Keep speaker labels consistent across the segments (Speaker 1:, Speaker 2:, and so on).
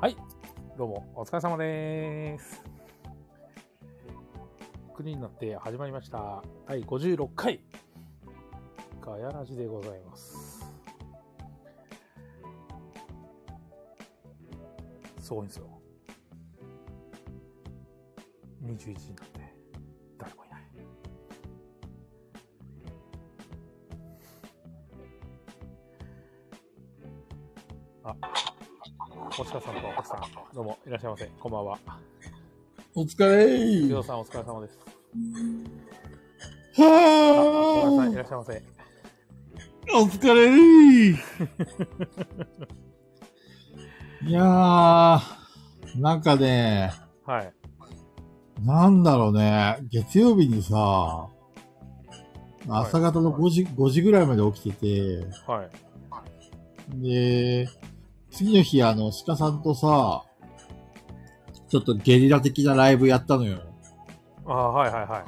Speaker 1: はい。どうも、お疲れ様です。9人になって始まりました。第56回。ガヤラジでございます。すごいんですよ。21時になって、誰もいない。あ、星川さんと奥さん、どうもいらっしゃいませ。こんばんは。
Speaker 2: お疲れ
Speaker 1: 伊藤
Speaker 2: ー
Speaker 1: さん、お疲れ様です。あ、小川さん、い
Speaker 2: は
Speaker 1: らっしゃいませ。
Speaker 2: ーお疲れーいやー、なんかね、
Speaker 1: はい。
Speaker 2: なんだろうね、月曜日にさ、朝方の5時、5時ぐらいまで起きてて、
Speaker 1: はい。
Speaker 2: で、次の日あの、鹿さんとさ、ちょっとゲリラ的なライブやったのよ。
Speaker 1: あーはいはいは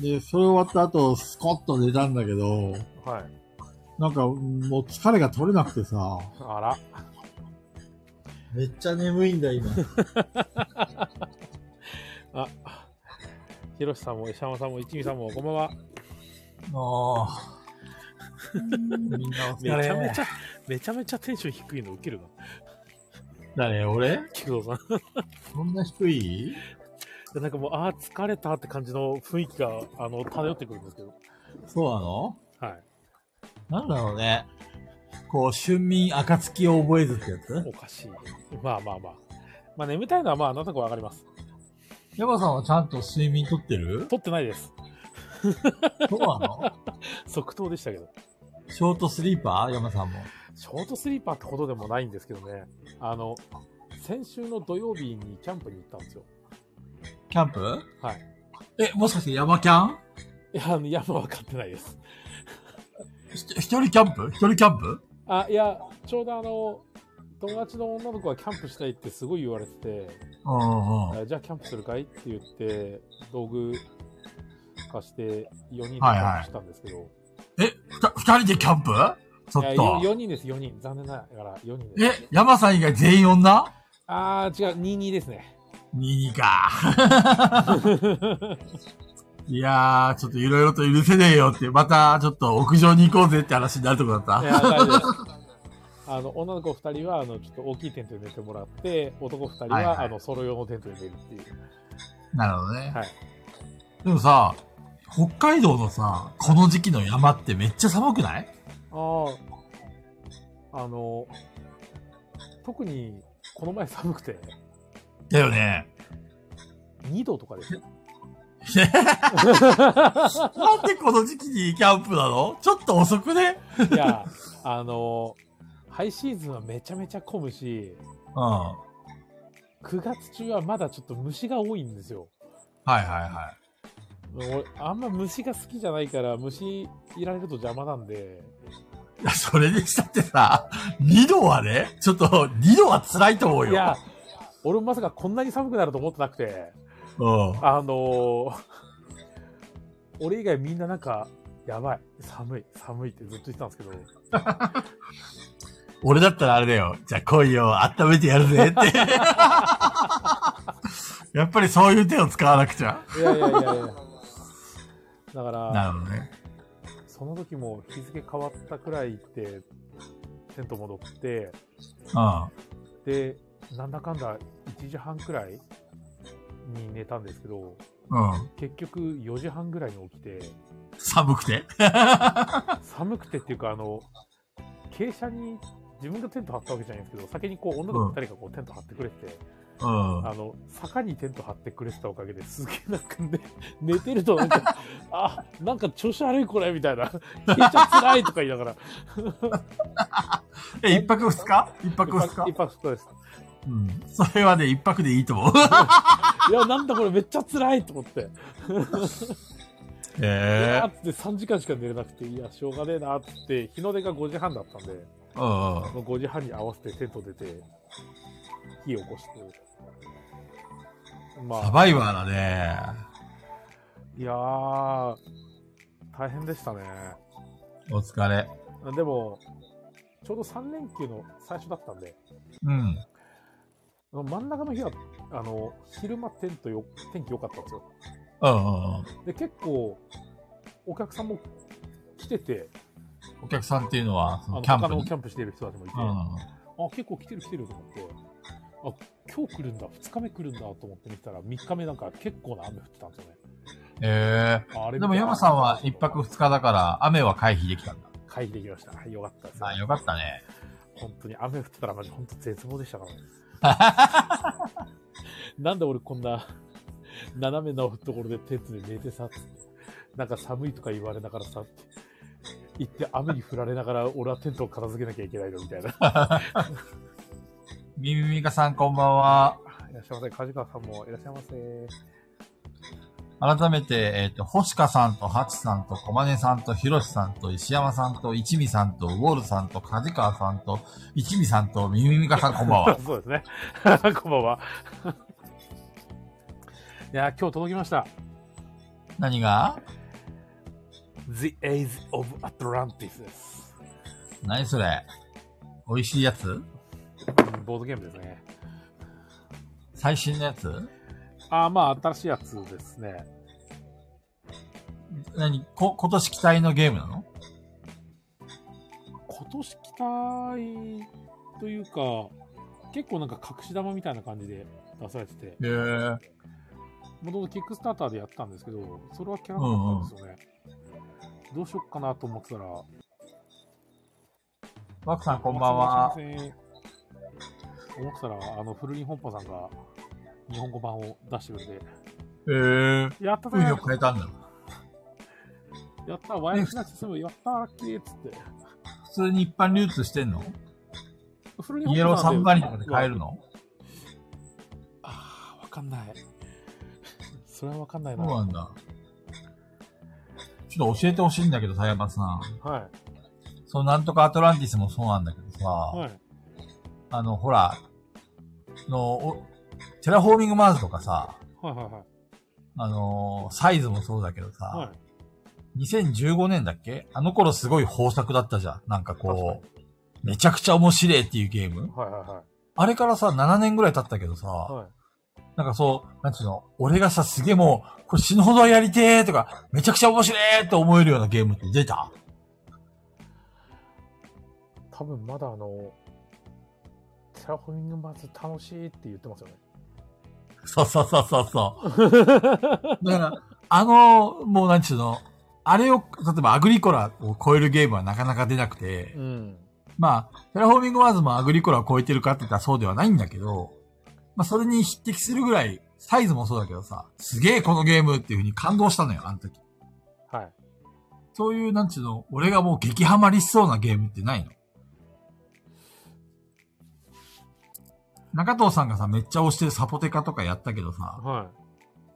Speaker 2: で、それ終わった後、スコッと寝たんだけど、
Speaker 1: い。はい。
Speaker 2: なんか、もう疲れが取れなくてさ、
Speaker 1: あら。
Speaker 2: めっちゃ眠いんだ、今。
Speaker 1: あ、ひろしさんも石山さんも一味さんもこんばんは。
Speaker 2: ああ。みんな
Speaker 1: め
Speaker 2: お疲
Speaker 1: ち
Speaker 2: れ。
Speaker 1: ゃめちゃ、めちゃめちゃテンション低いの受けるな。
Speaker 2: 誰俺
Speaker 1: 菊蔵さ
Speaker 2: そんな低い
Speaker 1: ん。 なんかもう、ああ、疲れたって感じの雰囲気が、あの、漂ってくるんですけど。
Speaker 2: そう
Speaker 1: はい。
Speaker 2: なのなんだろうね。こう、春眠暁を覚えずってやつ
Speaker 1: おかしい。まあまあまあ。まあ眠たいのはまあ、あなたくわかります。
Speaker 2: ヤバさんはちゃんと睡眠とってる
Speaker 1: 撮ってないです。
Speaker 2: そうなの
Speaker 1: 即答でしたけど。
Speaker 2: ショートスリーパーヤバさんも。
Speaker 1: ショートスリーパーってことでもないんですけどね。あの、先週の土曜日にキャンプに行ったんですよ。。
Speaker 2: キャンプはいえ、もしかしてヤバキャン
Speaker 1: いや、あの、山は買ってないです。
Speaker 2: ひと一人キャンプ一人キャンプ
Speaker 1: あ、いや、ちょうどあの、友達の女の子がキャンプしたいってすごい言われてて、
Speaker 2: うんうん。
Speaker 1: あじゃあキャンプするかいって言って、道具貸して4人でキ
Speaker 2: はい
Speaker 1: ャン
Speaker 2: は
Speaker 1: プ
Speaker 2: い
Speaker 1: したんですけど、
Speaker 2: え、ふた二人でキャンプちょ
Speaker 1: い
Speaker 2: っ
Speaker 1: やよ
Speaker 2: と。
Speaker 1: 4人です、4人。残念ながら4人です。
Speaker 2: え、ヤバさん以外全員女
Speaker 1: あー、違う、22です ね。
Speaker 2: ?22 か。いやー、ちょっといろいろと許せねえよって、またちょっと屋上に行こうぜって話になるとこだっ
Speaker 1: い
Speaker 2: た。
Speaker 1: や、大丈夫です。あの、女の子2人は、あの、ちょっと大きいテントに寝てもらって、男2人は、
Speaker 2: はいはい
Speaker 1: あの、ソロ用のテントに寝るっていう。
Speaker 2: なるほどね。
Speaker 1: はい。
Speaker 2: でもさ、北海道のさ、この時期の山ってめっちゃ寒くない
Speaker 1: ああ、あの、特に、この前寒くて、
Speaker 2: だよね。
Speaker 1: 2度とかですよ。
Speaker 2: なんでこの時期にキャンプなのちょっと遅くね
Speaker 1: いや、あの、ハイシーズンはめちゃめちゃ混むし、
Speaker 2: うん。は
Speaker 1: 9月中はまだちょっと虫が多いんですよ。
Speaker 2: いはいは
Speaker 1: 俺、あんま虫が好きじゃないから、虫いられると邪魔なんで、
Speaker 2: い。いや、それにしたってさ、2度はね、ちょっと2度は辛いと思うよ。
Speaker 1: いや、俺もまさかこんなに寒くなると思ってなくて、
Speaker 2: うん。
Speaker 1: あのー 俺以外みんななんか、やばい、寒い、寒いってずっと言ってたんですけど、
Speaker 2: 俺だったらあれだよ。じゃあ来いよ、温めてやるぜって。 やっぱりそういう手を使わなくちゃ。
Speaker 1: いやいやいやいや。だから、
Speaker 2: なるほどね。
Speaker 1: その時も日付変わったくらいって、テント戻って、
Speaker 2: う
Speaker 1: で、なんだかんだ1時半くらいに寝たんですけど、
Speaker 2: ん。うん。
Speaker 1: 結局4時半ぐらいに起きて、
Speaker 2: 寒くて。
Speaker 1: 寒くてっていうか、あの、傾斜に自分がテント張ったわけじゃないんですけど、先にこう女の子2人がこうテント張ってくれてて、
Speaker 2: うん。
Speaker 1: あの、坂にテント張ってくれてたおかげですげえなんかね、 寝てるとなん か、あ、なんか調子悪いこれみたいな、傾斜辛いとか言いながら、
Speaker 2: え、一泊二日一
Speaker 1: 一
Speaker 2: 泊二
Speaker 1: 泊
Speaker 2: 日
Speaker 1: 一泊そうです。
Speaker 2: うん。それはね、一泊でいいと思う。
Speaker 1: いや、なんだこれめっちゃ辛いと思って、い
Speaker 2: え
Speaker 1: やーっつって3時間しか寝れなくて、いや、しょうがねえなーっつって、日の出が5時半だったんで、
Speaker 2: えうんうん。
Speaker 1: もう5時半に合わせてテント出て、火起こして。ま
Speaker 2: サ
Speaker 1: あ、
Speaker 2: バイバーだね。
Speaker 1: いやー、大変でしたね。
Speaker 2: お疲れ。
Speaker 1: でも、ちょうど3連休の最初だったんで、
Speaker 2: うん。
Speaker 1: 真ん中の日は、あの、昼間テントよ、天気良かったんですよ。
Speaker 2: うんうんうん。
Speaker 1: で、結構、お客さんも来てて、
Speaker 2: お客さんっていうのは、そ
Speaker 1: あ
Speaker 2: の
Speaker 1: の、
Speaker 2: キャン
Speaker 1: 他
Speaker 2: プ
Speaker 1: の
Speaker 2: に。
Speaker 1: キャンプしてる人たちもいて、
Speaker 2: うんうんうん。
Speaker 1: あ、結構来てる来てると思って、あ、今日来るんだ、2日目来るんだと思って見てたら、3日目なんか結構な雨降ってたんですよね。
Speaker 2: え
Speaker 1: ああ
Speaker 2: え
Speaker 1: れ
Speaker 2: でも山さんは一泊二日だから、雨は回避できたんだ。
Speaker 1: 回避できました。はい、よかったですよ。
Speaker 2: あ、よかったね。
Speaker 1: 本当に雨降ってたらマジ本当絶望でしたからね。 なんで俺こんな斜めのところでテントで寝てさっつって、なんか寒いとか言われながらさって、行って雨に降られながら俺はテントを片付けなきゃいけないのみた いな。
Speaker 2: みみみかさんこんばんは。
Speaker 1: いらっしゃいませ、梶川さんもいらっしゃいませ。。
Speaker 2: 改めて、えっ、と、星香さんとハチさんと小金さんとひろしさんと石山さんと一味さんとウォールさんと梶川さんと一味さんとみみみかさんこんば んは
Speaker 1: そうですね。 こんばんは。いや、今日届きました。
Speaker 2: 何が
Speaker 1: The Age of Atlantis です。
Speaker 2: 何それ美味しいやつ
Speaker 1: うんボードゲームですね。
Speaker 2: 最新のやつ
Speaker 1: ああ、まあ、新しいやつですね。
Speaker 2: 何こ、今年期待のゲームなの
Speaker 1: 今年期待というか、結構なんか隠し玉みたいな感じで出されてて、
Speaker 2: へえ。
Speaker 1: もともとキックスターターでやったんですけど、それはキャラなかったんですよね。どうしよっかなと思ってたら、
Speaker 2: ワクさんこんばんは
Speaker 1: お。待たせしません思ってたら、あの、フルリン本舗さんが日本語版を出してくれて、
Speaker 2: へえ。
Speaker 1: やった
Speaker 2: 運
Speaker 1: ー
Speaker 2: を変えたんだ。
Speaker 1: やったーワイヤーしなくて済むやったーラッキーっつって。
Speaker 2: 普通に一般流通してんの
Speaker 1: フルリン
Speaker 2: イエローサンバリンとかで買えるの
Speaker 1: ああ、わかんない。それはわかんない
Speaker 2: そ
Speaker 1: な。
Speaker 2: うなんだ。ちょっと教えてほしいんだけどさ、山田さん。
Speaker 1: は
Speaker 2: そのなんとかアトランティスもそうなんだけどさ、
Speaker 1: い。はい。
Speaker 2: あの、ほら、の、おテラフォーミングマーズとかさ、
Speaker 1: はいはいはい。
Speaker 2: あのーサイズもそうだけどさ、
Speaker 1: はい、
Speaker 2: 2015年だっけあの頃すごい豊作だったじゃん。なんかこ
Speaker 1: 確
Speaker 2: う、めちゃくちゃ面白いっていうゲーム。
Speaker 1: はいはいは
Speaker 2: あれからさ、7年ぐらい経ったけどさ、
Speaker 1: い。はい、
Speaker 2: なんかそう、なんつうの、俺がさ、すげえもう、これ死ぬほどやりてーとか、めちゃくちゃ面白えーって思えるようなゲームって出た
Speaker 1: 多分まだあの、テラフォーミングマーズ楽しいって言ってますよね。
Speaker 2: そうそうそうそうそう。だから、あの、もうなんちゅうの、あれを、例えばアグリコラを超えるゲームはなかなか出なくて、
Speaker 1: ん。
Speaker 2: まあ、テラフォーミングワーズもアグリコラを超えてるかって言ったらそうではないんだけど、まあそれに匹敵するぐらい、サイズもそうだけどさ、すげえこのゲームっていう風に感動したのよ、あの時。
Speaker 1: はい。
Speaker 2: そういう、なんちゅうの、俺がもう激ハマりしそうなゲームってないの中藤さんがさ、めっちゃ推してるサポテカとかやったけどさ、
Speaker 1: は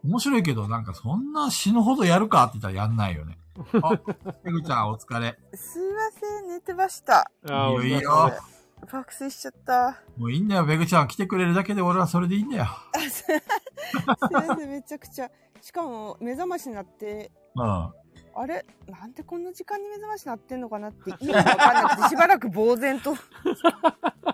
Speaker 2: 面白いけど、なんかそんな死ぬほどやるかって言ったらやんない よね。あ、ペグちゃんお疲れ。
Speaker 3: すいません、寝てました。
Speaker 1: い。あー
Speaker 2: いいよいいよ
Speaker 1: お疲れ様です
Speaker 3: 爆睡しちゃった。
Speaker 2: もういいんだよ、ペグちゃん。来てくれるだけで俺はそれでいいんだよ。
Speaker 3: あすすいません、めちゃくちゃ。しかも、目覚ましになって、
Speaker 2: うん。
Speaker 3: あれなんでこんな時間に目覚ましなってんのかなって、意味がわかんなくて、しばらく呆然と、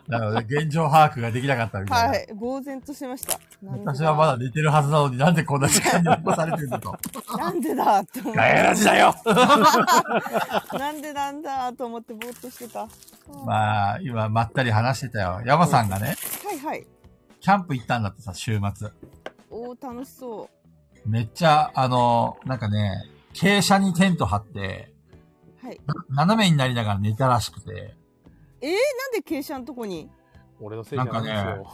Speaker 2: なので、現状把握ができなかったみたいな。
Speaker 3: はい、呆然としてました。なんでだ
Speaker 2: 私はまだ寝てるはずなのになんでこんな時間に残されてるんだ と。
Speaker 3: なんでだって思っ
Speaker 2: ガヤラジだよ
Speaker 3: て、なんでなんだと思ってぼーっとしてた。うん
Speaker 2: まあ、今、まったり話してたよ。山さんがね、
Speaker 3: はいはい。
Speaker 2: キャンプ行ったんだってさ、週末。
Speaker 3: おー、楽しそ
Speaker 2: めっちゃ、あの、なんかね、傾斜にテント張って、
Speaker 3: う。はい。
Speaker 2: 斜めになりながら寝たらしくて、
Speaker 3: えー、なんで傾斜のとこに
Speaker 1: 俺のせいじゃないんです
Speaker 2: なん
Speaker 1: よ。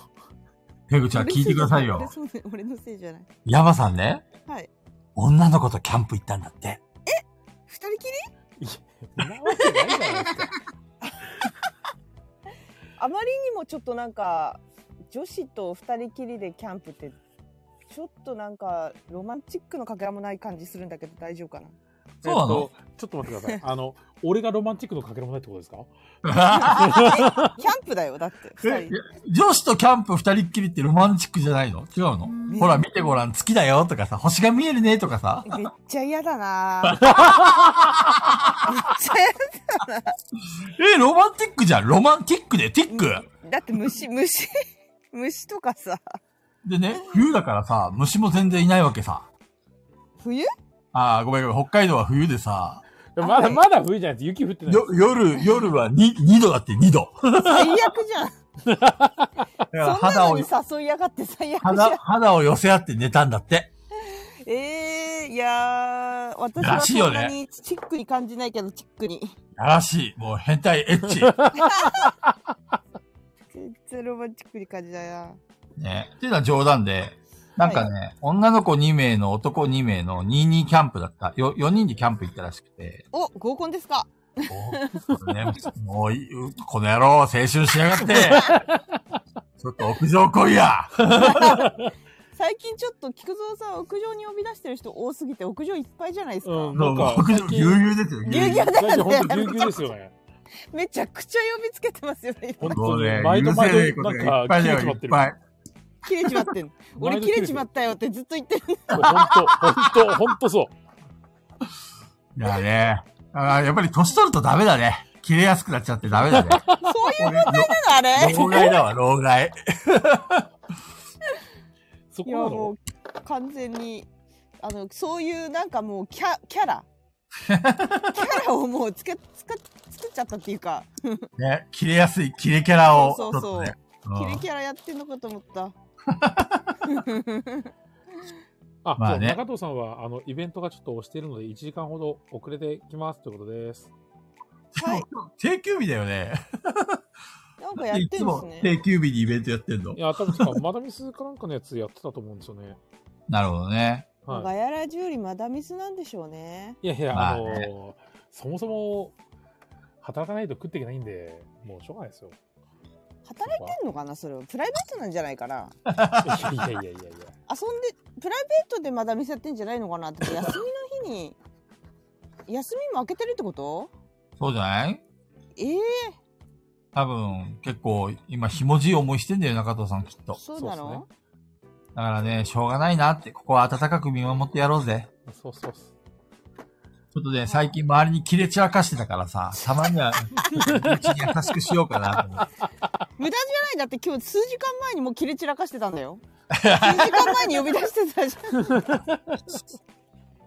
Speaker 2: ペグちゃん聞いてくださいよ。
Speaker 3: 俺 そう俺のせいじゃない。
Speaker 2: 山さんね、
Speaker 3: はい。
Speaker 2: 女の子とキャンプ行ったんだって。
Speaker 3: 二人きり
Speaker 1: そんなわけないじゃないですか。
Speaker 3: あまりにもちょっとなんか女子と二人きりでキャンプってちょっとなんかロマンチックのかけらもない感じするんだけど大丈夫か な
Speaker 2: そうなの
Speaker 1: えっとちょっと待ってください。あの、俺がロマンチックのかけらもないってことですか
Speaker 3: キャンプだよだって二
Speaker 2: え
Speaker 3: 人
Speaker 2: 女子とキャンプ二人っきりってロマンチックじゃないの違うの
Speaker 3: ん
Speaker 2: ほら、見てごらん、月だよとかさ、星が見えるねとかさ。
Speaker 3: めっちゃ嫌だな ぁめっちゃ
Speaker 2: え、ロマンティックじゃん。ロマンティックで、ティック。
Speaker 3: 嫌だって虫虫
Speaker 4: 虫とかさ、
Speaker 2: でね、冬だからさ、虫も全然いないわけさ。
Speaker 4: 冬
Speaker 2: ああ、ごめんごめん、北海道は冬でさ、
Speaker 1: でもまだ、
Speaker 4: はい
Speaker 1: まだ冬じゃないです。雪降ってない。
Speaker 2: よ、夜、夜はに 2, 度だって2度。
Speaker 4: 最悪じゃ
Speaker 2: だ
Speaker 4: ん。
Speaker 2: から
Speaker 4: そんな
Speaker 2: 肌
Speaker 4: の
Speaker 2: を
Speaker 4: に、誘いやがって最悪じゃん
Speaker 2: 肌、。肌を寄せ合って寝たんだって。
Speaker 4: ええいやー、私
Speaker 2: ら
Speaker 4: は
Speaker 2: しいよ
Speaker 4: そん
Speaker 2: ね
Speaker 4: なにチックに感じないけど、チックに。
Speaker 2: やらしい。もう変態エッチ。
Speaker 4: 全然ロマンチックに感じないな。
Speaker 2: ね。っていうのは冗談で、なんかね、女の子2名の男2名の22キャンプだった。よ、4人でキャンプ行ったらしくて。
Speaker 4: お、合コンですか
Speaker 2: おこれね、もうい、この野郎、青春しやが って。ちょっと屋上来いや。
Speaker 4: 最近ちょっと菊蔵さん屋上に呼び出してる人多すぎて屋上いっぱいじゃないですか、
Speaker 1: うん
Speaker 2: どうも、屋上、ぎゅうぎゅうですよ、ぎ
Speaker 4: ぎ
Speaker 2: ゅ
Speaker 4: ゅ
Speaker 2: うぎ
Speaker 4: う
Speaker 2: ゅ
Speaker 4: ぎゅ
Speaker 2: う
Speaker 4: うだ
Speaker 1: 最近
Speaker 4: よ
Speaker 1: ほ
Speaker 4: ね
Speaker 1: んと琉球ですよね。
Speaker 4: めちゃくちゃ呼びつけてますよね 今
Speaker 1: 本
Speaker 2: も
Speaker 1: 当
Speaker 2: う
Speaker 1: に
Speaker 2: ね、
Speaker 1: 毎度
Speaker 2: 許せ
Speaker 1: 毎
Speaker 2: ないこ
Speaker 1: 度
Speaker 2: とがい
Speaker 1: なん
Speaker 2: っ
Speaker 1: か切
Speaker 2: ぱい
Speaker 1: れち
Speaker 2: だよ、い
Speaker 1: まっ
Speaker 2: って
Speaker 1: る。
Speaker 2: ぱい。
Speaker 4: 切れちまってんの俺切れちまったよってずっと言ってる
Speaker 1: 本当本当本当そう。
Speaker 2: いやね。あーやっぱり年取るとダメだね。切れやすくなっちゃってダメだね。
Speaker 4: そういう問題なの あれ
Speaker 2: 老害だわ、老害。
Speaker 1: そ
Speaker 4: い
Speaker 1: こ
Speaker 4: や
Speaker 1: なの
Speaker 4: もう完全にあのそういうなんかもうキャキャラキャラをもうつけつか作っちゃったっていうか
Speaker 2: ね、切れやすい、切れキャラを。
Speaker 4: そうそうそう
Speaker 2: ちょっと
Speaker 4: キ
Speaker 2: ね
Speaker 4: レ
Speaker 2: うん
Speaker 4: キャラやってんのかと思った
Speaker 1: あ、
Speaker 2: まあ
Speaker 1: そう
Speaker 2: ね
Speaker 1: 中藤さんは、あの、イベントがちょっと押してるので、1時間ほど遅れてきますということです。
Speaker 4: はい
Speaker 2: 定休日だよね。
Speaker 4: なんかやってるんですね
Speaker 2: 定休日にイベントやってんの
Speaker 1: い。や、多分確か、マダミスかなんかのやつやってたと思うんですよ ね。
Speaker 2: なるほどね。
Speaker 4: ガ
Speaker 1: はい。
Speaker 4: ヤラジよりマダミスなんでしょうね
Speaker 1: いやい
Speaker 2: ま
Speaker 1: や、
Speaker 2: あ
Speaker 1: あ
Speaker 2: ね
Speaker 1: のーそもそも、働かないと食っていけないんで、もうしょうがないです よ。
Speaker 4: 働いてんのかなそれはプライベートなんじゃないかない
Speaker 1: やいやいやいやいや。
Speaker 4: 遊んでプライベートでまだ店やってんじゃないのかなって休みの日に休みも明けてるってこと
Speaker 2: そうじゃない
Speaker 4: ええ
Speaker 2: 多分、結構、今、ひもじい思いしてんだよ、中藤さん、きっと。
Speaker 4: そうなの
Speaker 2: だからね、しょうがないなって、ここは温かく見守ってやろうぜ。
Speaker 1: そうそうっす。
Speaker 2: ちょっとね、最近周りに切れ散らかしてたからさ、たまには、うちに優しくしようかなと思って。
Speaker 4: 無駄じゃないだって今日数時間前にもう切れ散らかしてたんだ よ数時間前に呼び出してたじゃん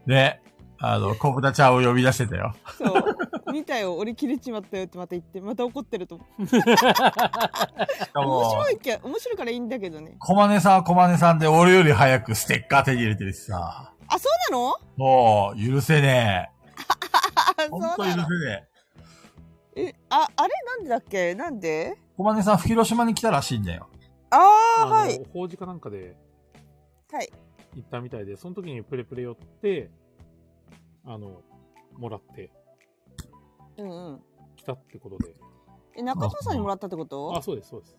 Speaker 2: ね、あの、小豚ちゃんを呼び出してたよ。
Speaker 4: そう見たよ俺切れちまったよってまた言ってまた怒ってると思う
Speaker 2: しか
Speaker 4: 面
Speaker 2: も、
Speaker 4: 白いけ面白いからいいんだけどね
Speaker 2: 小金さんは小金さんで、俺より早くステッカー手に入れてるしさ。
Speaker 4: あそうなの
Speaker 2: もう、許せね
Speaker 4: あ
Speaker 2: え。ほ
Speaker 4: そ
Speaker 2: んと
Speaker 4: う
Speaker 2: 許
Speaker 4: な
Speaker 2: せね
Speaker 4: の
Speaker 2: え。
Speaker 4: えああれなんでだっけなんで
Speaker 2: 小金さん、広島に来たらしいんだよ。
Speaker 4: あ
Speaker 1: あ
Speaker 4: あ
Speaker 1: の、
Speaker 4: はい
Speaker 1: 法事かなんかで
Speaker 4: はい
Speaker 1: 行ったみたいで、その時にプレプレ寄って、あの、もらって
Speaker 4: うんうん
Speaker 1: きたってことで。
Speaker 4: え中藤さんにもらったってこ
Speaker 1: あ、
Speaker 4: と
Speaker 1: そうです、そうです。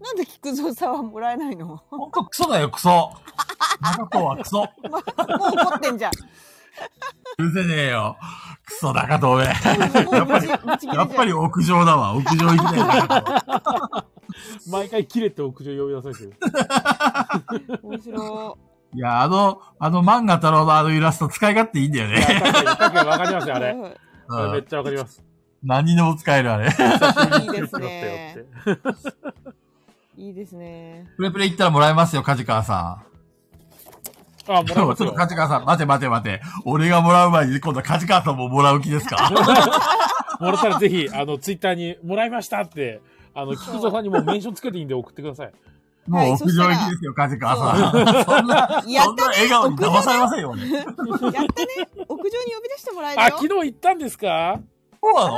Speaker 4: なんで菊蔵さんはもらえないのも
Speaker 2: ほんとクソだよ、クソ。中藤はクソ。
Speaker 4: う怒ってんじゃん
Speaker 2: 許せねえよ。クソ中藤め。
Speaker 4: もうぶちぶち切れじゃん
Speaker 2: やっぱり屋上だわ。屋上行きたい中藤。
Speaker 1: 毎回切れて屋上呼び出されてる。
Speaker 4: 面白
Speaker 2: いや、あの、あの漫画太郎のあのイラスト使い勝手いいんだよ
Speaker 1: いや
Speaker 2: ね。
Speaker 1: 確かに、確かにわかります
Speaker 4: い
Speaker 1: よ、あれ。
Speaker 4: はい
Speaker 1: あれ
Speaker 2: う
Speaker 1: めっ
Speaker 2: ん、
Speaker 1: ちゃわかります。
Speaker 2: 何にでも使える、あれ。
Speaker 4: いいです
Speaker 1: 切れて
Speaker 4: ね
Speaker 1: よって
Speaker 4: いいですね
Speaker 2: プレプレ行ったらもらえますよ、梶川さん。
Speaker 1: あ、も
Speaker 2: ち
Speaker 1: らい
Speaker 2: ょ
Speaker 1: ま
Speaker 2: っ
Speaker 1: す
Speaker 2: と
Speaker 1: よ。
Speaker 2: 梶川さん、待て待て待て。俺がもらう前に、今度は梶川さんももらう気ですか
Speaker 1: もらったらぜひ、あの、ツイッターに、もらいましたって、あの、菊蔵さんにもメンションつけていいんで送ってください。
Speaker 2: もう
Speaker 4: はい
Speaker 2: 屋上行きですよ、梶川さん。そんな、
Speaker 4: や
Speaker 2: そ
Speaker 4: っ
Speaker 2: んな笑顔に騙されませんよ、俺。そ
Speaker 4: たねやったね屋上に呼び出してもらえるよ
Speaker 1: あ、昨日行ったんですか
Speaker 2: うな
Speaker 4: あ
Speaker 2: の
Speaker 4: らら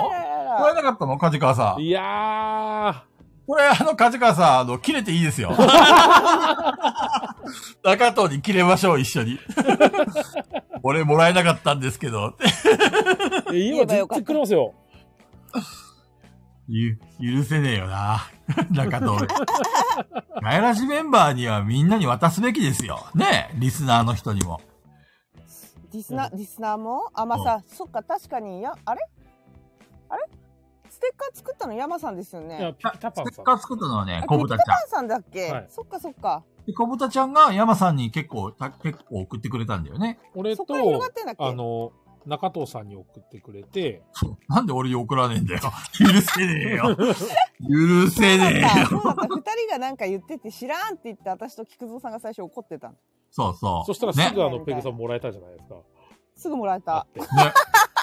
Speaker 2: もらえ
Speaker 4: ら
Speaker 2: なかったの梶川さん。
Speaker 1: いや
Speaker 2: これ、あの、梶川さん、あの、切れていいですよ。中藤に切れましょう、一緒に。俺もらえなかったんですけど。
Speaker 1: ー、い
Speaker 4: 言え
Speaker 1: や今
Speaker 4: ばよ
Speaker 1: 絶
Speaker 4: かった
Speaker 1: 対来ますよ。
Speaker 2: ゆ、許せねえよな。中藤。ガイラジメンバーにはみんなに渡すべきですよ。ねえ、リスナーの人にも。
Speaker 4: ディスナーディスナーもあまあさそっか確かにやあれあれステッカー作ったの山さんですよね
Speaker 1: いや、ピピタパン
Speaker 2: ステ
Speaker 1: さん
Speaker 2: ッ。カー作ったのはね
Speaker 4: あ、
Speaker 2: 小豚ちゃん
Speaker 4: ピピタパンさんだっけ、
Speaker 1: はい
Speaker 4: そっかそっか。
Speaker 2: で。小豚ちゃんが山さんに結構、た結構送ってくれたんだよね。
Speaker 1: 俺
Speaker 4: そこに広が
Speaker 1: と
Speaker 4: っ、てんだっけ
Speaker 1: あの、中藤さんに送ってくれて、
Speaker 2: そうなんで俺に送らねえんだよ。許せねえよ。許せ
Speaker 4: そうだ
Speaker 2: ねえ
Speaker 4: っ
Speaker 2: よ。
Speaker 4: たそうだった二人がなんか言ってて知らんって言って私と菊蔵さんが最初怒ってたの
Speaker 2: そうそう。
Speaker 1: そしたらす
Speaker 2: ね。
Speaker 1: ぐあの、ペグさんもらえたじゃないですか。
Speaker 4: すぐもらえた
Speaker 1: あって
Speaker 2: ね。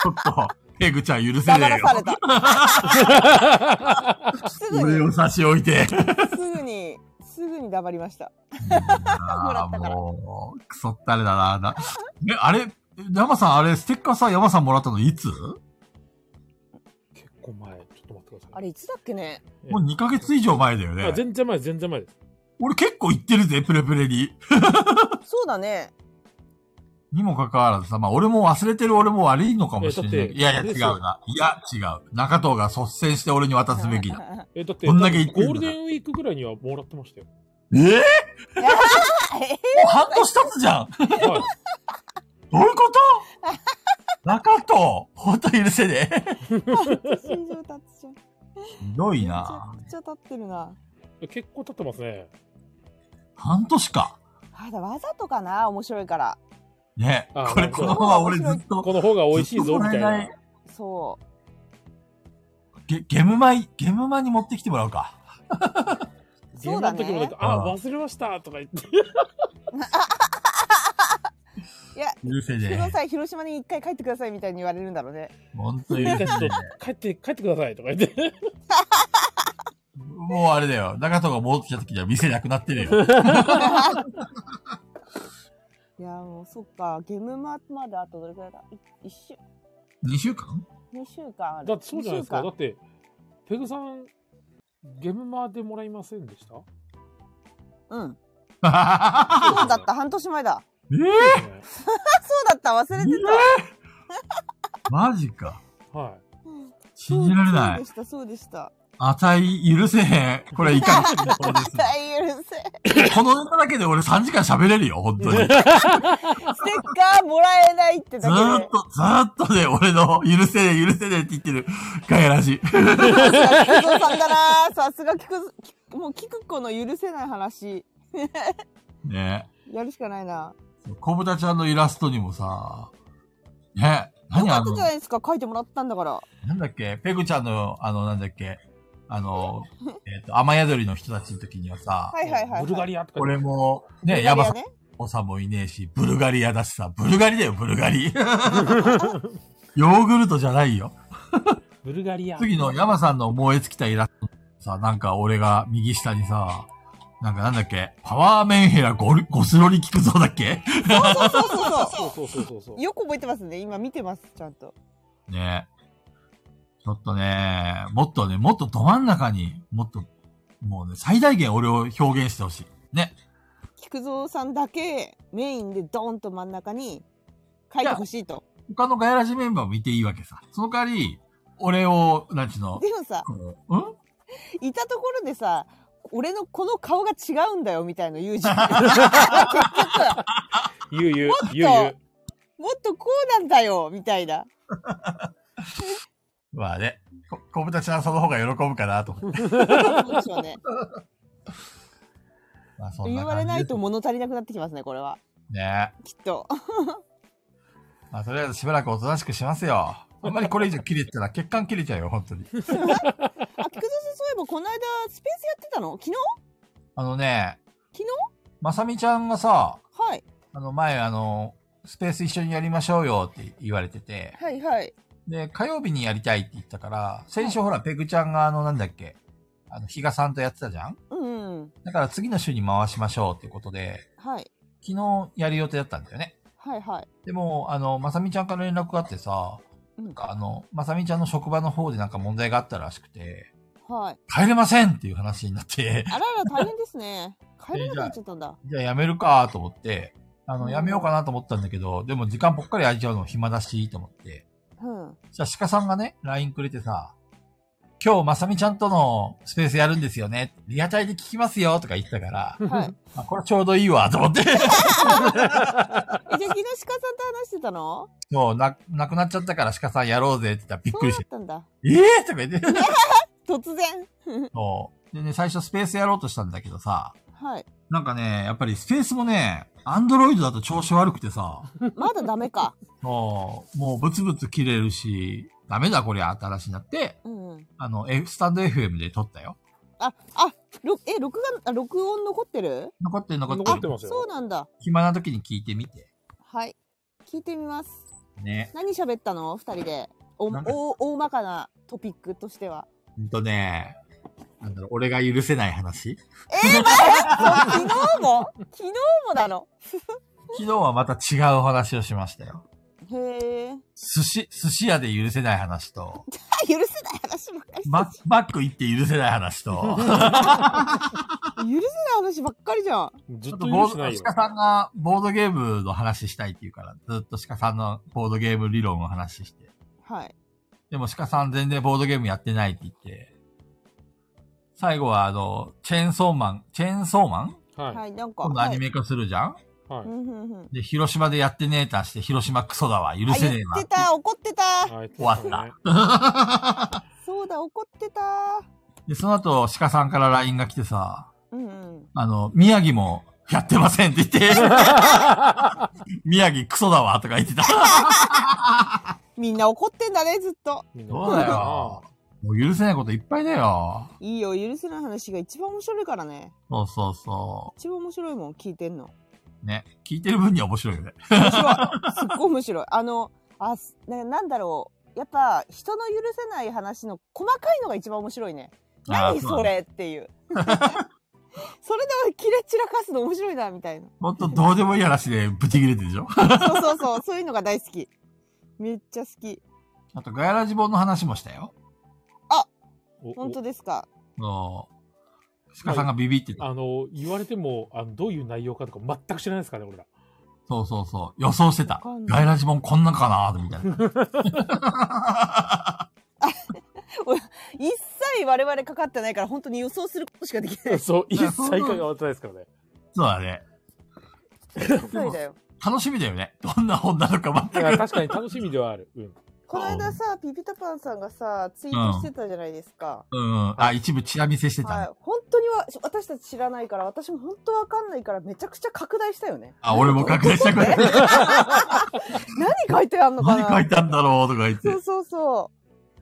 Speaker 2: ちょっと、ペグちゃん許せ
Speaker 4: 黙
Speaker 2: ねえ
Speaker 4: ら
Speaker 2: よ
Speaker 4: さ。 れたすぐ
Speaker 2: 俺
Speaker 4: に
Speaker 2: を差し置いて。
Speaker 4: すぐにすぐに黙りましたもら
Speaker 2: あ
Speaker 4: っ
Speaker 2: あ、
Speaker 4: たから
Speaker 2: もう、クソったれだな。なえ、あれ、山さん、あれ、ステッカーさ、山さんもらったのいつ
Speaker 1: 結構前、ちょっと待ってください。
Speaker 4: あれいつだっけね
Speaker 1: ええ
Speaker 2: もう2ヶ月以上前だよ
Speaker 1: あ
Speaker 2: ね。
Speaker 1: 全然前、全然前です。
Speaker 2: 俺結構行ってるぜ、プレプレに。
Speaker 4: そうだね
Speaker 2: にもかかわらずさ、まあ俺も忘れてる俺も悪いのかもしれな
Speaker 1: えだっ
Speaker 2: い。
Speaker 1: て
Speaker 2: いやいや、違うな。いや、違う。中藤が率先して俺に渡すべきだ。
Speaker 1: え、だって、
Speaker 2: こんだけ言ってんだ
Speaker 1: ゴールデンウィークぐらいにはもらってましたよ。
Speaker 2: ええもう
Speaker 4: いや
Speaker 2: 半年経つじゃ
Speaker 1: は
Speaker 2: ん
Speaker 1: い。
Speaker 2: どういうこと中藤ほんと許せねえ。
Speaker 4: 心情立つじゃん
Speaker 2: ひどいな
Speaker 4: めちゃくちゃ立ってるな
Speaker 1: 結構経ってますね。
Speaker 2: 半年か。
Speaker 4: あだわざとかな面白いから
Speaker 2: ね
Speaker 1: あ
Speaker 2: これ、
Speaker 1: 本当
Speaker 2: このまま俺ずっと、
Speaker 1: この方が美味しいぞ、みたい
Speaker 2: ずっともらえ
Speaker 1: な
Speaker 2: な。
Speaker 4: そ
Speaker 2: ゲ、ゲムマイ、ゲムマに持ってきてもらうか。
Speaker 4: う
Speaker 1: 電
Speaker 4: そ
Speaker 1: 話
Speaker 4: うだ
Speaker 1: の時もなん
Speaker 4: ね
Speaker 1: か、あ、
Speaker 2: うん
Speaker 1: 忘れましたとか言 って。
Speaker 4: いや
Speaker 2: 許せ
Speaker 4: 菊蔵
Speaker 2: ね
Speaker 4: さん広島に一回帰ってくださいみたいに言われるんだろうね
Speaker 2: え。ほんと許せねえ。
Speaker 1: 帰って、帰ってくださいとか言って。
Speaker 2: もうあれだよ。中藤が戻ってきた時には店なくなってるよ。
Speaker 4: いやもうそっかゲームマまであとどれくらいだい一週
Speaker 2: 2週間
Speaker 4: 二週間ある
Speaker 1: だってそうじゃないですか。だ
Speaker 4: 二週間
Speaker 1: って、ペグさん、ゲームマーでもらいませんでした
Speaker 4: うん
Speaker 2: え
Speaker 4: そうだった半年前だ
Speaker 2: え
Speaker 4: あそうだった忘れて
Speaker 2: マジか。
Speaker 1: は
Speaker 4: た
Speaker 2: 信じられない
Speaker 4: そうで。したそうでした
Speaker 2: あたい許せへん。これいかん。これで
Speaker 4: 大許せ
Speaker 2: すこのネタだけで俺3時間喋れるよ、本当に。ずー
Speaker 4: ステッカーもらえないってだけ
Speaker 2: っと、ずーっとね、俺の許せねえ、許せねえって言ってるガヤらしい。
Speaker 4: で。さすが菊蔵さんだな。さすが菊蔵、もう菊子の許せない話、
Speaker 2: ね
Speaker 4: やるしかないな。
Speaker 2: 小豚ちゃんのイラストにもさ、ね何あ
Speaker 4: あと
Speaker 2: の
Speaker 4: じゃ、ないですか、書いてもらったんだから。
Speaker 2: なんだっけ、ペグちゃんの、あの、なんだっけ、あ の、えっ、と、雨宿りの人たちの時にはさ、
Speaker 4: はい
Speaker 1: い。
Speaker 4: はいはい。
Speaker 1: ブルガ
Speaker 4: リ
Speaker 1: リアとか言って。
Speaker 2: 俺も、
Speaker 4: ア
Speaker 2: ね、
Speaker 4: ね。
Speaker 2: ヤバさんおさもいねえし、ブルガリアだしさ、ブルガリだよ、ブルガリ。ヨ ーグルトじゃないよ。
Speaker 1: ブルガリア。
Speaker 2: 次のヤマさんの燃え尽きたイラストさ、なんか俺が右下にさ、なんかなんだっけ、パワーメンヘラゴルゴスロリ聞くぞだっけ
Speaker 4: そうそうそうそう
Speaker 1: そうそうそうそうそう。
Speaker 4: よく覚えてますね。今見てます、ちゃんと。
Speaker 2: ねちょっとね、もっとね、もっとど真ん中に、もっと、もうね、最大限俺を表現してほしい。ね。
Speaker 4: 菊蔵さんだけメインでドーンと真ん中に書いてほしいと。
Speaker 2: 他のガヤラジメンバーもいていいわけさ。その代わり、俺を、なんちゅうの、
Speaker 4: でもさ、
Speaker 2: こう、ん
Speaker 4: いたところでさ、俺のこの顔が違うんだよみたいな友人。
Speaker 1: ゆうゆう、ゆう
Speaker 4: も
Speaker 1: ゆ
Speaker 4: っもっとこうなんだよみたいな。
Speaker 2: まあね、こ小豚ちゃんその方が喜ぶかなと思って。
Speaker 4: そうでしょうね。
Speaker 2: まあ そんな感じ
Speaker 4: 言
Speaker 2: です
Speaker 4: われないと物足りなくなってきますね、これは。
Speaker 2: ね
Speaker 4: きっ と。
Speaker 2: まあとりあえずしばらくおとなしくしますよ。あんまりこれ以上切れてたら血管切れちゃうよ、本当に。
Speaker 4: あ、菊蔵さん、そういえばこの間スペースやってたの昨日
Speaker 2: あのね、
Speaker 4: 昨日
Speaker 2: まさみちゃんがさ、
Speaker 4: はい。
Speaker 2: あの前あの、スペース一緒にやりましょうよって言われてて、
Speaker 4: はいはい。
Speaker 2: で、火曜日にやりたいって言ったから、先週ほら、ペグちゃんがあの、なんだっけ、あの、比嘉さんとやってたじゃん
Speaker 4: うんうん。
Speaker 2: だから次の週に回しましょうっていうことで、
Speaker 4: はい。
Speaker 2: 昨日やる予定だったんだよね。
Speaker 4: はいはい。
Speaker 2: でも、あの、まさみちゃんから連絡があってさ、
Speaker 4: うん
Speaker 2: なんかあの、まさみちゃんの職場の方でなんか問題があったらしくて、
Speaker 4: はい。
Speaker 2: 帰れませんっていう話になって、
Speaker 4: あらら、大変ですね。帰れなくなっちゃったんだ。
Speaker 2: じゃあやめるかと思って、あ
Speaker 4: う
Speaker 2: の、
Speaker 4: ん
Speaker 2: やめようかなと思ったんだけど、でも時間ぽっかり空いちゃうの暇だし、と思って。
Speaker 4: うん。
Speaker 2: じゃあ鹿さんがね、LINE くれてさ、今日まさみちゃんとのスペースやるんですよね。リアタイで聞きますよとか言ってたから、
Speaker 1: う。
Speaker 4: はい。
Speaker 2: あ、これちょうどいいわと思って。
Speaker 4: え、じゃあ昨日鹿さんと話してたの
Speaker 2: そう、な、なくなっちゃったから鹿さんやろうぜって言ったらびっく
Speaker 4: そう
Speaker 2: り
Speaker 4: だ
Speaker 2: し。
Speaker 4: ってたんだ。
Speaker 2: ええとか言って。
Speaker 4: 突然。
Speaker 2: そう。でね、最初スペースやろうとしたんだけどさ、
Speaker 4: はい。
Speaker 2: なんかね、やっぱりスペースもね、アンドロイドだと調子悪くてさ、
Speaker 4: まだダメか。
Speaker 2: もう、もうブツブツ切れるし、ダメだこりゃ、新しになって、
Speaker 4: うんうん。
Speaker 2: あの、F- スタンド FM で撮ったよ。
Speaker 4: あ、あ、ろえ、録画、あ録音残ってる
Speaker 2: 残ってる 残
Speaker 1: 残っ
Speaker 2: っ
Speaker 1: てて
Speaker 2: る。
Speaker 1: ますよ。
Speaker 4: そうなんだ。
Speaker 2: 暇な時に聞いてみて。
Speaker 4: はい。聞いてみます。
Speaker 2: ね。
Speaker 4: 何喋ったの二人で。お、
Speaker 2: なんか
Speaker 4: お、大まかなトピックとしては。
Speaker 2: ほんとね、なんだろう、俺が許せない話。
Speaker 4: 昨日も昨日もなの。
Speaker 2: 昨日はまた違う話をしましたよ。
Speaker 4: へえ。
Speaker 2: 寿司、寿司屋で許せない話と、
Speaker 4: あ許せない話ばっかり。
Speaker 2: ママック行って許せない話と、
Speaker 4: 許せない話ばっかりじゃん。
Speaker 1: ずっ
Speaker 2: ちょっ
Speaker 1: と
Speaker 2: と
Speaker 1: 許
Speaker 2: ボ
Speaker 1: し
Speaker 2: ー
Speaker 1: ない
Speaker 2: ド、
Speaker 1: よ。
Speaker 2: 鹿さんがボードゲームの話したいって言うから、ずっと鹿さんのボードゲーム理論を話して。
Speaker 4: はい。
Speaker 2: でも鹿さん全然ボードゲームやってないって言って、最後はあの、チェーンソーマン、チェーンソーマン
Speaker 1: は
Speaker 4: はい、なんか。
Speaker 2: 今度アニ
Speaker 4: メ。
Speaker 2: メ化するじゃん、
Speaker 1: い。は
Speaker 4: うんうんうん。
Speaker 2: で、広島でやってねえたして、広島クソだわ、許
Speaker 4: あ
Speaker 2: せ
Speaker 4: 言っ
Speaker 2: ねえ
Speaker 4: てた、怒って
Speaker 1: い。
Speaker 4: た。
Speaker 1: はい。
Speaker 2: 終わった
Speaker 1: そうね
Speaker 2: な。
Speaker 4: そうだ、怒ってた。
Speaker 2: で、その後、鹿さんから LINE が来てさ、
Speaker 4: うんうん。
Speaker 2: あの、宮城もやってませんって言って、 宮城クソだわとか言って た。
Speaker 4: みんな怒ってんだね、ずっと。
Speaker 1: みんな
Speaker 2: そうだよ。もう許せないこといっぱいだよ。
Speaker 4: いいよ、許せない話が一番面白いからね。
Speaker 2: そうそうそ
Speaker 4: 一番面白いもん、聞いてんの。
Speaker 2: う。ね。聞いてる分には面白いよね。
Speaker 4: 面白い。すっごい面白い。あの、あ、すななんだろう。やっぱ、人の許せない話の細かいのが一番面白いね。
Speaker 2: あ
Speaker 4: 何
Speaker 2: ー
Speaker 4: そ。れっていう。それでキレ散らかすの面白いな、みたいな。
Speaker 2: ほんとどうでもいい話でブチ切れてるで しょ
Speaker 4: そうそうそう、そういうのが大好き。めっちゃ好き。
Speaker 2: あと、ガヤラジボンの話もしたよ。
Speaker 1: おお
Speaker 4: 本当ですか。
Speaker 2: そう。鹿さんがビビってた。
Speaker 1: あの、言われても、あのどういう内容かとか全く知らないですからね、俺ら。
Speaker 2: そうそうそう。予想してた
Speaker 4: わかん。ない
Speaker 2: ガヤラジボンこんなかなーみたいな。
Speaker 4: 一切我々かかってないから、本当に予想することしかできない。
Speaker 1: そう、一切
Speaker 2: そう
Speaker 1: 関わってないですからね。
Speaker 2: そうだね。
Speaker 4: 一切だよ。
Speaker 2: 楽しみだよね。どんな本なのか
Speaker 1: だ
Speaker 2: 全
Speaker 1: か
Speaker 2: く。
Speaker 1: ら確かに楽しみではある。うん。
Speaker 4: この間さ、ピピタパンさんがさ、ツイートしてたじゃないですか。
Speaker 2: うん。あ、一部チラ見せしてた
Speaker 4: は
Speaker 2: ね
Speaker 4: い。。本当には私たち知らないから、私も本当わかんないから、めちゃくちゃ拡大したよね。
Speaker 2: あ、俺も確認したくない。
Speaker 4: 何書いてあんのか
Speaker 2: 何書
Speaker 4: ない
Speaker 2: たんだろうとか言っ
Speaker 4: そう
Speaker 2: て。
Speaker 4: そうそ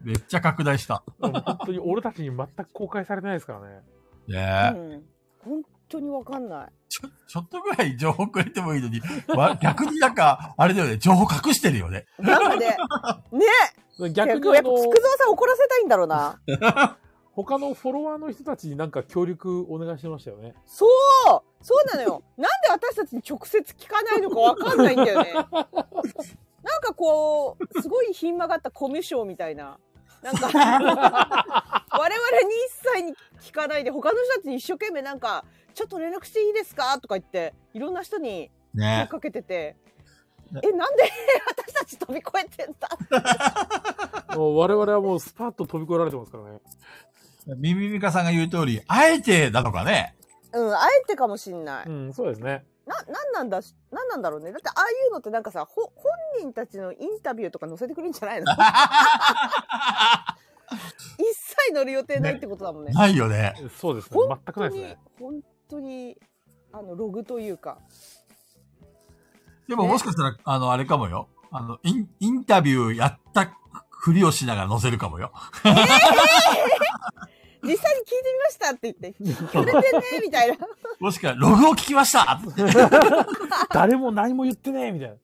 Speaker 2: めっちゃ拡大した。
Speaker 1: あの本当に俺たちに全く公開されてないですからね。
Speaker 2: ね
Speaker 4: う。う
Speaker 2: え。
Speaker 4: ん。本当にわかんない。
Speaker 2: ちょ、ちょっとぐらい情報くれてもいいのに、 わ逆になんか、あれだよね、情報隠してるよね。
Speaker 4: なんかね、
Speaker 1: 逆
Speaker 4: ね逆
Speaker 1: に
Speaker 4: や
Speaker 1: あ
Speaker 4: っぱ
Speaker 1: の、
Speaker 4: 菊蔵さん怒らせたいんだろうな。
Speaker 1: 他のフォロワーの人たちになんか協力お願いしてましたよね。
Speaker 4: そうそうなのよ。 なんで私たちに直接聞かないのかわかんないん だよね。なんかこう、すごいひん曲がったコミュ障みたいな。な んか、我々に一切に聞かないで、他の人たちに一生懸命なんか、ちょっと連絡していいですかとか言って、いろんな人に声
Speaker 2: ね
Speaker 4: かけてて
Speaker 2: ね、
Speaker 4: え、なんで私たち飛び越えてんだ
Speaker 1: もう我々はもうスパッと飛び越えられてますからね。
Speaker 2: ミミミカさんが言う通り、あえてなのかね。
Speaker 4: うん、あえてかもしんない。
Speaker 1: うん、そうですね。
Speaker 4: な、なんなんだし、なんなんだろうね。だって、ああいうのってなんかさ、ほ、本人たちのインタビューとか載せてくるんじゃ ないの一切乗る予定ないってことだもんね。
Speaker 2: ないよね。
Speaker 1: そうですね。
Speaker 4: 本
Speaker 1: 全くな
Speaker 4: 当
Speaker 1: いです
Speaker 4: に
Speaker 1: ね。、
Speaker 4: 本当に、あの、ログというか。
Speaker 2: でももしかしたら、あの、あれかもよ。あの、イン、インタビューやったふりをしながら載せるか もよ。
Speaker 4: 実際に聞いてみましたって言って、くれてね、みた いな。
Speaker 2: もしくは、ログを聞きました
Speaker 1: 誰も何も言ってねえみたいな。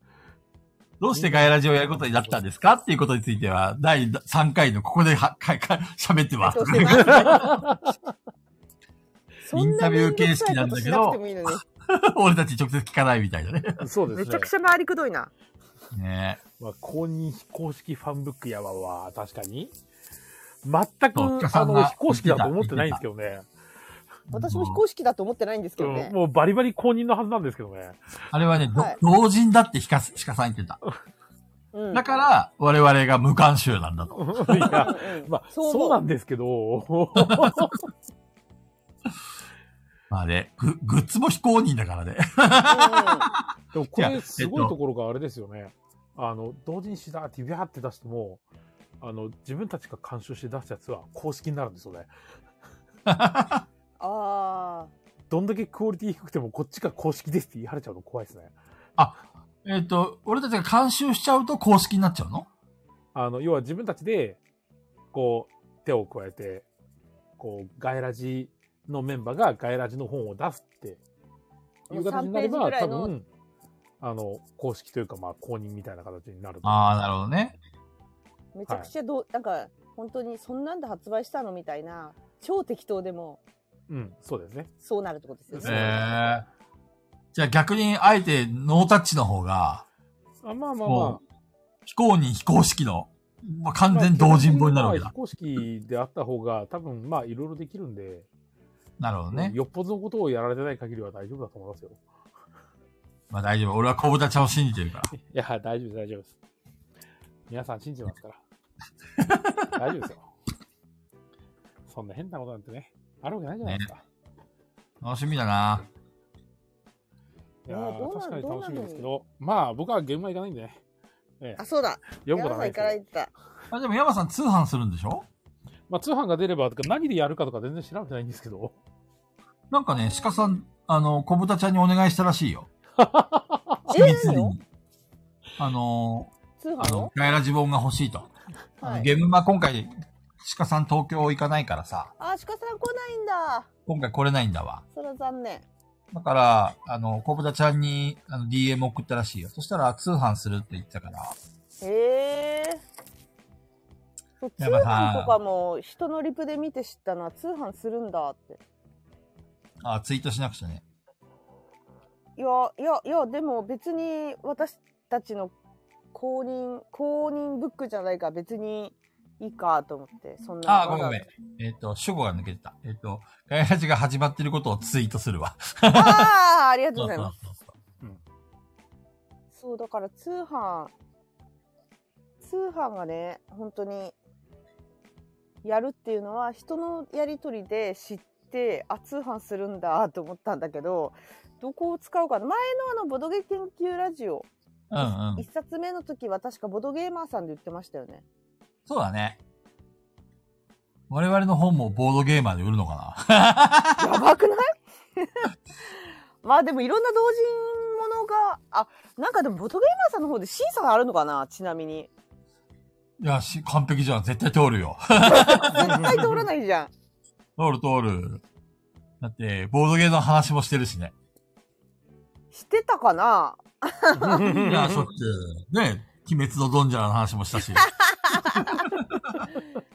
Speaker 2: どうしてガヤラジオをやることになったんですかっていうことについては、第3回のここでは、か、か、喋ってます
Speaker 4: ど。うしてます
Speaker 2: インタビュー形式なんだけど
Speaker 4: そんな面倒くさいことしなくてもいいのに
Speaker 2: 俺たち直接聞かないみたいなね。
Speaker 1: そうですね。
Speaker 4: めちゃくちゃ回りくどいな。
Speaker 2: ね
Speaker 1: まあ、公認非公式ファンブックやわわ、確かに。全
Speaker 2: そう
Speaker 1: く、
Speaker 2: さ
Speaker 1: あ
Speaker 2: んが
Speaker 1: の、非公式だと思ってないんですけどね。
Speaker 4: 私も非公式だと思ってないんですけど
Speaker 1: う
Speaker 4: ね
Speaker 1: ん。もうバリバリ公認のはずなんですけどね。
Speaker 2: あれはね、ど
Speaker 4: はい
Speaker 2: 同人だってヒカス、ヒカさん言ってた。
Speaker 4: うん
Speaker 2: だから、我々が無関心なんだと。
Speaker 1: いや、
Speaker 4: うんうん
Speaker 1: まあ、
Speaker 4: そう思
Speaker 1: そうなんです けど、
Speaker 2: まあね、ググッズも非公認だからね。
Speaker 1: でもこ
Speaker 2: いや
Speaker 1: れすごいところがあれですよね。あの、同人誌だってビャーって出しても、あの、自分たちが監修して出したやつは公式になるんですよね。
Speaker 4: ああ。
Speaker 1: どんだけクオリティ低くてもこっちが公式ですって言い張れちゃうの怖いですね。
Speaker 2: えっ、と、俺たちが監修しちゃうと公式になっちゃうの
Speaker 1: あの、要は自分たちで、こう、手を加えて、こう、ガイラジのメンバーがガイラジの本を出すっていう形になれ
Speaker 4: もう3ページぐ
Speaker 1: ば、
Speaker 4: らい
Speaker 1: 多
Speaker 4: の
Speaker 1: 分、あの、公式というか、まあ、公認みたいな形になると思う。
Speaker 2: ああ、なるほどね。
Speaker 4: めちゃくちゃどう、なんか本当にそんなんで発売したのみたいな超適当でも
Speaker 1: うん、そうですね。
Speaker 4: そうなるってことですよ
Speaker 2: ええ
Speaker 1: そう
Speaker 4: ね。
Speaker 2: ー。じゃあ逆に、あえてノータッチの方が、
Speaker 1: あまあまあまあ
Speaker 2: も。う、非公認非公式の、まあ、完全同人本になるわけ
Speaker 1: まあ
Speaker 2: だ
Speaker 1: 非。公式であった方が、多分、まあ、いろいろできるんで、
Speaker 2: なるほどね。
Speaker 1: よっぽどのことをやられてない限りは大丈夫だと思いますよ。
Speaker 2: まあ大丈夫。俺は小豚ちゃんを信じてるから。
Speaker 1: いや、大丈夫です、大丈夫です。皆さん信じてますから。大丈夫ですよ。そんな変なことなんてね、あるわけないじゃないですか。
Speaker 2: 楽しみだな。
Speaker 1: いや
Speaker 4: ねえど
Speaker 1: ー
Speaker 4: うな
Speaker 1: 確かに
Speaker 4: ど
Speaker 1: 楽
Speaker 4: うな
Speaker 1: し
Speaker 4: る
Speaker 1: みですけど、まあ、僕は現場行かないんでね、
Speaker 4: あ、そうだ。
Speaker 1: 読むことはない
Speaker 4: 行
Speaker 1: で
Speaker 4: かれ
Speaker 1: す
Speaker 4: てた。
Speaker 2: あでも山さん通販するんでしょ
Speaker 1: けど、まあ、通販が出れば、とか何でやるかとか全然調べてないんですけど、
Speaker 2: なんかね、鹿さん、あの、小豚ちゃんにお願いしたらしいよ。
Speaker 4: え
Speaker 2: 秘密裏
Speaker 4: 何を
Speaker 2: にあの、
Speaker 4: 通
Speaker 2: あ
Speaker 4: 販
Speaker 2: の
Speaker 4: の、
Speaker 2: ガイラジボンが欲しいと。あ
Speaker 4: は
Speaker 2: の
Speaker 4: い。
Speaker 2: ゲームは今回、鹿さん東京行かないからさ、
Speaker 4: あ、鹿さん来ないんだ。
Speaker 2: 今回来れないんだわ。
Speaker 4: それは残念。
Speaker 2: だから、あの、小豚ちゃんにあの DM 送ったらしいよ。そしたら通販するって言ってたから。
Speaker 4: へえ。そう通
Speaker 2: やっぱさ
Speaker 4: 販とかも人のリプで見て知ったのは通販するんだって。
Speaker 2: あ、ツイートしなくちゃね。
Speaker 4: いやいやいやでも別に私たちの公認公認ブックじゃないから別にいいかと思ってそんな
Speaker 2: あ、ごめんごめん。えっ、と、主語が抜けてた。えっ、と、ガイラジが始まってることをツイートするわ。
Speaker 4: ああありがとうございます
Speaker 2: そうそうそう
Speaker 4: そうだから通販通販がね本当にやるっていうのは人のやり取りで知ってあ通販するんだと思ったんだけどどこを使うかな前のあのボドゲ研究ラジオ
Speaker 2: うんうん。
Speaker 4: 一冊目の時は確かボドゲーマーさんで言ってましたよね
Speaker 2: そうだね。我々の本もボードゲーマーで売るのかな
Speaker 4: やばくない まあでもいろんな同人ものがあなんかでもボトゲーマーさんの方で審査があるのかなちなみに
Speaker 2: いやし、完璧じゃん。絶対通るよ。
Speaker 4: 絶対通らないじゃん
Speaker 2: 通る通る。だって、ボードゲーの話もしてるしね。
Speaker 4: してたかない
Speaker 2: や、しょっちゅう。ね、鬼滅のドンジャラの話もした し。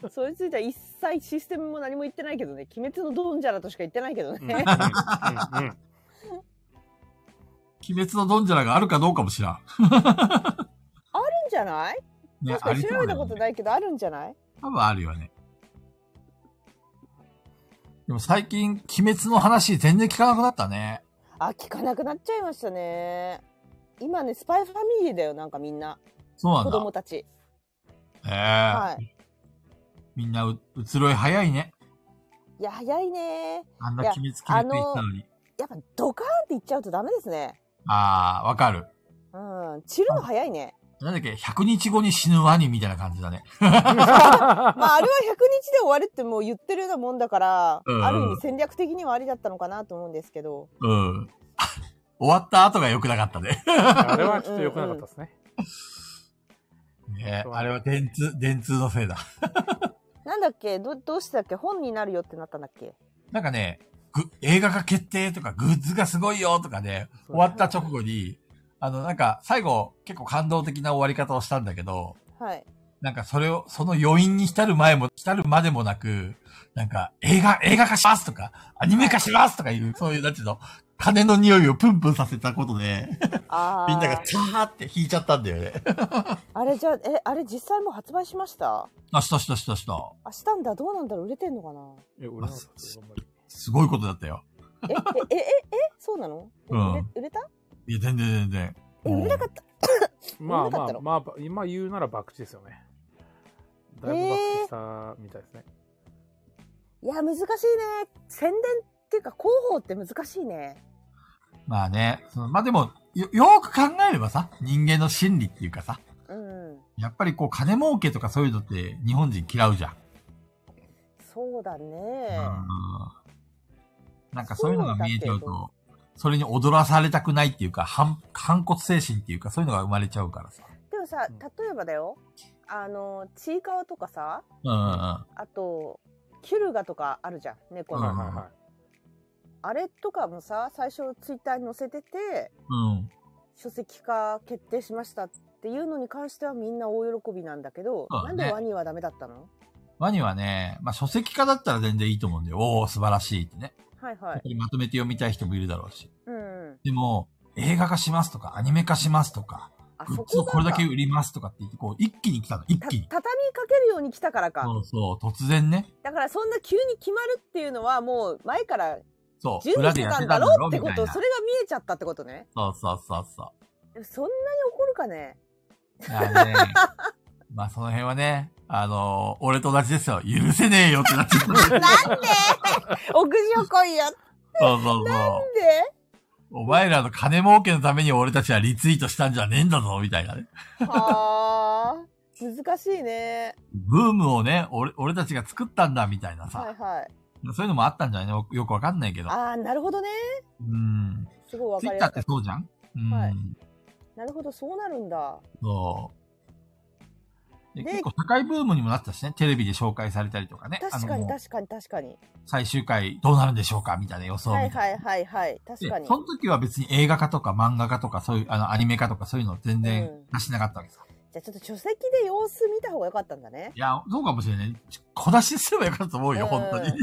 Speaker 4: それについては一切システムも何も言ってないけどね鬼滅のドンジャラとしか言ってないけどね
Speaker 1: うんうんうん
Speaker 2: 鬼滅のドンジャラがあるかどうかも知らん。
Speaker 4: あるんじゃない
Speaker 2: ね
Speaker 4: 確かに調べたこと
Speaker 2: い。
Speaker 4: ないけどあるんじゃない
Speaker 2: 多分あるよね。でも最近、鬼滅の話全然聞かなくなったね。
Speaker 4: あ聞かなくなっちゃいましたね今ねスパイファミリーだよなんかみんな
Speaker 2: そうなん
Speaker 4: 子
Speaker 2: だ
Speaker 4: 供。たち
Speaker 2: ええ
Speaker 4: はい
Speaker 2: みんなう、移ろい早いね。
Speaker 4: いや早いね
Speaker 2: あん
Speaker 4: い
Speaker 2: な
Speaker 4: や
Speaker 2: 鬼滅鬼滅言ってたのに。
Speaker 4: やっぱドカーンって言っちゃうとダメですね
Speaker 2: ああー、わかる。
Speaker 4: うん、散るの早いね。
Speaker 2: なんだっけ、100日後に死ぬワニみたいな感じだね。
Speaker 4: まあ、 あれは100日で終わるってもう言ってるようなもんだから、
Speaker 2: うんうん
Speaker 4: ある意味戦略的にはありだったのかなと思うんですけど。
Speaker 2: うん。終わった後が良くなかったね。
Speaker 1: あれはちょっと良くなかったですね。
Speaker 2: ねあれは電通、電通のせいだ。
Speaker 4: なんだっけどどうしてたっけ本になるよってなったんだっけ
Speaker 2: なんかね、ぐ映画化決定とかグッズがすごいよとかね、終わった直後に、あの、なんか最後結構感動的な終わり方をしたんだけど、
Speaker 4: はい。
Speaker 2: なんかそれを、その余韻に浸る前も、浸るまでもなく、なんか映画、映画化しますとか、アニメ化しますとかいう、そういう、なんていうの、金の匂いをプンプンさせたことで、
Speaker 4: あ
Speaker 2: みんなが
Speaker 4: あ。
Speaker 2: チャーって引いちゃったんだ よね。
Speaker 4: あれじゃあ、え、あれ実際もう発売しました
Speaker 2: あ、したしたしたした。
Speaker 4: あ、したんだ。どうなんだろう売れてんのかな
Speaker 1: え、俺なんかですよあんまり
Speaker 2: すごいことだったよ。
Speaker 4: え、え、え、え、え、そうなの、え
Speaker 2: うん
Speaker 4: 売れ売れた
Speaker 2: いや、全然全然。
Speaker 4: え、売れなかった。
Speaker 1: まあ
Speaker 4: なか
Speaker 1: ま
Speaker 4: った
Speaker 1: あ
Speaker 4: の
Speaker 1: まあ、今言うなら博打ですよね。だいぶ博打したみたいですね。
Speaker 4: いや、難しいね。宣伝っていうか、広報って難しいね。
Speaker 2: まあね、そのまあでも、よ、よーく考えればさ、人間の心理っていうかさ、
Speaker 4: うん。
Speaker 2: やっぱりこう金儲けとかそういうのって日本人嫌うじゃん。
Speaker 4: そうだね。
Speaker 2: うんなんかそういうのが見えちゃうと、それに踊らされたくないっていうか、反、反骨精神っていうか、そういうのが生まれちゃうからさ。
Speaker 4: でもさ
Speaker 1: うん
Speaker 4: 例えばだよあのちいかわとかさ
Speaker 2: うんうんうん。
Speaker 4: あとキュルガとかあるじゃん猫
Speaker 1: はい
Speaker 4: の、
Speaker 1: はいは
Speaker 4: あれとかもさ最初ツイッターに載せてて
Speaker 2: うん。
Speaker 4: 書籍化決定しましたっていうのに関してはみんな大喜びなんだけど、
Speaker 2: そうだ
Speaker 4: な
Speaker 2: ね
Speaker 4: んでワニはダメだったの
Speaker 2: ワニはね、まあ、書籍化だったら全然いいと思うんだよ。おー、素晴らしいってね。
Speaker 4: はいは
Speaker 2: やっぱ。
Speaker 4: い
Speaker 2: りまとめて読みたい人もいるだろうし。
Speaker 4: うんうん。
Speaker 2: でも、映画化しますとか、アニメ化しますとか、
Speaker 4: あ
Speaker 2: グ
Speaker 4: そ
Speaker 2: ッズを
Speaker 4: こ
Speaker 2: こ
Speaker 4: が
Speaker 2: れだ
Speaker 4: か
Speaker 2: け売りますとかって言って、こう、一気に来たの。一
Speaker 4: た
Speaker 2: 気
Speaker 4: 畳
Speaker 2: に
Speaker 4: み。かけるように来たからか。
Speaker 2: そうそう、突然ね。
Speaker 4: だからそんな急に決まるっていうのはもう前から
Speaker 2: そう
Speaker 4: 準、備
Speaker 2: 裏
Speaker 4: し
Speaker 2: で
Speaker 4: て
Speaker 2: やったて
Speaker 4: ん
Speaker 2: た
Speaker 4: だ
Speaker 2: んだ
Speaker 4: ろ
Speaker 2: ろ
Speaker 4: っ
Speaker 2: み
Speaker 4: て
Speaker 2: た
Speaker 4: こ
Speaker 2: いな。そ
Speaker 4: と、
Speaker 2: う
Speaker 4: それが見えちゃったってことね。
Speaker 2: そうそうそ
Speaker 4: でもそんなに怒るかね
Speaker 2: う。だからね。まあその辺はね、あのー俺と同じですよ。許せねえよってなっちゃう。 そう
Speaker 4: なんで屋上来いよっ
Speaker 2: そうそう。
Speaker 4: て
Speaker 2: お前らの金儲けのために俺たちはリツイートしたんじゃねえんだぞ、みたいなね。
Speaker 4: はあ難しいね
Speaker 2: ブームをね、俺、俺たちが作ったんだ、みたいなさ。
Speaker 4: はいはい
Speaker 2: そういうのもあったんじゃないのよくわかんないけど。
Speaker 4: ああなるほどね
Speaker 2: うん。
Speaker 4: すごいわ
Speaker 2: ツイ
Speaker 4: か
Speaker 2: ッ
Speaker 4: り
Speaker 2: ター
Speaker 4: や
Speaker 2: っ
Speaker 4: す
Speaker 2: て
Speaker 4: かっ
Speaker 2: そうじゃんうん。
Speaker 4: はいたなるほどそうなるんだ
Speaker 2: そう。で
Speaker 4: で
Speaker 2: 結構社会ブームにもなったしね、テレビで紹介されたりとかね。
Speaker 4: 確かに
Speaker 2: あの
Speaker 4: 確かに確かに
Speaker 2: 最終回どうなるんでしょうかみたいな予想み
Speaker 4: は
Speaker 2: た
Speaker 4: い
Speaker 2: いな。
Speaker 4: はいはいはい確か
Speaker 2: で
Speaker 4: に
Speaker 2: その時は別に映画化とか漫画化とかそういう、あの、アニメ化とかそういうの全
Speaker 4: う
Speaker 2: 然
Speaker 4: ん
Speaker 2: 出してなかったわけさ。
Speaker 4: じゃあちょっと書籍で様子見た方が良かったんだね
Speaker 2: いや、そうかもしれない。小出しすればよかったと思うよ、
Speaker 4: うん
Speaker 2: 本 当に。
Speaker 4: でも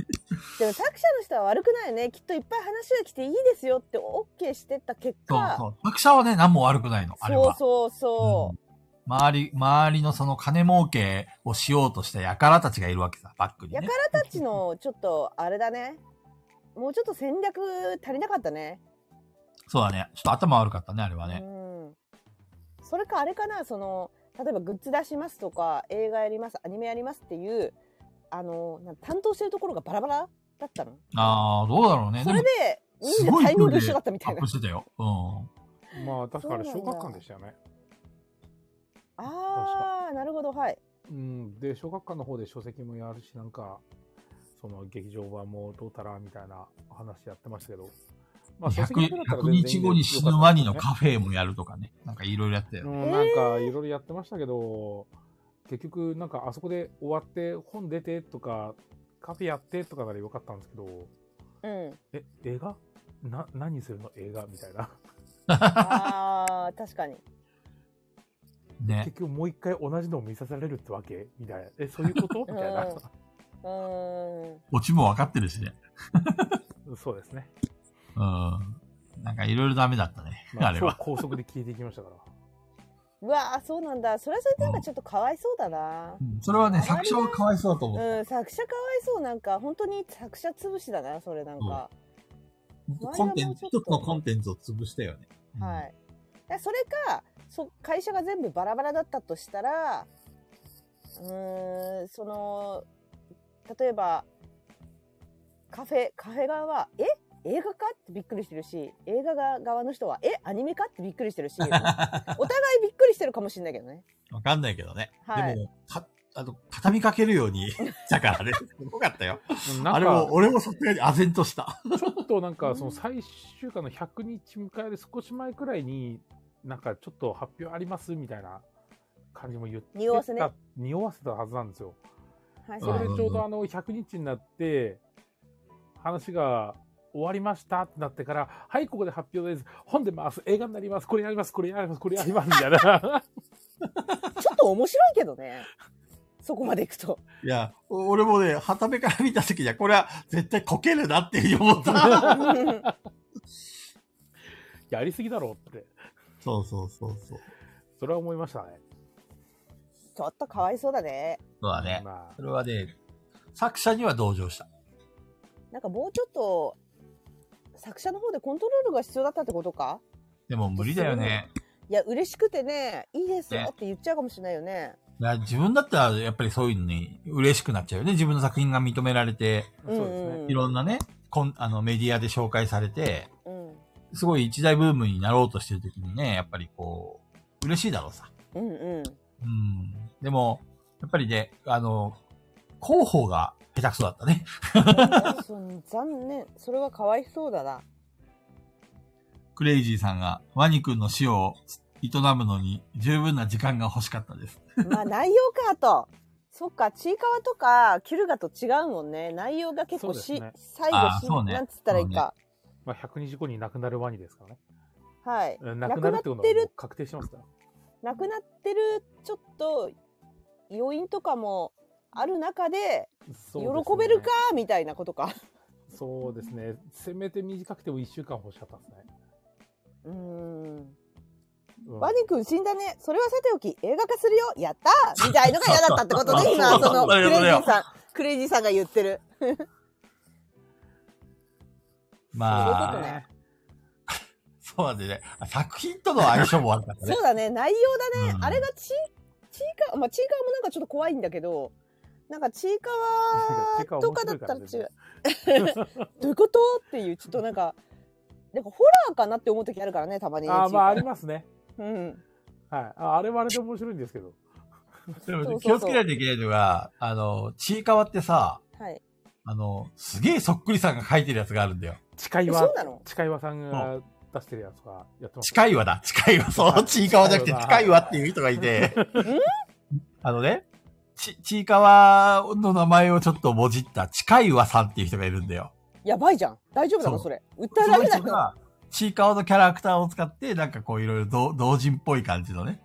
Speaker 4: 作者の人は悪くないよねきっといっぱい話が来ていいですよって OK してった結
Speaker 2: そう
Speaker 4: 果
Speaker 2: そう。作者はね、何も悪くないの、あれ
Speaker 4: そう
Speaker 2: は。
Speaker 4: そうそう
Speaker 2: うん周り、周りのその金儲けをしようとした輩たちがいるわけさ、バックにね。
Speaker 4: 俺たちのちょっとあれだねもうちょっと戦略足りなかったね
Speaker 2: そうだね。ちょっと頭悪かったね、あれはね。
Speaker 4: うん、それかあれかなその例えばグッズ出しますとか映画やりますアニメやりますっていうあのなん担当してるところがバラバラだったの
Speaker 2: ああ、どうだろうね。
Speaker 4: それでみ
Speaker 2: す
Speaker 4: んな
Speaker 2: ごい
Speaker 4: タイミング
Speaker 2: 勢いで
Speaker 4: 一緒だったみ
Speaker 2: ア
Speaker 4: たい
Speaker 2: ッ
Speaker 4: な
Speaker 2: プしてたよ。うん。
Speaker 1: い。まあ、確かあれ小学館でしたよね。
Speaker 4: あーなるほどはい
Speaker 1: うん。で、小学館の方で書籍もやるし、なんか、その劇場版もどうたらみたいな話やってましたけど。ま書籍
Speaker 2: 100,
Speaker 1: だったら全
Speaker 2: 100
Speaker 1: 然いいんで
Speaker 2: 日後に死ぬワニのカフェもやるとかね。なんかいろいろやった
Speaker 1: う
Speaker 2: よね。
Speaker 1: ん、なんかいろいろやってましたけど、結局なんかあそこで終わって本出てとかカフェやってとかならよかったんですけど
Speaker 4: うん
Speaker 1: え映画な何するの映画みたいな、
Speaker 4: あー確かに
Speaker 2: ね。
Speaker 1: 結局もう一回同じのを見させられるってわけみたいなえそういうことみたいな、
Speaker 4: うーん
Speaker 2: オチもわかってるしね。
Speaker 1: そうですね、
Speaker 2: うん。なんかいろいろダメだったね。
Speaker 1: ま
Speaker 2: あれは。
Speaker 1: 超高速で聞いていきました から
Speaker 4: うわーそうなんだそれはそれでなんかちょっとかわいそうだな
Speaker 2: うんそれはね、
Speaker 4: あま
Speaker 2: 作
Speaker 4: り
Speaker 2: 者はかわいそうだと思
Speaker 4: う
Speaker 2: う。
Speaker 4: ん作者かわいそうなんか本当に作者潰しだなそれなんか、
Speaker 2: コンテンツ、
Speaker 4: あれはもうちょ
Speaker 2: 一
Speaker 4: っと
Speaker 2: つのコンテンツを潰したよね。うん
Speaker 4: はい。でそれかそ会社が全部バラバラだったとしたらうーんその例えばカフェカフェ側は「え映画か?」ってびっくりしてるし映画が側の人は「えアニメか?」ってびっくりして るしお互いびっくりしてるかもしれないけどね。
Speaker 2: わかんないけどね。
Speaker 4: はい
Speaker 2: でも、た、あの、畳みかけるように、だからね、すごかったよ。
Speaker 1: うんな
Speaker 2: あ
Speaker 1: ん
Speaker 2: れも、
Speaker 1: か
Speaker 2: 俺もさすがに唖然とした。
Speaker 1: ちょっとなんかその最終回の100日迎える少し前くらいになんかちょっと発表ありますみたいな感じも言ってた
Speaker 4: 匂わせね
Speaker 1: 匂わせたはずなんですよ
Speaker 4: はい、
Speaker 1: それで
Speaker 2: うん
Speaker 1: ちょうどあの100日になって話が終わりましたってなってから「はいここで発表です本出ます映画になりますこれやりますこれやりますこれやります」みたいな
Speaker 4: ちょっと面白いけどねそこまでい くと。
Speaker 2: いや、お俺もね、はためから見た時には、これは絶対こけるなっていうふうに思った。
Speaker 1: やりすぎだろうって
Speaker 2: そうそうそうそう。
Speaker 1: それは思いましたね。
Speaker 4: ちょっとかわいそうだね。
Speaker 2: そうだね。
Speaker 1: まあ
Speaker 2: それはね、作者には同情した。
Speaker 4: なんかもうちょっと作者の方でコントロールが必要だったってことか
Speaker 2: でも無理だよね。
Speaker 4: いや嬉しくてねいいですよ
Speaker 2: ね
Speaker 4: って言っちゃうかもしれないよね
Speaker 2: いや自分だったら、やっぱりそういうのに嬉しくなっちゃうよね。自分の作品が認められて、
Speaker 1: そうですね。
Speaker 4: うん
Speaker 2: いろんなね、こんあのメディアで紹介されて、
Speaker 4: うん
Speaker 2: すごい一大ブームになろうとしてる時にね、やっぱりこう、嬉しいだろうさ。
Speaker 4: うんうん
Speaker 2: うん。でも、やっぱりね、あの、広報が下手くそだったね。
Speaker 4: そう残念それはかわいそうだな
Speaker 2: クレイジーさんが、ワニ君の死を営むのに十分な時間が欲しかったです。
Speaker 4: まあ内容 かとそっかちいかわとかキュルガと違うもんね内容が結構
Speaker 1: そう
Speaker 4: し、
Speaker 1: ですね
Speaker 4: 最
Speaker 2: あーそ
Speaker 4: 後
Speaker 2: う
Speaker 4: し、
Speaker 2: ね
Speaker 4: なんつったらいいか、
Speaker 1: まあ、125人亡くなるワニですからね。
Speaker 4: はい
Speaker 1: うん
Speaker 4: 亡
Speaker 1: 亡くな
Speaker 4: く
Speaker 1: る
Speaker 4: な
Speaker 1: っ
Speaker 4: ってて
Speaker 1: ことはもう
Speaker 4: る
Speaker 1: 確定してますから。
Speaker 4: なくなってるちょっと余韻とかもある中で
Speaker 1: そう
Speaker 4: 喜
Speaker 1: ですね
Speaker 4: べるかみたいなことか
Speaker 1: そうですね。せめて短くても1週間欲しかったですね。
Speaker 4: うーん
Speaker 1: うん
Speaker 4: バニー君死んだねそれはさておき映画化するよやったーみたいのが嫌だったってことね今
Speaker 1: そう
Speaker 4: そのク
Speaker 2: そう
Speaker 4: レイジ
Speaker 2: そう
Speaker 4: ーさんクレイジーさんが言ってる
Speaker 2: ま
Speaker 4: そういうことね
Speaker 2: あ、そうなんでね。あ作品との相性も悪かったね
Speaker 4: そ。うだね内容だね、
Speaker 2: うん
Speaker 4: あれがちちいかまあちいかわもなんかちょっと怖いんだけどなんかちいかわとかだったら違
Speaker 1: ちいか
Speaker 4: う どういうことっていうちょっとなんかなんかホラーかなって思う時あるからねたまに
Speaker 1: ああ、
Speaker 4: ちい
Speaker 1: ま
Speaker 4: か
Speaker 1: あ
Speaker 4: わ
Speaker 1: ありますね。
Speaker 4: うん
Speaker 1: はい。ああれはあれで面白いんですけど。
Speaker 2: で
Speaker 4: そうそうそ
Speaker 2: も
Speaker 4: う
Speaker 2: 気をつけないといけないのが、あの、ちいかわってさ、
Speaker 4: はい
Speaker 2: あの、すげえそっくりさんが書いてるやつがあるんだよ。
Speaker 1: 近い
Speaker 4: え
Speaker 1: わ
Speaker 4: そう、なの
Speaker 1: 近いわさんが出してるやつとかやってます。
Speaker 2: 近いわだ。近いわ。そう、ちいかわじゃなくて近いわっていう人がいて。あのね、ち、ちいかわの名前をちょっともじった近いわさんっていう人がいるんだよ。
Speaker 4: やばいじゃん大丈夫なの
Speaker 2: そう
Speaker 4: それ訴え
Speaker 2: そ
Speaker 4: ら
Speaker 2: の
Speaker 4: れな
Speaker 2: 人
Speaker 4: いの
Speaker 2: が、ちいかわのキャラクターを使って、なんかこういろいろ同同人っぽい感じのね。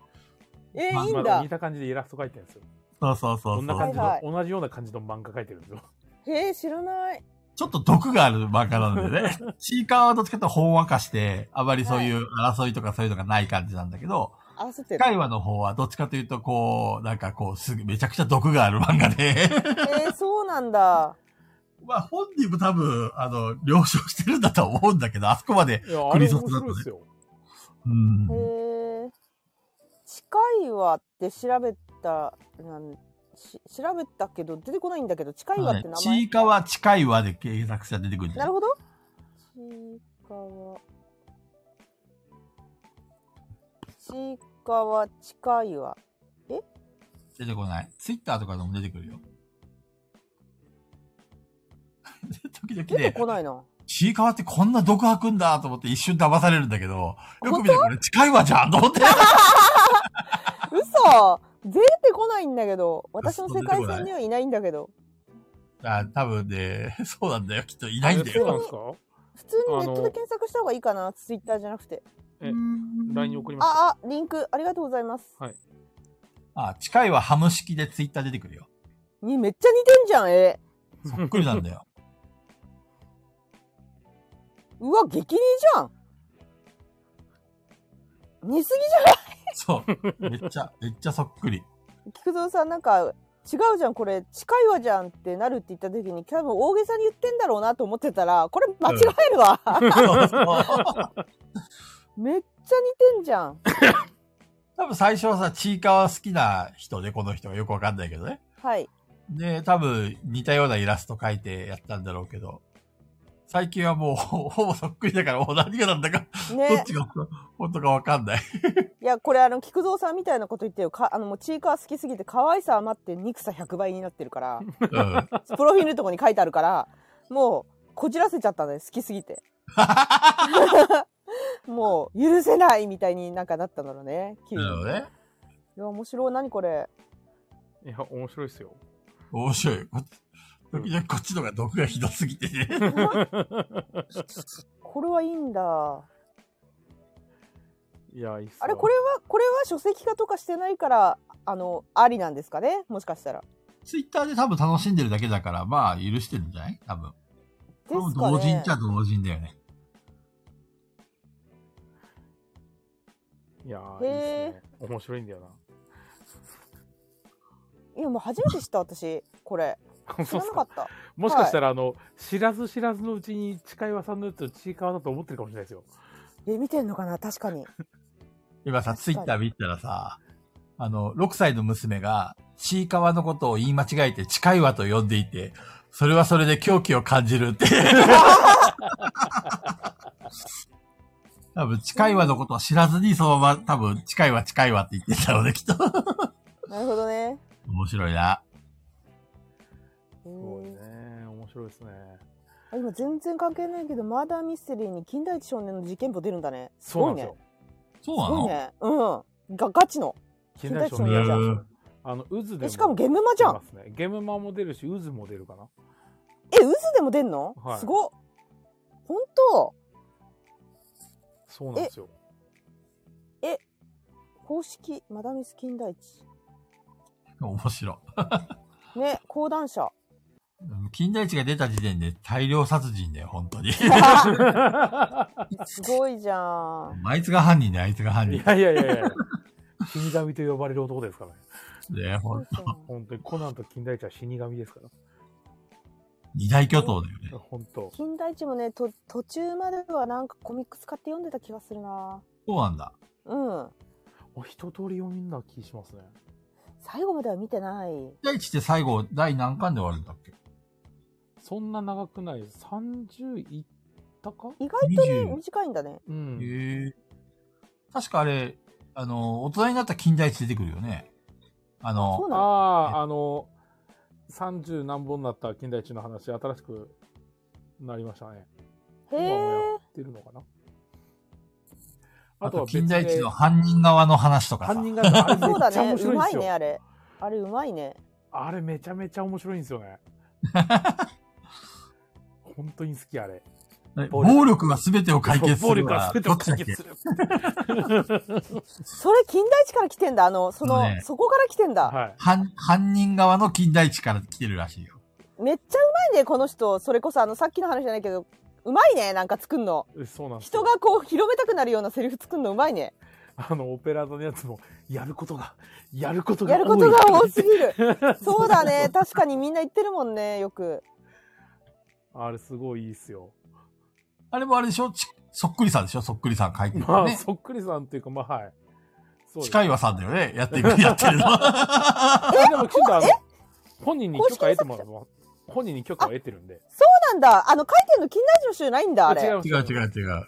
Speaker 4: え
Speaker 2: まあ
Speaker 4: ー、いいん
Speaker 1: まあ、
Speaker 4: だ
Speaker 1: 似た感じでイラスト描いてるんですよ。
Speaker 2: そうそうそ
Speaker 1: こ
Speaker 2: うん
Speaker 1: な
Speaker 2: そ
Speaker 1: 感
Speaker 2: う。
Speaker 1: じ
Speaker 4: はいは
Speaker 1: の同
Speaker 4: い、
Speaker 1: じような感じの漫画描いてるんですよ。
Speaker 4: へえ知らない
Speaker 2: ちょっと毒がある漫画なんでね。ちいかわはどっちかというとほんわかして、あまりそういう争いとかそういうのがない感じなんだけど、
Speaker 4: 焦ってる
Speaker 2: 近いわの方はどっちかというとこう、なんかこう、すぐ、めちゃくちゃ毒がある漫画で。
Speaker 4: えー、そうなんだ
Speaker 2: まあ本人も多分、あの、了承してるんだとは思うんだけど、あそこまで。
Speaker 1: いや、あ
Speaker 2: クリ
Speaker 1: れ
Speaker 2: ソ
Speaker 1: 面
Speaker 2: ツだった
Speaker 1: 白
Speaker 2: ね
Speaker 1: いですよ。
Speaker 2: うん
Speaker 4: へ。え近いわって調べたなんし調べたけど出てこないんだけど近いわって名前、
Speaker 2: ちいかわ、近いわで検索したら出てくるんだ
Speaker 4: な
Speaker 2: よ
Speaker 4: るほどちいかわちいかわ近いわ
Speaker 2: 出てこない。ツイッターとかでも出てくるよ。 時々
Speaker 4: 出て
Speaker 2: ね、
Speaker 4: こないな
Speaker 2: ちいかわってこんな毒吐くんだと思って一瞬騙されるんだけど、よく見たらこれ近いわじゃんと思って。
Speaker 4: 嘘出てこないんだけど私の世界線にはいないんだけど
Speaker 2: あ多分ね、そうなんだよ。きっとい
Speaker 1: い
Speaker 2: ないんだ
Speaker 1: そうなん
Speaker 2: よ。
Speaker 1: ですか
Speaker 4: 普通にネットで検索した方がいいかなツイッターじゃなくて
Speaker 1: え ?LINE に送りました。
Speaker 4: ああリンクありがとうございます
Speaker 2: あ、近いわハム式でツイッター出てくるよ。
Speaker 4: にめっちゃ似てんじゃんえ
Speaker 2: そっくりな んだよ。
Speaker 4: うわ、激似じゃん。似すぎじ
Speaker 2: そう。めっちゃ、めっちゃそっくり。
Speaker 4: ゃん。菊蔵さん、なんか、違うじゃん、これ、近いわじゃんってなるって言った時に、多分大げさに言ってんだろうなと思ってたら、これ間違えるわ。
Speaker 2: そうそう。
Speaker 4: めっちゃ似てんじゃん。
Speaker 2: 多分最初はさ、ちいかわ好きな人で、この人がよくわかんないけどね。
Speaker 4: はい。
Speaker 2: で、多分似たようなイラスト描いてやったんだろうけど、最近はもうほほぼそっくりだから、もう何がなんだか、どっ
Speaker 4: ね。
Speaker 2: ちが本当かわかんない。
Speaker 4: いや、これ、あの、菊蔵さんみたいなこと言ってよ。かあの、もう、チーカー好きすぎて、可愛さ余って、憎さ100倍になってるから、
Speaker 2: うん。
Speaker 4: プロフィールのとこに書いてあるから、もう、こじらせちゃったね、好きすぎ て。もう、許せないみたいになんかなったんだろうね、急に
Speaker 2: なるほどね。
Speaker 4: いや、面白い。何これ。
Speaker 1: いや、面白いですよ。
Speaker 2: 面白い。こっち時々こっちのが毒がひどすぎてね。
Speaker 4: これはいいんだ。あ
Speaker 1: いや、いいっすよ
Speaker 4: れ、これは、これは書籍化とかしてないから、あの、ありなんですかねもしかしたら。
Speaker 2: ツイッターで多分楽しんでるだけだから、まあ許してるんじゃない多分。
Speaker 4: ですかね。
Speaker 2: 多分同人っちゃ同人だよね。
Speaker 1: いや
Speaker 4: へ
Speaker 1: ー、い
Speaker 4: ー
Speaker 1: いっすね。面白いんだよ
Speaker 4: いや、もう初めて知った、私。これ。
Speaker 1: な。
Speaker 4: 知らなかった。
Speaker 1: もしかしたら、あの、知らず知らずのうちに、近いわさんのやつをちいかわだと思ってるかもしれないですよ。
Speaker 4: え、見てんのかな確かに。
Speaker 2: 今さ、
Speaker 4: 確
Speaker 2: ツ
Speaker 4: か
Speaker 2: イ
Speaker 4: に
Speaker 2: ッター見たらさ、あの、6歳の娘が、ちいかわのことを言い間違えて、近いわと呼んでいて、それはそれで狂気を感じ るって。多分、近いわのことを知らずに、そのまま、多分、近いわ近いわって言ってたので、きっと。
Speaker 4: なるほどね。
Speaker 2: 面白いな。
Speaker 1: す
Speaker 4: えう
Speaker 1: ごい
Speaker 4: ん
Speaker 1: ね。面白いですね。
Speaker 4: あ今全然関係ないけど、マーダーミステリーに近代一少年の事件簿出るんだね。す
Speaker 1: そう
Speaker 4: ご
Speaker 1: ないんです
Speaker 4: ね
Speaker 1: よ。。
Speaker 2: そう
Speaker 4: す
Speaker 2: な
Speaker 4: ごい
Speaker 2: の
Speaker 4: ね。うん。が、ガチの。
Speaker 1: 近代少
Speaker 4: 近代
Speaker 1: 年
Speaker 4: 少年
Speaker 1: じ
Speaker 4: じ
Speaker 1: ゃん。
Speaker 4: ゃ
Speaker 1: あの、渦でも。
Speaker 4: えしかもゲムマじゃん
Speaker 1: 出ますね。ゲムマも出るし、渦も出るかな。
Speaker 4: え、渦でも出んの、
Speaker 1: はい
Speaker 4: すごっ。ほんと
Speaker 1: そうなんですよ。
Speaker 4: 公式、マダミス近代一。
Speaker 2: 面白い。
Speaker 4: ね、講談社。
Speaker 2: うん金田一が出た時点で大量殺人だよ、本当に。
Speaker 4: すごいじ ゃん。
Speaker 2: あいつが犯人で、あいつが犯
Speaker 1: い
Speaker 2: 人。
Speaker 1: やいやいやいや。死神と呼ばれる男ですからね。
Speaker 2: で、ほん
Speaker 1: 本当にコナンと金田一は死神ですか
Speaker 2: 二大巨頭だよね。
Speaker 1: ら。本当。
Speaker 4: 金田一もね、と途中まではなんかコミックス買って読んでた気がするな。
Speaker 2: そうなんだ。
Speaker 4: うん。
Speaker 1: お一通り読みんな気しますね。
Speaker 4: 最後までは見てない。
Speaker 2: 金田一って最後、第何巻で終わるんだっけ
Speaker 1: そんな長くない。30いったか
Speaker 4: 意外とね、
Speaker 2: 20
Speaker 4: 短いんだね。
Speaker 1: うん。
Speaker 2: へえ。確かあれ、あの、大人になった金田一出てくるよね。あ
Speaker 4: そう
Speaker 2: の、
Speaker 4: なの
Speaker 1: ああ、あの、30何本になった金田一の話、新しくなりましたね。
Speaker 4: へ
Speaker 1: 今もや
Speaker 4: え。
Speaker 1: ってるのかな
Speaker 2: あ
Speaker 1: あとは
Speaker 2: と
Speaker 1: 別
Speaker 2: 金田一
Speaker 1: で
Speaker 2: の犯人側の話とかさ。
Speaker 1: 犯人があれ
Speaker 4: そう
Speaker 1: め
Speaker 4: だ
Speaker 1: っちゃ
Speaker 4: ね。
Speaker 1: 面白いん
Speaker 4: う
Speaker 1: で
Speaker 4: ますいね、
Speaker 1: よ。
Speaker 4: あれ。あれ、うまいね。
Speaker 1: あれめちゃめちゃ面白いんです よね。本当に好きあれ。
Speaker 2: え
Speaker 1: 暴力
Speaker 2: 暴力が全てを解決す
Speaker 1: 暴
Speaker 2: る
Speaker 1: 力
Speaker 2: は
Speaker 1: が全て
Speaker 2: ど
Speaker 1: を
Speaker 2: っちだっ
Speaker 1: 解
Speaker 2: け
Speaker 1: 決する。
Speaker 4: それ、金田一から来てんだ。あの、その、
Speaker 2: そうね
Speaker 4: そこから来てんだ。
Speaker 1: はい。
Speaker 2: 犯犯人側の金田一から来てるらしいよ。
Speaker 4: めっちゃうまいね、この人。それこそ、あの、さっきの話じゃないけど、うまいね、なんか作んの。
Speaker 1: そうなんですよ
Speaker 4: 人がこう、広めたくなるようなセリフ作んのうまいね。
Speaker 1: あのオペラ座のやつもやることがやることが
Speaker 4: や
Speaker 1: 多い
Speaker 4: ることが多すぎる。
Speaker 1: そう
Speaker 4: そうだね。確かにみんな言ってるもんね、よく。
Speaker 1: あれすごいいいっすよ
Speaker 2: あれもあれでしょちそっくりさんでしょそっくりさん書いて る
Speaker 1: ま
Speaker 2: よ
Speaker 1: あ、
Speaker 2: ね。
Speaker 1: そっくりさんっていうかまあはいそうです
Speaker 2: 近いはさんだよね。やってる、やってるの。
Speaker 1: あでもきちんとあの本人に許可得てもらうの本人に許可を得てるんで
Speaker 4: そうなんだ。あの、書いてんの金田一の集ないんだ、あれ。違
Speaker 1: 違
Speaker 4: う
Speaker 1: う
Speaker 2: 違う違う違う。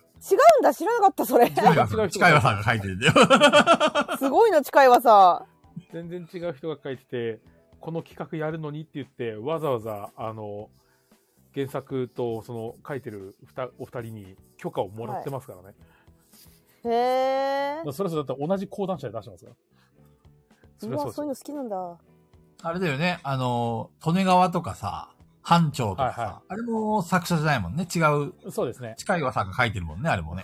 Speaker 4: んだ、知らなかった、それ。
Speaker 2: 近いはさん近いはさんが書いてるんだよ。
Speaker 4: すごいな、近いわさ。
Speaker 1: 全然違う人が書いててこの企画やるのにって言ってわざわざあの原作とその書いてるふたお二人に許可をもらってますからね、
Speaker 4: へえ
Speaker 1: だか。らそれぞれだって同じ講談社で出してますから
Speaker 4: い
Speaker 1: そ
Speaker 4: や
Speaker 1: れはそうです
Speaker 4: そういうの好きなんだ。
Speaker 2: あれだよね。あの、利根川とかさ、班長とかさ、
Speaker 1: はいは
Speaker 2: あれも作者じゃないもんね。違う。
Speaker 1: よそうですね
Speaker 2: 近いはさんが書いてるもんね、あれもね。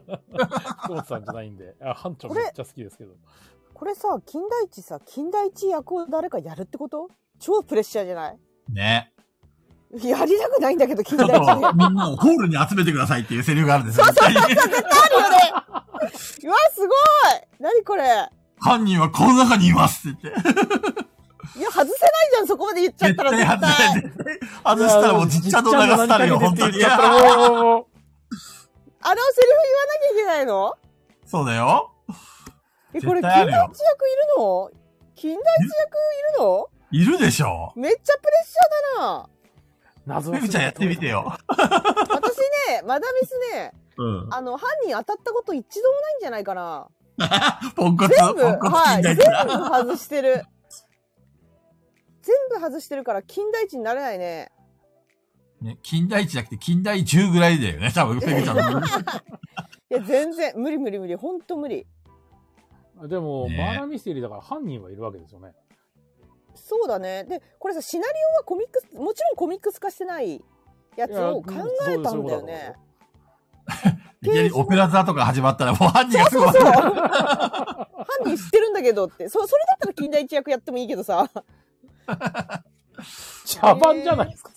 Speaker 1: 久保田さんじゃないんで、あ、班長めっちゃ好きですけど。
Speaker 4: これさ、金田一さ、金田一役を誰かやるってこと超プレッシャーじゃない
Speaker 2: ね。
Speaker 4: やりたくないん だけど、金
Speaker 2: ちょ
Speaker 4: 田
Speaker 2: っ
Speaker 4: 一
Speaker 2: と、
Speaker 4: で。あ
Speaker 2: みんなをホールに集めてくださいっていうセリフがあるんですよ。絶対に
Speaker 4: るよね。うわ、すごい何これ。いや、
Speaker 2: 犯人はこの中にいますって言って。
Speaker 4: 外せないじゃん、そこまで言っちゃっ
Speaker 2: 絶
Speaker 4: たら
Speaker 2: 対
Speaker 4: 絶
Speaker 2: 外さ
Speaker 4: 対
Speaker 2: れ。て。外したらもうちっちゃ動画がしたるよ、本当に。い
Speaker 1: も
Speaker 2: や
Speaker 4: あのセリフ言わなきゃいけないの
Speaker 2: そうだよ。
Speaker 4: え、これ、
Speaker 2: 絶
Speaker 4: 金
Speaker 2: 対あ
Speaker 4: 田一
Speaker 2: る
Speaker 4: 役
Speaker 2: よ
Speaker 4: いるの金田一役いるの
Speaker 2: いるでしょ。
Speaker 4: めっちゃプレッシャーだな。
Speaker 1: 謎
Speaker 2: めぐちゃんやってみて。よ。
Speaker 4: 私ね、マダミスね、
Speaker 2: うん。
Speaker 4: あの、犯人当たったこと一度もないんじゃないかな。
Speaker 2: ポンコツ、ポ
Speaker 4: 全部、
Speaker 2: ンコツ
Speaker 4: は
Speaker 2: 金
Speaker 4: い、
Speaker 2: 田
Speaker 4: 全
Speaker 2: 一
Speaker 4: 部
Speaker 2: だ。
Speaker 4: 外してる。全部外してるから、金田一になれないね。
Speaker 2: ね、金田一じゃなくて金田一10ぐらいだよね、多分、ペグちゃん の。
Speaker 4: いや、全然、無理無理無理、ほんと無理。
Speaker 1: でも、
Speaker 2: ね
Speaker 1: マーラーミステリーだから犯人はいるわけですよね。
Speaker 4: そうだね。で、これさ、シナリオはコミックス、もちろんコミックス化してないやつを考えたんだよね。
Speaker 2: いきなりオペラ座とか始まったらもう犯人がすごい。
Speaker 4: そう。犯人知ってるんだけどって。そ、それだったら金田一役やってもいいけどさ。
Speaker 1: 茶番じゃないですか。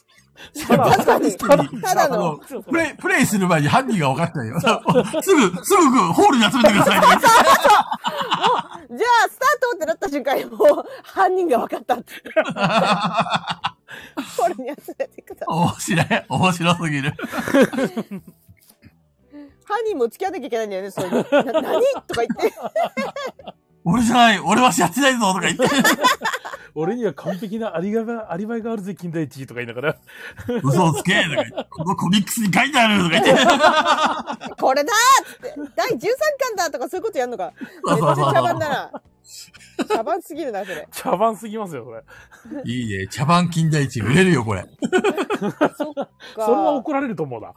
Speaker 1: た
Speaker 4: 確かに。ただの。
Speaker 2: プレイ、プレイする前に犯人が分かったよ。すぐ、すぐホールに集めてくださいとか言って。
Speaker 4: じゃあ、スタートってなった瞬間にもう、犯人が分かった って。これに集めてください。
Speaker 2: 面白い。面白すぎる。
Speaker 4: 犯人も付き合わなきゃいけないんだよね、そういうの。な何とか言って。
Speaker 2: 俺じゃない、俺はやってないぞとか 言って。
Speaker 1: 俺には完璧なアリバイアリバイがあるぜ、金田一とか言いながら。
Speaker 2: 嘘をつけとか言って。このコミックスに書いてあるとか言 って。
Speaker 4: これだーっつって。第13巻だとかそういうことやんのか。めっちゃ茶番だな。茶番すぎるな、それ。
Speaker 1: 茶番すぎますよ、それ。
Speaker 2: いいね。茶番金田一売れるよ、これ。
Speaker 4: そっか。
Speaker 1: それは怒られると思うな。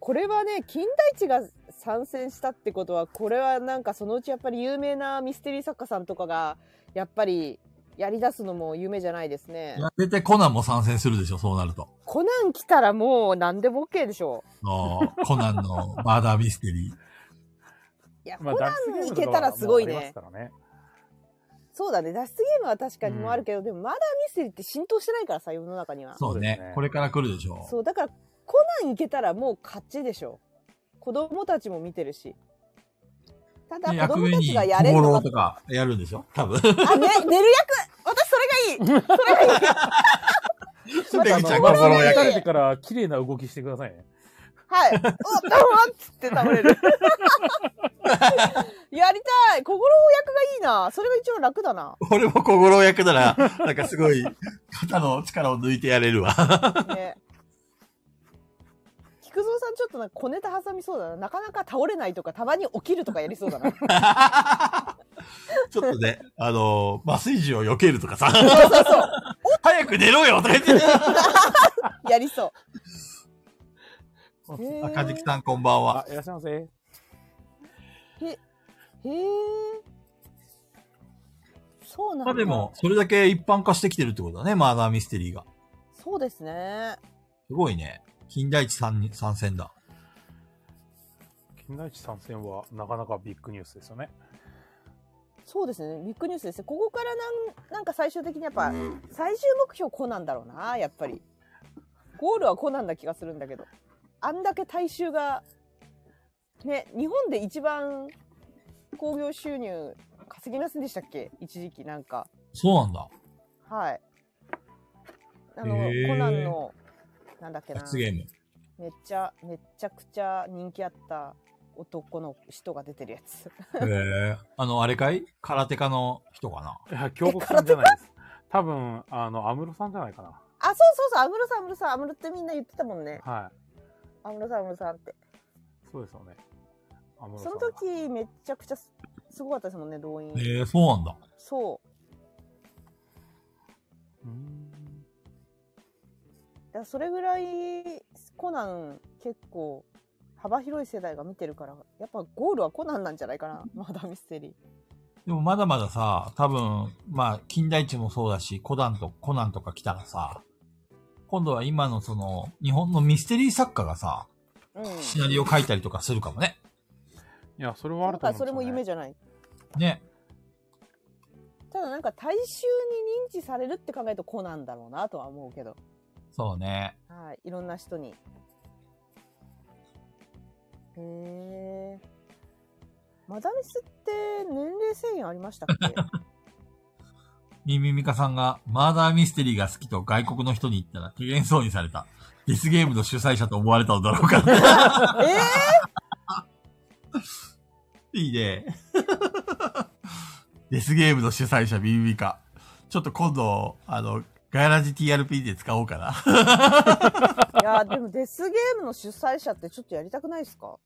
Speaker 4: これはね、金田一が参戦したってことは、これはなんかそのうちやっぱり有名なミステリー作家さんとかが、やっぱりやり出すのも夢じゃないですね。
Speaker 2: 絶対コナンも参戦するでしょ、そうなると。
Speaker 4: コナン来たらもう何でも OK でしょ。
Speaker 2: あーコナンのマーダーミステリー。
Speaker 4: いや、
Speaker 1: まあ
Speaker 4: コナ
Speaker 1: 脱出ゲー
Speaker 4: ン
Speaker 1: ム
Speaker 4: 行
Speaker 1: とか
Speaker 4: け
Speaker 1: は
Speaker 4: たらすごい
Speaker 1: もうありま
Speaker 4: ね
Speaker 1: す。からね。
Speaker 4: そうだね。脱出ゲームは確かにもあるけど、でもまだミステリーって浸透してないからさ、世の中には。
Speaker 2: そう
Speaker 1: そうで
Speaker 2: ね
Speaker 1: すね。
Speaker 2: これから来るでしょ。
Speaker 4: そう、だからコナン行けたらもう勝ちでしょ。子供たちも見てるし。ただ
Speaker 2: で役
Speaker 4: 子供
Speaker 2: 目
Speaker 4: たち
Speaker 2: に、
Speaker 4: がやれる
Speaker 2: 灯
Speaker 4: の
Speaker 2: 籠
Speaker 4: が
Speaker 2: とかやるんでしょ多 分。
Speaker 4: あ、ね、寝る役私それがいい
Speaker 2: ペ グちゃん
Speaker 1: まあまあ
Speaker 2: が灯籠
Speaker 1: 打
Speaker 2: や
Speaker 1: た
Speaker 2: る。
Speaker 1: れてから綺麗な動きしてくださいね。
Speaker 4: はい。おっ、どうもっつって倒れる。 やりたい小五郎役がいいなそれが一番楽だな。
Speaker 2: 俺も小五郎役なら、なんかすごい、肩の力を抜いてやれるわ。
Speaker 4: ね。菊蔵さんちょっとなんか小ネタ挟みそうだな。なかなか倒れないとか、たまに起きるとかやりそうだな。
Speaker 2: ちょっとね、あのー、麻酔銃を避けるとかさ。 早く寝ろよとか言ってね。
Speaker 4: やりそう。へ
Speaker 2: あ
Speaker 4: ー
Speaker 2: かじきさんこんばん
Speaker 1: あ
Speaker 2: は。、
Speaker 1: いらっしゃいませ。
Speaker 4: へえ。そうな
Speaker 2: ま
Speaker 4: んだ。
Speaker 2: あでも、それだけ一般化してきてるってことだね、マーダーミステリーが。
Speaker 4: そうですね。
Speaker 2: すごいね。金田一さんに参戦だ。
Speaker 1: 金田一参戦はなかなかビッグニュースですよね。
Speaker 4: そうですね。ビッグニュースですね。ここからなん、なんか最終的にやっぱ、最終目標コナンだろうな、やっぱり。ゴールはコナンな気がするんだけど。あんだけ大衆が、ね、日本で一番興行収入稼ぎませんでしたっけ一時期なんか。
Speaker 2: そうなんだ。
Speaker 4: はい。あの、
Speaker 2: へー
Speaker 4: コナンの、なんだっけな。
Speaker 2: 罰ゲーム。
Speaker 4: めっちゃ、めっちゃくちゃ人気あった男の人が出てるやつ。
Speaker 2: へえ。あの、あれかい空手家の人かな。
Speaker 1: いや、京極さんじゃないです。多分、あの、安室さんじゃないかな。
Speaker 4: あ、そうそうそう、安室さん、安室さん、安室ってみんな言ってたもんね。
Speaker 1: は
Speaker 4: 安室さん、安室さんって。
Speaker 1: い。そうですよね。安室さ
Speaker 4: そ
Speaker 1: ん
Speaker 4: の
Speaker 1: が。
Speaker 4: 時、めっちゃくちゃすすごかったですもんね、動員。
Speaker 2: へえ、そうなんだ。
Speaker 4: そう。
Speaker 1: うーん
Speaker 4: だからそれぐらい、コナン、結構、幅広い世代が見てるから、やっぱゴールはコナンなんじゃないかな、まだミステリー。
Speaker 2: でもまだまださ、多分、まあ、金田一もそうだし、コナンと、コナンとか来たらさ、今度は今のその、日本のミステリー作家がさ、
Speaker 4: うん。
Speaker 2: シナリオ書いたりとかするかもね。
Speaker 1: いや、それはあ
Speaker 4: な
Speaker 1: る
Speaker 4: ん
Speaker 1: と思
Speaker 4: か
Speaker 1: うんです
Speaker 4: それ
Speaker 1: よ、ね。
Speaker 4: も夢じゃない。
Speaker 2: ね。
Speaker 4: ただなんか大衆に認知されるって考えるとコナンだろうなとは思うけど。
Speaker 2: そうね。
Speaker 4: はい、いろんな人に。へえ。マダミスって年齢制限ありましたっけ
Speaker 2: ミミミカさんが、マーダーミステリーが好きと外国の人に言ったら、機嫌そうにされた。ディスゲームの主催者と思われたのだろうか。
Speaker 4: ええ
Speaker 2: いいね。 デスゲームの主催者、ビビビカ。ちょっと今度、あの、ガイラジ TRP で使おうかな。
Speaker 4: いやーでもデスゲームの主催者ってちょっとやりたくないですか、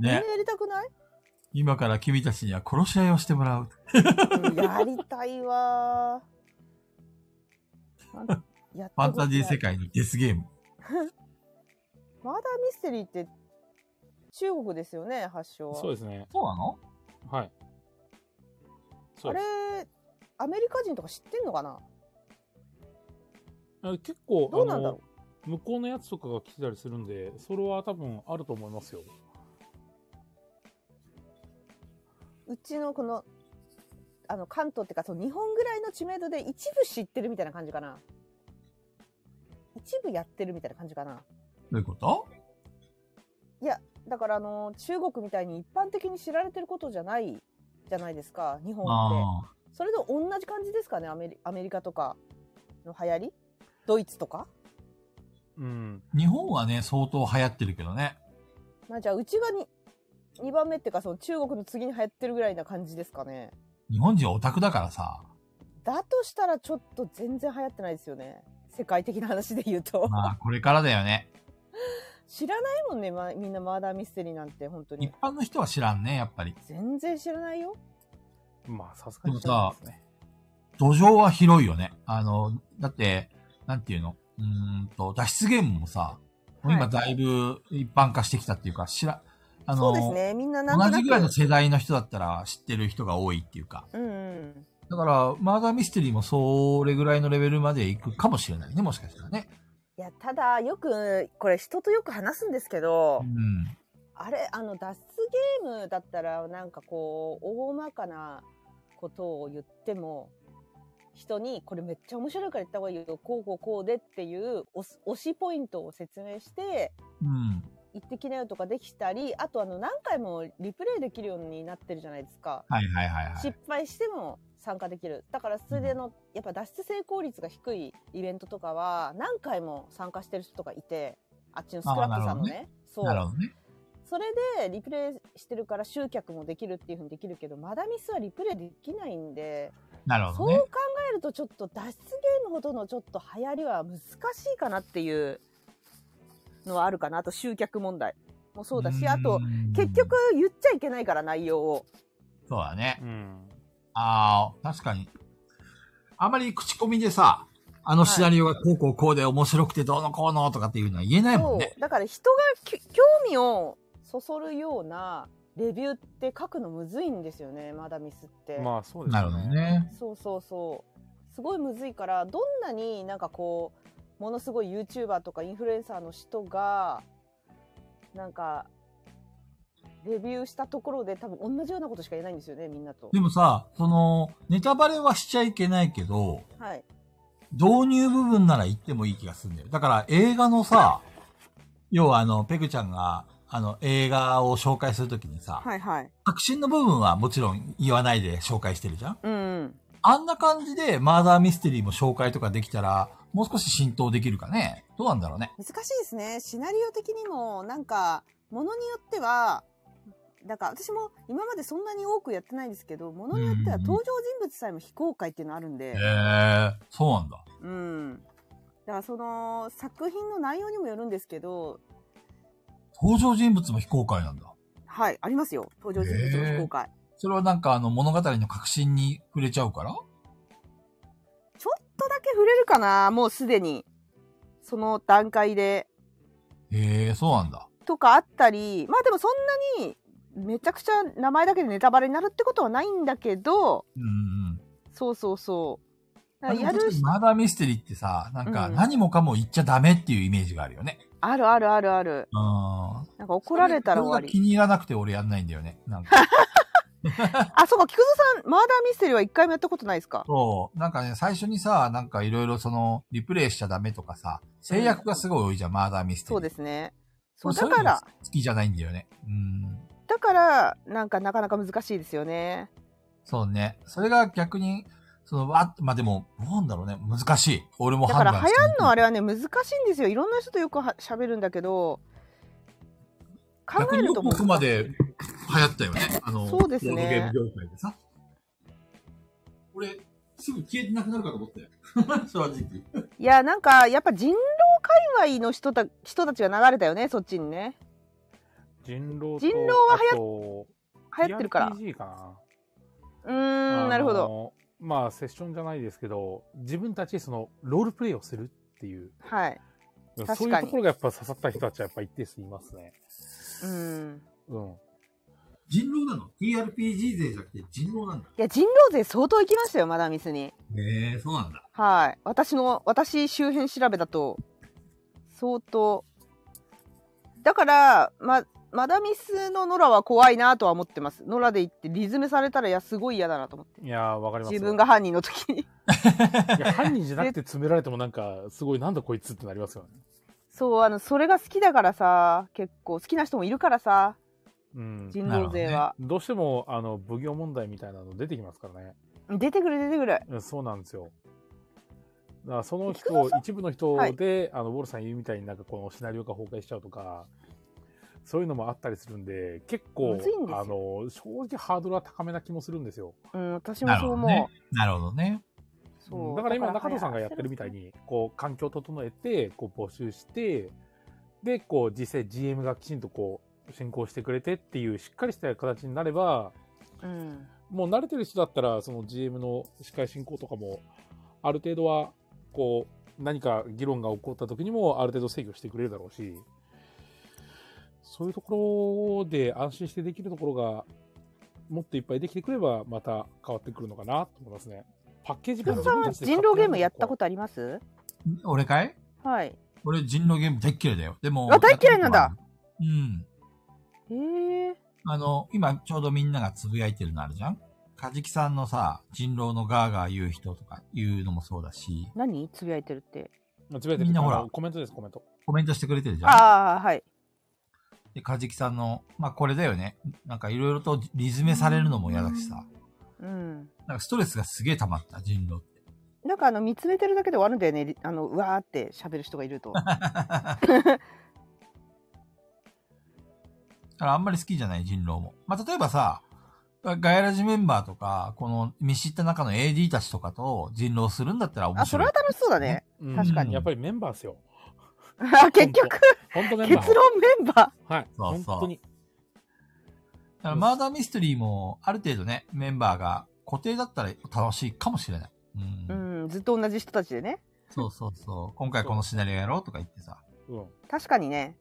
Speaker 4: みんな
Speaker 2: ね。
Speaker 4: やりた くない、
Speaker 2: 今から君たちには殺し合いをしてもらう。
Speaker 4: うんやりたいわーなんや
Speaker 2: ファンタジー世
Speaker 4: 界
Speaker 2: 界のデスゲーム。
Speaker 4: マダミステリーって中国ですよね発祥は
Speaker 1: そうですね。
Speaker 2: そうなの
Speaker 1: はい。そ
Speaker 4: あ
Speaker 1: う
Speaker 4: れ
Speaker 1: です
Speaker 4: アメリカ人とか知ってんのかな
Speaker 1: あれ結構、
Speaker 4: どうなんだろ
Speaker 1: あの、向こうのやつとかが来てたりするんで、それは多分あると思いますよ。
Speaker 4: うちのこのあの関東っていうかその日本ぐらいの知名度で一部知ってるみたいな感じかな一部やってるみたいな感じかな
Speaker 2: どういうこと
Speaker 4: だからあの中国みたいに一般的に知られてることじゃないじゃないですか日本って
Speaker 2: ああ。
Speaker 4: それと同じ感じですかねアメリアメリカとかの流行りドイツとか、
Speaker 1: うん。
Speaker 2: 日本はね、相当流行ってるけどね。
Speaker 4: まあ、じゃあうちがに2番目っていうかその中国の次に流行ってるぐらいな感じですかね
Speaker 2: 日本人オタクだから さ。
Speaker 4: だとしたらちょっと全然流行ってないですよね世界的な話で言うと
Speaker 2: まあ、これからだよね。
Speaker 4: 知らないもんね、ま、みんなマーダーミステリーなんて本当
Speaker 2: 一
Speaker 4: に
Speaker 2: 般の人は知らんね、やっぱり。
Speaker 4: 全然知らないよ
Speaker 1: まあ、さすがに知らないですね。
Speaker 2: 土壌は広いよね。あの、だって、なんていうのうーんと、脱出ゲームもさ、
Speaker 4: はい
Speaker 2: 今だいぶ一般化してきたっていうか、知ら、あ
Speaker 4: そう
Speaker 2: の、
Speaker 4: ですねみんななんと
Speaker 2: 同
Speaker 4: な
Speaker 2: じ
Speaker 4: く
Speaker 2: ぐらいの世代の人だったら知ってる人が多いっていうか。
Speaker 4: うんうん
Speaker 2: だから、マーダーミステリーもそれぐらいのレベルまで行くかもしれないね、もしかしたらね。
Speaker 4: いやただよくこれ人とよく話すんですけ
Speaker 2: う
Speaker 4: ど、
Speaker 2: ん。
Speaker 4: あれあの脱出ゲームだったらなんかこう大まかなことを言っても人にこれめっちゃ面白いから言った方がいいよこうこうこうでっていう推す推しポイントを説明して
Speaker 2: うん。
Speaker 4: 行ってきなよとかできたりあとあの何回もリプレイできるようになってるじゃないですか、
Speaker 2: はいはいはいはい。
Speaker 4: 失敗しても参加できるだからそれであのやっぱ脱出成功率が低いイベントとかは何回も参加してる人とかいてあっちのスクラップさんのねそう
Speaker 2: なるほどね。
Speaker 4: それでリプレイしてるから集客もできるっていうふうにできるけどマダミスはリプレイできないんで、
Speaker 2: なるほ
Speaker 4: そう
Speaker 2: どね
Speaker 4: 考。えるとちょっと脱出ゲームほどのちょっと流行りは難しいかなっていうのはあるかなあと集客問題もそうだしあと
Speaker 2: うん
Speaker 4: 結局、言っちゃいけないから内容を
Speaker 2: そうだね。
Speaker 1: うん。
Speaker 2: ああ、確かに。あまり口コミでさ、あのシナリオがこうこうこうで面白くてどうのこうのとかっていうのは言えないもんね。
Speaker 4: そうだから人がき興味をそそるようなレビューって書くのむずいんですよねマダミスって。
Speaker 1: まあ、そうです
Speaker 2: なるほど。ね。
Speaker 4: そうそうそうすごいむずいからどんなになんかこうものすごい YouTuber とかインフルエンサーの人がなんかレビューしたところで多分同じようなことしか言えないんですよねみんなと
Speaker 2: で。もさ、その、ネタバレはしちゃいけないけど、
Speaker 4: はい、
Speaker 2: 導入部分なら言ってもいい気がするんだよ。だから映画のさ、要はあの、ペグちゃんが、あの、映画を紹介するときにさ、
Speaker 4: いはい。
Speaker 2: 革新の部分はもちろん言わないで紹介してるじゃん
Speaker 4: うんうん。
Speaker 2: あんな感じでマーダーミステリーも紹介とかできたら、もう少し浸透できるかねどうなんだろうね。
Speaker 4: 難しいですね。シナリオ的にもなんかものによってはだから私も今までそんなに多くやってないですけどものによっては
Speaker 2: うん
Speaker 4: 登場人物さえも非公開っていうのあるん
Speaker 2: へ
Speaker 4: で。
Speaker 2: え、そうなんだ。
Speaker 4: うん。だからその作品の内容にもよるんですけど、
Speaker 2: 登場人物も非公開なんだ。
Speaker 4: はい、ありますよ。登場人物の非公開。
Speaker 2: それはなんかあの物語の核心に触れちゃうから
Speaker 4: ちょっとだけ触れるかなもうすでに。その段階で。
Speaker 2: へえ、そうなんだ。
Speaker 4: とかあったり、まあでもそんなにめちゃくちゃ名前だけでネタバレになるってことはないんだけど、
Speaker 2: うんうんうん。
Speaker 4: そうそうそう。だから
Speaker 2: や
Speaker 4: やる
Speaker 2: る
Speaker 4: し、
Speaker 2: マーダーミステリーってさ、なんか
Speaker 4: うん
Speaker 2: 何もかも言っちゃダメっていうイメージがあるよね。
Speaker 4: あるあるあるある。
Speaker 2: うん。
Speaker 4: なんか怒られたら終わ
Speaker 2: そが
Speaker 4: り
Speaker 2: 気。に入らなくて俺やんないんだよね。なんか。
Speaker 4: あ、そうか、菊蔵さん、マーダーミステリーは一回もやったことないですか
Speaker 2: そう。なんかね、最初にさ、なんかいろいろその、リプレイしちゃダメとかさ、制約がすごい多いじゃん、マーダーミステリー。
Speaker 4: そうですね。そう、
Speaker 2: 俺そ
Speaker 4: だ
Speaker 2: ういう
Speaker 4: か
Speaker 2: の
Speaker 4: ら、
Speaker 2: 好きじゃないんだよね。うん。
Speaker 4: だから、なんかなかなか難しいですよね。
Speaker 2: そうね。それが逆に、その、わ、まあ、でも、なんだろうね。難しい。俺も
Speaker 4: だか
Speaker 2: 判
Speaker 4: ら
Speaker 2: 断
Speaker 4: 流
Speaker 2: して
Speaker 4: 行んのあれはね、難しいんですよ。いろんな人とよくは喋るんだけど、考
Speaker 2: 逆
Speaker 4: え
Speaker 2: によ
Speaker 4: る
Speaker 2: く
Speaker 4: ともう
Speaker 2: 僕まで流行ったよね。あの、
Speaker 4: そうですね
Speaker 2: ボードゲーム業界でさ。俺、すぐ消えて なくなるかと思ったよ。正直。
Speaker 4: いや、なんか、やっぱ人狼界隈の人た人たちが流れたよね、そっちにね。
Speaker 1: 人狼と
Speaker 4: 人狼は
Speaker 1: は
Speaker 4: 流行ってるから。
Speaker 1: TRPG かな。
Speaker 4: うーん、なるほ
Speaker 1: あ
Speaker 4: ど。
Speaker 1: の。まあ、セッションじゃないですけど、自分たちでその、ロールプレイをするっていう、
Speaker 4: はい。確かに
Speaker 1: そういうところがやっぱ刺さった人たちはやっぱ一定数いますね。
Speaker 4: うん。
Speaker 1: うん。
Speaker 2: 人狼なの ?TRPG 勢じゃなくて人狼なんだ。
Speaker 4: いや、人狼勢相当行きましたよ、マダミスに。
Speaker 2: へえ、そうなんだ。
Speaker 4: はい。私の、私周辺調べだと、相当。だから、ま、マダミスのノラは怖いなとは思ってます。ノラで行ってリズムされたら、いや、すごい嫌だなと思って。
Speaker 1: いやー、わかります。
Speaker 4: 自分が。犯人の時に。
Speaker 1: いや、犯人じゃなくて詰められてもなんか、すごい、なんだこいつってなりますよね。
Speaker 4: そう、あの、それが好きだからさ、結構、好きな人もいるからさ、
Speaker 1: うん。
Speaker 4: 人狼勢は。
Speaker 1: どうしても、あの、奉行問題みたいなの出てきますからね。
Speaker 4: 出てくる出てくる。
Speaker 1: うん、そうなんですよ。だからその
Speaker 4: 菊
Speaker 1: 人
Speaker 4: 蔵さ、
Speaker 1: 一部の人
Speaker 4: はい
Speaker 1: で、あの、ウォルさん言うみたいになんかこのシナリオが崩壊しちゃうとか、そういうのもあったりするんで、結構
Speaker 4: むずいん、ですよ
Speaker 1: あの、正直ハードルは高めな気もするんですよ。
Speaker 4: うん、私もそう思う。
Speaker 2: なるほどねなるほどね。
Speaker 4: そう
Speaker 1: うんだから今、中藤さんがやってるみたいに、こう、環境を整えて、こう、募集して、で、こう、実際 GM がきちんとこう、進行してくれてっていうしっかりした形になれば、
Speaker 4: うん。
Speaker 1: もう慣れてる人だったら、その GM の司会進行とかも、ある程度は、こう、何か議論が起こった時にも、ある程度制御してくれるだろうし、そういうところで安心してできるところが、もっといっぱいできてくれば、また変わってくるのかなと思いますね。パッケージ
Speaker 4: さ
Speaker 1: 版
Speaker 4: んは人狼ゲームやったことあります
Speaker 2: 俺かい
Speaker 4: はい。
Speaker 2: 俺人狼ゲーム大っ嫌いだよ。でも。
Speaker 4: あ大っ嫌いなんだ。
Speaker 2: うん。
Speaker 4: へえ。
Speaker 2: あの、今ちょうどみんながつぶやいてるのあるじゃんカジキさんのさ、人狼のガーガー言う人とか言うのもそうだし、
Speaker 4: 何つぶやいてるって。
Speaker 1: 間違えてる
Speaker 2: みんなほら
Speaker 1: あのコメントです、コメント。
Speaker 2: コメントしてくれてるじゃん
Speaker 4: ああ、はい。
Speaker 2: で、カジキさんの、まあこれだよね。なんかいろいろとリズメされるのも嫌だしさ。
Speaker 4: うん。
Speaker 2: なんかストレスがすげえ溜まった、人狼って。
Speaker 4: なんかあの見つめてるだけで終わるんだよね。あのうわーって喋る人がい ると。
Speaker 2: だからあんまり好きじゃない人狼も。まあ例えばさ、ガヤラジメンバーとか、この見知った中の AD たちとかと人狼するんだったら面
Speaker 4: あ、そ
Speaker 2: 白
Speaker 4: れ
Speaker 2: い
Speaker 4: は。楽しそうだね。
Speaker 1: うん
Speaker 4: 確か
Speaker 2: に
Speaker 1: やっぱりメンバーですよ。
Speaker 4: あ 結局
Speaker 1: 本当メンバー。
Speaker 4: 結論メンバ
Speaker 1: はい。
Speaker 2: そうそう
Speaker 1: 本当に。
Speaker 2: だからマーダーミステリーも、ある程度ね、メンバーが固定だったら楽しいかもしれない。うん。
Speaker 4: ー。うん。ずっと同じ人たちでね。
Speaker 2: そうそうそう。今回このシナリオやろうとか言ってさ。
Speaker 1: うん。
Speaker 4: 確かにね。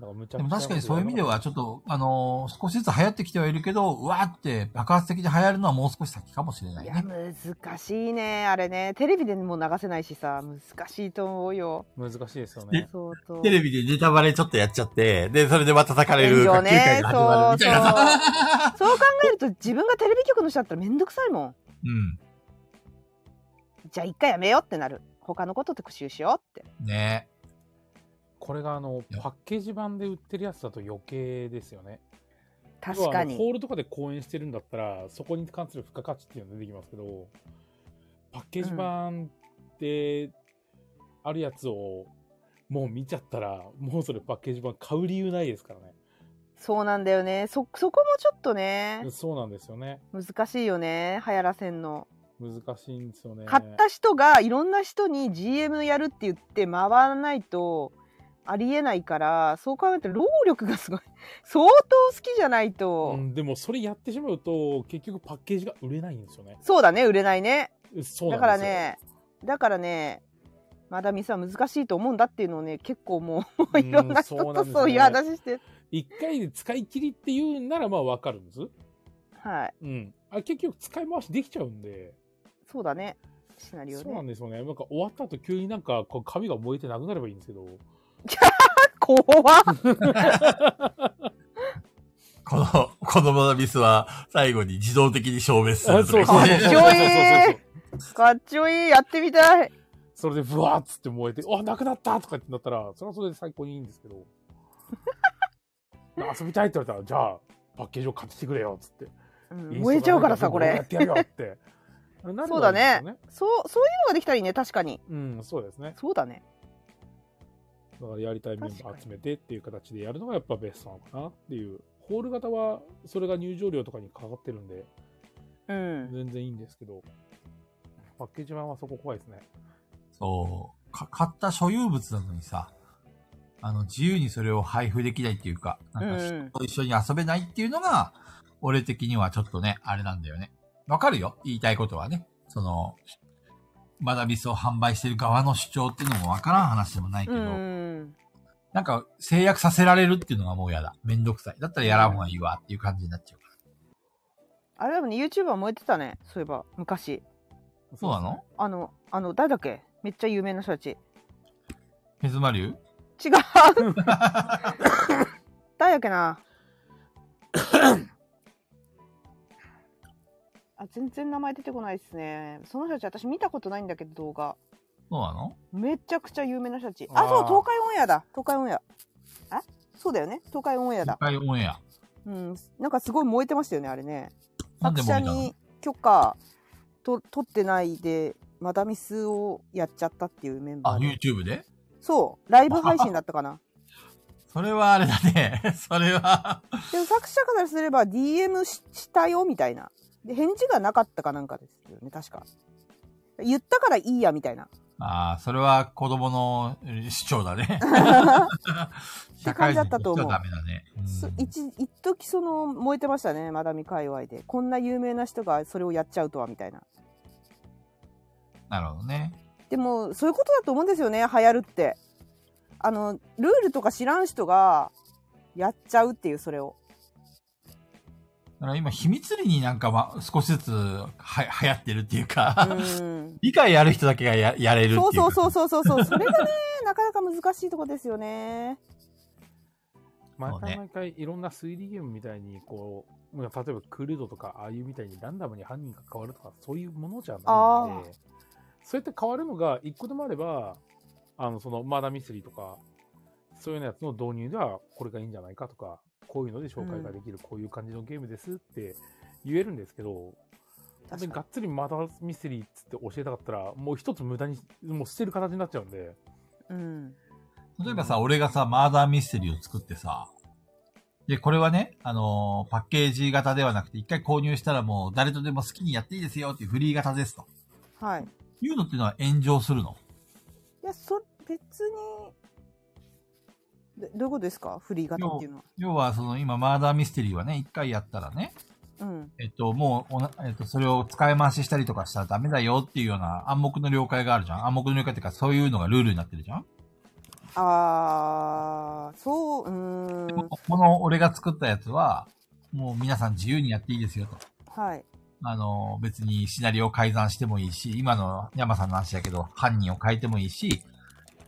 Speaker 1: だからむちゃ
Speaker 2: で
Speaker 1: くちゃ
Speaker 2: も
Speaker 1: な
Speaker 2: 確かにそういう意味では、ちょっ、
Speaker 1: こと
Speaker 2: あのー少しずつ流行ってきてはいるけど、うわーって爆発的に流行るのはもう少し先かもしれないい
Speaker 4: や
Speaker 2: ね。
Speaker 4: 難しいねあれねテレビでも流せないしさ難しいと思うよ
Speaker 1: やるのが難しいですよね。
Speaker 4: 相当
Speaker 2: テレビでネタバレちょっとやっちゃって、で、それでまた叩かれる
Speaker 4: 炎上
Speaker 2: 学級
Speaker 4: ね
Speaker 2: 会が始まるみたいなさ。
Speaker 4: そうそう考えると自分がテレビ局の人だったら面倒くさいもんじゃあ一回やめようってなる他のことと復習しようって
Speaker 2: うん。ね
Speaker 1: これがあの、パッケージ版で売ってるやつだと余計ですよね。
Speaker 4: 確
Speaker 1: 要
Speaker 4: かに
Speaker 1: はあのホールとかで公演してるんだったら、そこに関する付加価値っていうのが出てきますけど、パッケージ版であるやつを、もう見ちゃったら、もうそれパッケージ版買う理由ないですからね。
Speaker 4: そうなんだよねそそこもちょっとね
Speaker 1: そうなんですよね。
Speaker 4: 難しいよね流行らせんの
Speaker 1: 難しいんですよね。
Speaker 4: 買った人がいろんな人に GM やるって言って回らないとありえないからそう考えると労力がすごい 相当好きじゃないと、
Speaker 1: うん、でもそれやってしまうと、結局パッケージが売れないんですよね。
Speaker 4: そうだね売れないね
Speaker 1: そうな
Speaker 4: だ
Speaker 1: んですよ
Speaker 4: からねだからねまだミスは難しいと思うんだっていうのをね結構もう いろんな人
Speaker 1: うんそうなんで
Speaker 4: と
Speaker 1: すね
Speaker 4: そういう話して、
Speaker 1: 一回で使い切りっていうんならまあわかるんです。
Speaker 4: はい
Speaker 1: うん。あ結局使い回しできちゃうんで、
Speaker 4: そうだねシナリオ
Speaker 1: そうな
Speaker 4: ね
Speaker 1: んですよね。なんか終わった後急になんかこう紙が燃えてなくなればいいんですけど、
Speaker 4: 怖っ
Speaker 2: え。この、この学びスは最後に自動的に消滅するとか
Speaker 1: そうそう
Speaker 2: ね。
Speaker 1: そう
Speaker 4: かっちょい
Speaker 1: そうそうそうそう
Speaker 4: いかっちょいいやってみたい
Speaker 1: それでブワーっつって燃えて、あなくなったとかってなったら、それはそれで最高にいいんですけ ど、遊びたいって言われたら、じゃあパッケージを買ってきてくれよっつって。
Speaker 4: うん
Speaker 1: インスタ
Speaker 4: 燃えちゃうからさ
Speaker 1: なん
Speaker 4: こ
Speaker 1: 俺や
Speaker 4: れ
Speaker 1: ってやるよって。なればいいんですよ
Speaker 4: そうだね。そうそういうのができたらいいね確かに
Speaker 1: うん、そうですね。
Speaker 4: そうだね
Speaker 1: だからやりたいメンバ
Speaker 4: 確か
Speaker 1: ー
Speaker 4: に
Speaker 1: 集めてっていう形でやるのがやっぱベストなのかなっていう。ホール型はそれが入場料とかにかかってるんで、
Speaker 4: うん
Speaker 1: 全然いいんですけど、パッケージ版はそこ怖いですね。
Speaker 2: そう。か買った所有物なのにさ、あの、自由にそれを配布できないっていうか、なんか
Speaker 4: うん
Speaker 2: 人と一緒に遊べないっていうのが、俺的にはちょっとね、あれなんだよね。わかるよ。言いたいことはね。その、マダビスを販売してる側の主張っていうのもわからん話でもないけ
Speaker 4: う
Speaker 2: ど、
Speaker 4: ん
Speaker 2: なんか制約させられるっていうのがもうやだ。めんどくさい。だったらやらん方がいいわっていう感じになっちゃうから。
Speaker 4: あれでもね YouTuber 燃えてたねそういえば昔
Speaker 2: そうなの
Speaker 4: あのあの誰だっけめっちゃ有名な人たち
Speaker 2: ヘズマリュウ
Speaker 4: 違う誰だっけなあ全然名前出てこないですねその人たち私見たことないんだけど動画
Speaker 2: そうなの
Speaker 4: めちゃくちゃ有名な人たち
Speaker 1: あ
Speaker 4: あ
Speaker 1: ー
Speaker 4: そう東海オンエアだ東海オンエアあそうだよね東海オンエア
Speaker 2: 一
Speaker 4: だ
Speaker 2: 回オンエア。
Speaker 4: うんなんかすごい燃えてましたよねあれね
Speaker 2: なんで
Speaker 4: 作
Speaker 2: も見
Speaker 4: 者
Speaker 2: たの
Speaker 4: に許可と取ってないでマダミスをやっちゃったっていうメン
Speaker 2: あ
Speaker 4: バ、ーで
Speaker 2: YouTube で
Speaker 4: そうライブ配信だった かな
Speaker 2: それはあれだね。 それは。
Speaker 4: でも作者からすれば DM ししたよみた いなで返事がなかったかなんかですよね確か言ったからいいやみたいな
Speaker 2: ああ、それは子供のえー主張だ ね。
Speaker 4: て感じだったと
Speaker 2: 社会人の主張は
Speaker 4: 思う
Speaker 2: ダメだね。うん
Speaker 4: す一一時その燃えてましたねマダミ界隈でこんな有名な人がそれをやっちゃうとはみたいな
Speaker 2: なるほどね。
Speaker 4: でもそういうことだと思うんですよね流行るってあのルールとか知らん人がやっちゃうっていうそれを
Speaker 2: だから今、秘密裏になんか、ま、少しずつは流行ってるっていう
Speaker 4: う
Speaker 2: か、
Speaker 4: ん
Speaker 2: 理解ある人だけがややれるっていう
Speaker 4: そう
Speaker 2: か。
Speaker 4: そうそうそうそうそうそれがね なかなか難しいとこですよね
Speaker 1: 毎
Speaker 2: そうね
Speaker 1: 回毎回いろんな推理ゲームみたいに、こう、まあ例えばクルードとか、ああいうみたいにランダムに犯人が変わるとか、そういうものじゃないので、そうやって変わるのが一個でもあれば、あの、そのマーダーミステリーとか、そういうようなやつの導入ではこれがいいんじゃないかとか、こういうので紹介ができる、こういう感じのゲームですって言えるんですけど、本当にがっつりマーダーミステリーっつって教えたかったら、もう一つ無駄に、もう捨てる形になっちゃうんで、
Speaker 4: うん
Speaker 2: 例えばさ、俺がさ、マーダーミステリーを作ってさ、で、これはね、あのーパッケージ型ではなくて、一回購入したらもう誰とでも好きにやっていいですよっていうフリー型ですと。
Speaker 4: はい
Speaker 2: いうのっていうのは炎上するの
Speaker 4: いやそ別にどどういうことですかフリー型っていうのは
Speaker 2: 要は、その今、マーダーミステリーはね、一回やったらね、
Speaker 4: うん
Speaker 2: えっと、もうおな、えっと、それを使い回ししたりとかしたらダメだよっていうような暗黙の了解があるじゃん。暗黙の了解っていうか、そういうのがルールになってるじゃん。
Speaker 4: ああそううーん
Speaker 2: この俺が作ったやつは、もう皆さん自由にやっていいですよと。
Speaker 4: はい
Speaker 2: あの、別にシナリオを改ざんしてもいいし、今の山さんの話だけど、犯人を変えてもいいし、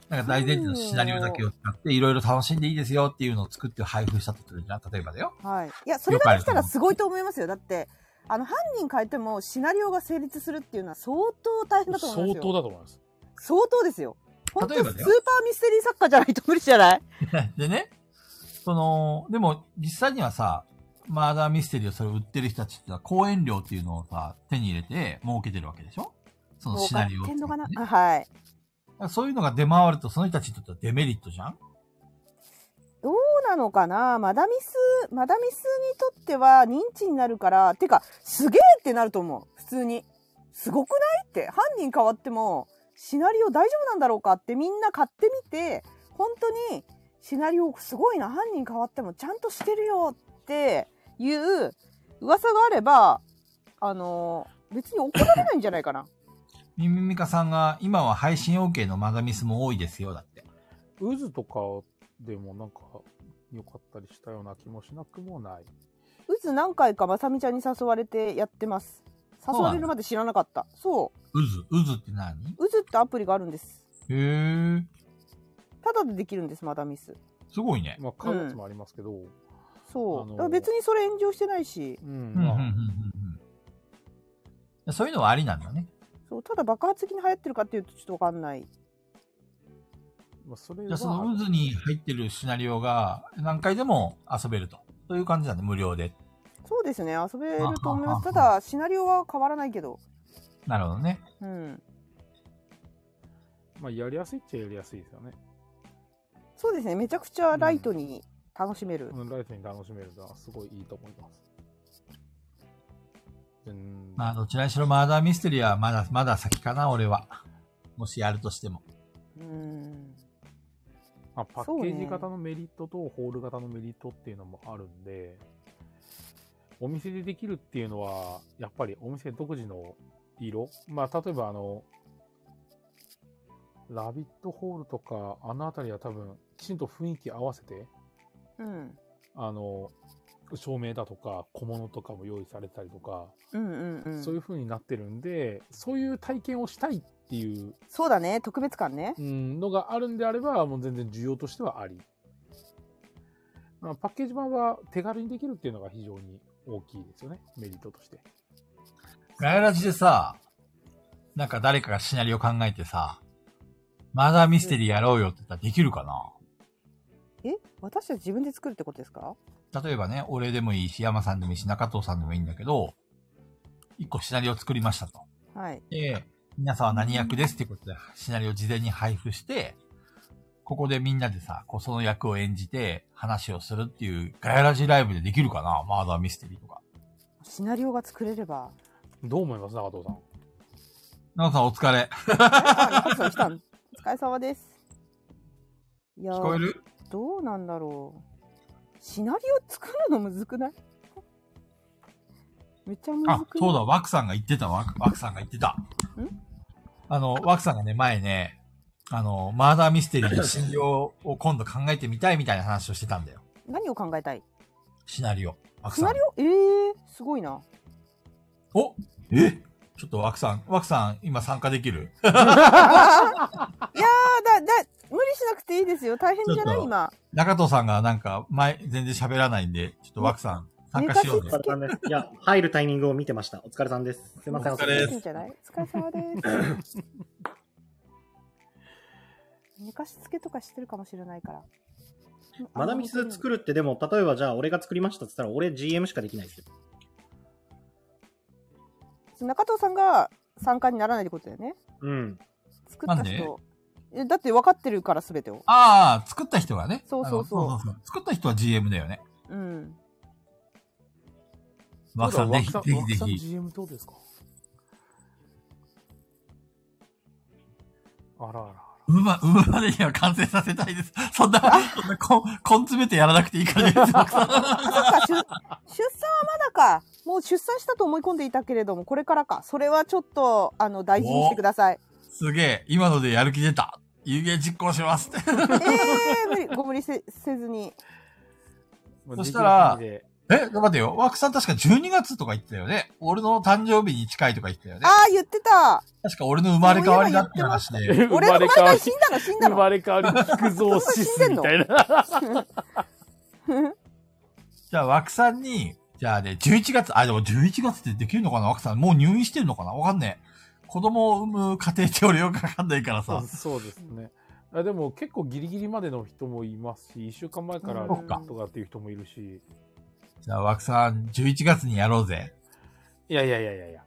Speaker 2: なんか大前提のシナリオだけを使って、いろいろ楽しんでいいですよっていうのを作って配布したとするじゃん。例えばだよ。
Speaker 4: はい、いやそれ
Speaker 2: よくあ
Speaker 4: が
Speaker 2: る
Speaker 4: できたらすごいと思いますよだってあの犯人変えてもシナリオが成立するっていうのは相当大変だと思
Speaker 1: 相
Speaker 4: いますよ
Speaker 1: 当だと思います。
Speaker 4: 相当ですよ本当
Speaker 2: 例え
Speaker 4: スー
Speaker 2: ば
Speaker 4: パ
Speaker 2: だ
Speaker 4: ー
Speaker 2: よ
Speaker 4: ミステリー作家じゃないと無理じゃない
Speaker 2: でね、その、でも実際にはさ、マーダーミステリーをそれを売ってる人たちってのは、講演料っていうのをさ、手に入れて儲けてるわけでしょその
Speaker 4: もう
Speaker 2: シナリオを作って
Speaker 4: 天
Speaker 2: ね、
Speaker 4: のかなあはい
Speaker 2: そういうのが出回ると、その人たちにとってはデメリットじゃん
Speaker 4: どうなのかなマダミスマダミスにとっては認知になるからてかすげえってなると思う普通にすごくないって犯人変わってもシナリオ大丈夫なんだろうかってみんな買ってみて本当にシナリオすごいな犯人変わってもちゃんとしてるよっていう噂があればあの別に怒られないんじゃないかな
Speaker 2: ミミミカさんが、今は配信 OK のマダミスも多いですよ、だって。
Speaker 1: 渦とかでもなんか良かったりしたような気もしなくもない。
Speaker 4: うず何回かまさみちゃんに誘われてやってます誘われるまで知らなかったそう
Speaker 2: 渦渦って何
Speaker 4: うずってアプリがあるんです。
Speaker 2: へえ、
Speaker 4: ただでできるんです、マダミス。
Speaker 2: すごいね。
Speaker 1: まあ、買うやつもありますけど、うん、
Speaker 4: そう。
Speaker 1: あのー
Speaker 4: だから別にそれ炎上してないし、
Speaker 2: うんうんうんうん
Speaker 1: ま
Speaker 2: うんそういうのはありなんだね。
Speaker 4: そうただ爆発的に流行ってるかっていうとちょっとわかんない。
Speaker 1: あ、それ
Speaker 2: じゃ
Speaker 1: は
Speaker 2: あその渦に入ってるシナリオが何回でも遊べると。そういう感じだね、無料で。
Speaker 4: そうですね、遊べると思い
Speaker 2: あああ
Speaker 4: ます。
Speaker 2: あ
Speaker 4: ただ、シナリオは変わらないけど。
Speaker 2: なるほどね。
Speaker 4: うん。
Speaker 1: まあ、やりやすいっちゃやりやすいですよね。
Speaker 4: そうですね、めちゃくちゃライトに楽しめる。
Speaker 1: うん、ライトに楽しめるのはすごいいいと思います。うん、
Speaker 2: まあ、どちらにしろマーダーミステリーはまだ、まだ先かな、俺は。もしやるとしても。
Speaker 4: うん。
Speaker 1: まあパッケージ型のメリットとホール型のメリットっていうのもあるんで、お店でできるっていうのは、やっぱりお店独自の色。まあ、例えばあの、ラビットホールとか、あのあたりは多分、きちんと雰囲気合わせて、
Speaker 4: うん。
Speaker 1: あの、照明だとか、小物とかも用意されてたりとか、
Speaker 4: うんうんうん。
Speaker 1: そういう風になってるんで、そういう体験をしたいっていう
Speaker 4: そうだね、特別感ね。
Speaker 1: うんのがあるんであれば、もう全然需要としてはあり。まあ、パッケージ版は手軽にできるっていうのが非常に大きいですよね。メリットとして。
Speaker 2: ガヤラジでさ、なんか誰かがシナリオ考えてさ、マーダーミステリーやろうよって言ったらできるかな
Speaker 4: え私は自分で作るってことですか
Speaker 2: 例えばね、俺でもいいし、山さんでもいいし、中藤さんでもいいんだけど、一個シナリオ作りましたと。
Speaker 4: はい。
Speaker 2: で、皆さんは何役ですってことで、シナリオ事前に配布して、ここでみんなでさ、こうその役を演じて話をするっていうガヤラジライブでできるかなマーダーミステリーとか。
Speaker 4: シナリオが作れれば。
Speaker 1: どう思います中藤さん。
Speaker 2: ナオさんお疲れ。
Speaker 4: あカズさん来たのお疲れ様です。いやー
Speaker 2: 聞こえる
Speaker 4: どうなんだろう。シナリオ作るのむずくないめっちゃむ
Speaker 2: あ
Speaker 4: ず、くない
Speaker 2: そうだ、ワクさんが言ってた、ワクワクさんが言ってた。あの、ワクさんがね、前ね、あの、マーダーミステリーの診療を今度考えてみたいみたいな話をしてたんだよ。
Speaker 4: 何を考えたい
Speaker 2: シナリオ。ワク
Speaker 4: シ
Speaker 2: さ
Speaker 4: ナ
Speaker 2: ん
Speaker 4: リ。オええー、すごいな。
Speaker 2: おえちょっとワクさん、ワクさん、今参加できる
Speaker 4: あ、だ、だ、無理しなくていいですよ。大変じゃな
Speaker 2: ちょっ
Speaker 4: い
Speaker 2: と
Speaker 4: 今。
Speaker 2: 中藤さんがなんか、前、全然喋らないんで、ちょっとワクさん、参加しよう
Speaker 4: 寝
Speaker 2: ね
Speaker 4: か。
Speaker 5: お疲れさんです。いや、入るタイミングを見てました。お疲れさんです。すいません、
Speaker 2: お疲れです
Speaker 4: いいんじゃないお疲れ様 です。寝かしつけとかしてるかもしれないから。
Speaker 5: マダミス作るってでも、例えばじゃあ俺が作りましたって言ったら、俺 GM しかできないですよ。
Speaker 4: 中藤さんが参加にならないってことだよね。
Speaker 5: うん。
Speaker 4: 作った人。えだって分かってるから全てを。
Speaker 2: ああ、作った人がね。
Speaker 4: そうそうそう
Speaker 2: あの作った人は GM だよね。
Speaker 4: うん。
Speaker 2: ワクさん、ぜひ、ぜ
Speaker 1: そうだワク
Speaker 2: ひ
Speaker 1: さ
Speaker 2: ぜ
Speaker 1: ん
Speaker 2: ひ。
Speaker 1: GM どうですかあらあら。
Speaker 2: うま、うままでには完成させたいです。そんな、そんな、こん、こん詰めてやらなくていいから です。ワクさん
Speaker 4: あ、そっか、出、出産はまだか。もう出産したと思い込んでいたけれども、これからか。それはちょっと、あの、大事にしてください。
Speaker 2: すげえ、今のでやる気出た。有言実行しますって。
Speaker 4: ええ 無理、ご無理せせずに。
Speaker 2: そしたら
Speaker 1: できる範囲で
Speaker 2: え、待ってよ。ワクさん確か12月とか言ってたよね。俺の誕生日に近いとか言ってたよね。
Speaker 4: ああ、言ってた。
Speaker 2: 確か俺の生まれ変わりだって話で。
Speaker 1: 生
Speaker 4: 俺
Speaker 1: ま
Speaker 4: の
Speaker 1: れ
Speaker 4: 毎
Speaker 1: 変わ
Speaker 4: 回
Speaker 1: り
Speaker 4: 死んだの、死んだ
Speaker 1: 生
Speaker 4: の。
Speaker 1: まれ変わり菊蔵シスみたいな。
Speaker 2: じゃあワクさんに、じゃあね、11月、あ、でも11月ってできるのかなワクさん、もう入院してるのかなわかんねえ。子供を産む家庭って俺よくわかんないからさ。
Speaker 1: そうですね。あでも結構ギリギリまでの人もいますし、1週間前から
Speaker 4: そっか
Speaker 1: とかっていう人もいるし、
Speaker 2: じゃあワクさん、11月にやろうぜ。
Speaker 1: いやいやいやいやいや。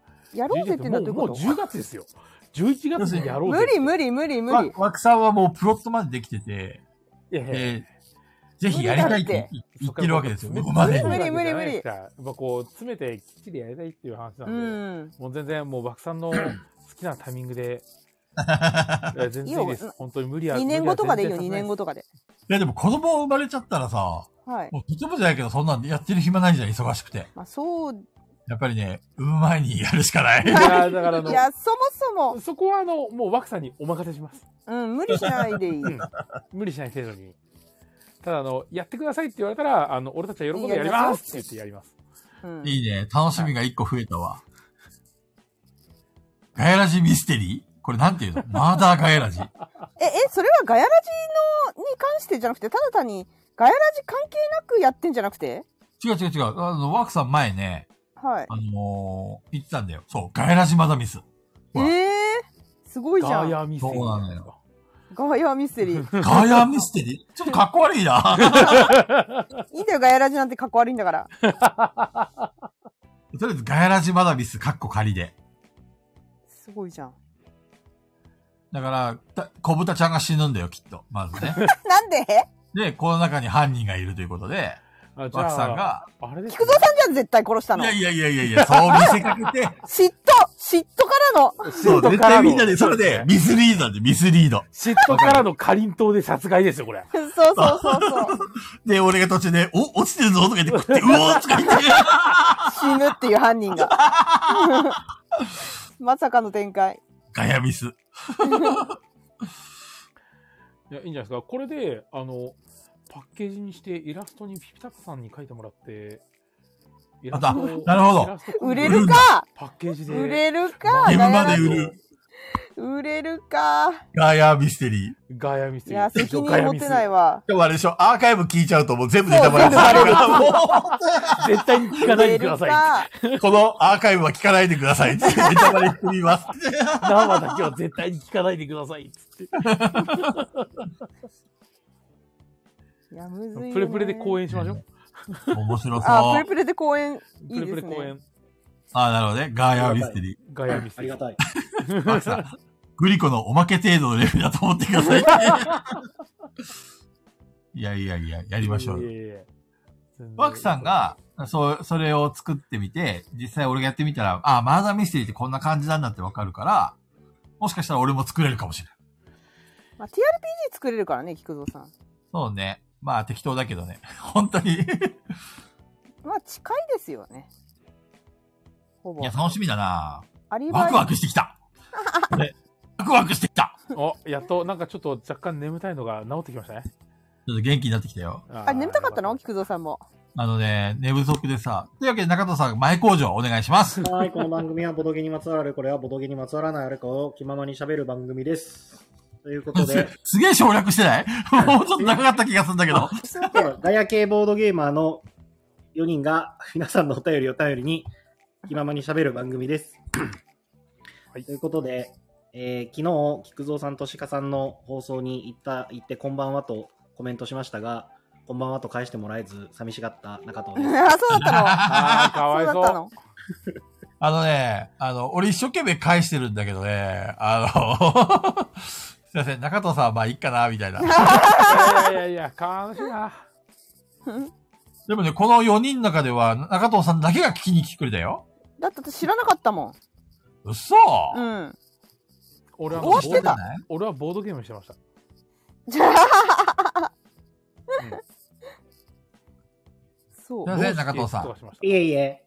Speaker 4: やろうぜってな
Speaker 1: も
Speaker 4: って
Speaker 1: う
Speaker 4: こ
Speaker 1: もう
Speaker 4: と
Speaker 1: 10月ですよ。11月にやろうぜ
Speaker 4: 無
Speaker 1: って。
Speaker 4: 理無理無理無
Speaker 2: わ
Speaker 4: 理。
Speaker 2: ワクさんはもうプロットまでできてて、
Speaker 1: いやいやいや
Speaker 2: えーぜひやりたいって言ってるわけですよ。ここまでに。
Speaker 4: 無理無理無理
Speaker 1: やっぱこう、詰めてきっちりやりたいっていう話な
Speaker 4: うん
Speaker 1: で、
Speaker 4: ん。
Speaker 1: もう全然もう、漠さ んの好きなタイミング で、いや全然いいで
Speaker 4: いい
Speaker 1: す
Speaker 4: よ。
Speaker 1: 本当に無理や
Speaker 4: 2年後とかでいいよ、2
Speaker 1: 二
Speaker 4: 年後とかで。
Speaker 2: いやでも子供生まれちゃったらさ、
Speaker 4: はい。
Speaker 2: もうとてもじゃないけどそんなんやってる暇ないじゃん、忙しくて。
Speaker 4: まあ、そう。
Speaker 2: やっぱりね、産む前にやるしかない。
Speaker 1: いや、だからあ
Speaker 4: いや、
Speaker 1: の、
Speaker 4: そもそも、
Speaker 1: そこはあの、もう漠さんにお任せします。
Speaker 4: うん、無理しな いでいい。
Speaker 1: うん無理しない程度に。ただ、あの、やってくださいって言われたら、あの、俺たちは喜んでやりますって言ってやります。
Speaker 4: うん。
Speaker 2: いいね、楽しみが一個増えたわ。ガヤラジミステリーこれなんていうのマーダーガヤラジ。
Speaker 4: え、え、それはガヤラジの、に関してじゃなくて、ただ単に、ガヤラジ関係なくやってんじゃなくて
Speaker 2: 違う違う違う。あの、ワークさん前ね、
Speaker 4: はい。
Speaker 2: あのー、言ってたんだよ。そう、ガヤラジマダミ ス。
Speaker 4: え
Speaker 2: ほら
Speaker 4: えー、すごいじゃ
Speaker 1: ガ
Speaker 4: ん。
Speaker 1: ヤミステリー
Speaker 2: そうなのよ
Speaker 4: ガヤミステ リー。
Speaker 2: ガヤミステリーちょっとかっこ悪いな。
Speaker 4: いいんだよ、ガヤラジなんてかっこ悪いん だから。
Speaker 2: とりあえずガヤラジマダミス、カッコ仮で。
Speaker 4: すごいじゃん。
Speaker 2: だから、た小豚ちゃんが死ぬんだよ、きっと。まずね。
Speaker 4: なんで
Speaker 2: で、この中に犯人がいるということで、
Speaker 1: あじゃ
Speaker 2: ワ
Speaker 1: あ
Speaker 2: クさんが、
Speaker 1: あれです
Speaker 4: 菊
Speaker 1: ね
Speaker 4: 蔵さんじゃん、絶対殺した
Speaker 2: い
Speaker 4: の。
Speaker 2: や
Speaker 4: 嫉
Speaker 2: いやいやいやいや、そう見せかけて、
Speaker 4: 妬嫉妬からの
Speaker 2: そ
Speaker 1: 嫉
Speaker 2: う、
Speaker 1: 妬
Speaker 2: 絶
Speaker 1: から
Speaker 2: 対
Speaker 1: の
Speaker 2: みんなで、それで、ミスリードなんで、ミスリード。
Speaker 1: 嫉妬からのかりんとうで殺害ですよ、これ。
Speaker 4: そうそうそう そう。
Speaker 2: で、俺が途中で、お、落ちてるぞとか言って、食って、うおーとか言って、
Speaker 4: 死ぬっていう犯 人が。まさかの展開。
Speaker 2: ガヤミス。
Speaker 1: いや、いいんじゃないですか。これで、あの、パッケージにして、イラストにピピタパさんに書いてもらって、イ
Speaker 2: あなるほど
Speaker 1: イラストコン
Speaker 4: 売
Speaker 1: ビ
Speaker 4: れるか
Speaker 1: パッケージで。
Speaker 4: 売れるか
Speaker 2: ゲームま
Speaker 4: ガヤラ
Speaker 2: で
Speaker 4: ジ
Speaker 2: 売る、
Speaker 4: 売れるか
Speaker 2: ガヤミステリー。
Speaker 1: ガヤミス
Speaker 4: い
Speaker 1: テリ
Speaker 4: や、
Speaker 1: ー。
Speaker 4: 責任持てないわ。
Speaker 2: でもあれでしょ、アーカイブ聞いちゃうともう全部ネタバレ
Speaker 4: そう全部バレる
Speaker 2: も
Speaker 1: 絶対に聞かないでください。
Speaker 2: う、 このアーカイブは聞かないでください。ネタバレしてみます。
Speaker 1: 生だけは絶対に聞かないでください。つって。
Speaker 4: いや、むずいよ、ね。
Speaker 1: プレプレで公演しましょう。
Speaker 2: 面白そう。
Speaker 4: あ、プレ
Speaker 2: あ
Speaker 4: プレで公演い
Speaker 1: プ
Speaker 4: い
Speaker 1: レプ
Speaker 4: で
Speaker 1: レ
Speaker 4: す
Speaker 1: 公
Speaker 4: ね。
Speaker 1: 演。
Speaker 2: あ、なるほどね。ガヤミステリ
Speaker 1: ガヤミス
Speaker 5: あ
Speaker 1: テ
Speaker 5: り
Speaker 1: リ
Speaker 5: が
Speaker 1: ー。
Speaker 5: たい。
Speaker 2: ー。マークさん、グリコのおまけ程度のレベルだと思ってく ださい。いやいやいや、やりましょうよ。
Speaker 1: いやいやいや
Speaker 2: ワークさん、が、そう、それを作ってみて、実際俺がやってみたら、あ、マーダーミステリーってこんな感じなんだってわかるから、もしかしたら俺も作れるかもしれない。
Speaker 3: まあ、TRPG 作れるからね、菊蔵さん。
Speaker 2: そうね。まあ適当だけどね。 本当に。い
Speaker 3: まあ、近いですよね。ほぼ
Speaker 2: や、。楽しみだな
Speaker 3: アリバ
Speaker 2: ワ
Speaker 3: イ
Speaker 2: クワクしてきた。ねワクワクしてきた。
Speaker 1: お、やっと、なんかちょっと若干眠たいのが治ってきましたね。
Speaker 2: ちょっと元気になってきたよ。
Speaker 1: あ
Speaker 3: あ、眠たかったの
Speaker 1: よ
Speaker 3: 菊蔵さんも。
Speaker 2: あのね、寝不足でさ。というわけで中藤さん、前工場お願いします。
Speaker 5: はい、この番組はボドゲにまつわるあれ、これはボドゲにまつわらないあれかを気ままに喋る番組です。とい うこと
Speaker 2: す
Speaker 5: で、
Speaker 2: すげえ省略してないもうちょっと長かった気がするんだけど。
Speaker 5: ガヤ系ボードゲーマーの4人が皆さんのお便りを頼りに気ままに喋る番組 です。
Speaker 1: はい
Speaker 5: ということで、えー昨日、菊蔵さんと鹿さんの放送に行った、行ってこんばんはとコメントしましたが、こんばんはと返してもらえず、寂しがった中藤 です。
Speaker 3: あ、そうだったの
Speaker 1: あーかわい
Speaker 3: そうだった
Speaker 1: そう。
Speaker 3: の。
Speaker 2: あのね、あの、俺一生懸命返してるんだけどね、あの、 すいません、中藤さんはまあいいかな、みたいな。
Speaker 1: いやいやいや、悲しいな。
Speaker 2: でもね、この4人の中では、中藤さんだけが聞きに来てくれたよ。
Speaker 3: だって私知らなかったもん。
Speaker 2: 嘘
Speaker 3: うん。
Speaker 1: 俺は
Speaker 3: 終わってた
Speaker 1: ボード俺はボードゲームしてました。
Speaker 3: そう
Speaker 2: すい。ません、中藤さん。
Speaker 1: しました
Speaker 5: いえいえ、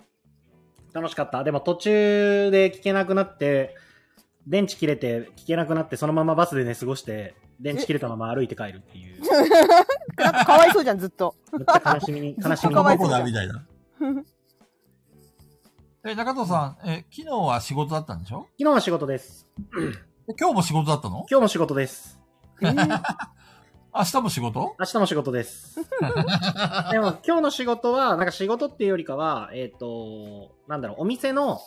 Speaker 5: 楽しかった。でも途中で聞けなくなって、電池切れて聞けなくなって、そのままバスでね、過ごして、電池切れたまま歩いて帰るっ ていう、
Speaker 3: なんかかわいそうじゃん、ずっと。
Speaker 5: めっちゃ悲しみに、悲しみ
Speaker 2: ど
Speaker 5: に
Speaker 3: わい
Speaker 2: こ
Speaker 3: そうじ
Speaker 2: こ
Speaker 3: ゃ
Speaker 2: だ
Speaker 3: ん
Speaker 2: みたいな。え、中藤さん、え、昨日は仕事だったんでしょ
Speaker 5: 昨日は仕事です。
Speaker 2: で今日も仕事だったの
Speaker 5: 今日も仕事です。
Speaker 2: 明日も仕事
Speaker 5: 明日も仕事です。でも今日の仕事は、なんか仕事っていうよりかは、えっ、と、なんだろう、お店の、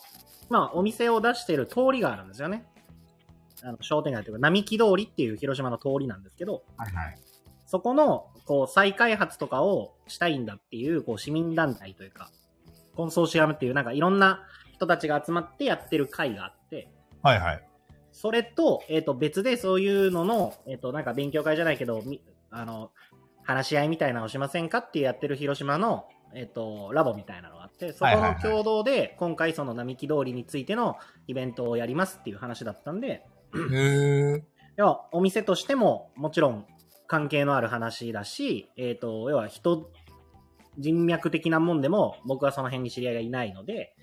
Speaker 5: まあお店を出している通りがあるんですよね。あの商店街というか、並木通りっていう広島の通りなんですけど、
Speaker 2: はいはい。
Speaker 5: そこの、こう、再開発とかをしたいんだっていう、こう、市民団体というか、コンソーシアムっていう、なんかいろんな人たちが集まってやってる会があって、
Speaker 2: はいはい。
Speaker 5: それと、えっ、と、別でそういうのの、えっ、と、なんか勉強会じゃないけど、みあの、話し合いみたいなのをしませんかってやってる広島の、えっ、と、ラボみたいなのがあって、そこ
Speaker 2: はいはい
Speaker 5: の
Speaker 2: はい
Speaker 5: 共同で、今回その並木通りについてのイベントをやりますっていう話だったんで、
Speaker 2: へえ。
Speaker 5: 要はお店としてももちろん関係のある話だし、えっと要は人人脈的なもんでも僕はその辺に知り合いがいないので、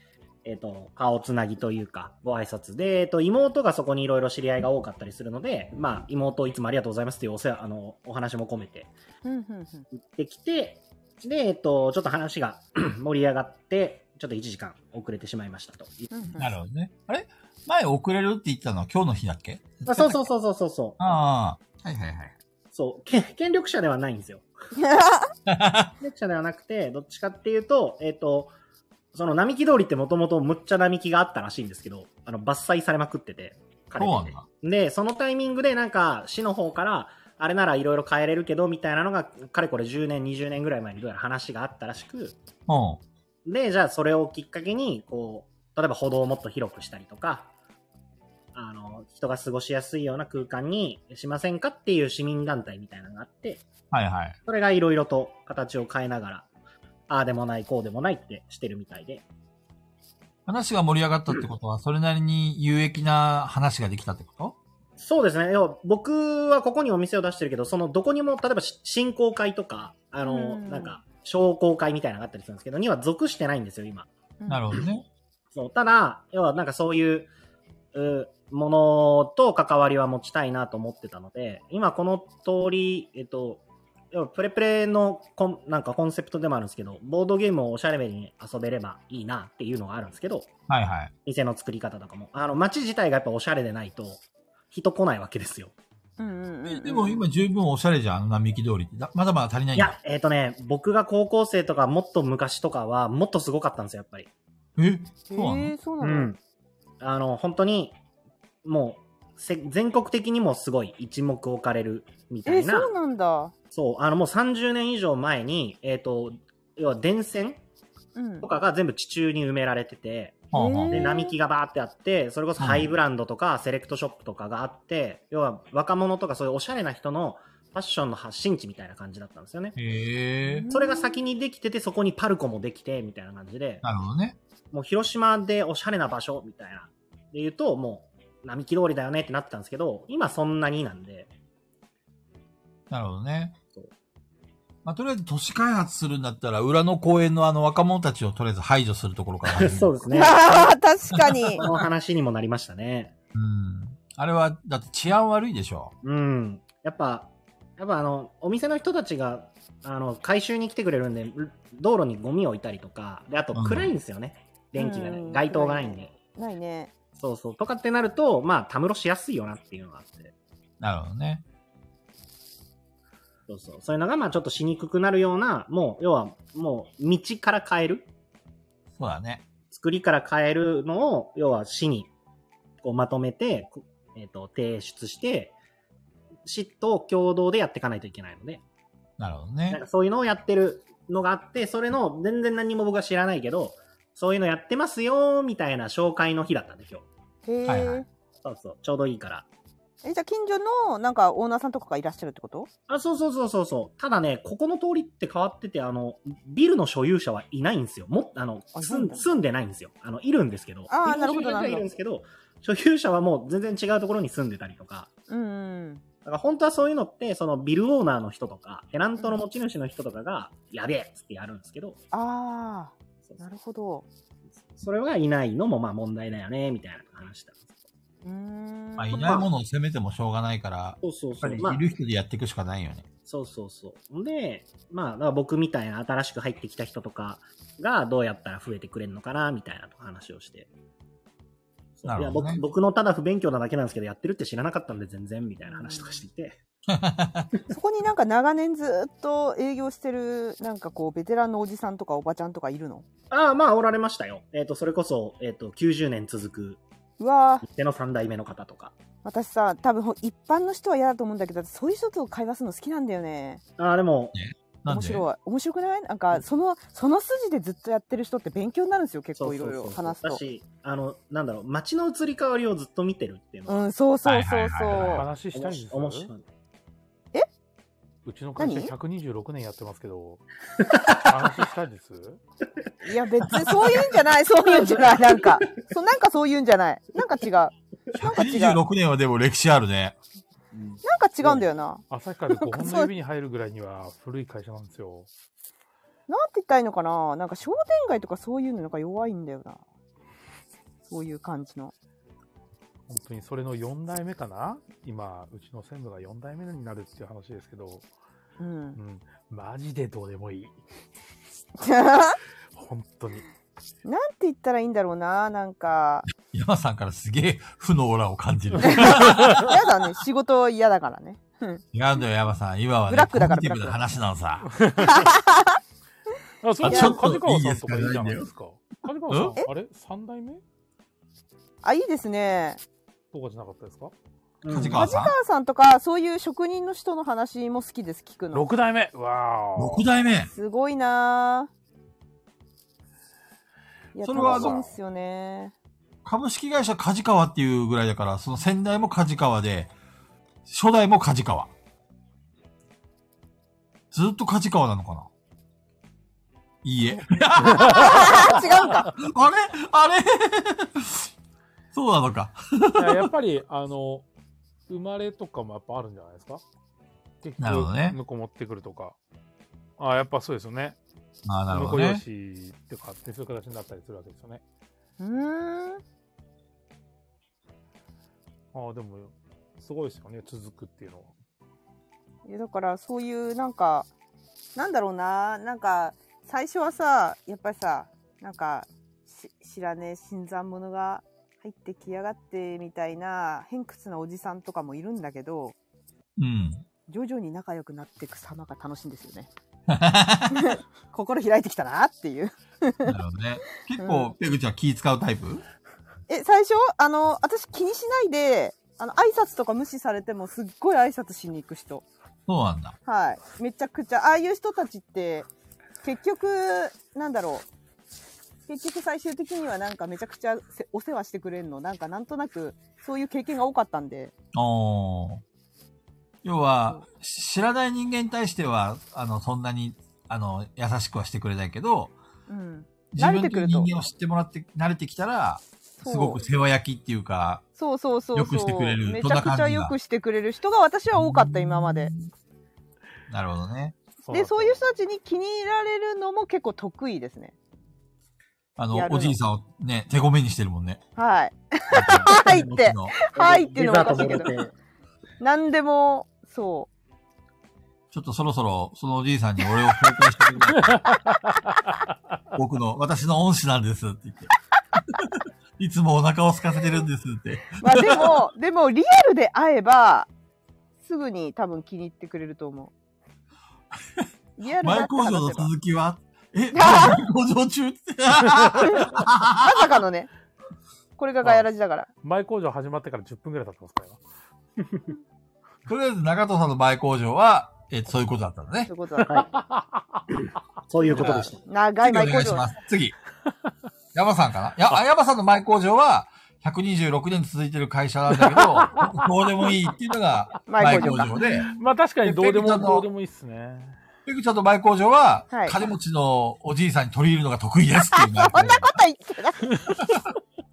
Speaker 5: えっと顔つなぎというかご挨拶で、えっと妹がそこにいろいろ知り合いが多かったりするので、まあ、妹いつもありがとうございますというお世話あのお話も込めて
Speaker 3: うんうんうん
Speaker 5: 行ってきてで、えっとちょっと話が 盛り上がってちょっと1時間遅れてしまいましたと。
Speaker 3: うんうん
Speaker 2: なるほどね。あれ前遅れるって言ってたのは今日の日だっけ
Speaker 5: あそうそうそうそうそうそう
Speaker 2: ああ。はいはいはい。
Speaker 5: そうけ権力者ではないんですよ。レクチャーではなくて、どっちかっていうと、えっ、と、その並木通りってもともとむっちゃ並木があったらしいんですけど、あの、伐採されまくってて、枯
Speaker 2: そう
Speaker 5: れ
Speaker 2: なん
Speaker 5: て
Speaker 2: だ。
Speaker 5: て。で、そのタイミングでなんか、市の方から、あれならいろいろ変えれるけど、みたいなのが、かれこれ10年、20年ぐらい前にどうやら話があったらしく、
Speaker 2: うん。
Speaker 5: で、じゃあそれをきっかけに、こう、例えば歩道をもっと広くしたりとか、あの、人が過ごしやすいような空間にしませんかっていう市民団体みたいなのがあって、
Speaker 2: はいはい。
Speaker 5: それがいろいろと形を変えながら、ああでもない、こうでもないってしてるみたいで。
Speaker 2: 話が盛り上がったってことは、それなりに有益な話ができたってこと
Speaker 5: そうですね。要は僕はここにお店を出してるけど、そのどこにも、例えばし振興会とか、あの、
Speaker 3: うん
Speaker 5: なんか、商工会みたいなのがあったりするんですけど、には属してないんですよ、今。
Speaker 2: なるほどね。
Speaker 5: そう。ただ、要はなんかそういう、うものと関わりは持ちたいなと思ってたので、今この通り、えっと、要はプレプレのコン、なんかコンセプトでもあるんですけど、ボードゲームをおしゃれめに遊べればいいなっていうのがあるんですけど、
Speaker 2: はいはい。
Speaker 5: 店の作り方とかも。あの、街自体がやっぱおしゃれでないと、人来ないわけですよ。
Speaker 3: うんうんうんう
Speaker 2: え
Speaker 3: ん
Speaker 2: でも今十分おしゃれじゃん、あの並木通りって。だまだまだ足りない
Speaker 5: い
Speaker 2: んだ
Speaker 5: や。、えっ、とね、僕が高校生とかもっと昔とかは、もっとすごかったんですよ、やっぱり。
Speaker 2: え
Speaker 3: え
Speaker 2: そうなの、
Speaker 3: ー、そうなの、。
Speaker 5: あの、本当に、もう、せ全国的にもすごい一目置かれるみ
Speaker 3: え
Speaker 5: たい
Speaker 3: ー
Speaker 5: な。
Speaker 3: そうなんだ。
Speaker 5: そう、あの、もう30年以上前に、えっ、と、要は電線
Speaker 3: うん
Speaker 5: と。かが全部地中に埋められてて、
Speaker 2: はあはあ
Speaker 3: へ
Speaker 5: で、
Speaker 3: ー
Speaker 5: 並木がバーってあって、それこそハイブランドとかセレクトショップとかがあって、要は若者とかそういうおしゃれな人のファッションの発信地みたいな感じだったんですよね。
Speaker 2: へえ。
Speaker 5: それが先にできてて、そこにパルコもできて、みたいな感じで、
Speaker 2: なるほどね。
Speaker 5: もう広島でおしゃれな場所、みたいな。で言うと、もう、並木通りだよねってなってたんですけど、今そんなになんで、
Speaker 2: なるほどね
Speaker 5: そう。
Speaker 2: まあ、とりあえず都市開発するんだったら、裏の公園のあの若者たちをとりあえず排除するところから始める。
Speaker 5: そう ですね。
Speaker 4: あー確かに
Speaker 5: こ。の話にもなりましたね。
Speaker 2: うん。あれは、だって治安悪いでしょ。
Speaker 5: うん。やっぱ、やっぱあの、お店の人たちが、あの、回収に来てくれるんで、う道路にゴミを置いたりとか、で、あと
Speaker 2: うん
Speaker 5: 暗いんですよね。電気が
Speaker 4: う
Speaker 5: ね
Speaker 4: ん、
Speaker 5: 街灯がないんで。
Speaker 4: ないね。
Speaker 5: そうそう。とかってなると、まあ、たむろしやすいよなっていうのがあって。
Speaker 2: なるほどね。
Speaker 5: そうそう。そういうのが、まあ、ちょっとしにくくなるような、もう、要は、もう、道から変える、
Speaker 2: そうだね。
Speaker 5: 作りから変えるのを、要は、市に、こう、まとめて、こえっ、と、提出して、市と共同でやっていかないといけないので、
Speaker 2: なるほど
Speaker 5: なん
Speaker 2: ね
Speaker 5: か。そういうのをやってるのがあって、それの、全然何も僕は知らないけど、そういうのやってますよ、みたいな紹介の日だったんで、今日。
Speaker 4: へえ、
Speaker 2: はいはい
Speaker 5: そうそう。ちょうどいいから。
Speaker 4: えじゃあ近所のなんかオーナーさんとかがいらっしゃるってこと
Speaker 5: あ、そうそうそうそうそう。ただね、ここの通りって変わってて、あの、ビルの所有者はいないんですよ。も、あの、
Speaker 4: あそう
Speaker 5: 住
Speaker 4: なん
Speaker 5: ん
Speaker 4: だ
Speaker 5: 住んでないんですよ。あの、いるんですけど。
Speaker 4: あー
Speaker 5: ビル
Speaker 4: な
Speaker 5: の所有者
Speaker 4: るほどなるほど
Speaker 5: はいるんですけど、所有者はもう全然違うところに住んでたりとか。
Speaker 4: うんうん。
Speaker 5: だから本当はそういうのって、そのビルオーナーの人とか、テナントの持ち主の人とかが、やべえっつってやるんですけど、
Speaker 4: あ
Speaker 5: そ
Speaker 4: あ、
Speaker 5: うそ
Speaker 4: な
Speaker 5: う
Speaker 4: るほど。
Speaker 5: それはいないのもまあ問題だよね、みたいな話だったんですけ
Speaker 4: うーん。
Speaker 2: まあ、いないものを責めてもしょうがないから、
Speaker 5: ど。そう
Speaker 2: や
Speaker 5: そう
Speaker 2: っ
Speaker 5: そう。
Speaker 2: ぱ
Speaker 5: ま
Speaker 2: りい、
Speaker 5: あ
Speaker 2: る人でやっていくしかないよね。
Speaker 5: そうそうそう。で、まあ、だから僕みたいな新しく入ってきた人とかがどうやったら増えてくれるのかな、みたいな話をして。そう
Speaker 2: なるほどね
Speaker 5: いや僕僕のただ不勉強なだけなんですけど、やってるって知らなかったんで全然、みたいな話とかしていて。
Speaker 4: そこになんか長年ずっと営業してるなんかこうベテランのおじさんとかおばちゃんとかいるの
Speaker 5: ああ、まあ、おられましたよ。えっ、と、それこそ、えっ、と、90年続く、
Speaker 4: うわー
Speaker 5: 手の3代目の方とか。
Speaker 4: 私さ多分一般の人は嫌だと思うんだけどそういう人と会話するの好きなんだよね
Speaker 5: ああ、でも、
Speaker 2: なん
Speaker 4: 面
Speaker 2: で
Speaker 4: 白い面白くないなんかそのその筋でずっとやってる人って勉強になるんですよ結
Speaker 5: そ
Speaker 4: 構
Speaker 5: う
Speaker 4: い
Speaker 5: そう
Speaker 4: ろい
Speaker 5: そう
Speaker 4: ろ
Speaker 5: そう
Speaker 4: 話すと
Speaker 5: だし、あの、なんだろう、街の移り変わりをずっと見てるっていうの
Speaker 4: う
Speaker 5: が、
Speaker 4: んそうそうそう
Speaker 2: はい
Speaker 4: そ
Speaker 2: はいはいは
Speaker 4: う
Speaker 1: 話したいんです
Speaker 5: 面白い。
Speaker 1: うちの会社
Speaker 4: 何
Speaker 1: 126年やってますけ ど、話したいです
Speaker 4: いや別にそういうんじゃないそういうんじゃないなんかそうなんかそういうんじゃないなんか違うなんか違うなんか
Speaker 2: ?26 年はでも歴史ある ね。
Speaker 5: うん
Speaker 4: 違うんだよな
Speaker 1: 朝から5
Speaker 4: なんか
Speaker 1: 本
Speaker 4: そう
Speaker 1: の指に入るぐらいには古い会社なんですよ。
Speaker 4: なんて言ったらいいのかななんか商店街とかそういうのなんか弱いんだよなそういう感じの
Speaker 1: 本当にそれの4代目かな今、うちの専務が4代目になるっていう話ですけど、
Speaker 4: う
Speaker 1: うんん、マジでどうでもいい。
Speaker 4: なん
Speaker 1: 本当に。
Speaker 4: て言ったらいいんだろうななんか
Speaker 2: 山さんからすげえ負のオーラを感 じる。
Speaker 4: 嫌だね仕事嫌だからね
Speaker 2: 違うんだよ、山さん。今はね、
Speaker 4: ブラックだか
Speaker 2: ポ
Speaker 4: ら
Speaker 2: ジティブな話なのさ。
Speaker 1: あ、そう
Speaker 4: い
Speaker 1: で
Speaker 4: や
Speaker 1: すよ。梶川さんとか
Speaker 2: い
Speaker 1: い
Speaker 2: い
Speaker 1: い
Speaker 2: です
Speaker 1: じ
Speaker 2: か
Speaker 1: ゃないですか。梶川さん、あれ ?3 代目
Speaker 4: あいいですね
Speaker 1: とかじゃなかったですか
Speaker 2: 梶川さん。
Speaker 4: お母さんとかそういう職人の人の話も好きです聞くの
Speaker 1: ?6 代目わーお
Speaker 2: 6代目。
Speaker 4: すごいなぁいや
Speaker 2: それはあ
Speaker 4: 楽
Speaker 2: の
Speaker 4: しいんですよね
Speaker 2: 株式会社梶川っていうぐらいだから、その先代も梶川で、初代も梶川。ずっと梶川なのかないい え。
Speaker 4: あ違うんか
Speaker 2: あれあれ そうなのか。
Speaker 1: いややっぱり、あの、生まれとかもやっぱあるんじゃないですか結
Speaker 2: なるほどね
Speaker 1: 向こう持ってくるとか。あやっぱそうですよね。
Speaker 2: ああ、なる
Speaker 1: 向
Speaker 2: ほ
Speaker 1: こ
Speaker 2: ど
Speaker 1: う用
Speaker 2: ね。
Speaker 1: 紙ってかってそういう形になったりするわけですよね。
Speaker 4: うーん
Speaker 1: ああ、でも、すごいですよね。続くっていうのは。
Speaker 4: いやだからそういうなんかなんだろうななんか最初はさやっぱりさなんかし知らねえ新参者が入ってきやがってみたいな偏屈なおじさんとかもいるんだけど
Speaker 2: うん。
Speaker 4: 徐々に仲良くなっていく様が楽しいんですよね心開いてきたなっていう
Speaker 2: なるほど ね。結構、ペグちゃん気使うタイプ
Speaker 4: え最初あの私気にしないであの挨拶とか無視されてもすっごい挨拶しに行く人
Speaker 2: そうなんだ。
Speaker 4: はい。めちゃくちゃ、ああいう人たちって、結局、なんだろう。結局最終的にはなんかめちゃくちゃせお世話してくれるの。なんかなんとなく、そういう経験が多かったんで。
Speaker 2: おー要は、し知らない人間に対しては、あの、そんなに、あの、優しくはしてくれないけど、
Speaker 4: うん。
Speaker 2: 自
Speaker 4: 慣れ
Speaker 2: 分
Speaker 4: て
Speaker 2: と
Speaker 4: く
Speaker 2: いう
Speaker 4: ると
Speaker 2: 人間を知ってもらって、慣れてきたら、
Speaker 4: そう
Speaker 2: すごく世話焼きっていうか、
Speaker 4: そうそうそうそう。
Speaker 2: よくしてくれる
Speaker 4: め
Speaker 2: どん
Speaker 4: ちゃ
Speaker 2: な
Speaker 4: く
Speaker 2: 感じ
Speaker 4: ち
Speaker 2: が
Speaker 4: ゃよくしてくれる人が私は多かった、今まで。
Speaker 2: なるほどね。
Speaker 4: で、そういう人たちに気に入られるのも結構得意ですね。
Speaker 2: あの
Speaker 4: や、るの
Speaker 2: おじいさんをね、手ごめにしてるもん ね。
Speaker 4: はい。
Speaker 2: 入
Speaker 4: って。はいっていうのもおかしいけど
Speaker 5: デザートもろて
Speaker 4: 何でも、そ
Speaker 2: ちょっとそろそろ、そのおじいさんに俺を紹介してくれない僕の、私の恩師なんですって言って。いつもお腹を空かせてるんですって。
Speaker 4: う。まあでも、でもリアルで会えば、すぐに多分気に入ってくれると思う。リアルだ
Speaker 2: 前
Speaker 4: って
Speaker 2: 工場の
Speaker 4: 話せば。
Speaker 2: 続きはえ、前工場中って。
Speaker 4: まさかのね。これがガヤラジだから。
Speaker 1: 前工場始まってから10分ぐらい経ってますから。
Speaker 2: とりあえず中藤さんの前工場は、えそういうことだったのね
Speaker 4: そうい。うことだ。
Speaker 5: そういうことでした。
Speaker 4: 長い
Speaker 2: 次お
Speaker 4: 前工
Speaker 2: 願いし
Speaker 4: 場
Speaker 2: ま。す。次。山さんかなや、あ山さんの前工場は、126年続いてる会社なんだけど、どうでもいいっていうのが前
Speaker 4: 前
Speaker 2: 工
Speaker 4: 工場か
Speaker 2: 場で、
Speaker 1: まあ確かにどうで
Speaker 2: ペグちゃ
Speaker 1: も、
Speaker 2: んの
Speaker 1: どうでもいいっすね。
Speaker 2: ペグちゃんの前工場は、
Speaker 4: はい
Speaker 2: 金持ちのおじいさんに取り入るのが得意です っていうのが。で、
Speaker 4: また言ってない。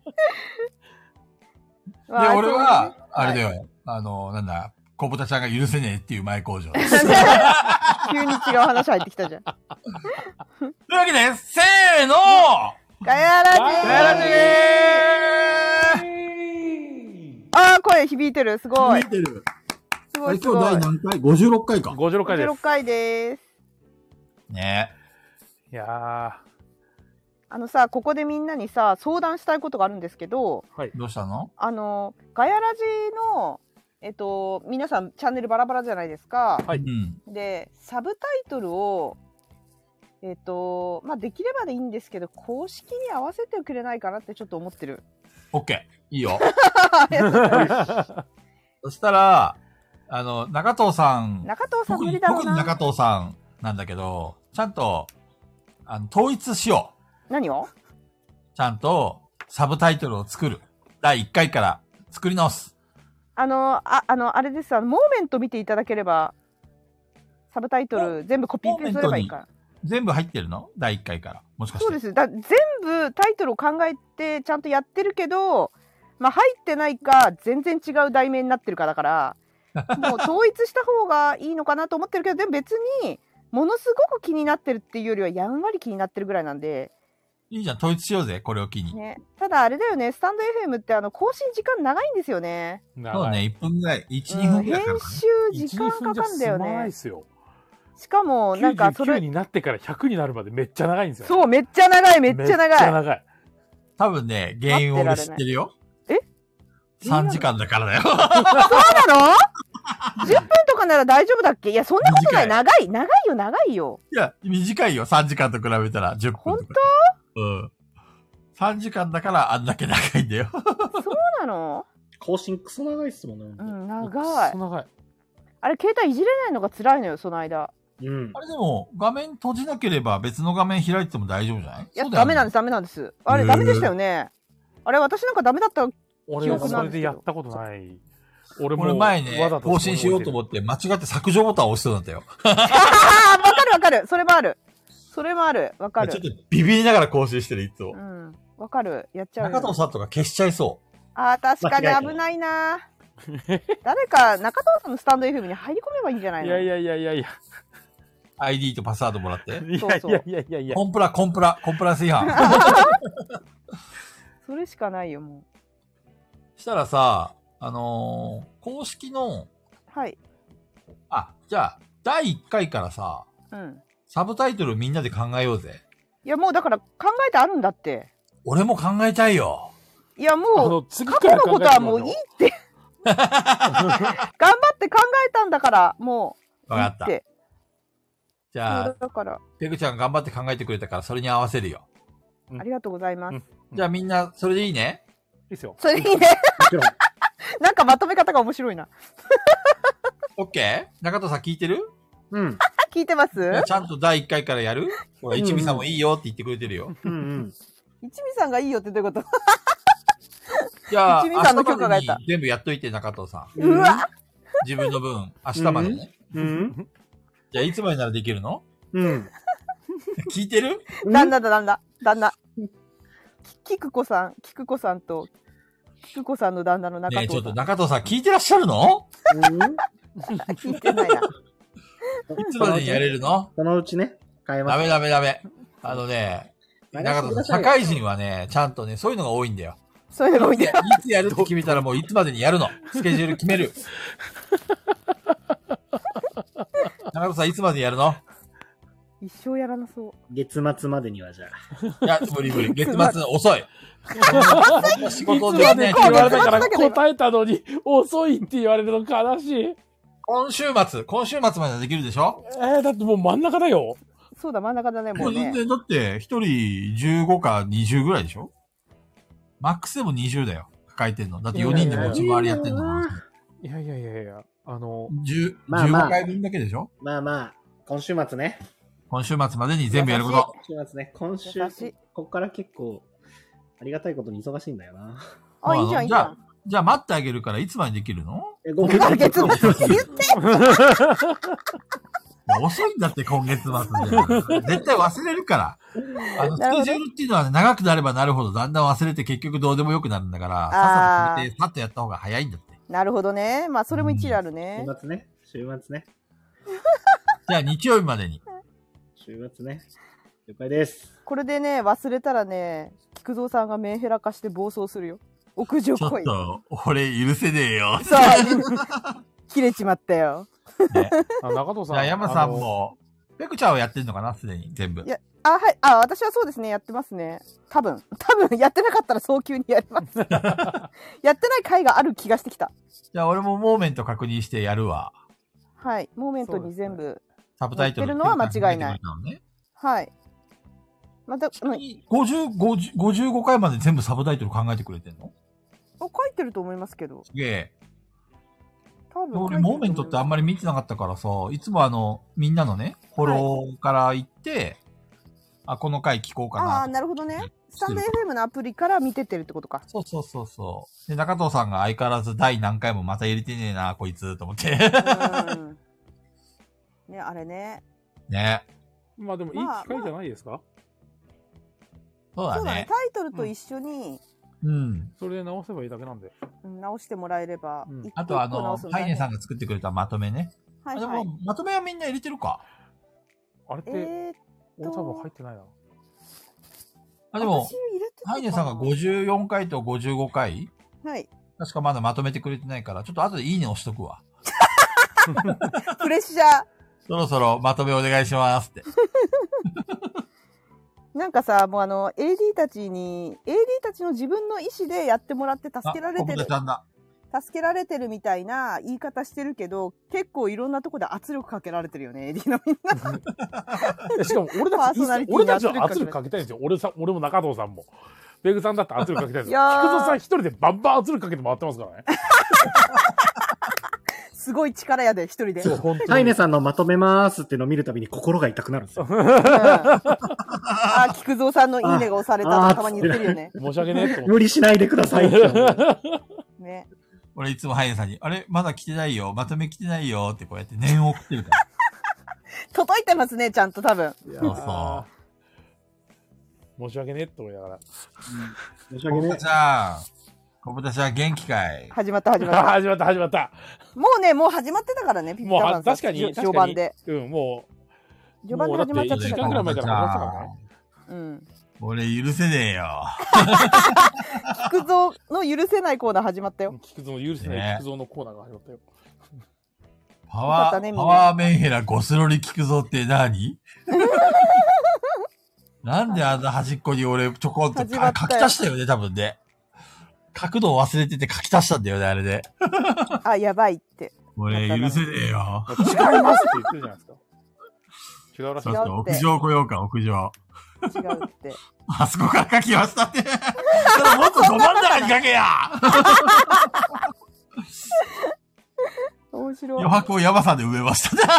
Speaker 4: まあ
Speaker 2: 俺は、あれだよ、あの、なんだ、小豚ちゃんが許せねえっていう前 工場です。とい
Speaker 4: 急に違う話入ってきたじゃん。
Speaker 2: うわけで、せーの
Speaker 4: ガヤラジー
Speaker 1: ガヤラジ
Speaker 4: あー、声響いてる。すごい。
Speaker 6: てる。
Speaker 4: す
Speaker 6: あ
Speaker 4: ご
Speaker 6: れ
Speaker 4: い、す
Speaker 6: 今日
Speaker 4: ご
Speaker 6: 第。
Speaker 4: い
Speaker 6: 何回 ?56 回か。
Speaker 1: 56回です
Speaker 4: 56。回です。
Speaker 2: ね
Speaker 1: いや
Speaker 4: あのさ、ここでみんなにさ、相談したいことがあるんですけど、
Speaker 2: え、どうしたの
Speaker 4: あの、ガヤラジの、えっと、皆さんチャンネルバラバラじゃないですか。
Speaker 1: はい
Speaker 2: うん。
Speaker 4: で、サブタイトルを、えっと、まあ、できればでいいんですけど、公式に合わせてくれないかなってちょっと思ってる。
Speaker 2: オッケー。いいよ。
Speaker 1: ー。
Speaker 2: そしたら、あの、中藤さん、
Speaker 4: 中藤さん
Speaker 2: 特
Speaker 4: 無
Speaker 2: に
Speaker 4: 理だろ
Speaker 2: 特
Speaker 4: う
Speaker 2: に
Speaker 4: な。
Speaker 2: 中藤さんなんだけど、ちゃんと、あの、統一しよう。
Speaker 4: 何を
Speaker 2: ちゃんと、サブタイトルを作る。第1回から作り直す。
Speaker 4: あの、あ、あの、あれです。あの、モーメント見ていただければ、サブタイトル全部コピーペーストすればいいから。
Speaker 2: 全部入ってるの第1回から。もしかして。
Speaker 4: そうです。だ全部タイトルを考えてちゃんとやってるけど、まあ、入ってないか全然違う題名になってるかだから、もう統一した方がいいのかなと思ってるけど、でも別に、ものすごく気になってるっていうよりはやんわり気になってるぐらいなんで、
Speaker 2: いいじゃん、統一しようぜ、これを機に。
Speaker 4: ね、ただあれだよねスタンド FM ってあの更新時間長いんですよね
Speaker 2: そうね、1分ぐらい、1、2
Speaker 4: うん
Speaker 2: 分ぐ
Speaker 4: 編
Speaker 2: らいかかるか
Speaker 4: 集時間かかるんだ
Speaker 1: 1
Speaker 4: よ
Speaker 1: 2分じゃ済まない
Speaker 4: ね
Speaker 1: ですよ。
Speaker 4: しかもなんかそ
Speaker 1: 99
Speaker 4: れ
Speaker 1: になってから100になるまでめっちゃ長いんですよ。
Speaker 4: そう、めっちゃ長い、めっちゃ
Speaker 1: めっちゃ
Speaker 4: 長い。
Speaker 1: 長い。
Speaker 2: な。多分ね、原因を俺知ってるよ。
Speaker 4: 待ってられないえ
Speaker 2: ?3 時間だからだよ。
Speaker 4: そうなの ?10 分とかなら大丈夫だっけいや、そんなことない。
Speaker 2: 短
Speaker 4: 長い、長いよ、長いよ。
Speaker 2: いや、短いよ、3時間と比べたら、10分とか。うん。3時間だからあんだけ長いんだ よ。
Speaker 4: そうなの
Speaker 5: 更新クソ長いっすもんね。
Speaker 4: うん、
Speaker 1: く
Speaker 4: 長
Speaker 1: っ
Speaker 4: い
Speaker 1: そ。長い。
Speaker 4: あれ、携帯いじれないのが辛いのよ、その間。
Speaker 5: うん
Speaker 2: あ。れでも、画面閉じなければ別の画面開いてても大丈夫じゃない
Speaker 4: いや、
Speaker 2: そうだよ
Speaker 4: ダ
Speaker 2: ね
Speaker 4: メなんです、ダメなんです。あ
Speaker 2: へ
Speaker 4: れ、
Speaker 2: ー
Speaker 4: ダメでしたよね。あれ、私なんかダメだった。
Speaker 1: 俺
Speaker 4: 記
Speaker 1: は
Speaker 4: 憶
Speaker 1: そ
Speaker 4: なん
Speaker 1: れ
Speaker 4: ですけど
Speaker 1: でやったことない。俺
Speaker 2: 俺
Speaker 1: も
Speaker 2: 前ね
Speaker 1: わざ、と
Speaker 2: 更新しようと思って、間違って削除ボタンを押しそうだったよ。
Speaker 4: ああ、わかるわかる。それもある。それもある。わか
Speaker 2: ちょ
Speaker 4: る
Speaker 2: っ。とビビりながら更新してる、いつも
Speaker 4: う。ん。わかる。やっちゃう
Speaker 2: 中
Speaker 4: よ。
Speaker 2: 藤さんとか消しちゃいそ
Speaker 4: ああ、確か
Speaker 5: 間違え
Speaker 4: に
Speaker 5: た
Speaker 4: 危ないな。誰か中藤さんのスタンド FM に入り込めばいいんじゃない
Speaker 1: い
Speaker 4: の
Speaker 1: や いやいやいやいや。
Speaker 2: う。ID とパスワードもらって。
Speaker 1: い
Speaker 4: そう
Speaker 1: やい
Speaker 4: そう
Speaker 1: やいやいやいや。
Speaker 2: コンプラ、コンプラ、コ ンプライアンス違 反。
Speaker 4: それしかないよ、もう。
Speaker 2: したらさ、あのー公式の、
Speaker 4: はい。
Speaker 2: あ、じゃあ、第1回からさ、
Speaker 4: うん。
Speaker 2: サブタイトルみんなで考えようぜ。
Speaker 4: いや、もうだから考えてあるんだって。
Speaker 2: 俺も考えたいよ。
Speaker 4: いや、
Speaker 1: あ
Speaker 4: もう、
Speaker 1: の、次
Speaker 4: 過
Speaker 1: か
Speaker 4: 去
Speaker 1: ら
Speaker 4: のことはもういいって。頑張って考えたんだから、もう。
Speaker 2: わかった
Speaker 4: いいて
Speaker 2: じ
Speaker 4: も
Speaker 2: ゃあ
Speaker 4: う、だから、
Speaker 2: ペグちゃん頑張って考えてくれたから、それに合わせるよ。
Speaker 1: うん
Speaker 4: ありがとうございます。
Speaker 1: うん
Speaker 2: じゃあみんな、それでいいね。
Speaker 1: ですよ。
Speaker 4: それいいね。 なんかまとめ方が面白いな。
Speaker 2: オッケー中藤さん聞いてる
Speaker 5: うん。
Speaker 4: あ聞いてます
Speaker 2: いやちゃんと第1回からやるほら、
Speaker 5: うんうん
Speaker 2: 一味さんもいいよって言ってくれてるよ。
Speaker 5: うんうん。
Speaker 4: 一味さんがいいよってどういうこと
Speaker 2: じゃあ、
Speaker 4: 一味さんの許可が
Speaker 2: 明
Speaker 4: 得
Speaker 2: 日
Speaker 4: た
Speaker 2: までに全部やっといて、中藤さん。
Speaker 4: うわ
Speaker 2: 自分の分、明日までね。
Speaker 5: うん。
Speaker 2: じゃあ、いつまでならで きるの
Speaker 5: うん。
Speaker 2: 聞いてる
Speaker 4: 旦那だ、旦那。旦那。きくこさん、きくこさんと、きくこさんの旦那の中
Speaker 2: ねえ、
Speaker 4: 藤
Speaker 2: ち
Speaker 4: さ
Speaker 2: ょ
Speaker 4: ん
Speaker 2: っと中藤さん聞いてらっしゃるの
Speaker 4: 聞いてないな。
Speaker 2: いつまでにやれるの
Speaker 5: そのうちね、変えま
Speaker 2: ダ
Speaker 5: す。
Speaker 2: メダメダメ。あのね、中藤さん、社会人はね、ちゃんとね、そういうのが多いんだよ。
Speaker 4: そういうのが多いんだ
Speaker 2: い
Speaker 4: よ。
Speaker 2: つやるって決めたらもういつまでにや るの。スケジュール決める。中藤さん、いつまでにやるの
Speaker 4: 一生やらなそう。
Speaker 5: 月末までにはじゃあ。
Speaker 2: いや、無理無理。月末遅い。 仕事
Speaker 1: いつ
Speaker 2: で
Speaker 1: ま
Speaker 2: ね
Speaker 1: でって、言われ
Speaker 4: た
Speaker 1: た
Speaker 4: か
Speaker 1: からら答えたのに、遅いって言われるの悲しい。
Speaker 2: 今週末、今週末まではできるでしょ
Speaker 1: えー、だってもう真ん中だよ。
Speaker 4: そうだ、真ん中だね、もう
Speaker 2: 全
Speaker 4: ね。
Speaker 2: 然、だって、一人15か20ぐらいでしょマックスでも20だよ。抱えてんの。だって4人で持ち回りやってんの。
Speaker 1: いやいやいやいや、あの、
Speaker 2: 10
Speaker 5: まあまあ
Speaker 2: 15回分だけでしょ
Speaker 5: まあまあ、今週末ね。
Speaker 2: 今週末までに全部やること。
Speaker 5: 今週末ね。今週
Speaker 4: 優しい、
Speaker 5: こっから結構、ありがたいことに忙しいんだ よな。
Speaker 4: あ、いいじゃん、いいじゃ
Speaker 2: まあ
Speaker 4: ん。
Speaker 2: じゃあ待ってあげるから、いつまでにできるの
Speaker 5: え、ごめん。
Speaker 4: あ、月末 って言って
Speaker 2: もう遅いんだって、今月末で。絶対忘れるから。あの、
Speaker 4: なるほ
Speaker 2: スケ
Speaker 4: ど
Speaker 2: ジュールっていうのはね、長くなればなるほど、だんだん忘れて結局どうでもよくなるんだから、さっさと決めて、さっとやった方が早いんだって。
Speaker 4: なるほどね。まあ、それも一理あるね
Speaker 5: 週。末ね。週末ね。
Speaker 2: じゃあ日曜日までに。
Speaker 5: 週末ね。了解です。
Speaker 4: これでね、忘れたらね、菊蔵さんがメンヘラ化して暴走するよ。屋上
Speaker 2: ちょ
Speaker 4: 来
Speaker 2: っ
Speaker 4: い。
Speaker 2: と、俺許せねえよ。
Speaker 4: そう。 切れちまったよ。
Speaker 2: ね、
Speaker 1: あ中藤
Speaker 2: じ
Speaker 1: さ
Speaker 2: ゃ
Speaker 1: ん。
Speaker 2: あ山さん
Speaker 1: あの。
Speaker 2: も、ペクチャーをやってんのかな、すでに、全部
Speaker 4: い。や、あ、はい。あ、私はそうですね。やってますね。多分。多分、やってなかったら早急にやり ます。やってない回がある気がしてきた。
Speaker 2: じゃあ俺もモーメント確認してやるわ。
Speaker 4: はい。モーメントに全部。
Speaker 2: サブタイトル。
Speaker 4: やってるのは間違いない
Speaker 2: ペクチャーに書てくれたのね
Speaker 4: はい。また、うん、
Speaker 2: 50 50 55回まで全部サブタイトル考えてくれてんの
Speaker 4: 書いてると思いますけど。
Speaker 2: すげえ。
Speaker 4: 多分。
Speaker 2: 俺、モーメントってあんまり見てなかったからさ、いつもあの、みんなのね、フォローから行って、あ、この回聞こうか
Speaker 4: ああー、
Speaker 2: な。
Speaker 4: なるほどね。スタンド FM のアプリから見ててるってことか。
Speaker 2: そうそうそうそう。で、中藤さんが相変わらず第何回もまた入れてねえな、こいつ、と思って。
Speaker 4: うんね、あれね。
Speaker 2: ね。
Speaker 1: まあでもいい機会じゃないですか、
Speaker 2: そう
Speaker 4: そ
Speaker 2: だ
Speaker 4: うだね
Speaker 2: ね。。
Speaker 4: タイトルと一緒に
Speaker 2: うん。
Speaker 1: それで直せばいいだけなんで。
Speaker 4: うん直してもらえれば
Speaker 1: うん。
Speaker 2: あとあの、ハイネさ
Speaker 4: ん。
Speaker 2: んが作ってくれたまとめね。
Speaker 4: はい
Speaker 2: で
Speaker 4: は
Speaker 2: も
Speaker 4: い。、
Speaker 2: まとめはみんな入れてるか。
Speaker 1: あれって、
Speaker 4: えー、
Speaker 1: 俺多分入ってないな。
Speaker 2: あ、でも
Speaker 4: 私、入れてたかな
Speaker 2: ハイネさんが54回と55回
Speaker 4: はい。
Speaker 2: 確かまだまとめてくれてないから、ちょっと後でいいね押しとくわ。
Speaker 4: プレッシャ
Speaker 2: そろそろまとめお願いしますって。
Speaker 4: ー。なんかさ、もうあの、AD たちに、AD たちの自分の意思でやってもらって助けられ
Speaker 2: あこ
Speaker 4: て
Speaker 2: こで
Speaker 4: る
Speaker 2: ち、ゃんだ。
Speaker 4: 助けられてるみたいな言い方してるけど、結構いろんなとこで圧力かけられてるよね、AD のみんな。
Speaker 1: えしかも俺
Speaker 4: パ
Speaker 1: た
Speaker 4: ー
Speaker 1: ち、
Speaker 4: ソナリティに
Speaker 1: 俺たちは圧力かけたいんですよ。俺さ、俺も中藤さんも。ベグさんだって圧力かけたいんです
Speaker 4: い
Speaker 1: よ。
Speaker 4: やー
Speaker 1: 菊蔵さん一人でバンバン圧力かけて回ってますからね。
Speaker 4: すごい力やで、一人で。
Speaker 1: そう、本当
Speaker 5: タイ
Speaker 1: に
Speaker 5: ネ。さんのまとめますっていうのを見るたびに心が痛くなるんですよ。
Speaker 4: うんあ、菊蔵さんのいいねが押されたと
Speaker 5: あ
Speaker 4: か
Speaker 5: あ
Speaker 4: たまに言ってるよね。
Speaker 1: 申し訳ねえと思っ
Speaker 5: 無理しないでくださいって思う。
Speaker 4: ね。
Speaker 2: 俺いつもハイネさんに、あれまだ来てないよ。まとめ来てないよ。ってこうやって念を送ってるから。
Speaker 4: 届いてますね、ちゃんと多分。
Speaker 1: て。いや
Speaker 2: そう
Speaker 1: ー
Speaker 2: そ
Speaker 1: 申し訳ねえと思いながら。
Speaker 5: 申し
Speaker 2: う。小
Speaker 5: 訳ね
Speaker 2: 豚ちゃん。小豚ちゃん元気かい
Speaker 4: 始まった、始まっ
Speaker 1: あ始まった、始まった。
Speaker 4: た。もうね、もう始まってたからね、ピピ
Speaker 1: もう
Speaker 4: タ
Speaker 1: は
Speaker 4: パンさん。
Speaker 1: 確かに、
Speaker 4: 序
Speaker 1: 確
Speaker 4: 序
Speaker 1: か
Speaker 4: 盤
Speaker 1: に
Speaker 4: で。。
Speaker 1: うん、もう。
Speaker 4: 序盤で始まっちゃって
Speaker 1: 時
Speaker 4: た
Speaker 1: 間
Speaker 4: か
Speaker 1: ぐら
Speaker 4: ら
Speaker 1: い。前から話したからね。
Speaker 4: うん。
Speaker 2: 俺許せねえよ。
Speaker 4: 菊蔵の許せないコーナー始まった よ。
Speaker 1: 菊蔵の許せない
Speaker 2: ね
Speaker 1: 菊蔵のコーナーが始まったよ。
Speaker 2: パ
Speaker 4: よかっ
Speaker 2: ワ
Speaker 4: た
Speaker 2: ー、
Speaker 4: ねみん
Speaker 2: パ
Speaker 4: な
Speaker 2: ワーメンヘラゴスロリ聞くぞって 何なんであんな端っこに俺ちょこんと
Speaker 4: 始ま
Speaker 2: あ
Speaker 4: ったよ
Speaker 2: 書き足したよね、多分ね。角度を忘れてて書き足したんだよね、あれで。
Speaker 4: あ、やばいって。
Speaker 2: 俺許せねえよ。
Speaker 1: 違いますって言ってるじゃないですか。違うらし
Speaker 2: ち
Speaker 1: い
Speaker 2: ょ
Speaker 1: です。
Speaker 2: っと屋上来ようか、屋上。
Speaker 4: 違うって。
Speaker 2: あそこから書きましたって。 それもっとど真ん中に書けや
Speaker 4: 面白い
Speaker 2: 余。白を山さんで埋めましたね。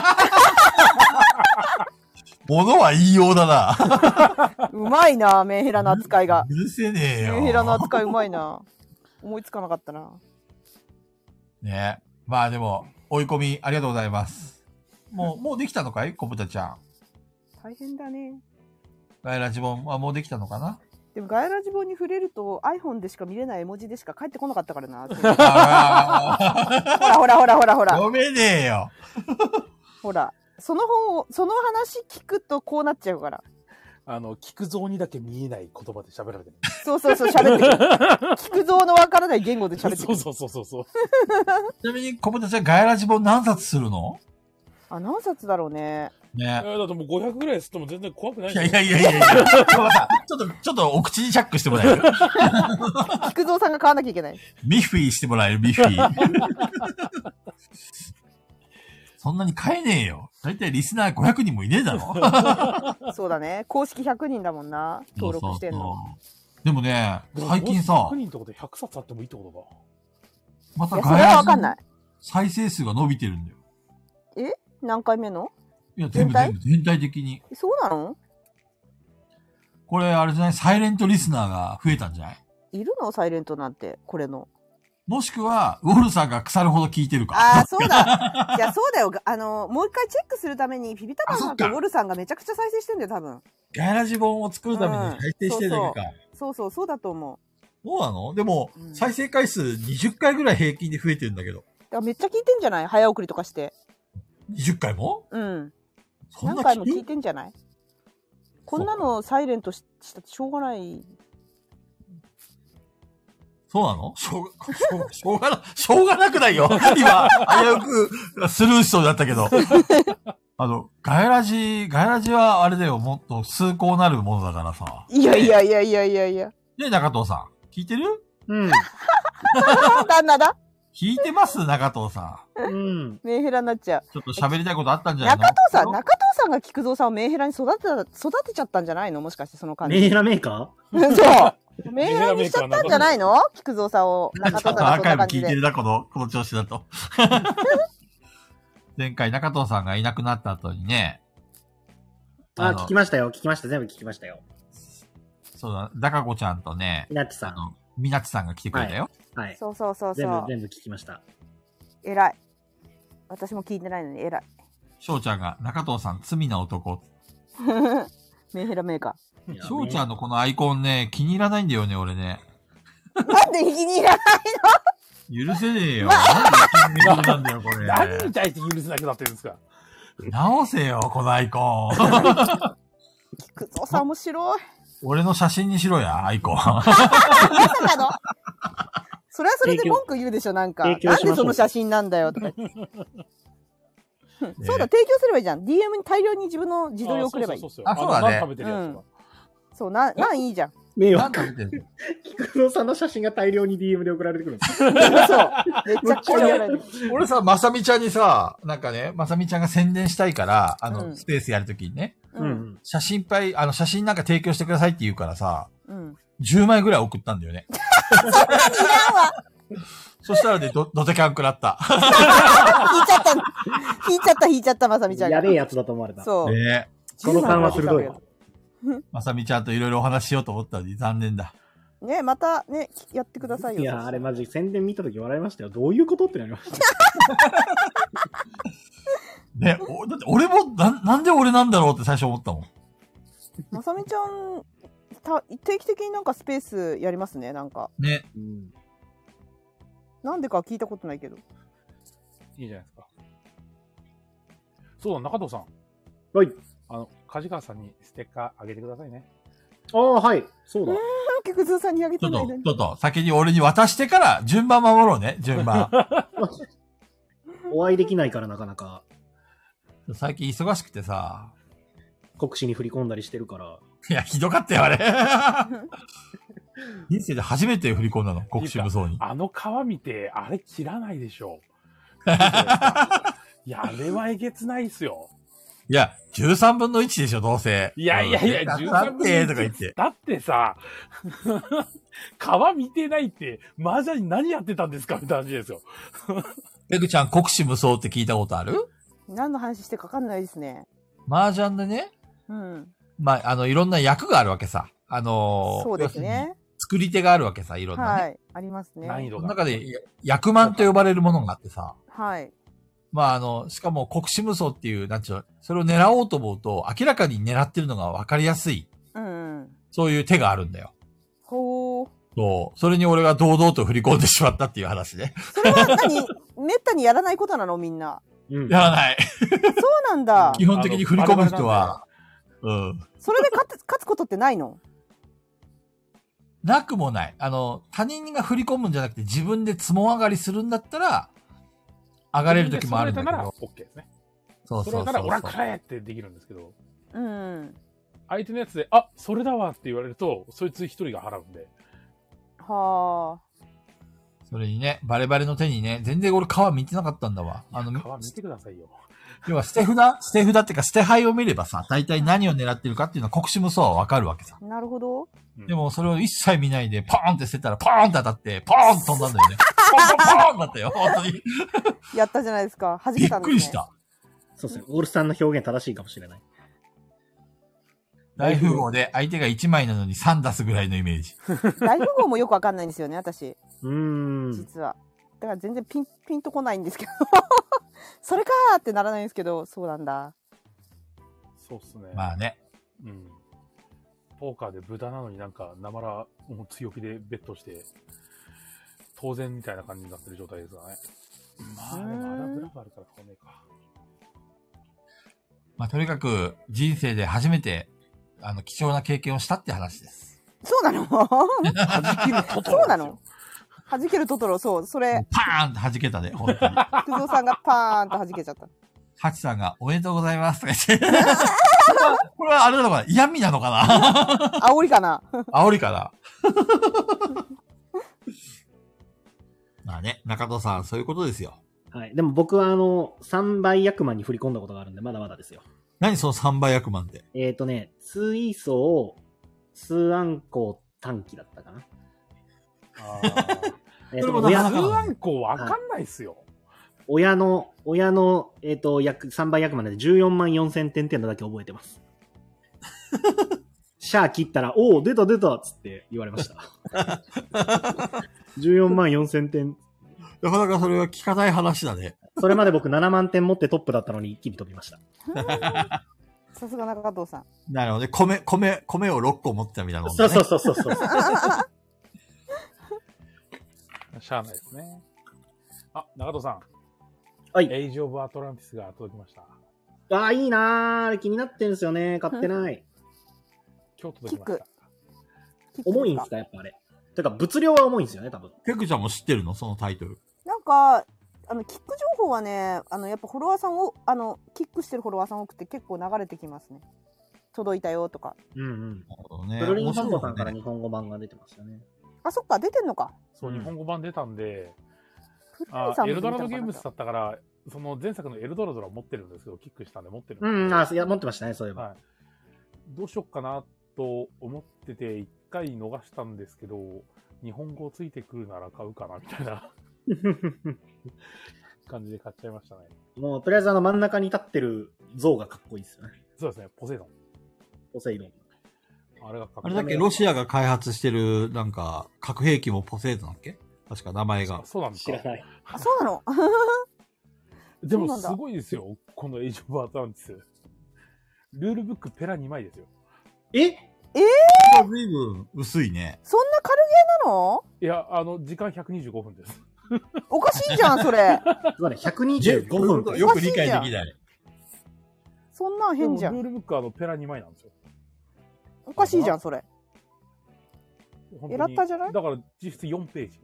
Speaker 2: 物は言いようだな。
Speaker 4: うまいな、メンヘラの扱いが。
Speaker 2: 許せねえよ。
Speaker 4: メンヘラの扱いうまいな。思いつかなかったな。
Speaker 2: ねえ。まあでも、追い込みありがとうございます。も う、もうできたのかい小豚ちゃん。
Speaker 4: 大変だね。
Speaker 2: ガイラジボンはもうできたのかな
Speaker 4: でもガヤラジボに触れると iPhone でしか見れない絵文字でしか返ってこなかったから な。ほ
Speaker 2: あ
Speaker 4: らほらほらほらほ
Speaker 2: ー
Speaker 4: ら
Speaker 2: 読めねえよ。
Speaker 4: ほら。その本を、その話聞くとこうなっちゃうから。
Speaker 1: あの、聞く像にだけ見えない言葉で喋られてる。
Speaker 4: そうそうそう、喋ってくる。聞くぞのわからない言語で喋って く
Speaker 1: そ
Speaker 4: る。
Speaker 1: うそうそうそうそう。
Speaker 2: ちなみに、小豚ちゃん、ガヤラジ本何冊するの
Speaker 4: あ、何冊だろうね。
Speaker 1: え
Speaker 2: ね。
Speaker 1: ーだってもう500ぐらい吸っても全然怖くない
Speaker 2: い
Speaker 1: じゃ
Speaker 2: や
Speaker 1: ん
Speaker 2: いやいやいやいや。小豚さんちょっと、ちょっとお口にチャックしてもら える
Speaker 4: 聞くぞさんが買わなきゃいけない。
Speaker 2: ミッフィーしてもらえる、ミッフィー。 そんなに買えねえよ。だいたいリスナー500人もいねえだろ。
Speaker 4: そうだね。公式100人だもんな。登録してんの。
Speaker 2: そうそうでもね、最近さ
Speaker 1: 100、人ってことで100冊あってもいいってこ
Speaker 2: また
Speaker 4: いや、それはわ
Speaker 2: ガ
Speaker 4: か
Speaker 2: ヤ
Speaker 4: んな
Speaker 2: の
Speaker 4: い。
Speaker 2: 再生数が伸びてるんだよ。
Speaker 4: 何回目の
Speaker 2: いや、全部
Speaker 4: 全体
Speaker 2: 全部、全体的に。
Speaker 4: そうなの
Speaker 2: これ、あれじゃないサイレントリスナーが増えたんじゃない
Speaker 4: いるのサイレントなんて、これの。
Speaker 2: もしくは、ウォルさんが腐るほど聞いてるか。
Speaker 4: ああ、そうだ。いや、そうだよ。あの、もう一回チェックするために、ピピタパンさんと
Speaker 2: あそっ
Speaker 4: ウ
Speaker 2: か
Speaker 4: ォルさんがめちゃくちゃ再生してんだよ、多分。
Speaker 2: ガヤラジ本を作るために再生してるだけか。
Speaker 4: そうそう、そうだと思う。
Speaker 2: そうなのでも
Speaker 4: う、ん
Speaker 2: 再生回数20回ぐらい平均で増えてるんだけど。
Speaker 4: だからめっちゃ聞いてんじゃない早送りとかして。
Speaker 2: 20回も
Speaker 4: うん。
Speaker 2: そん
Speaker 4: 何
Speaker 2: な
Speaker 4: 回
Speaker 2: 聞
Speaker 4: も
Speaker 2: く
Speaker 4: 聞いてんじゃないこんなのサイレントししたってしょうがない。
Speaker 2: そうなのしょうが、しょうしょうがな、しょうがなくないよ。今、危うくスルーしそうだったけ ど。あの、ガヤラジ、ガヤラジはあれだよ、もっと崇高なるものだからさ。
Speaker 4: いやいやいやいやいやいや。
Speaker 2: ねえ、中藤さん。聞いてる
Speaker 5: うん。
Speaker 4: あ旦那だ。
Speaker 2: 聞いてます中藤さ
Speaker 5: うん。
Speaker 4: メンヘラになっちゃう。
Speaker 2: ん。ちょっと喋りたいことあったんじゃないの
Speaker 4: 中藤さん、中藤さんが菊蔵さんをメンヘラに育てた、育てちゃったんじゃないのもしかしてその感
Speaker 5: メン
Speaker 4: じ。
Speaker 5: ヘラメーカ
Speaker 4: そう。メンヘラにしちゃったんじゃないの菊蔵さんを。中
Speaker 2: ちょ
Speaker 4: 藤さ
Speaker 2: っ
Speaker 4: ん
Speaker 2: と
Speaker 4: が
Speaker 2: ア
Speaker 4: そ
Speaker 2: ー
Speaker 4: ん
Speaker 2: カイ
Speaker 4: な
Speaker 2: ブ聞
Speaker 4: 感じ
Speaker 2: いて
Speaker 4: で
Speaker 2: る。だ、この、この調子だ と。前回中藤さんがいなくなった後にね、
Speaker 5: ー
Speaker 2: あ
Speaker 5: あ、
Speaker 2: の
Speaker 5: 聞きましたよ。聞きました。全部聞きましたよ。
Speaker 2: そうだ、ダカ子ちゃんとね
Speaker 5: ひ、なっちさ
Speaker 2: あの、みなちさんが来てくれたよ。
Speaker 5: ん。はい。
Speaker 4: そうそうそうそ
Speaker 5: 全部、
Speaker 4: う。
Speaker 5: 全部聞きました。
Speaker 4: 偉い。私も聞いてないのに偉い。
Speaker 2: 翔ちゃんが、中藤さん、罪な男。
Speaker 4: メンヘラメーカ
Speaker 5: いや
Speaker 2: 翔ちゃんのこのアイコンね、気に入らないんだよね、俺ね。
Speaker 4: ー。なんで気に入らない
Speaker 2: 許せねえよ。なんで気に入らないんだよ、こ
Speaker 1: とだ。何に
Speaker 2: れ。
Speaker 1: 対して許せなくなってるんですか
Speaker 2: 直せよ、このアイコン。
Speaker 4: 菊蔵さん面白い。
Speaker 2: 俺の写真にしろや、アイコン。
Speaker 4: まさかのそれはそれで文句言うでしょ、なんか。なん
Speaker 5: 提供しましょう
Speaker 4: でその写真なんだよと か言って。そうだ、提供すればいいじゃん。DM に大量に自分の自撮りを送ればいい
Speaker 1: そ。うそう
Speaker 2: あそうだね
Speaker 1: あのナン食べてるやつが
Speaker 4: そう、な、なんいいじゃん。
Speaker 5: 名
Speaker 2: な
Speaker 5: 誉
Speaker 2: ん。だ見てる
Speaker 5: 菊蔵さんの写真が大量に DM で送られてくるんです
Speaker 4: そう。めちゃくちゃやられる。
Speaker 2: 俺さ、まさみちゃんにさ、なんかね、まさみちゃんが宣伝したいから、あの、
Speaker 4: うん
Speaker 2: スペースやるときにね、
Speaker 5: う
Speaker 4: うん。
Speaker 5: うんん。
Speaker 2: 写真いっぱい、あの、写真なんか提供してくださいって言うからさ、
Speaker 4: うん。
Speaker 2: 10枚ぐらい送ったんだよ ね。
Speaker 4: いらんわ
Speaker 2: そしたらね、ど、どてキャン食らった。
Speaker 4: 引いちゃった。引いちゃった、引いちゃった、まさみちゃんが。
Speaker 5: やべえやつだと思われた。
Speaker 4: そう。
Speaker 2: ね
Speaker 5: この勘は鋭い。
Speaker 2: まさみちゃんといろいろお話しようと思ったのに残念だ。
Speaker 4: ねまたね、やってくださいよ。
Speaker 5: いや、あれマジ宣伝見たとき笑いましたよ。どういうことってなりました。
Speaker 2: ね、お、だって俺も、なん、なんで俺なんだろうって最初思ったもん。
Speaker 4: まさみちゃん、た定期的になんかスペースやりますね、なんか。
Speaker 2: ね。
Speaker 5: うん。
Speaker 4: なんでか聞いたことないけど。
Speaker 1: いいじゃないですか。そうだ、中藤さん。
Speaker 5: はい。
Speaker 1: あの、梶川さんにステッカーあげてくださいね。
Speaker 5: ああ、はい。そうだ。
Speaker 4: 結局、ずーさんにあげ
Speaker 2: ちょ
Speaker 4: て
Speaker 2: っ
Speaker 4: ない
Speaker 2: と
Speaker 4: のに、。
Speaker 2: ちょっと、先に俺に渡してから、順番守ろうね、順 番。
Speaker 5: お会いできないからなかなか、
Speaker 2: 最近忙しくてさ、
Speaker 5: 国士に振り込んだりしてるから。
Speaker 2: いや、ひどかったよ、あれ。人生で初めて振り込んだの、国士無双に。
Speaker 1: あの皮見て、あれ切らないでし ょ。いや、あれはえげつないっすよ。
Speaker 2: いや、13分の1でしょ、どうせ。
Speaker 1: いやいやいや、
Speaker 2: うんだって、とか言って。
Speaker 1: だってさ、 皮見てないって、麻雀に何やってたんですかみたいな話ですよ。
Speaker 2: ペグちゃん、国士無双って聞いたことある
Speaker 4: 何の話してかわかんないですね。
Speaker 2: 麻雀でね、
Speaker 4: うん。
Speaker 2: まあ、あの、いろんな役があるわけさ。あのー
Speaker 4: そうです。
Speaker 2: 要るに
Speaker 4: ね。
Speaker 2: 作り手があるわけさ、いろんなね。
Speaker 4: はい。ありますね。
Speaker 1: 難易度
Speaker 2: そ
Speaker 1: が。
Speaker 2: の中で、や役満と呼ばれるものがあってさ。
Speaker 4: はい。
Speaker 2: まあ、あの、しかも、国士無双っていう、なんちゅうの、それを狙おうと思うと、明らかに狙ってるのが分かりやすい、
Speaker 4: うんうん。
Speaker 2: そういう手があるんだよ。そう。それに俺が堂々と振り込んでしまったっていう話ね。
Speaker 4: それは何 めったにやらないことなのみんな。
Speaker 5: うん。
Speaker 2: やらない。
Speaker 4: そうなんだ。
Speaker 2: 基本的に振り込む人は、うん。
Speaker 4: それで勝つ勝つことってないの
Speaker 2: なくもない。あの、他人が振り込むんじゃなくて自分でつも上がりするんだったら、上がれる時もあるんだけ
Speaker 1: それなら
Speaker 2: ど。
Speaker 1: OK ですね。
Speaker 2: そう
Speaker 1: それ
Speaker 2: そうそ
Speaker 1: な
Speaker 2: う
Speaker 1: ら、おら
Speaker 2: そ
Speaker 1: くらえってできるんですけど、
Speaker 4: うん。
Speaker 1: 相手のやつで、あそれだわって言われると、そいつ一人が払うんで、
Speaker 4: はあ。
Speaker 2: う。それにね、バレバレの手にね、全然俺皮見てなかったんだわ。あの、
Speaker 1: 皮見てくださいよ。
Speaker 2: 要は捨て札捨て札っていうか捨て牌を見ればさ、大体何を狙ってるかっていうのは国士無双はわかるわけさ。
Speaker 4: なるほど。
Speaker 1: うん
Speaker 2: でもそれを一切見ないで、ポーンって捨てたら、ポーンって当たって、ポーンと飛んだんだよね。ポンポンポンだったよ、本当に。
Speaker 4: やったじゃないですか。弾
Speaker 2: び
Speaker 4: け
Speaker 2: った
Speaker 4: んで
Speaker 2: く
Speaker 4: す、ね、
Speaker 2: りした。
Speaker 5: そうですね。オールスさんの表現正しいかもしれない。
Speaker 2: 大富豪で相手が1枚なのに3出すぐらいのイメージ。
Speaker 4: 大富豪もよくわかんないんですよね、私。
Speaker 5: うーん。
Speaker 4: 実は。だから全然ピン、ピンとこないんですけど。 それかーってならないんですけど、そうなんだ。
Speaker 1: そうっすね。
Speaker 2: まあね。
Speaker 1: うん。ポーカーで豚なのになんか、なまら、もう強気でベットして、当然みたいな感じになってる状態ですがね。まあ、でもあれはブラがあるから買わねえか。
Speaker 2: まあとにかく人生で初めて、あの、貴重な経験をしたって話です。
Speaker 4: そうなの
Speaker 1: 弾けるトトロ
Speaker 4: そうなの弾けるトトロ、そう。そ れ、
Speaker 2: パーンって弾けたで、本当 に。
Speaker 4: 福蔵さんがパーンと弾けちゃった。
Speaker 2: ハチさんがおめでとうございますとか言って。 これはあれなのかな嫌味なのかな
Speaker 4: 煽りかな
Speaker 2: 煽りかなまあね、中戸さん、そういうことですよ。
Speaker 5: はい。でも僕はあの、3倍役満に振り込んだことがあるんで、まだまだですよ。
Speaker 2: 何その3倍役満って。
Speaker 5: えっ、ー、とね、水素、数暗号短期だったかな。
Speaker 1: あー
Speaker 5: え
Speaker 2: そ
Speaker 5: ー
Speaker 2: れ
Speaker 5: と
Speaker 2: もなかな
Speaker 5: 親
Speaker 2: か
Speaker 1: 通案校わかんないっすよ。
Speaker 5: 親の、親の、えっ、と、約、3倍役満で14万4千点っていうのだけ覚え てます。シャー切ったら、おお、出た出たっつって言われました。14万4千点。
Speaker 2: なかなかそれは聞かない話だね。
Speaker 5: それまで僕7万点持ってトップだったのに一気に飛びました。
Speaker 4: さすが中藤さん。
Speaker 2: なるほどね。米、米、米を6個持ってたみたいなもんだ
Speaker 5: そう
Speaker 2: ね。
Speaker 5: そうそうそうそう。
Speaker 1: しゃあないですね。あ、中戸さん。
Speaker 5: はい
Speaker 1: エイジ・オブ・アトランティスが届きました。
Speaker 5: ああ、いいなーあれ気になってんすよね。買ってない。
Speaker 1: 今日届きました。
Speaker 4: キック
Speaker 5: 重いんすか、やっぱあれ。てか、物量は重いんすよね、多分。
Speaker 2: ペクちゃんも知ってるのそのタイトル。
Speaker 4: なんか、あの、キック情報はね、あの、やっぱフォロワーさんを、あの、キックしてるフォロワーさん多くて結構流れてきますね。届いたよとか。
Speaker 5: うんうん。
Speaker 2: なるほどね
Speaker 5: ブルーリンサンドさ
Speaker 2: 面
Speaker 5: んか
Speaker 2: 白
Speaker 5: ら
Speaker 2: いね
Speaker 5: 日本語版が出てますよね。
Speaker 4: あ、そっか、出てんのか。
Speaker 1: そう、
Speaker 5: うん
Speaker 1: 日本語版出たんで、
Speaker 4: 古
Speaker 1: あ
Speaker 4: 谷さん
Speaker 1: エ
Speaker 4: も
Speaker 1: ル
Speaker 4: 見た
Speaker 1: ド
Speaker 4: の
Speaker 1: ラ
Speaker 4: か
Speaker 1: ド
Speaker 4: な
Speaker 1: ゲームズだったから、その前作のエルドラドラ持ってるんですけど、キックしたんで持ってるんです
Speaker 5: う
Speaker 1: けど
Speaker 5: ん、あ、いや、持ってましたね、そういえば。
Speaker 1: はい、どうしよっかなと思ってて、一回逃したんですけど、日本語ついてくるなら買うかなみたいな感じで買っちゃいましたね。
Speaker 5: もう、とりあえずあの真ん中に立ってる像がかっこいいですよね。
Speaker 1: そうですね、ポセイドン。
Speaker 5: ポセイドン。
Speaker 1: あれがかっ
Speaker 2: あ
Speaker 1: こい
Speaker 2: れ
Speaker 1: い
Speaker 2: だっけロシアが開発してる、なんか、核兵器もポセイドンだっけ確か名前が。
Speaker 1: そうなんです
Speaker 5: 知。
Speaker 1: から
Speaker 5: ない。
Speaker 4: あ、そうなの。
Speaker 1: でも
Speaker 4: そう
Speaker 1: す
Speaker 4: なんだ
Speaker 1: ごいですよ、このエイジ・オブ・アトランティス。ルールブックペラ2枚ですよ。
Speaker 5: え
Speaker 2: 随分薄いね。
Speaker 4: そんな軽ゲーなの
Speaker 1: いや、あの、時間125分です。
Speaker 4: おかしいじゃん、それ。
Speaker 5: まだ125分
Speaker 2: と
Speaker 5: か。
Speaker 2: よく理解できない。
Speaker 4: そんなん変じゃ
Speaker 1: で
Speaker 4: ん。
Speaker 1: もルールブックはあのペラ2枚なんですよ。
Speaker 4: おかしいじゃん、それ。
Speaker 1: 本当に
Speaker 4: えらったじゃない
Speaker 1: だから実質4ページ。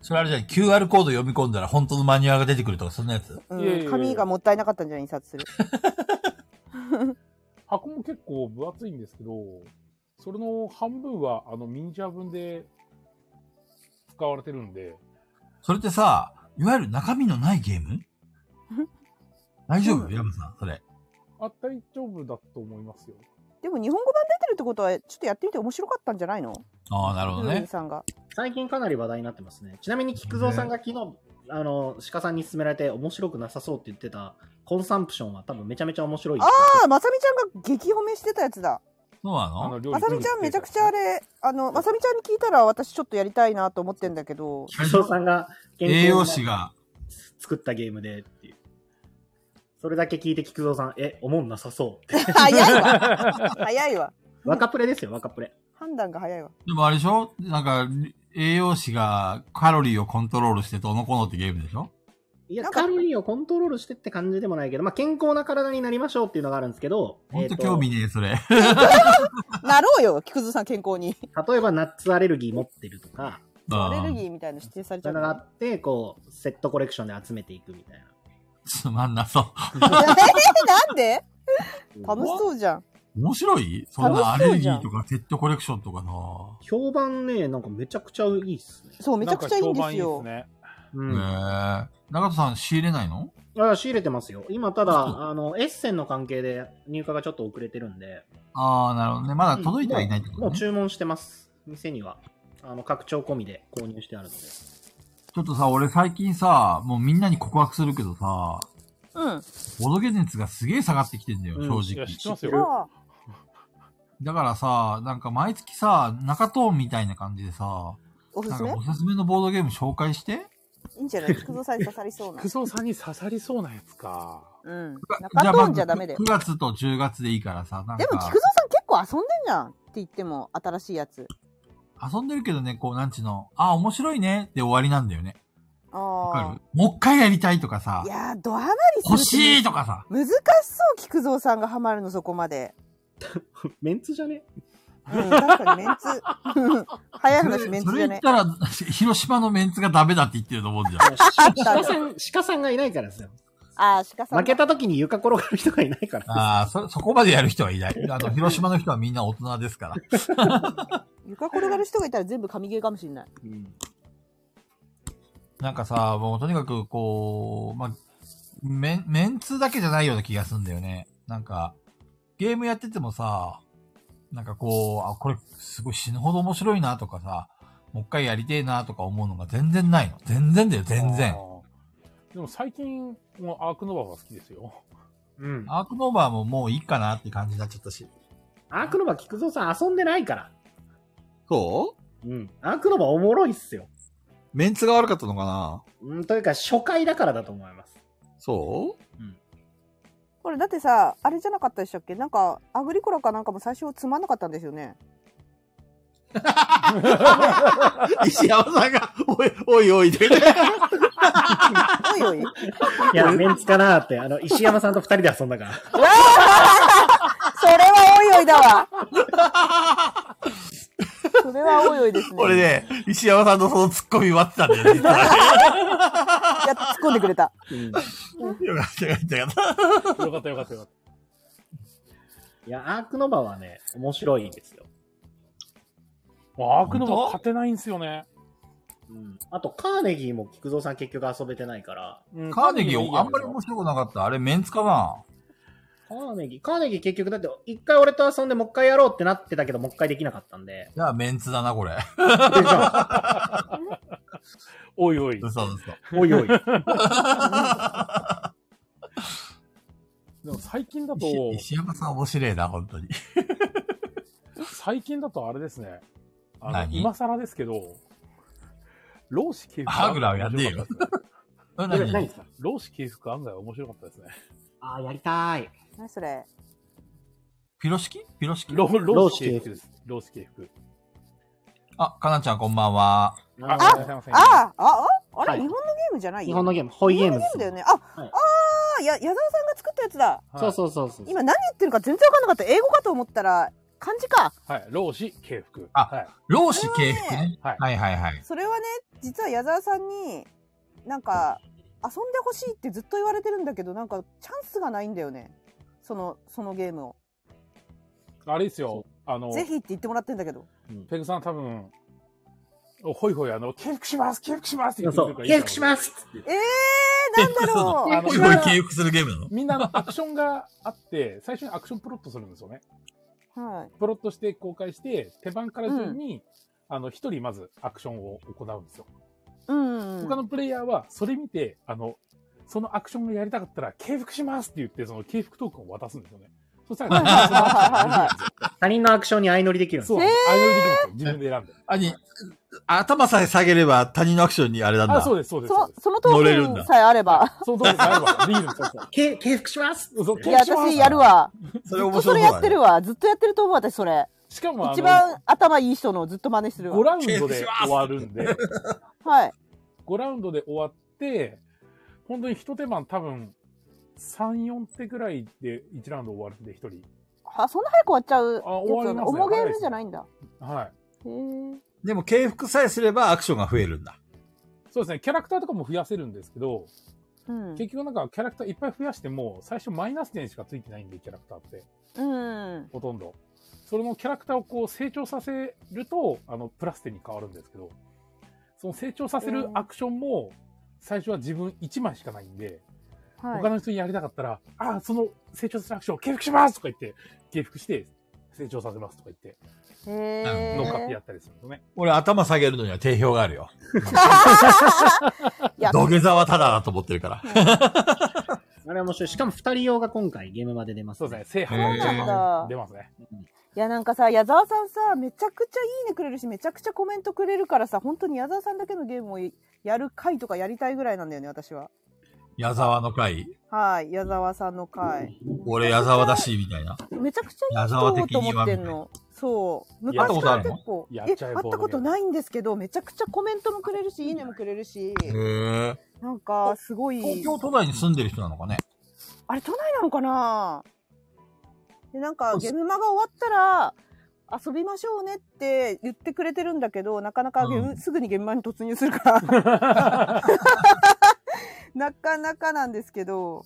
Speaker 2: それあれじゃん、QR コード読み込んだら本当のマニュアルが出てくるとか、そんなやつ。
Speaker 4: う
Speaker 1: いやいやい
Speaker 4: ん、
Speaker 1: や
Speaker 4: 紙がもったいなかったんじゃない印刷する。
Speaker 1: 箱も結構分厚いんですけど、それの半分はあのミニチュア分で使われてるんで、
Speaker 2: それってさ、いわゆる中身のないゲー ム大丈
Speaker 4: う
Speaker 2: 夫
Speaker 4: ん
Speaker 2: ヤムさん、それ。
Speaker 1: あ、大丈夫だと思いますよ。
Speaker 4: でも日本語版出てるってことは、ちょっとやってみて面白かったんじゃないの
Speaker 2: ああ、なるほど
Speaker 4: ルーミ
Speaker 2: ね。
Speaker 4: さんが。
Speaker 5: 最近かなり話題になってますね。ちなみに、菊蔵さんが昨日、あの、鹿さんに勧められて面白くなさそうって言ってた、コンサンプションは多分めちゃめちゃ面白いですよ。
Speaker 4: ああ、まさみちゃんが激褒めしてたやつだ。
Speaker 2: そうな
Speaker 1: あ
Speaker 2: の
Speaker 1: の料
Speaker 4: まさみちゃんめちゃくちゃあ。れ、あの、まさみちゃんに聞いたら私ちょっとやりたいなと思ってんだけ ど、
Speaker 5: 菊蔵さんが研究
Speaker 2: 栄養士が、
Speaker 5: 作ったゲームでっていう。それだけ聞いて菊蔵さん、え、おもんなさそうって。
Speaker 4: 早いわ。早いわ。
Speaker 5: 若プレですよ、若プレ。
Speaker 4: 判断が早いわ。
Speaker 2: でもあれでしょなんか、栄養士がカロリーをコントロールしてどうのこうのってゲームでしょ
Speaker 5: いや、
Speaker 4: なんか
Speaker 5: カロリーをコントロールしてって感じでもないけど、まあ、健康な体になりましょうっていうのがあるんですけど、
Speaker 2: ほんと
Speaker 5: えーと
Speaker 2: 興味ねえ、それ。
Speaker 4: なろうよ、木くずさん健康に。
Speaker 5: 例えばナッツアレルギー持ってるとか、
Speaker 4: アレル
Speaker 2: うん
Speaker 4: ギーみたいなの指定されち
Speaker 5: そ
Speaker 4: ゃ
Speaker 5: ういううの
Speaker 4: か
Speaker 5: があ
Speaker 4: ら。
Speaker 5: って、こう、セットコレクションで集めていくみたい
Speaker 2: つまんなそう。
Speaker 4: い やえーなんで
Speaker 5: な。
Speaker 4: 楽しそうじゃん。
Speaker 2: 面白いそんなア
Speaker 4: 楽し
Speaker 2: レ
Speaker 4: そう
Speaker 2: ルギ
Speaker 4: じゃん
Speaker 2: ーとかセットコレクションとかな
Speaker 5: 評判ね、なんかめちゃくちゃいいっすね。
Speaker 4: そう、めちゃくちゃいいんですよ。
Speaker 1: なんか
Speaker 5: う
Speaker 2: へえ。
Speaker 5: ん。
Speaker 2: 中田さん仕入れないの
Speaker 5: あ仕入れてますよ。今、ただ、
Speaker 2: うん
Speaker 5: あの、エッセンの関係で入荷がちょっと遅れてるんで、
Speaker 2: ああ、なるほどね。まだ届いてはいないってこ
Speaker 5: も
Speaker 2: と
Speaker 5: う
Speaker 2: ね。
Speaker 5: 注文してます。店には。あの、拡張込みで購入してあるので。
Speaker 2: ちょっとさ、俺最近さ、もうみんなに告白するけどさ、
Speaker 4: うん。
Speaker 2: ボドゲ熱がすげえ下がってきてんだよ、
Speaker 5: うん
Speaker 2: 正
Speaker 1: 評判いいですね。いや、知っ。てま
Speaker 2: 直
Speaker 1: す
Speaker 5: 知って
Speaker 1: よ。
Speaker 5: る
Speaker 4: あ
Speaker 2: だからさ、なんか毎月さ、中東みたいな感じでさ、
Speaker 4: おす
Speaker 2: なん
Speaker 4: す
Speaker 2: か
Speaker 4: め
Speaker 2: おすすめのボードゲーム紹介して
Speaker 4: いいんじゃない木くずさんに刺さ りそうな
Speaker 1: ク。ソさんに刺さりそうなやつか。
Speaker 4: うん。
Speaker 2: じま
Speaker 4: 中ト
Speaker 2: ず
Speaker 4: ンじゃダメだよ
Speaker 2: 9。月と10月でいいからさ、なんか。
Speaker 4: でも、菊蔵さん結構遊んでんじゃんって言っても、新しいやつ。
Speaker 2: 遊んでるけどね、こう、なんちゅうの、あ、面白いねって終わりなんだよね。わか
Speaker 4: あ
Speaker 2: るもう一回やりたいとかさ
Speaker 4: あ。い、やー、ドハマりする。
Speaker 2: 欲しいとかさ。
Speaker 4: 難しそう、菊蔵さんがハマるの、そこまで。
Speaker 5: メンツじゃね
Speaker 4: うん、確かにメンツ。 早い話、メン
Speaker 2: そ
Speaker 4: ツ
Speaker 2: れ言っ
Speaker 4: じゃね。
Speaker 2: たら、 広島のメンツがダメだって言ってると思うんじゃん。
Speaker 5: いや鹿さん、 鹿さんがいないからですよ。
Speaker 4: ああ、鹿さん。
Speaker 5: 負けた時に床転がる人がいないから。
Speaker 2: ああ、そ、そこまでやる人はいない。あの、広島の人はみんな大人ですから。
Speaker 4: 床転がる人がいたら全部神ゲーかもしれない。
Speaker 5: うん
Speaker 2: なんかさ、もうとにかく、こう、まあ、メン、メンツだけじゃないような気がするんだよね。なんか、ゲームやっててもさ、なんかこう、あ、これすごい死ぬほど面白いなとかさ、もう一回やりてえなとか思うのが全然ないの。全然だよ、全然
Speaker 1: あ。ー。でも最近、もうアークノバは好きですよ。
Speaker 5: うん。
Speaker 2: アークノーバーももういいかなって感じになっちゃったし。
Speaker 5: アークノバ菊蔵さん遊んでないから。
Speaker 2: そう
Speaker 5: うん。アークノバおもろいっすよ。
Speaker 2: メンツが悪かったのかな
Speaker 5: うん、というか初回だからだと思います。
Speaker 2: そう
Speaker 4: これだってさ、あれじゃなかったでしたっけなんか、アグリコラかなんかも最初つまんなかったんですよね。
Speaker 2: 石山さんが、おい、おいおいで。
Speaker 4: おい おい。
Speaker 5: いや、 メンツかなーって、あの、石山さんと二人で遊んだから。
Speaker 4: それはおいおいだわ。それはおいおいですね。
Speaker 2: 俺ね、石山さんのそのツッコミ待ってたんだよね実 は。
Speaker 4: やっと突っ込んでくれた。
Speaker 5: うん。
Speaker 2: よかったよかったよ
Speaker 1: よか
Speaker 2: かった。
Speaker 1: ったよかったよかっ
Speaker 5: いや、アークノバはね、面白いですよ。
Speaker 1: た。もうアークノバ勝てないんですよね。
Speaker 5: うん。あと、カーネギーも菊蔵さん結局遊べてないから、
Speaker 1: うん
Speaker 2: カーネギー、あんまり面白くなかった。あれ、メンツかな
Speaker 5: カーネギー、カーネギー結局だって、一回俺と遊んでもう一回やろうってなってたけど、もう一回できなかったんで。
Speaker 2: じゃあ、メンツだな、これ。
Speaker 5: でじゃあ
Speaker 1: おいおい。
Speaker 2: 嘘嘘。
Speaker 5: おいおい。
Speaker 1: でも最近だ と、
Speaker 2: 石石山さん面白いな、本 当に。
Speaker 1: 最近だとあれですね。あの、
Speaker 2: 何
Speaker 1: 今更ですけど、老子系
Speaker 2: ハグラはやんねえよ。 え
Speaker 5: 何
Speaker 2: 何
Speaker 5: ですか
Speaker 1: 老子系服案外面白かったですね。
Speaker 5: あー、やりたーい。
Speaker 4: 何それ。
Speaker 2: ピロシキピロシキ
Speaker 1: 老老子
Speaker 5: 老子系
Speaker 1: 系
Speaker 5: 服
Speaker 1: 服です。老子系服。
Speaker 2: あ、かなちゃんこんばんは。
Speaker 1: あ、
Speaker 5: あ
Speaker 1: いらっしゃいませ
Speaker 4: ああ、あ、あ、あれ、
Speaker 5: はい
Speaker 4: 日本のゲームじゃない
Speaker 5: 日
Speaker 4: よ。
Speaker 5: 本の
Speaker 4: ゲ
Speaker 5: ゲーム、ホイゲーム
Speaker 4: ー
Speaker 5: で
Speaker 4: ム
Speaker 5: す
Speaker 4: だよね。あ、
Speaker 5: はい
Speaker 4: あー、や、矢沢さんが作ったやつだ。
Speaker 1: はい
Speaker 5: そうそうそうそう。
Speaker 4: 今何言ってるか全然わかんなかった。英語かと思ったら、漢字か。
Speaker 1: はい。老子系服。
Speaker 2: あ
Speaker 1: はい。
Speaker 2: 老子系服ね。
Speaker 1: はい
Speaker 2: はいはいはい。
Speaker 4: それはね、実は矢沢さんに、なんか、遊んでほしいってずっと言われてるんだけど、なんか、チャンスがないんだよね。その、そのゲームを。
Speaker 1: あれですよ。あの、
Speaker 4: ぜひって言ってもらってんだけど。
Speaker 1: ペグさん多分、おほいほい、あの、敬服します敬服しますって言って
Speaker 5: そ
Speaker 1: くれる
Speaker 5: う
Speaker 1: か、らいい
Speaker 5: 契約します
Speaker 4: えー、なんだろう。
Speaker 1: あ
Speaker 2: こ
Speaker 1: の
Speaker 2: れ、これ、契約するゲームなの
Speaker 1: みんなあのアクションがあって、最初にアクションプロットするんですよね。
Speaker 4: はい。
Speaker 1: プロットして公開して、手番から順に、あの、一人まずアクションを行うんですよ。
Speaker 4: うん。
Speaker 1: 他のプレイヤーは、それ見て、あの、そのアクションがやりたかったら、敬服しますって言って、その敬服トークンを渡すんですよね。そしたら、
Speaker 4: はいはいはいはいはい
Speaker 5: 他人のアクションに相乗りできるんです
Speaker 1: そう、
Speaker 5: よ。
Speaker 1: アイドルできるんですよ。自分で選んで。
Speaker 2: あに、頭さえ下げれば他人のアクションにあれなんだ。
Speaker 1: あ、そうです、そうです。そう
Speaker 4: そ
Speaker 1: です
Speaker 4: そのト
Speaker 2: 乗れるん
Speaker 4: ーク
Speaker 2: だ
Speaker 4: ンさえあれば。
Speaker 1: その通りです。あればできるんですよ。
Speaker 5: 契契約します
Speaker 1: そう
Speaker 4: いや、私やるわ。
Speaker 2: それ
Speaker 4: ずっ
Speaker 2: 面白そ
Speaker 4: とそ
Speaker 2: だ
Speaker 4: うれ
Speaker 2: ね
Speaker 4: やってるわ。ずっとやってると思う、私それ。
Speaker 1: しかもあ
Speaker 4: 一
Speaker 1: の、
Speaker 4: 番頭いい人のをずっと真似してる
Speaker 1: 5
Speaker 4: わ。
Speaker 1: ラウンドで終わるんで、
Speaker 4: はい。
Speaker 1: 5ラウンドで終わって、本当に一手間多分、3、4手ぐらいで1ラウンド終わるんで、1人。
Speaker 4: あ、そんな早く終わっちゃう。
Speaker 1: あ終わりますね
Speaker 4: 重ゲームじゃないんだ。
Speaker 1: はい。
Speaker 4: へえ。
Speaker 2: でも、敬服さえすればアクションが増えるんだ。
Speaker 1: そうですね、キャラクターとかも増やせるんですけど、
Speaker 4: うん。
Speaker 1: 結局なんかキャラクターいっぱい増やしても、最初マイナス点しかついてないんで、キャラクターって。
Speaker 4: うん。
Speaker 1: ほとんど。それのキャラクターをこう成長させると、あの、プラス点に変わるんですけど、その成長させるアクションも、最初は自分1枚しかないんで、他
Speaker 4: はい。
Speaker 1: の人にやりたかったら、あ、その成長するアクションを敬服しますとか言って、敬服して成長させますとか言って、
Speaker 4: へ
Speaker 2: へ
Speaker 4: え。
Speaker 1: 乗っかってやったりするのね。
Speaker 2: 俺、頭下げるのには定評があるよ。
Speaker 4: いや
Speaker 2: 土下座はただだと思ってるから。
Speaker 5: あれ面白い。しかも二人用が今回ゲームまで出ます、
Speaker 1: そうですね、制覇
Speaker 2: そうなん
Speaker 4: だ
Speaker 1: 出ますね。
Speaker 4: いやなんかさ矢沢さんさめちゃくちゃいいねくれるしめちゃくちゃコメントくれるからさ本当に矢沢さんだけのゲームをやる回とかやりたいぐらいなんだよね私は
Speaker 2: 矢沢の会。
Speaker 4: はい矢沢さんの回
Speaker 2: 俺、矢沢だし、みたいな。
Speaker 4: めちゃくちゃいい人をと思ってん
Speaker 2: 矢沢
Speaker 4: のそう
Speaker 1: やったこ
Speaker 4: 昔か
Speaker 1: とあ
Speaker 4: ら
Speaker 1: る
Speaker 4: 結
Speaker 1: の
Speaker 4: 構え
Speaker 1: やっ
Speaker 4: 会っ
Speaker 1: ちゃ
Speaker 4: た
Speaker 1: え
Speaker 4: ことないんですけどめちゃくちゃコメントもくれるしいいねもくれるし
Speaker 2: へー
Speaker 4: なんかすごい
Speaker 2: 東京都内に住んでる人なのかね。
Speaker 4: あれ都内なのかなでなんかゲームマが終わったら遊びましょうねって言ってくれてるんだけどなかなかゲーム
Speaker 2: うん
Speaker 4: すぐに現場に突入するから なかなかなんですけど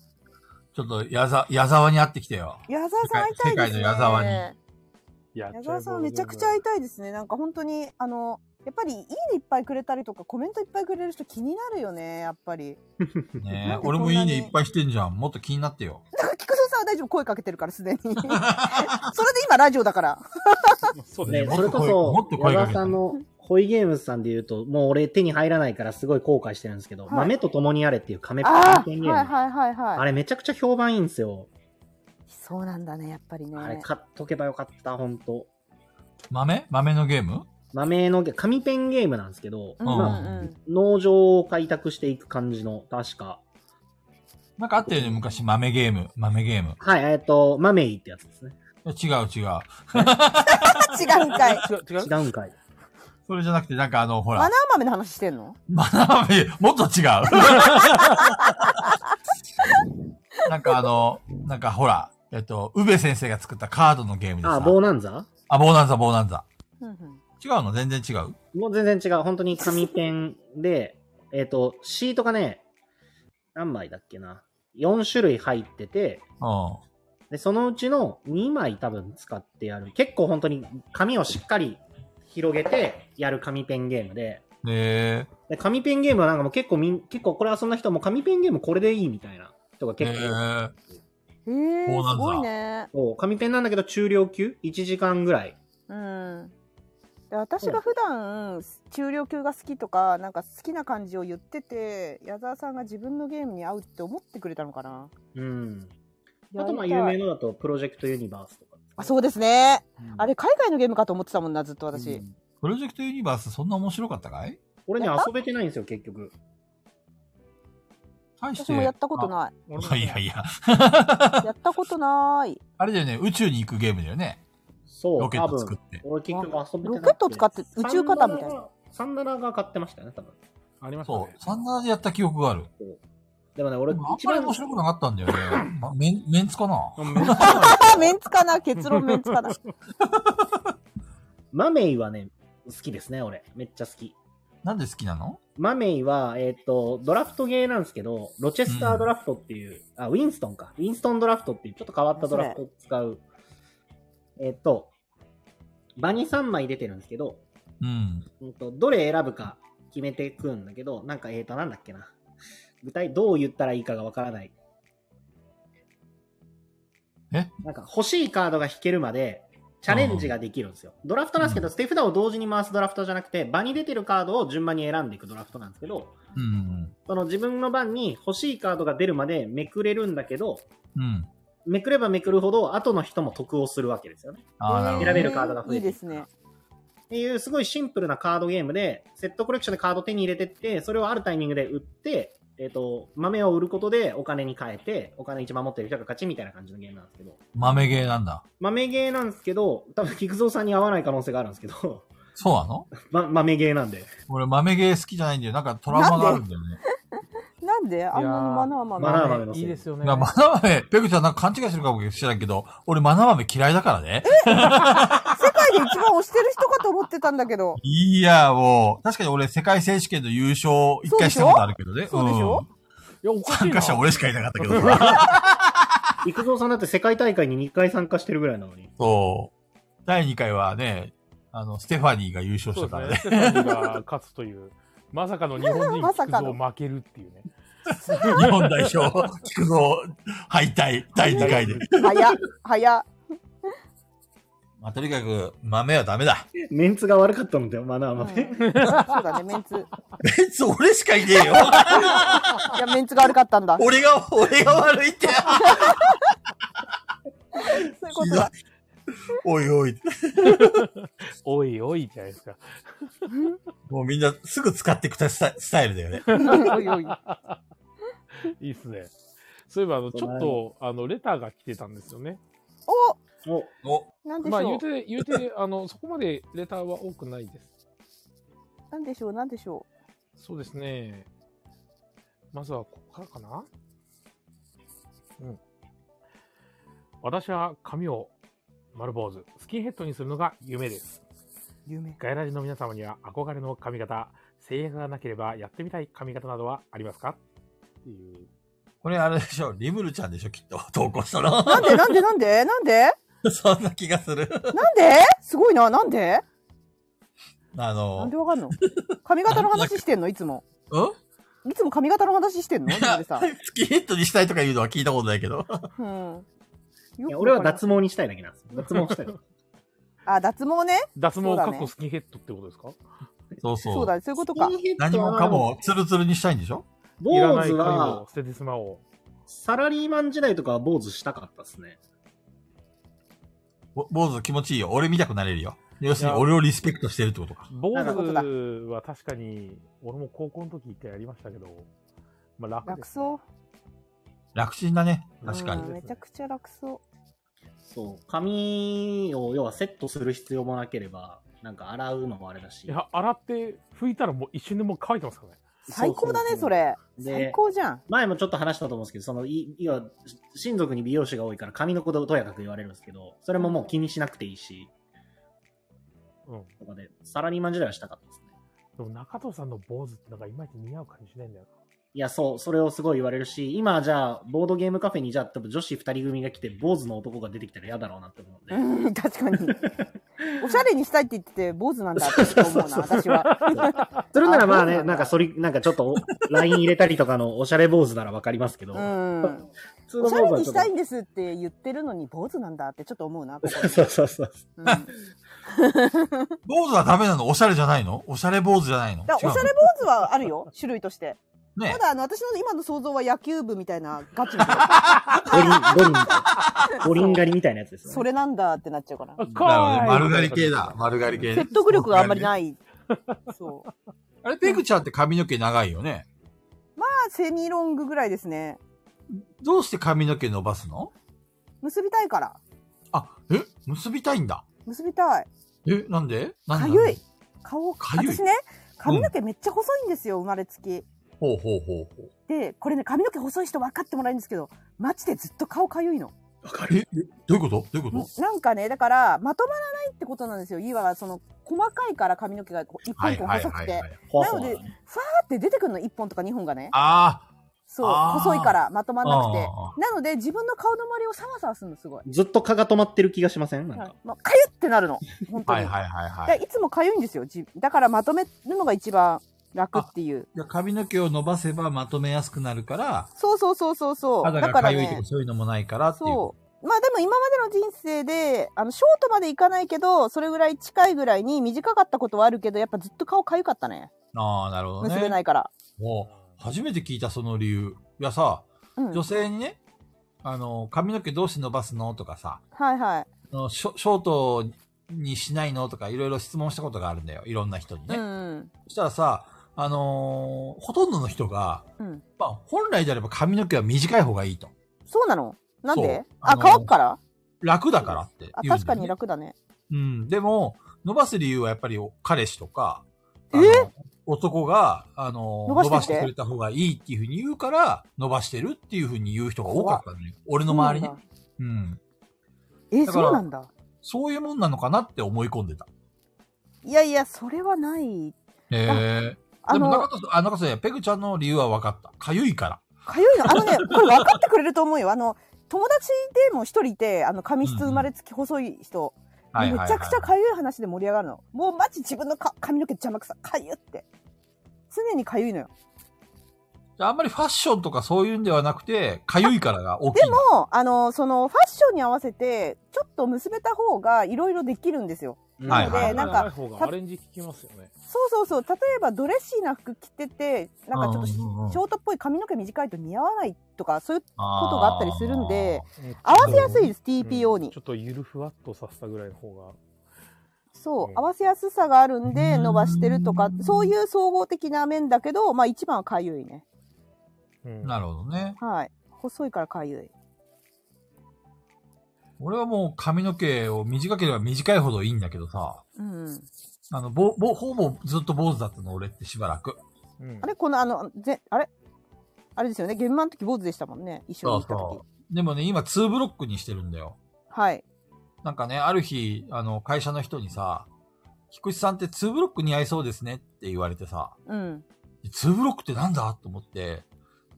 Speaker 2: ちょっと矢沢、矢沢に会ってきてよ。
Speaker 4: 矢沢さん会いたいですね
Speaker 2: 世界の矢沢に
Speaker 1: やっちゃえ
Speaker 4: 矢沢さんめちゃくちゃ会いたいですねなんか本当にあのやっぱりいいねいっぱいくれたりとかコメントいっぱいくれる人気になるよねやっぱり
Speaker 2: ね
Speaker 4: なんで
Speaker 2: 俺もいいねい
Speaker 4: こんなに
Speaker 2: っぱいしてんじゃん。もっと気になってよ。
Speaker 4: だから菊蔵さんは大丈夫声かけてるからすでにそれで今ラジオだから
Speaker 1: そうですね。、
Speaker 5: ね
Speaker 2: もっ
Speaker 5: そ
Speaker 2: と
Speaker 5: れこ
Speaker 2: もっと
Speaker 5: そ、
Speaker 2: 声
Speaker 5: 矢
Speaker 2: かけて
Speaker 5: 沢さんの、ホイゲームズさんで言うと、もう俺手に入らないからすごい後悔してるんですけど、
Speaker 4: はい
Speaker 5: 豆と共にあれっていう亀
Speaker 4: ああー
Speaker 5: パンゲーム、
Speaker 4: はいはいはいはい
Speaker 5: あれめちゃくちゃ評判いいんですよ。
Speaker 4: そうなんだね、やっぱりね。
Speaker 5: あれ買っとけばよかった、ほんと。
Speaker 2: 豆豆のゲーム
Speaker 5: 豆のゲ、紙ペンゲームなんですけど、
Speaker 4: うん
Speaker 5: ま あ、
Speaker 4: うん
Speaker 5: 農場を開拓していく感じの、確か。
Speaker 2: なんかあったよね、昔。豆ゲーム。豆ゲーム。
Speaker 5: はい、えっ、と、マメイってやつですね。
Speaker 2: 違う違う。
Speaker 4: あ違うんかい。
Speaker 1: 違う、違う
Speaker 5: 違うんかい。
Speaker 2: それじゃなくて、なんかあの、ほ
Speaker 4: マナ
Speaker 2: ら
Speaker 4: ー。豆の話してんの
Speaker 2: 豆、もっと違う。なんかあの、なんかほら、えっと、宇部先生が作ったカードのゲームで
Speaker 5: あ、
Speaker 2: さ。
Speaker 5: ボーナンザ
Speaker 2: あ、ボーナンザ、ボーナンザ。
Speaker 4: うんうん
Speaker 2: 違うの全然違う
Speaker 5: もう全然違う。本当に紙ペンで、えっと、シートがね、何枚だっけな。4種類入ってて、
Speaker 2: うん。
Speaker 5: で、そのうちの2枚多分使ってやる。結構本当に紙をしっかり広げてやる紙ペンゲームで、
Speaker 2: ねえ。
Speaker 5: で紙ペンゲームはなんかもう結構みん、結構これ遊んだ人はもう紙ペンゲームこれでいいみたいな人が結
Speaker 2: ね
Speaker 5: 構、
Speaker 2: え
Speaker 4: へえ
Speaker 2: そうなんだ
Speaker 4: すごいね。
Speaker 5: そう紙ペンなんだけど中量級 ?1 時間ぐらい。
Speaker 4: うん。で私が普段中量級が好きとかなんか好きな感じを言ってて矢沢さんが自分のゲームに合うって思ってくれたのかな
Speaker 5: うん。あとまあ
Speaker 4: やり
Speaker 5: 有
Speaker 4: たい
Speaker 5: 名のだとプロジェクトユニバースとか。
Speaker 4: あそうですね
Speaker 5: うん
Speaker 4: あれ海外のゲームかと思ってたもんなずっと私、
Speaker 5: うん
Speaker 2: プロジェクトユニバースそんな面白かったかい
Speaker 5: 俺ね
Speaker 4: やった
Speaker 5: 遊べてないんですよ結局。
Speaker 2: 大して。
Speaker 4: 私もやったことない
Speaker 1: 俺も
Speaker 2: あいやいや。
Speaker 4: やったことない
Speaker 2: あれだよね、宇宙に行くゲームだよね。
Speaker 5: そう、
Speaker 2: ロケッ
Speaker 5: 多
Speaker 2: ト作っ
Speaker 5: 分。
Speaker 2: て。
Speaker 5: 俺結局遊べてな
Speaker 4: ロ
Speaker 5: く
Speaker 4: ケットを使って宇宙型みたいな
Speaker 5: な。37が買ってましたよね多分。
Speaker 1: ありました
Speaker 2: そ
Speaker 1: ね
Speaker 2: う。。サンダーでやった記憶がある。
Speaker 5: でもね
Speaker 2: あ
Speaker 5: 俺
Speaker 2: んま
Speaker 5: 一
Speaker 2: り
Speaker 5: 番
Speaker 2: 面白くなかったんだよね。ま、メンメンツかな
Speaker 1: うんめっちゃ
Speaker 4: あメンツかな結論メンツかな
Speaker 5: マメイはね、好きですね、俺。めっちゃ好き。
Speaker 2: なんで好きなの
Speaker 5: マメイは、えっ、と、ドラフトゲーなんですけど、ロチェスタードラフトっていう、あ、ウィンストンか。ウィンストンドラフトっていう、ちょっと変わったドラフトを使う。えっ、と、場に3枚出てるんですけど、
Speaker 2: うん。
Speaker 5: うんと、どれ選ぶか決めていくんだけど、なんか、えっ、と、なんだっけな。具体、どう言ったらいいかがわからない。
Speaker 2: え
Speaker 5: なんか、欲しいカードが引けるまで、チャレンジができるんですよ。ドラフトなんですけど、
Speaker 2: うん
Speaker 5: 手札を同時に回すドラフトじゃなくて、場に出てるカードを順番に選んでいくドラフトなんですけど、
Speaker 2: うん。
Speaker 5: その自分の番に欲しいカードが出るまでめくれるんだけど、
Speaker 2: うん。
Speaker 5: めくればめくるほど、後の人も得をするわけですよね。
Speaker 2: ああ、なるほ
Speaker 5: 選べるカードが増えて
Speaker 4: いい
Speaker 5: い
Speaker 4: で
Speaker 5: く
Speaker 4: すね
Speaker 5: っていう、すごいシンプルなカードゲームで、セットコレクションでカード手に入れてって、それをあるタイミングで売って、えっ、と、豆を売ることでお金に変えて、お金一番持ってる人が勝ちみたいな感じのゲームなんですけど、
Speaker 2: 豆ゲーなんだ。
Speaker 5: 豆ゲーなんですけど、多分、菊蔵さんに合わない可能性があるんですけど、
Speaker 2: そうなの
Speaker 5: ま、豆ゲーなんで。
Speaker 2: 俺豆ゲー好きじゃないんだよ。なんかトラウマがあるんだよね。
Speaker 4: なんであんなにマナーマ
Speaker 5: マナ
Speaker 4: ナ
Speaker 5: ー豆のせい
Speaker 1: いいですよね。
Speaker 2: だからマナ豆、ペグちゃんなんか勘違いするかもしれないけど、俺マナ豆嫌いだからね。
Speaker 4: 世界で一番推してる人かと思ってたんだけど。
Speaker 2: いや、もう、確かに俺世界選手権の優勝一回したことあるけどね。
Speaker 4: そうでしょ
Speaker 2: ん
Speaker 1: いや、おかしい
Speaker 2: 参
Speaker 1: な
Speaker 2: 加。者俺しかいなかったけどさ。
Speaker 5: 菊蔵さんだって世界大会に2回参加してるぐらいなのに。
Speaker 2: そう。第2回はね、あの、ステファニーが優勝し
Speaker 1: そ
Speaker 2: た
Speaker 1: う
Speaker 2: から
Speaker 1: で
Speaker 2: ね。
Speaker 1: すね。ステファニーが勝つという、まさかの日本人
Speaker 4: まさ
Speaker 1: 菊
Speaker 4: か
Speaker 1: 蔵
Speaker 4: の
Speaker 1: 負けるっていうね。
Speaker 2: 日本代表、菊蔵敗退、第2回で。
Speaker 4: 早っ、早 っ。
Speaker 2: まあ、とにかく、豆はダメだ。
Speaker 5: メンツが悪かったので、マナー
Speaker 4: うん
Speaker 5: 豆。
Speaker 4: そうだね、メンツ。い
Speaker 2: 別に俺しかいねえよ。
Speaker 4: や、メンツが悪かったんだ。そ
Speaker 2: 俺が、俺が悪いって。
Speaker 4: ういうことだ。
Speaker 2: おいおい。
Speaker 1: おいおいじゃないですか。
Speaker 2: もうみんなすぐ使ってくたスタスタイルだよね。
Speaker 4: おいおい。
Speaker 1: いいっすね。そういえば、あの、
Speaker 5: そう
Speaker 1: ちょっと、あの、レターが来てたんですよね。
Speaker 5: お、
Speaker 2: お、
Speaker 4: なんでし
Speaker 1: まあ、言
Speaker 4: ょ
Speaker 1: う
Speaker 4: う。
Speaker 1: て、言うて、 あの、そこまでレターは多くないです。
Speaker 4: なんでしょう、なんでしょ
Speaker 1: そうですね。まずはここからかな。うん。私は髪を丸坊主、スキンヘッドにするのが夢です。
Speaker 4: う。夢。
Speaker 1: ガイラジの皆様には憧れの髪型、制約がなければやってみたい髪型などはありますかっていう。
Speaker 2: これあれでしょ、リムルちゃんでしょ、きっと。投稿したの。
Speaker 4: なんで、なんで、なんで、なんで、
Speaker 2: そんな気がする。
Speaker 4: なんですごいな、なんで
Speaker 2: あ
Speaker 4: なん
Speaker 2: の
Speaker 4: で、わかんの髪型の話してんのいつも。
Speaker 2: うん
Speaker 4: いつも髪型の話してんの自分で さ。
Speaker 2: スキンヘッドにしたいとか言うのは聞いたことないけ ど。
Speaker 4: うん。よ
Speaker 5: いや
Speaker 4: く
Speaker 5: 俺は
Speaker 4: わかんない
Speaker 5: 脱毛にしたいだけなんです。脱毛したい。
Speaker 4: あ、脱毛ね。
Speaker 1: 脱毛
Speaker 4: そうだ
Speaker 1: か
Speaker 4: ね
Speaker 1: っこスキンヘッドってことですか
Speaker 2: そうそう。
Speaker 4: そうだね、そういうことか。
Speaker 2: 何もかもツルツルにしたいんでしょ
Speaker 5: 坊
Speaker 1: いらない
Speaker 5: 主
Speaker 1: 髪
Speaker 5: は
Speaker 1: を、捨ててしまおう。
Speaker 5: サラリーマン時代とかは坊主したかったですね。
Speaker 2: ぼ坊主気持ちいいよ。俺見たくなれるよ。要するに俺をリスペクトしてるってことか。
Speaker 1: 坊
Speaker 5: なる
Speaker 4: ほどだ
Speaker 1: 主は確かに、俺も高校の時一回やりましたけど、まあ楽
Speaker 4: 楽
Speaker 1: です。
Speaker 4: そう。
Speaker 2: 楽ちんだね。確か
Speaker 4: う
Speaker 2: に。
Speaker 4: んめちゃくちゃ楽そ
Speaker 5: そう。髪を、要はセットする必要もなければ、なんか洗うのもあれだし。
Speaker 1: いや、洗って拭いたらもう一瞬でもう乾いてますからね。
Speaker 4: う。最高だね、それ。
Speaker 5: うそう
Speaker 4: 最高じゃん。
Speaker 5: 前もちょっと話したと思うんですけど、その、い、いや、親族に美容師が多いから髪のことをとやかく言われるんですけど、それももう気にしなくていいし、
Speaker 1: うん。
Speaker 5: とかで、サラリーマン時代はしたかったですね。
Speaker 1: でも中藤さんの坊主ってなんかいまいち似合う感じしないんだよ
Speaker 5: いや、そう、それをすごい言われるし、今、じゃあ、ボードゲームカフェに、じゃあ、多分女子二人組が来て、坊主の男が出てきたら嫌だろうなって思うんで。
Speaker 4: うん、確かに。おしゃれにしたいって言ってて、坊主なんだってちょっと思うな、
Speaker 5: そうそうそう
Speaker 4: 私は。
Speaker 5: それなら
Speaker 4: あ
Speaker 5: まあ
Speaker 4: そう
Speaker 5: ね、
Speaker 4: なんだ
Speaker 5: なんかそれ、なんかちょっと、 ライン入れたりとかのおしゃれ坊主ならわかりますけど、
Speaker 4: うん。
Speaker 5: 普通
Speaker 4: おしゃれにしたい
Speaker 5: い
Speaker 4: んですって言ってるのに、坊主なんだってちょっと思うな、ここ
Speaker 5: そうそうそう。
Speaker 4: うんだか
Speaker 2: 坊主はダメなのおしゃれじゃないのおしゃれ坊主じゃないの
Speaker 4: らおし
Speaker 2: 違う
Speaker 4: ゃれ坊主はあるよ、種類として。
Speaker 2: のね
Speaker 4: ただ、あの、私の今の想像は野球部みたいなガチの。
Speaker 5: 五輪、五輪みたいな。五輪狩りみたいなやつですよね。
Speaker 4: それなんだってなっちゃうから。
Speaker 1: な。
Speaker 2: だからね丸刈り系だ。。丸刈り系。
Speaker 4: 説得力があんまりない。そう。ま
Speaker 2: あれ、ペグちゃんって髪の毛長いよね。
Speaker 4: あ、セミロングぐらいですね。
Speaker 2: どうして髪の毛伸ばすの
Speaker 4: 結びたいから。
Speaker 2: あ、え結びたいんだ。
Speaker 4: 結びたい。
Speaker 2: え、なんでなん
Speaker 4: か
Speaker 2: で
Speaker 4: ゆい。。顔、
Speaker 2: かゆい
Speaker 4: 私ね、髪の毛めっちゃ細いんですよ、生まれつき。
Speaker 2: ほうほうほうほう。
Speaker 4: で、これね、髪の毛細い人分かってもらえるんですけど、マジでずっと顔かゆいの。
Speaker 2: わかる。えどういうことどういうこと
Speaker 4: なんかね、だから、まとまらないってことなんですよ。いわば、その、細かいから髪の毛がこう一本一本細くて。
Speaker 2: い。
Speaker 5: 怖
Speaker 4: な
Speaker 5: そう
Speaker 4: の
Speaker 5: だ
Speaker 4: で、
Speaker 5: ね
Speaker 4: ファーって出てくるの、一本とか二本がね。
Speaker 2: あ
Speaker 4: そう、
Speaker 2: あー
Speaker 4: 細いからまとま
Speaker 2: あ。
Speaker 4: んなくて。
Speaker 2: あ
Speaker 4: なので、自分の顔の周りをサワサワするの、すごい。
Speaker 5: ずっと蚊が止まってる気がしませんなんか。
Speaker 4: まあ、かゆってなるの。本
Speaker 2: ー
Speaker 4: 当
Speaker 2: はいい
Speaker 4: に。
Speaker 2: はいはいは
Speaker 4: だ
Speaker 2: い。
Speaker 4: からいつもかゆいんですよ。じだからまとめるのが一番楽っていう。
Speaker 2: じゃあ髪の毛を伸ばせばまとめやすくなるから、
Speaker 4: そうそうそうそうそう。
Speaker 2: 肌
Speaker 4: だ
Speaker 2: が
Speaker 4: から
Speaker 2: かゆいと
Speaker 4: ね
Speaker 2: か。そういうのもないからっていう。
Speaker 4: そう。まあでも今までの人生で、あの、ショートまでいかないけど、それぐらい近いぐらいに短かったことはあるけど、やっぱずっと顔かゆかったね。
Speaker 2: ああ、なるほど
Speaker 4: 結べな
Speaker 2: ね。
Speaker 4: いから。
Speaker 2: もう、初めて聞いたその理由。いやさ、
Speaker 4: うん。
Speaker 2: 女
Speaker 4: はい
Speaker 2: 性にね、あの、髪の毛どうして伸ばすのとかさ、
Speaker 4: はい。
Speaker 2: あのショショートにしないのとかいろいろ質問したことがあるんだよ。いろんな人にね。
Speaker 4: うん。
Speaker 2: そしたらさ、あのーほとんどの人が、
Speaker 4: うん
Speaker 2: まあ、本来であれば髪の毛は短い方がいいと。
Speaker 4: そうなのなん
Speaker 2: そ
Speaker 4: で
Speaker 2: うあ
Speaker 4: あ、
Speaker 2: の
Speaker 4: 乾くから
Speaker 2: 楽だからって
Speaker 4: あ、
Speaker 2: 言うんだよね
Speaker 4: 確かに楽だね。
Speaker 2: うん。でも、伸ばす理由はやっぱりお彼氏とか、
Speaker 4: え
Speaker 2: あの男が、あの、伸
Speaker 4: 伸
Speaker 2: ば
Speaker 4: ば
Speaker 2: して
Speaker 4: してきて
Speaker 2: くれた方がいいっていうふうに言うから、伸ばしてるっていうふうに言う人が多かったのよ。俺の周りに。
Speaker 4: そうなんだ
Speaker 2: うん。
Speaker 4: え、
Speaker 2: だから
Speaker 4: そうなんだ。
Speaker 2: そういうもんなのかなって思い込んでた。
Speaker 4: いやいや、それはない。
Speaker 2: ええ。
Speaker 4: あ
Speaker 2: でも中
Speaker 4: の、
Speaker 2: 田さん、あ、中田さん、ペグちゃんの理由は分かった。かゆいから。
Speaker 4: かゆいの。あのね、これ分かってくれると思うよ。あの、友達でも一人いて、あの、髪質生まれつき細い人。
Speaker 2: はいはい、は
Speaker 4: め
Speaker 2: い。
Speaker 4: ちゃくちゃかゆい話で盛り上がるの。もうマジ自分のか髪の毛邪魔くさ。かゆって。常にかゆいのよ。
Speaker 2: あんまりファッションとかそういうんではなくて、かゆいからが大きい。
Speaker 4: でも、あの、その、ファッションに合わせて、ちょっと結べた方がいろいろできるんですよ。
Speaker 2: はいはい
Speaker 4: なんか
Speaker 1: 長い方がアレンジ効きますよね。
Speaker 4: そうそうそう。例えばドレッシーな服着てて、なんかちょっとシ
Speaker 2: うんうんうん
Speaker 4: ョートっぽい髪の毛短いと似合わないとか、そういう
Speaker 2: こ
Speaker 4: ことがあったりするんで、
Speaker 1: うん
Speaker 4: 合わせやすいです、TPO
Speaker 1: うん
Speaker 4: に
Speaker 1: ち。ょっとゆるふわっとさせたぐらいの方が。
Speaker 4: そうう、
Speaker 1: ん
Speaker 4: 合わせやすさがあるんで
Speaker 2: うん
Speaker 4: 伸ばしてるとか、そういう総合的な面だけど、まあ一番はかゆいね。
Speaker 1: うん
Speaker 2: なるほどね。
Speaker 4: はい。細いからかゆい。
Speaker 2: 俺はもう髪の毛を短ければ短いほどいいんだけどさ、
Speaker 4: うん。
Speaker 2: あの、ぼ、ぼ、ほぼずっと坊主だったの、俺ってしばらく。
Speaker 1: うん
Speaker 4: あれこのあの、ぜあれあれですよね。現場の時坊主でしたもんね。一緒に行った時。
Speaker 2: う。でもね、今2ブロックにしてるんだよ。
Speaker 4: はい。
Speaker 2: なんかね、ある日、あの、会社の人にさ、菊池さんって2ブロック似合いそうですねって言われてさ、
Speaker 4: うん。
Speaker 2: 2ブロックってなんだと思って、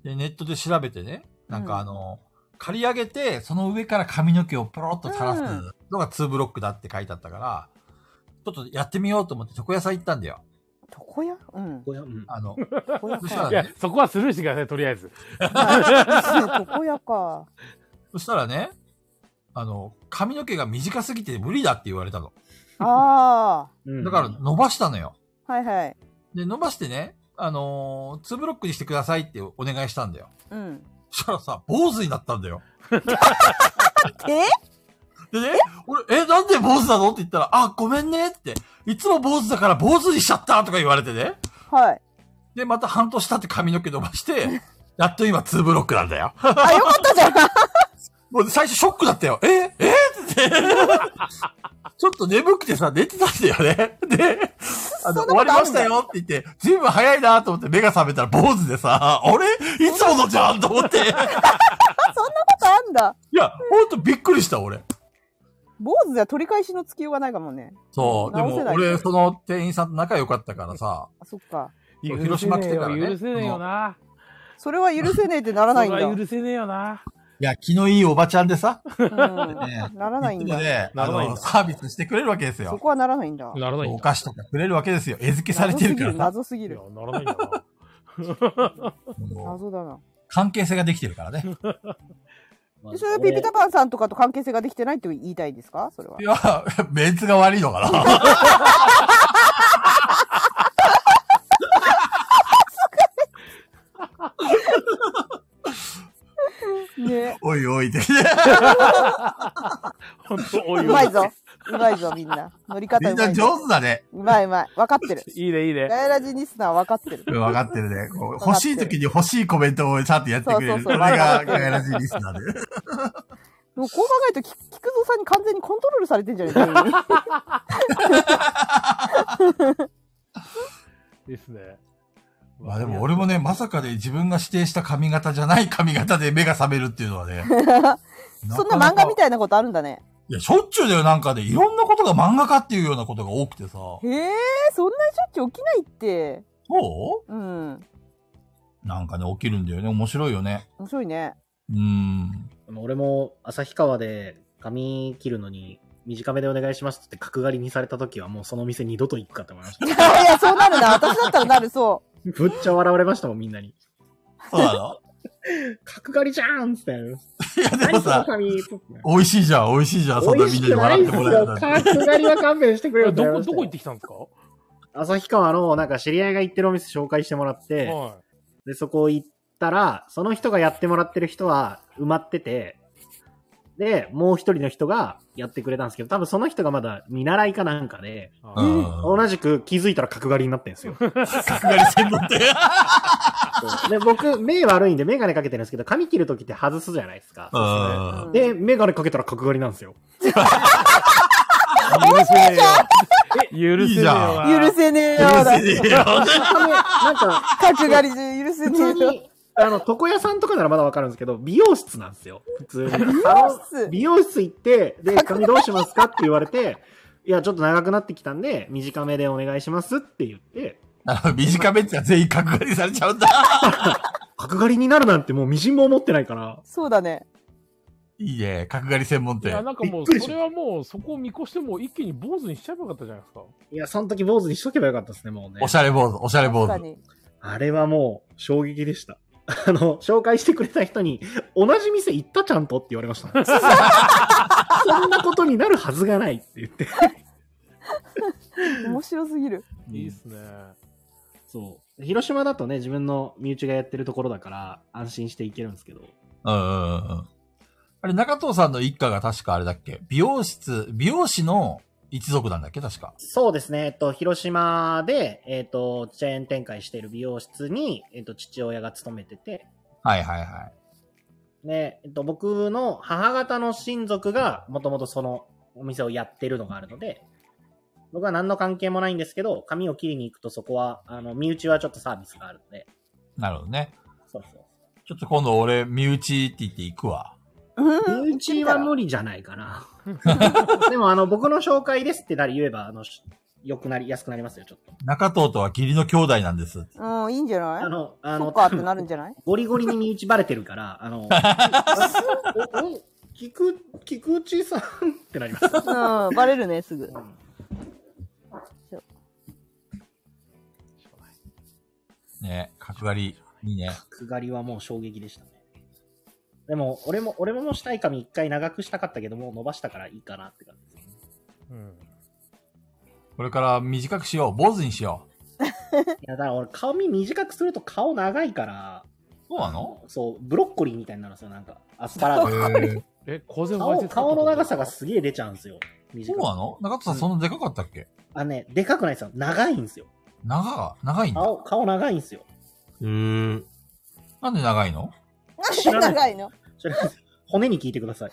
Speaker 2: で、ネットで調べてね、なんかあの、刈り上げて、その上から髪の毛をポロッと垂らすのが2ブロックだって書いてあったから、ちょっとやってみようと思って床屋さん行ったんだよ。
Speaker 4: 床屋うん。
Speaker 5: これはうん
Speaker 2: あの、
Speaker 4: 床屋
Speaker 2: そしたら
Speaker 4: か。
Speaker 1: い
Speaker 2: ね
Speaker 1: や、そこはスルーしてください、とりあえず。
Speaker 4: はい 床屋か。
Speaker 2: そしたらね、あの、髪の毛が短すぎて無理だって言われたの。
Speaker 4: あ
Speaker 5: うん
Speaker 2: だから伸ばしたのよ。
Speaker 4: あ。はいはい。
Speaker 2: で、伸ばしてね、あのー、2ブロックにしてくださいってお願いしたんだよ。
Speaker 4: うん。
Speaker 2: そしたらさ、坊主になったんだよ。
Speaker 4: え
Speaker 2: でね、俺、え、なんで坊主なのって言ったら、あ、ごめんねって、いつも坊主だから坊主にしちゃったとか言われてね。
Speaker 4: はい。
Speaker 2: で、また半年経って髪の毛伸ばして、やっと今2ブロックなんだよ。
Speaker 4: あ、よかったじゃん。
Speaker 2: もう最初ショックだったよ。ええって言って。ちょっと眠くてさ、寝てたんだよね。で、あの、
Speaker 4: そん
Speaker 2: 終わ
Speaker 4: なことあるんだ
Speaker 2: りましたよって言って、ずいぶん早いなと思って目が覚めたら坊主でさ、あれいつものじゃんと思って。い
Speaker 4: そんなことあんだ。
Speaker 2: や、ほんとびっくりした、俺。
Speaker 4: 坊主では取り返しのつきようがないかもね。
Speaker 2: そう。で
Speaker 4: 直せ
Speaker 2: も、
Speaker 4: ない
Speaker 2: 俺、その店員さんと仲良かったからさ、
Speaker 4: あ、そっか。
Speaker 2: そう広島来てからね
Speaker 1: 許せねえよな。
Speaker 4: それは許せねえってならないんだ。
Speaker 1: それは許せねえよな。
Speaker 2: いや、気のいいおばちゃんでさ、ね
Speaker 4: うんならない
Speaker 2: い
Speaker 4: ん
Speaker 2: つも
Speaker 4: だ。
Speaker 2: ね、あ
Speaker 1: ならないん
Speaker 2: の、
Speaker 1: だ
Speaker 2: サービスしてくれるわけです
Speaker 4: そ
Speaker 2: よ。
Speaker 4: こはならないんだ。
Speaker 1: ならないん
Speaker 2: お
Speaker 1: だ。
Speaker 2: 菓子とかくれるわけですよ。餌付けされ
Speaker 4: 謎
Speaker 2: て
Speaker 4: す
Speaker 2: る
Speaker 4: ぎ
Speaker 2: か
Speaker 4: る、
Speaker 2: らさ
Speaker 4: 謎すぎ
Speaker 1: いや
Speaker 4: る。、
Speaker 1: ならないんだ な。
Speaker 2: もう
Speaker 4: 謎だな。
Speaker 2: 関係性ができてるからね。。
Speaker 5: まあ
Speaker 4: でそれはピピタパンさんとかと関係性ができてないって言いたいですかそれはい
Speaker 2: や、メンツが悪いのかな。
Speaker 4: ね。
Speaker 2: おいおいって。
Speaker 1: 本当お
Speaker 4: う
Speaker 1: いお
Speaker 4: ま
Speaker 1: い
Speaker 4: い。ぞ。うまいぞ、みんな。乗り方
Speaker 2: み
Speaker 4: うんま
Speaker 2: ない
Speaker 4: ぞ。
Speaker 2: 上手だね。
Speaker 4: うまいうまい。分かってる。
Speaker 1: いいね、いいね。
Speaker 4: ガヤラジニスナーは分かってる。
Speaker 2: 分かってるね。こ
Speaker 4: 分
Speaker 2: う
Speaker 4: か
Speaker 2: 欲
Speaker 4: っ
Speaker 2: してい
Speaker 4: る
Speaker 2: 時に欲しいコメントをちゃんとやってくれる。
Speaker 4: そうそうそ
Speaker 2: れ
Speaker 4: うわか
Speaker 2: が、
Speaker 4: ってる
Speaker 2: ガヤラジリスナーで。
Speaker 4: もうこう考えると、き菊蔵さんに完全にコントロールされてんじゃねえか。
Speaker 1: ですね。
Speaker 2: まあでも俺もね、まさかで自分が指定した髪型じゃない髪型で目が覚めるっていうのは ね。
Speaker 4: そんな漫画み
Speaker 2: い。
Speaker 4: たいなことあるんだね。
Speaker 2: いや、しょっちゅうだよ。なんかね、いろんなことが漫画家っていうようなことが多くてさ。
Speaker 4: へえ、そんなしょっちゅう起きないって。
Speaker 2: そ
Speaker 4: うん。
Speaker 2: うなんかね、起きるんだよね。面白いよね。
Speaker 4: 面白いね。
Speaker 2: うーん。
Speaker 5: 俺も旭川で髪切るのに短めでお願いしますって角刈りにされた時はもうその店二度と行くかと思いました
Speaker 4: い。や、そうなる な。私だったらなる、そ
Speaker 5: ぶっちゃ笑われましたもんみんなに。
Speaker 2: そうな の
Speaker 5: 角刈りじゃーんっつって。
Speaker 2: いや、でも
Speaker 5: 何その
Speaker 2: さ、
Speaker 5: 髪。
Speaker 2: 美味しいじゃん、美味しいじゃん。そん
Speaker 5: 美
Speaker 2: な
Speaker 5: 味
Speaker 2: みん
Speaker 5: し
Speaker 2: なに笑って
Speaker 5: くないです
Speaker 2: もらえ
Speaker 5: よ。
Speaker 2: たら。
Speaker 5: 角刈りは勘弁してくれ
Speaker 1: ど
Speaker 5: よ
Speaker 1: こ、
Speaker 5: って言われました
Speaker 1: ど
Speaker 5: よ
Speaker 1: こ行ってきたんですかは
Speaker 5: 旭川のなんか知り合いが行ってるお店紹介してもらって、
Speaker 1: い。
Speaker 5: で、そこ行ったら、その人がやってもらってる人は埋まってて、で、もう一人の人がやってくれたんですけど、多分その人がまだ見習いかなんかで、
Speaker 1: あ
Speaker 2: うん
Speaker 1: ー
Speaker 5: 同じく気づいたら角刈りになってんです よ。
Speaker 2: 角刈り専門店。
Speaker 5: で、僕、目悪いんでメガネかけてるんですけど、髪切るときって外すじゃないですか。
Speaker 2: うん
Speaker 5: で、メガネかけたら角刈りな んですよ。
Speaker 1: 許せねえよ。許
Speaker 2: いい
Speaker 1: せねえ
Speaker 2: じゃん
Speaker 1: わ。
Speaker 4: 許せねえよだ
Speaker 2: 許せねえよ
Speaker 5: なんか、
Speaker 4: 角刈りで許せ
Speaker 5: 普
Speaker 4: ね
Speaker 5: 通
Speaker 4: えよ
Speaker 5: に、 あの、床屋さんとかならまだわかるんですけど、美容室なんですよ。普通に。
Speaker 4: 室
Speaker 5: 美容室行って、 で、髪どうしますかって言われて、いや、ちょっと長くなってきたんで、短めでお願いしますって言って、
Speaker 2: あの 短めっちゃ全員角刈りされちゃうんだ。
Speaker 5: 角刈りになるなんてもう微塵も思ってないから、
Speaker 4: そうだね
Speaker 2: いいね、角刈り専門
Speaker 1: いや、
Speaker 2: 店。
Speaker 1: なんかも
Speaker 5: び
Speaker 1: う、
Speaker 5: っくりし
Speaker 1: そ
Speaker 5: た
Speaker 1: れはもう、そこを見越しても、一気に坊主にしちゃえばよかったじゃないですか。
Speaker 5: いや、その時坊主にしとけばよかったですね、もうね
Speaker 2: お。しゃれ坊主、おしゃれ坊
Speaker 4: 確
Speaker 2: 主
Speaker 4: か。に
Speaker 5: あれはもう、衝撃でした。 あの、紹介してくれた人に、同じ店行ったちゃんとって言われました。 そんなことになるはずがないって言って。
Speaker 4: 面白すぎる
Speaker 1: いいっすね。
Speaker 5: そう。広島だとね、自分の身内がやってるところだから、安心して行けるんですけど。
Speaker 2: うんうんうんうん。あれ、中藤さんの一家が確かあれだっけ美容室、美容師の一族なんだっけ確か。
Speaker 5: そうですね。えっと、広島で、えっと、チェーン展開している美容室に、えっと、父親が勤めてて、
Speaker 2: はいはいは
Speaker 5: で、えっと、僕の母方の親族が、もともとそのお店をやってるのがあるので、僕は何の関係もないんですけど、髪を切りに行くとそこは、あの、身内はちょっとサービスがあるので、
Speaker 2: い。なるほどね。
Speaker 5: そうそう。
Speaker 2: ちょっと今度俺、身内って言って行くわ。
Speaker 5: 身内は無理じゃない かな。でも、あの、僕の紹介ですってなり言えば、あの、し良くなり、安くなりますよ、ちょっと。
Speaker 2: 中藤とは義理の兄弟なんです。
Speaker 4: うんいいんじゃ
Speaker 5: あ
Speaker 4: ない
Speaker 5: の、あ
Speaker 4: そ
Speaker 5: の、
Speaker 4: っかってなるんじゃない
Speaker 5: ゴリゴリに身内バレてるから、あの、おお菊、菊池さんってなります。
Speaker 4: うんバレるねすぐ
Speaker 2: ね、角刈り、いいね。
Speaker 5: 角刈りはもう衝撃でしたね。でも、俺も、俺ももうしたい髪一回長くしたかったけど、もう伸ばしたからいいかなって感じですね。
Speaker 1: うん。
Speaker 2: これから短くしよう。坊主にしよ
Speaker 5: いや、だから俺、髪短くすると顔長いから、
Speaker 2: う。そうなの
Speaker 5: そう、ブロッコリーみたいになるんですよ、なんか。アスパラガス。
Speaker 2: へえ
Speaker 1: え、公然わい
Speaker 5: 顔
Speaker 1: せつ
Speaker 5: 顔の長さがすげえ出ちゃうんですよ。
Speaker 2: そ
Speaker 5: 短
Speaker 2: う
Speaker 5: く。
Speaker 2: なの中藤さんそんなでかかったっけ
Speaker 5: あのね、でかくないですよ。長いんですよ。
Speaker 2: 長が、長いんだ。
Speaker 5: 顔、顔長いんですよ。
Speaker 2: へえ。なんで長いの
Speaker 5: 知らない
Speaker 4: 長いの
Speaker 5: それ、骨に聞いてください。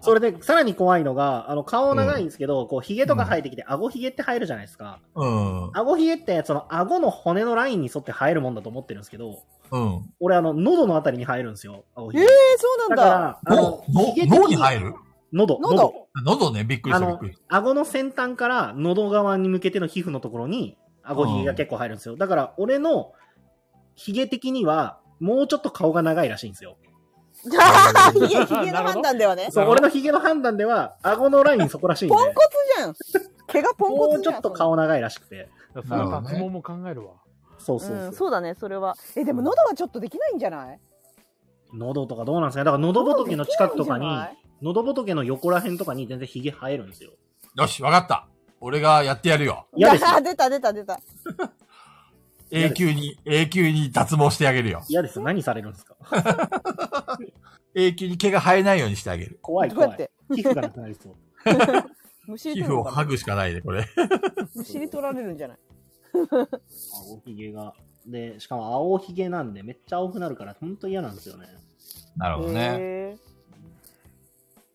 Speaker 5: それで、さらに怖いのが、あの、顔長いんですけど、こう、髭とか生えてきて、顎髭って生えるじゃないですか。
Speaker 2: うん。うん。
Speaker 5: 顎髭って、その、顎の骨のラインに沿って生えるもんだと思ってるんですけど、
Speaker 2: 脳、
Speaker 5: 俺、あの、喉のあたりに生えるんですよ、顎髭。
Speaker 4: えーそうなん
Speaker 5: だか
Speaker 4: だ
Speaker 5: ら、あの、
Speaker 2: の
Speaker 5: 髭的
Speaker 2: 脳に入る
Speaker 5: 喉、
Speaker 4: 喉
Speaker 5: 喉。
Speaker 2: 喉ね、びっくりし
Speaker 5: あ
Speaker 2: た、びっ
Speaker 5: の
Speaker 2: くりし、
Speaker 5: 顎の先端から喉側に向けての皮膚のところに、顎ひげが結構入るんですよ。だから、俺の、ひげ的には、もうちょっと顔が長いらしいんですよ。
Speaker 4: あ ーひげひげの判断ではね
Speaker 1: な
Speaker 5: そう、
Speaker 1: るほ
Speaker 5: 俺
Speaker 1: ど
Speaker 5: のひげの判断では、顎のラインそこらしいんで、
Speaker 4: ポンコツじゃん毛がポン
Speaker 5: も
Speaker 4: コ
Speaker 5: う
Speaker 4: ツ
Speaker 5: ち
Speaker 4: じ
Speaker 5: ょ
Speaker 4: ゃん
Speaker 5: っと顔長いらしくて。
Speaker 1: その脱毛も考えるわ。
Speaker 5: そうそう
Speaker 4: う。
Speaker 5: そうん
Speaker 4: そうだねそれはえでも喉はちょっとできないんじゃない
Speaker 5: 喉とかどうなんですかねだから喉仏の近くとかに
Speaker 4: できないんじゃない、
Speaker 5: 喉仏の横ら辺とかに全然ひげ生えるんですよ。
Speaker 2: よし、わかった。俺がやってやるよ。
Speaker 5: 嫌ですよ
Speaker 4: あー出た出た出た。
Speaker 2: 永久に、永久に脱毛してあげるよ。
Speaker 5: 嫌ですよ。何されるんですか
Speaker 2: 永久に毛が生えないようにしてあげる。
Speaker 5: 怖い
Speaker 4: どうや
Speaker 5: 怖
Speaker 4: っ
Speaker 5: い
Speaker 4: て。
Speaker 5: 皮膚がなくなりそう。
Speaker 4: むし
Speaker 2: 皮
Speaker 4: り
Speaker 2: 膚
Speaker 4: 取る
Speaker 2: を
Speaker 4: のか
Speaker 2: 剥
Speaker 4: な
Speaker 2: ぐしかないね、これ。
Speaker 4: むしり取られるんじゃない
Speaker 5: 青ひげが。で、しかも青ひげなんでめっちゃ青くなるから、ほんと嫌なんですよね。
Speaker 2: なるほどね。
Speaker 4: へ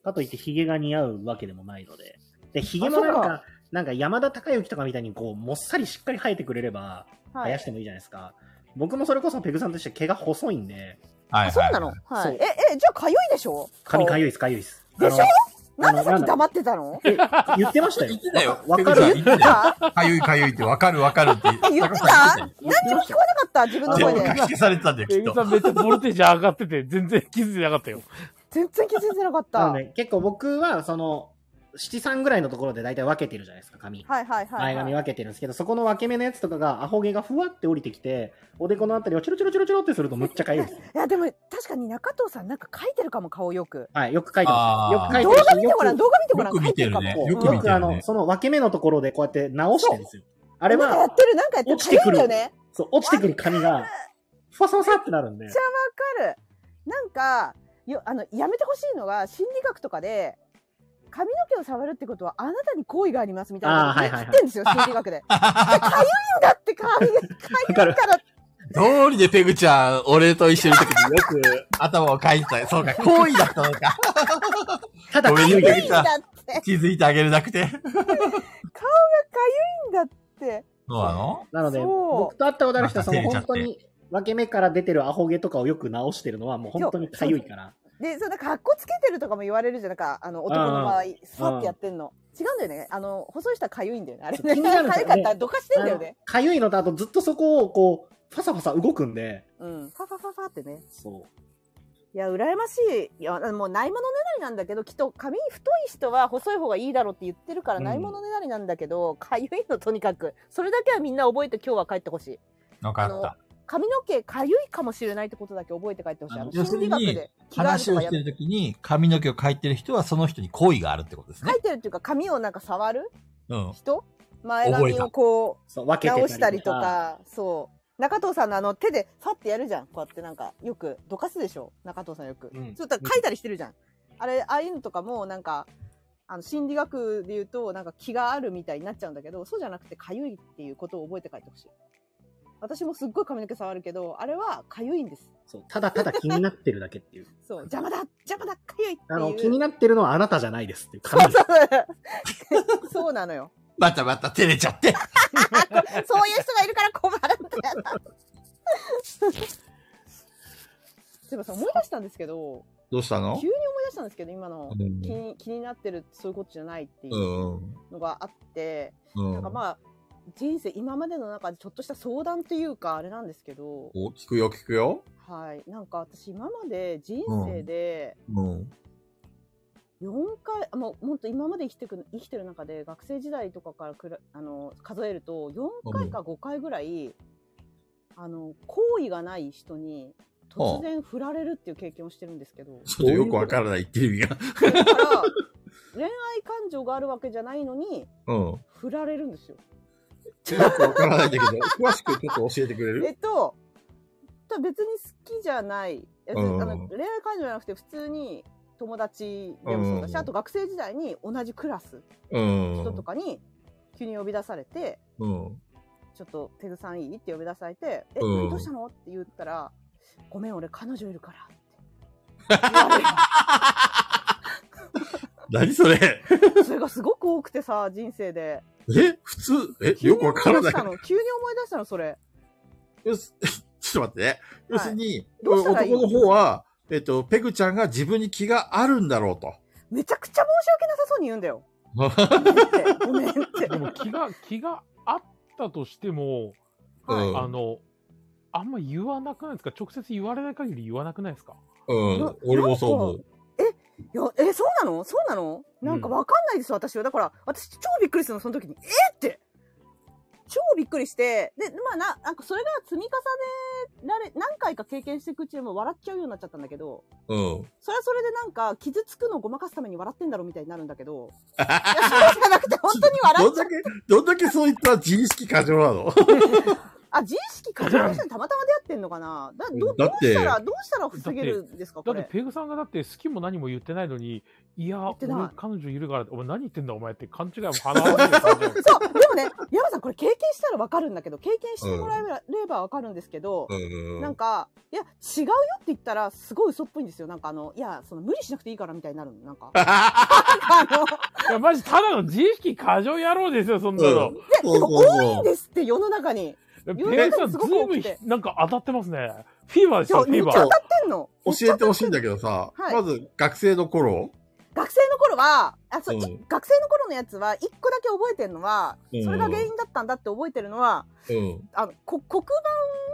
Speaker 5: かといってひげが似合うわけでもないので。で、ひげもなん
Speaker 4: あそう
Speaker 5: か、なんか山田孝之とかみたいにこう、もっさりしっかり生えてくれれば、
Speaker 4: ーは
Speaker 5: 生や
Speaker 4: い
Speaker 5: してもいいじゃないですか。僕もそれこそペグさんとして毛が細いんで、
Speaker 2: はいはい。
Speaker 4: あそうなのは
Speaker 5: そ
Speaker 4: いうええじゃあかゆいでしょ
Speaker 5: 髪か
Speaker 4: い
Speaker 5: ゆいです、かゆいです。
Speaker 4: でしょな
Speaker 5: あ
Speaker 4: ん
Speaker 5: の
Speaker 4: でさっき
Speaker 5: なん
Speaker 4: 黙ってたの
Speaker 5: だ言ってましたよ
Speaker 2: 言っ。てたよ。
Speaker 5: わわか
Speaker 2: ペグち
Speaker 5: る
Speaker 2: ゃん言ってたよ。かゆいかゆいってわかるわかるって。
Speaker 4: 言ってた
Speaker 2: 言
Speaker 4: 何
Speaker 2: って
Speaker 4: にも聞こえなかった自分の
Speaker 2: たよ
Speaker 4: 声
Speaker 2: 全部
Speaker 4: で
Speaker 2: 書き消されてたんだよ、き
Speaker 1: エ
Speaker 2: っ
Speaker 1: グ
Speaker 2: と
Speaker 1: さ。んめっちゃボルテージ上がってて、全然気づいてなかったよ。
Speaker 4: 全然気づいてなかっ
Speaker 5: な
Speaker 4: た
Speaker 5: の
Speaker 4: はい
Speaker 5: で結構僕は、その、七三ぐらいのところで大体分けてるじゃないですか、髪。
Speaker 4: はいはいはい
Speaker 5: 前髪分けてるんですけど、そこの分け目のやつとかが、アホ毛がふわって降りてきて、おでこのあたりをチロチロチロチロってするとむっちゃかゆいです。
Speaker 4: いやでも確かに中藤さんなんか書いてるかも顔よく
Speaker 5: はい、よく書いてます。よ
Speaker 2: あ
Speaker 5: く
Speaker 2: ー
Speaker 5: 書い
Speaker 4: 動
Speaker 5: てる
Speaker 4: 画
Speaker 5: し
Speaker 4: 見てごらん動画見てごらん
Speaker 2: よく見てるね
Speaker 4: 書い
Speaker 5: そう
Speaker 4: か
Speaker 2: よ
Speaker 4: も
Speaker 2: く見てるね
Speaker 5: よくあの、その分け目のところでこうやって直してるんですよ。あれ
Speaker 4: なんかや
Speaker 5: は
Speaker 4: っ、てるなんかやってる
Speaker 5: 落ちてく
Speaker 4: か
Speaker 5: る
Speaker 4: ゆいんだよね
Speaker 5: そう、落ちてくる髪が、ふわさふわさってなるんで。
Speaker 4: わかるなんかよあのやめてほしいのが心理学とかで髪の毛を触るってことはあなたに好意がありますみたいな
Speaker 5: あーはいはいはい
Speaker 4: 言ってんですよ、心理 学で。かゆいんだって髪が
Speaker 5: わかる。
Speaker 4: から
Speaker 2: どうりでペグちゃん、俺と一緒にいる時によく頭をかいてた。そうか、好意だったのか。
Speaker 5: ただ、
Speaker 2: ご
Speaker 5: か
Speaker 2: めんね
Speaker 5: ゆい
Speaker 2: ペ
Speaker 5: だ
Speaker 2: グ
Speaker 5: け
Speaker 2: ちゃん
Speaker 4: だって。
Speaker 2: 気づいてあげれなくて。
Speaker 4: いいんだって。
Speaker 2: そうなの
Speaker 5: なので、
Speaker 4: そう
Speaker 5: 僕と会ったことある人は、その
Speaker 2: なんか照れちゃっ
Speaker 5: 本
Speaker 2: て
Speaker 5: 当に、分け目から出てるアホ毛とかをよく直してるのは、もう本当にかゆいから。
Speaker 4: で、そのかっこつけてるとかも言われるじゃん。なんか、あの、男の場合、スワってやってんの。違うんだよね。あの、細い人はかゆいんだよね。あれね。
Speaker 5: 気になるんだ
Speaker 4: か
Speaker 5: よね
Speaker 4: ゆかったらどかしてんだよね。
Speaker 5: かゆいのと、あとずっとそこを、こう、ファサファサ動くんで、
Speaker 4: うん。ファファファファってね。
Speaker 5: そう。
Speaker 4: いや、羨ましい。いや、もうないものねだりなんだけど、きっと髪太い人は細い方がいいだろうって言ってるから、
Speaker 5: うん
Speaker 4: ないものねだりなんだけど、かゆいのとにかく。それだけはみんな覚えて今日は帰ってほしい。
Speaker 2: わかった。
Speaker 4: 髪の毛かゆいかもしれないってことだけ覚えて帰ってほしい。あの
Speaker 2: 要する
Speaker 4: 心理
Speaker 2: に
Speaker 4: 学で着替える
Speaker 2: 話
Speaker 4: と
Speaker 2: を
Speaker 4: か
Speaker 2: し
Speaker 4: や
Speaker 2: て
Speaker 4: め
Speaker 2: る時に髪の毛をかいてる人はその人に好意があるってことですね
Speaker 4: 書。いてるっていうか髪をなんか触る
Speaker 2: うん。
Speaker 4: 人前
Speaker 2: 覚え
Speaker 4: 髪
Speaker 2: た
Speaker 4: をこ
Speaker 5: そう、分
Speaker 4: う
Speaker 5: けて
Speaker 4: 直したりと。かそう中藤さんのあの手でファってやるじゃんこうやってなんかよくどかすでしょ中藤さんよく、
Speaker 5: うん
Speaker 4: そうだから書いたりしてるじゃん、あれああいうのとかもなんかあの心理学で言うとなんか気があるみたいになっちゃうんだけどそうじゃなくてかゆいっていうことを覚えて書いてほしい私もすっごい髪の毛触るけどあれはかゆいんです
Speaker 5: そう、ただただ気になってるだ けっていう。
Speaker 4: そう邪魔だ邪魔だかゆいっていう
Speaker 5: あの、気になってるのはあなたじゃないですっていう感じ。
Speaker 4: そうなのよ
Speaker 2: またまた照れちゃって。
Speaker 4: そういう人がいるから困るんだよな。 すいません、思い出したんですけど、思
Speaker 2: どうしたの
Speaker 4: 急にい出したんですけど、今の
Speaker 2: うん
Speaker 4: 気に気になってる、そういうことじゃないっていううんのがあって、
Speaker 2: うん。う
Speaker 4: なんか
Speaker 2: ん。
Speaker 4: まあ、人生、今までの中でちょっとした相談というか、あれなんですけど、
Speaker 2: お、聞くよ、聞くよ。
Speaker 4: はい、なんか私、今まで人生で
Speaker 2: うん。
Speaker 4: 4回、あもうもっと今まで生きてく生きてる中で、学生時代とかからくらあの数えると、4回か5回ぐらい、あの、好意がない人に突然振られるっていう経験をしてるんで すけど、
Speaker 2: ちょっとよくわからない言ってる意味が。
Speaker 4: だから恋愛感情があるわけじゃないのに、
Speaker 2: うん。
Speaker 4: 振られるんですよ。
Speaker 2: よくわからないんだけど、詳しくちょっと教えてくれ
Speaker 4: え
Speaker 2: る
Speaker 4: っと、ただ別に好きじゃない、別にあの
Speaker 2: うん
Speaker 4: 恋愛感情じゃなくて、普通に友達でもそうだし、
Speaker 2: うん
Speaker 4: あと学生時代に同じクラス
Speaker 2: うん。
Speaker 4: 人とかに急に呼び出されて、
Speaker 2: うん。
Speaker 4: ちょっとペグさんいいって呼び出されて、え、
Speaker 2: うん
Speaker 4: どうしたのって言っ たら、ごめん、俺彼女いるからって言われる。
Speaker 2: 何それ
Speaker 4: それがすごく多くてさ、人生で。
Speaker 2: え普通え よくわからない
Speaker 4: 急に思い出し。たの、急に思い出したの、それ。
Speaker 2: よし ちょっと待ってね。要するに、
Speaker 4: どうしたらいい
Speaker 2: 男の方は、えっと、ペグちゃんが自分に気があるんだろうと。
Speaker 4: めちゃくちゃ申し訳なさそうに言うん だよ。ってごめんって。
Speaker 1: でも気が、気があったとしても、
Speaker 4: はい
Speaker 2: うん
Speaker 1: あの、あんま言わなくないですか直接言われない限り言わなくないですか
Speaker 2: うん。俺もそう思う。
Speaker 4: いや、え、そうなのそうなのなんかわかんないです、私は。だから、私超びっくりするの、その時に。えって超びっくりして、で、まあな、なんかそれが積み重ねられ、何回か経験していくうちにもう笑っちゃうようになっちゃったんだけど、
Speaker 2: うん。
Speaker 4: それはそれでなんか、傷つくのをごまかすために笑ってんだろうみたいになるんだけど、いやそうじゃな くて本当に笑
Speaker 2: ど
Speaker 4: っ
Speaker 2: ん
Speaker 4: ちゃ
Speaker 2: だ
Speaker 4: う。
Speaker 2: け、どんだけそういった自意識過剰なの
Speaker 4: あ、自意識過剰な人にたまたま出会ってんのかなだど
Speaker 2: だ
Speaker 4: どう
Speaker 2: って
Speaker 4: したら、どうしたら防げるんですか
Speaker 1: だ
Speaker 4: こ
Speaker 1: って
Speaker 4: れ。
Speaker 1: ペグさんがだって好きも何も言ってないのに、いや、
Speaker 4: ってない
Speaker 1: 俺彼女いるからって、お前何言ってんだお前って勘違いも鼻を立 てる感じ
Speaker 4: そう、でもね、山さんこれ経験したらわかるんだけど、経験してもらえればわかるんですけど、
Speaker 2: うん
Speaker 4: なんか、いや、違うよって言ったら、すごい嘘っぽいんですよ。なんかあの、いや、その無理しなくていいからみたいになるの。な んか。あの、
Speaker 1: いや、マジただの自意識過剰野郎ですよ、そんなの。
Speaker 2: うん
Speaker 4: でも
Speaker 2: そうそうそう
Speaker 4: 多いんですって、世の中に。
Speaker 1: ペ
Speaker 4: 世の
Speaker 1: グさん、
Speaker 4: 中に
Speaker 1: ず
Speaker 4: す
Speaker 1: い
Speaker 4: ごく多
Speaker 1: ぶ
Speaker 4: く
Speaker 1: ん
Speaker 4: て、
Speaker 1: なんか当たってますね。フィーバーでし
Speaker 4: そ
Speaker 1: た、
Speaker 4: う、
Speaker 1: フ
Speaker 4: め
Speaker 1: ィ
Speaker 4: っ
Speaker 1: ー
Speaker 4: ちゃ
Speaker 1: バ
Speaker 4: 当
Speaker 1: ー。
Speaker 4: たってんの。
Speaker 2: 教えてほしいんだけどさ、
Speaker 4: はい
Speaker 2: まず学生の頃、
Speaker 4: 学生の頃は、あ、そう、
Speaker 2: うん
Speaker 4: い学生の頃のやつは、一個だけ覚えてるのは、
Speaker 2: うん
Speaker 4: それが原因だったんだって覚えてるのは、
Speaker 2: うん。
Speaker 4: あの、こ黒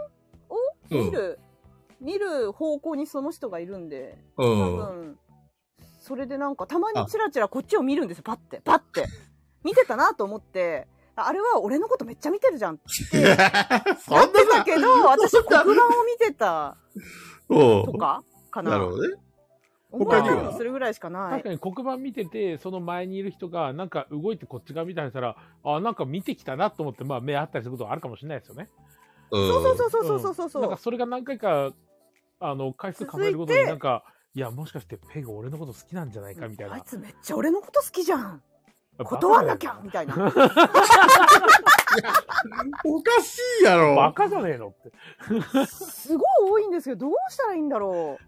Speaker 4: 板を見る、見る方向にその人がいるんで、
Speaker 2: う
Speaker 4: 多
Speaker 2: ん。 うん。
Speaker 4: 分、それでなんかたまにチラチラこっちを見るんですよ、パッて、パッて。 見てたなと思って、ああれは俺のことめっちゃ見てるじゃんって
Speaker 2: そんな
Speaker 4: なってた
Speaker 2: さ、
Speaker 4: けど、私黒板を見てた
Speaker 2: うん
Speaker 4: と。かかな。
Speaker 2: なるほどね。
Speaker 4: 覚えて
Speaker 1: 他
Speaker 4: る
Speaker 1: に
Speaker 4: の
Speaker 1: は
Speaker 4: するぐらいしかない
Speaker 1: 確か。に黒板見てて、その前にいる人が、なんか動いてこっち側見たりしたら、あ、なんか見てきたなと思って、まあ目合ったりすることはあるかもしれないですよね。
Speaker 2: うん。
Speaker 4: そうそうそうそうそうそうそう。
Speaker 1: なんかそれが何回か、あの、回数数えるごと
Speaker 4: 続
Speaker 1: に
Speaker 4: いて
Speaker 1: なんか、いや、もしかしてペグ俺のこと好きなんじゃないかみたい
Speaker 4: あ。
Speaker 1: ない
Speaker 4: つめっちゃ俺のこと好きじゃん断
Speaker 1: 断
Speaker 4: んなきゃみたいな
Speaker 7: おかしいや
Speaker 1: バ
Speaker 7: ろ。
Speaker 1: カじゃねえのって。
Speaker 4: すごい多いんですけどどうしたらいいんだろ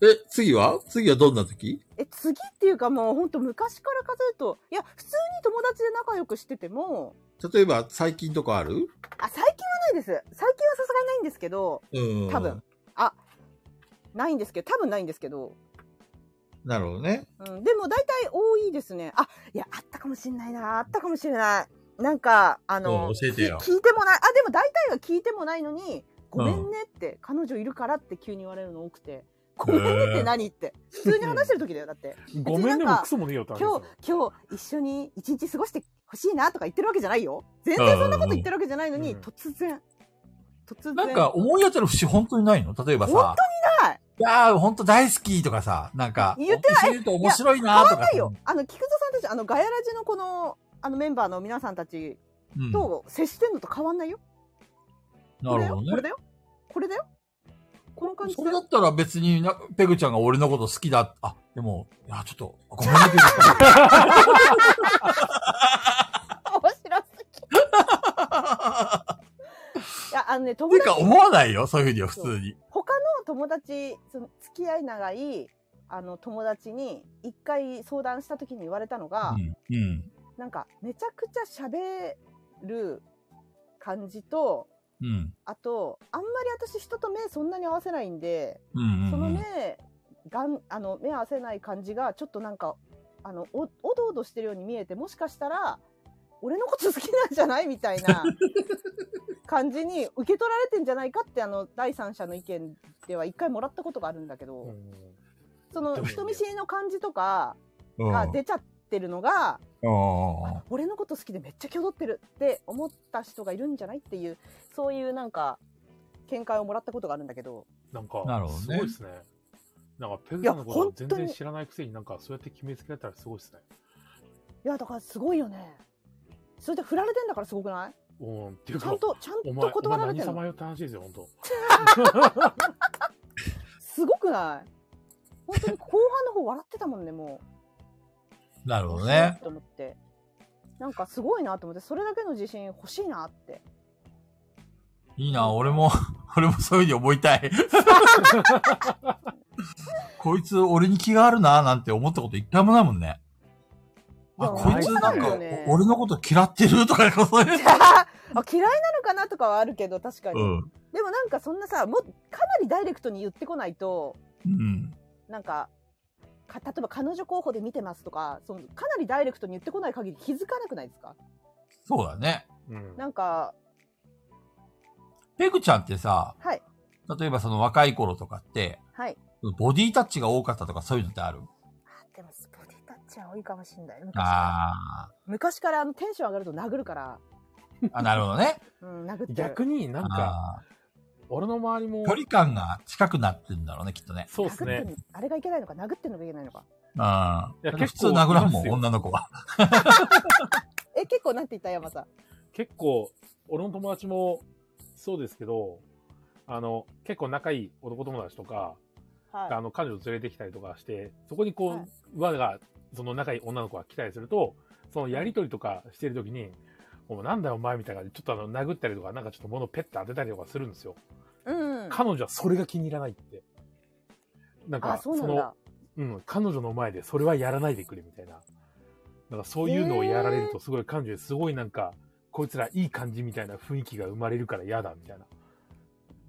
Speaker 4: う
Speaker 7: え、次は次はどんな時
Speaker 4: え次っていうかもうほんと昔から数えるといや普通に友達で仲良くしてても
Speaker 7: 例えば最近とかある
Speaker 4: あ最近はないです最近はさすがにないんですけど
Speaker 7: うん。
Speaker 4: 多分。ないんですけど多分ないんですけど、
Speaker 7: なるほどね。
Speaker 4: うん、でも大体多いですねあいやあったかもしんないなあったかもしれないなんかあの
Speaker 7: うん教えてよ
Speaker 4: き聞いてもないあでも大体は聞いてもないのに「ごめんね」って、彼女いるからって急に言われるの多くて「ごめんね」って何って普通に話してる時だよだって
Speaker 1: ごめんで
Speaker 4: なん
Speaker 1: も
Speaker 4: か
Speaker 1: クソもねえよって話です
Speaker 4: 今
Speaker 1: よ
Speaker 4: 日今日一緒に一日過ごしてほしいなとか言ってるわけじゃないよ全然そんなこと言ってるわけじゃないのに、
Speaker 1: うん
Speaker 4: 突然突然
Speaker 2: なんか思い当たる節本当にないの例えばさ。
Speaker 4: 当にない
Speaker 2: いやー、本当大好きとかさ、なんか。
Speaker 4: 言って
Speaker 2: 一
Speaker 4: ない
Speaker 2: 緒にいると面白い
Speaker 4: 変
Speaker 2: な
Speaker 4: わ
Speaker 2: と
Speaker 4: ん
Speaker 2: か。
Speaker 4: ないよあの菊蔵さんたちあのガヤラジのこのあのメンバーの皆さんたち
Speaker 2: うん。なる
Speaker 4: と接してんのと変わんないよ、
Speaker 2: ほど
Speaker 4: これ
Speaker 2: ね。
Speaker 4: だよこれだよこれだよこの感じ
Speaker 2: そ
Speaker 4: で
Speaker 2: れだったら別にな、ペグちゃんが俺のこと好きだ。あ、でも、いや、ちょっと、ごめんね、ペグち ゃん。
Speaker 4: 面白す ぎいやあのね友
Speaker 2: て
Speaker 4: 達
Speaker 2: か思わないよ、そういうふうには普通に。
Speaker 4: 他の友達その付き合い長いあの友達に一回相談した時に言われたのが、
Speaker 2: うん。うん。
Speaker 4: なんかめちゃくちゃ喋る感じと
Speaker 2: うん。
Speaker 4: あとあんまり私人と目そんなに合わせないんで、
Speaker 2: うんうんうん。
Speaker 4: その目がんあの目合わせない感じがちょっとなんかあのおおどおどしてるように見えてもしかしたら俺のこと好きなんじゃないみた いな感じに受け取られてんじゃないかってあの第三者の意見では一回もらったことがあるんだけど、
Speaker 1: うん
Speaker 4: そ
Speaker 1: で
Speaker 4: の
Speaker 1: も
Speaker 4: 人見知りの感じとか
Speaker 2: うん
Speaker 4: が出ちゃってるのが、
Speaker 2: うん
Speaker 4: 俺のこと好きでめっちゃ気を取ってるって思った人がいるんじゃないっていうそういうなんか見解をもらったことがあるんだけど
Speaker 1: なんか、
Speaker 2: なるほどね
Speaker 1: すごいですね。なんか、ペグさんのこと
Speaker 4: い
Speaker 1: は
Speaker 4: や本当
Speaker 1: 全
Speaker 4: に
Speaker 1: 然知らないくせになんか、そうやって決めつけられたらすごいですね。
Speaker 4: いやだからすごいよねそれで振られてんだからすごくない
Speaker 1: うん、っていう
Speaker 4: ちゃ
Speaker 1: か
Speaker 4: ん、とちゃ
Speaker 1: お
Speaker 4: ん
Speaker 1: 前
Speaker 4: と、
Speaker 1: お
Speaker 4: 断
Speaker 1: 前
Speaker 4: られ
Speaker 1: 何
Speaker 4: てる
Speaker 1: 様
Speaker 4: の
Speaker 1: よって話ですよ、本当。
Speaker 4: すごくない本当に後半の方笑ってたもんねも
Speaker 2: なるほ
Speaker 4: う
Speaker 2: どね。
Speaker 4: と思ってなんかすごいなと思ってそれだけの自信欲しいな って
Speaker 2: いいな、俺も、 俺もそういうふうに思い たい。こいつ、俺に気があるな、なんて思ったこと一回もないもんね。あ、
Speaker 4: いや
Speaker 2: こいつ
Speaker 1: 思いつ
Speaker 2: な
Speaker 1: か
Speaker 2: ん
Speaker 1: ない
Speaker 2: か
Speaker 1: よ
Speaker 4: ね、
Speaker 2: お俺のこと嫌ってるとか、そういう。
Speaker 4: あ嫌いなのかなとかはあるけど確かに、
Speaker 2: うん。
Speaker 4: でもなんかそんなさもうかなりダイレクトに言ってこないと
Speaker 2: うん。
Speaker 4: なんかか例えば彼女候補で見てますとかそのかなりダイレクトに言ってこない限り気づかなくないですか
Speaker 2: そうだね。
Speaker 1: うん。
Speaker 4: なんか
Speaker 2: ペグちゃんってさ、
Speaker 4: はい
Speaker 2: 例えばその若い頃とかって、
Speaker 4: はい
Speaker 2: ボディタッチが多かったとかそういうのってある
Speaker 4: でもスポティタッチは多いかもしんない昔から
Speaker 2: あ
Speaker 4: 昔からあのテンション上がると殴るから、
Speaker 2: ーあ。なるほどね。
Speaker 4: うん、殴ってる
Speaker 1: 逆に なんか、
Speaker 2: あ
Speaker 1: 俺の周りも
Speaker 2: ー、距離感が近くなってんだろうね、きっとね。
Speaker 1: そうです
Speaker 4: 殴
Speaker 1: ね
Speaker 4: ってん。のあれがいけないのか殴ってんのがいけないのか
Speaker 2: うん。
Speaker 1: いや
Speaker 2: 普
Speaker 1: 結構
Speaker 2: 通殴ら
Speaker 1: い
Speaker 2: んも
Speaker 1: ます
Speaker 2: ん、
Speaker 1: よ
Speaker 2: 女の子は。
Speaker 4: え結構なんて言った山さん
Speaker 1: 結構、俺の友達もそうですけど、あの、結構仲いい男友達とか、
Speaker 4: は
Speaker 1: あの、彼女連れてきたりとかして、そこにこう、
Speaker 4: はい
Speaker 1: 我が、その仲いい女の子が来たりすると、そのやりとりとかしてるときに、お前なんだよお前みたいな感じで、ちょっとあの、殴ったりとか、なんかちょっと物をペッて当てたりとかするんですよ。
Speaker 4: いうん
Speaker 1: 彼女はそれが気に入らないって。なん
Speaker 4: あ
Speaker 1: か、
Speaker 4: そうなん
Speaker 1: の
Speaker 4: だ、
Speaker 1: うん、彼女の前でそれはやらないでくれみたいな。なんかそういうのをやられると、すごい彼女ですごいなんか、こいつらいい感じみたいな雰囲気が生まれるから嫌だみたいな。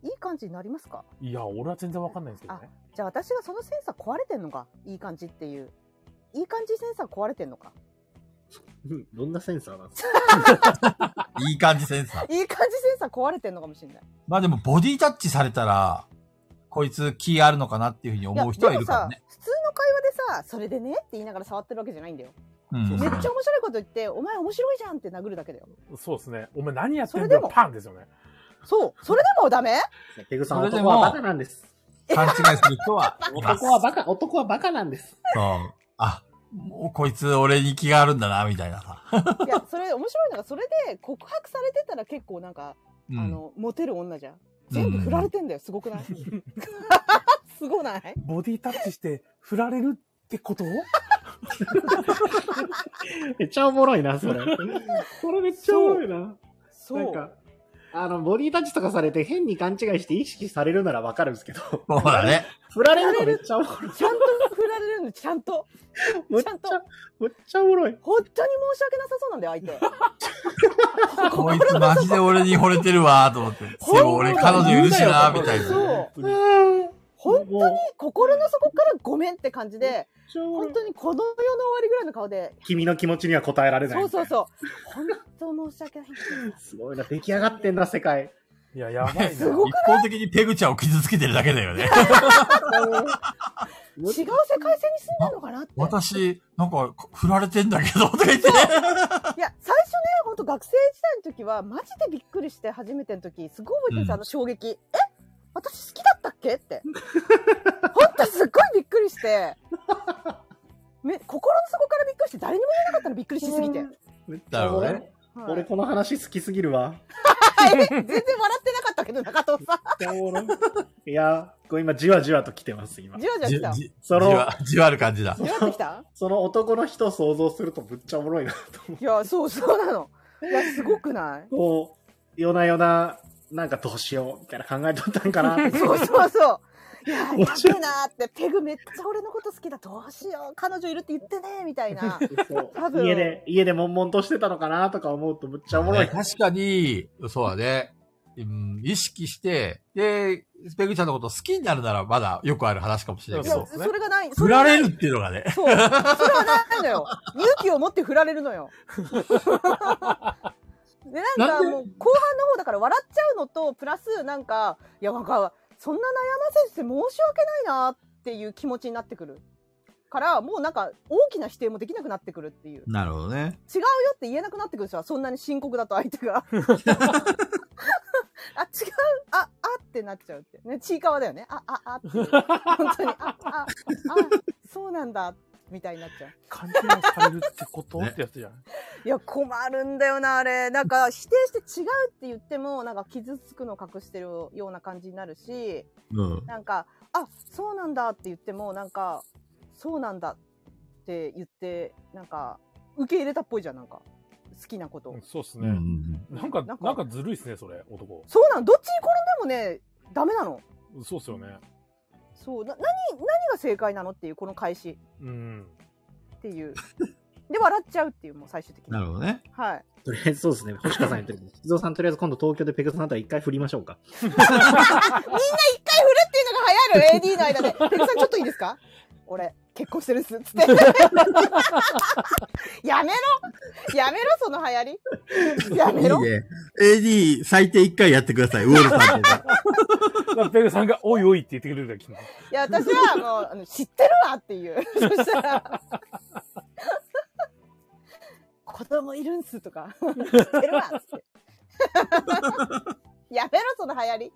Speaker 4: いい感じになりますか
Speaker 1: いや、俺は全然わかんないんですけどね。
Speaker 4: じゃあ私がそのセンサー壊れてんのかいい感じっていういい感じセンサー壊れてんのか
Speaker 5: うんどんなセンサーなんですか
Speaker 2: いい感じセンサー。
Speaker 4: いい感じセンサー壊れてんのかもしれない
Speaker 2: まあでも、ボディタッチされたら、こいつ気あるのかなっていうふうに思う人はい
Speaker 4: で
Speaker 2: るか
Speaker 4: も
Speaker 2: ら
Speaker 4: さ
Speaker 2: ね。
Speaker 4: 普通の会話でさ「それでね」って言いながら触ってるわけじゃないんだよ
Speaker 2: うん。
Speaker 4: めっちゃ面白いこと言って「お前面白いじゃん」って殴るだけだよ
Speaker 1: そうですね。お前何やってんだ
Speaker 4: それでも
Speaker 1: よ、パンですよね。
Speaker 4: そうそれでもダメ
Speaker 5: ペグさん、
Speaker 2: それで
Speaker 5: 男
Speaker 2: も
Speaker 5: はバカなんです。
Speaker 2: 勘違いする人は、
Speaker 5: 男はバカ、男はバカなんです。
Speaker 2: そう。あ、もうこいつ俺に気があるんだな、みたいなさ。
Speaker 4: いやそれ面白いのがそれで告白されてたら結構なんか
Speaker 2: うん
Speaker 4: あの、モテる女じゃん。全部振られてんだよ、すごくないす すごない
Speaker 1: ボディタッチして振られるってこと
Speaker 5: めっちゃおもろいな、そ れ。それめっちゃおもろいな。
Speaker 4: そ
Speaker 5: なん
Speaker 4: う。
Speaker 5: か、あの、ボディタッチとかされて変に勘違いして意識されるならわかるん ですけど、
Speaker 2: そうだね。
Speaker 5: 振られるのめっちゃおもろい。
Speaker 4: ちゃんと振られるの、ちゃんと。
Speaker 5: むっち
Speaker 4: ち
Speaker 5: ゃ
Speaker 4: ゃんと、
Speaker 5: むっちゃおもろい。
Speaker 4: 本当に申し訳なさそうなんだよ、相手。
Speaker 2: こいつマジで俺に惚れてるわーと思って。でも俺彼女いるしなーみたいな。
Speaker 4: そ
Speaker 1: 本
Speaker 4: う。
Speaker 1: 当に
Speaker 4: 本
Speaker 5: 当に
Speaker 4: 心の底からごめんって感じで、本
Speaker 5: 本当
Speaker 4: 当にこの世の終わりぐらいの顔で、
Speaker 5: 君の気持ちには応えられない。
Speaker 4: そうそうそう。本当申し訳ない。
Speaker 5: すごいな、出来上がってんな、世界。
Speaker 1: いや、やばい
Speaker 4: す
Speaker 1: な。
Speaker 4: ご
Speaker 2: 一方的にペグちゃんを傷つけてるだけだよね。
Speaker 4: 違う世界線に住んでるのかなって。
Speaker 2: 私、なんか、振られてんだけど、とか言って。
Speaker 4: いや、最初ね、本当学生時代の時は、マジでびっくりして、初めての時、すごい覚えてるんですよ、
Speaker 2: うん
Speaker 4: あの衝撃。え私好きだったっけって。本当すっごいびっくりして。め心の底からびっくりして誰にも言えなかったのびっくりしすぎて、はい
Speaker 5: めっち
Speaker 2: だ
Speaker 5: ゃ
Speaker 2: ろ
Speaker 5: おも
Speaker 2: う
Speaker 5: ろい
Speaker 2: ね。
Speaker 4: はい
Speaker 5: 俺この話好きすぎるわ。
Speaker 4: 全然笑ってなかったけど中藤さん
Speaker 5: めっちゃおもろい。いやー、これ今じわじわと来てます、今
Speaker 4: じ。わじわ
Speaker 2: じ
Speaker 4: 来
Speaker 2: じ
Speaker 4: た
Speaker 2: じわ、じわる感じだ。
Speaker 4: じわってきた
Speaker 5: その男の人を想像するとむっちゃおもろいなと思う。
Speaker 4: いやそうそうなのいやすごくない
Speaker 5: こう、夜な夜な、なんかどうしようみたいな考えとったんかな って。
Speaker 4: そうそうそう。いやー、
Speaker 5: 面
Speaker 4: 痛
Speaker 5: 白い
Speaker 4: くなーって、ペグめっちゃ俺のこと好きだ、どうしよう、彼女いるって言ってねーみたいな。
Speaker 5: そう
Speaker 4: 多分
Speaker 5: 家で、家で悶々としてたのかなとか思うとむっちゃおもろい。
Speaker 2: 確かに、そうだね。うん、意識して、で、ペグちゃんのこと好きになるならまだよくある話かもしれない
Speaker 4: い
Speaker 2: け
Speaker 4: や、
Speaker 1: そう
Speaker 2: ど
Speaker 1: で、すね
Speaker 4: それがない。そ
Speaker 2: 振
Speaker 4: れ
Speaker 2: ら
Speaker 4: がない
Speaker 2: れるっていうのがね。
Speaker 4: そう。それはないのよ。勇気を持って振られるの よ。で、なんかもう、後半の方だから笑っちゃうのと、プラス、なんか、いや、なんか、そんな悩ませて申し訳ないなーっていう気持ちになってくる。から、もうなんか、大きな否定もできなくなってくるっていう。
Speaker 2: なるほどね。
Speaker 4: 違うよって言えなくなってくるんですよ。そんなに深刻だと相手が。あ、 違う。あ、あってなっちゃうって。ね、ちいかわだよね。あ、あ、あって。本当に、あ、あ、あ、そうなんだ。みたいになっちゃう。
Speaker 1: 勘違いされるってこと
Speaker 2: ね
Speaker 1: ってやつじゃん。
Speaker 4: いや、困るんだよな、あれ。なんか、否定して違うって言っても、なんか傷つくのを隠してるような感じになるし、
Speaker 2: うん。
Speaker 4: なんか、あ、そうなんだって言っても、なんか、そうなんだって言って、なんか、受け入れたっぽいじゃん、なんか。好きなことを
Speaker 1: うん。そうっす
Speaker 2: う
Speaker 1: ね。
Speaker 2: ん。
Speaker 1: なんか、
Speaker 4: な
Speaker 1: なんんか
Speaker 4: か
Speaker 1: ずるいっすね、それ、男。
Speaker 4: そうなの。どっちに転んでもね、ダメなの。
Speaker 1: そうっすよね。
Speaker 4: そう。な、何、何が正解なのっていう、この返し
Speaker 1: うん。
Speaker 4: っ ていう。で、笑っちゃうっていう、もう最終的に。
Speaker 2: なるほどね。
Speaker 4: はい。
Speaker 5: とりあえずそうですね。星川さん言ってる。静雄さんとりあえず今度東京でペグさんあたり一回振りましょうか。
Speaker 4: 一回振るっていうのが流 行る AD の間で。ペグさんちょっといいですか俺、結婚してるっす。つって。やめろやめろ、その流行り。や
Speaker 2: い
Speaker 4: め
Speaker 2: い
Speaker 4: ろ。
Speaker 2: ね。AD 最低1回やってください、ウォルさんと か。
Speaker 1: だからペグさんが、おいおいって言ってくれるだけ。
Speaker 4: いや、私はもうあの、知ってるわっ ていう。そしたら。子供いるんすとか。知ってるわっつって。 やめろ、その流行り。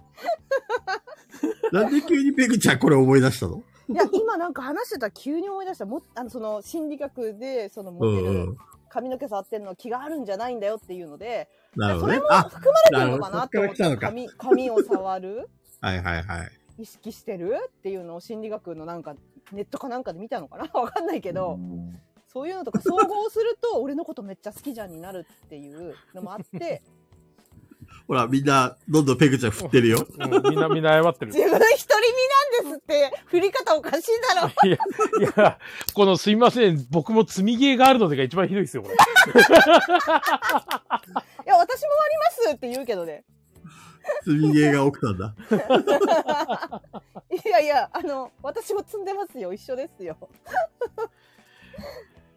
Speaker 8: なんで急にペグちゃんこれ思い出したの
Speaker 4: いや、今なんか話してたら急に思い出した。も、あの、その、心理学で、その、
Speaker 8: う
Speaker 4: モテ
Speaker 8: んう
Speaker 4: る
Speaker 8: ん。
Speaker 4: 髪の毛触ってんのは気があるんじゃないんだよっていうので、
Speaker 8: なるほ
Speaker 4: そ
Speaker 8: ど
Speaker 4: れ
Speaker 8: ね
Speaker 4: も。
Speaker 8: あ、
Speaker 4: 含まれてるのかなと思っ
Speaker 8: なる
Speaker 4: て、
Speaker 8: ほど
Speaker 4: 髪、髪を触る
Speaker 8: はいはいはい。
Speaker 4: 意識してるっていうのを心理学のなんか、ネットかなんかで見たのかな わかんないけど。そういうのとか総合すると俺のことめっちゃ好きじゃんになるっていうのもあって
Speaker 8: ほら、みんな、どんどんペグちゃん振ってるよ。
Speaker 1: うんみんな、みんな謝ってる
Speaker 4: 自。分独り身なんですって振り方おかしい だろ
Speaker 1: いや、いや、このすみません、僕も積みゲーがあるのでが一番ひどいですよ、これ。
Speaker 4: いや私もありますって言うけどね
Speaker 8: 積みゲーが奥さんだ。
Speaker 4: いやいやあの私も積んでますよ一緒ですよ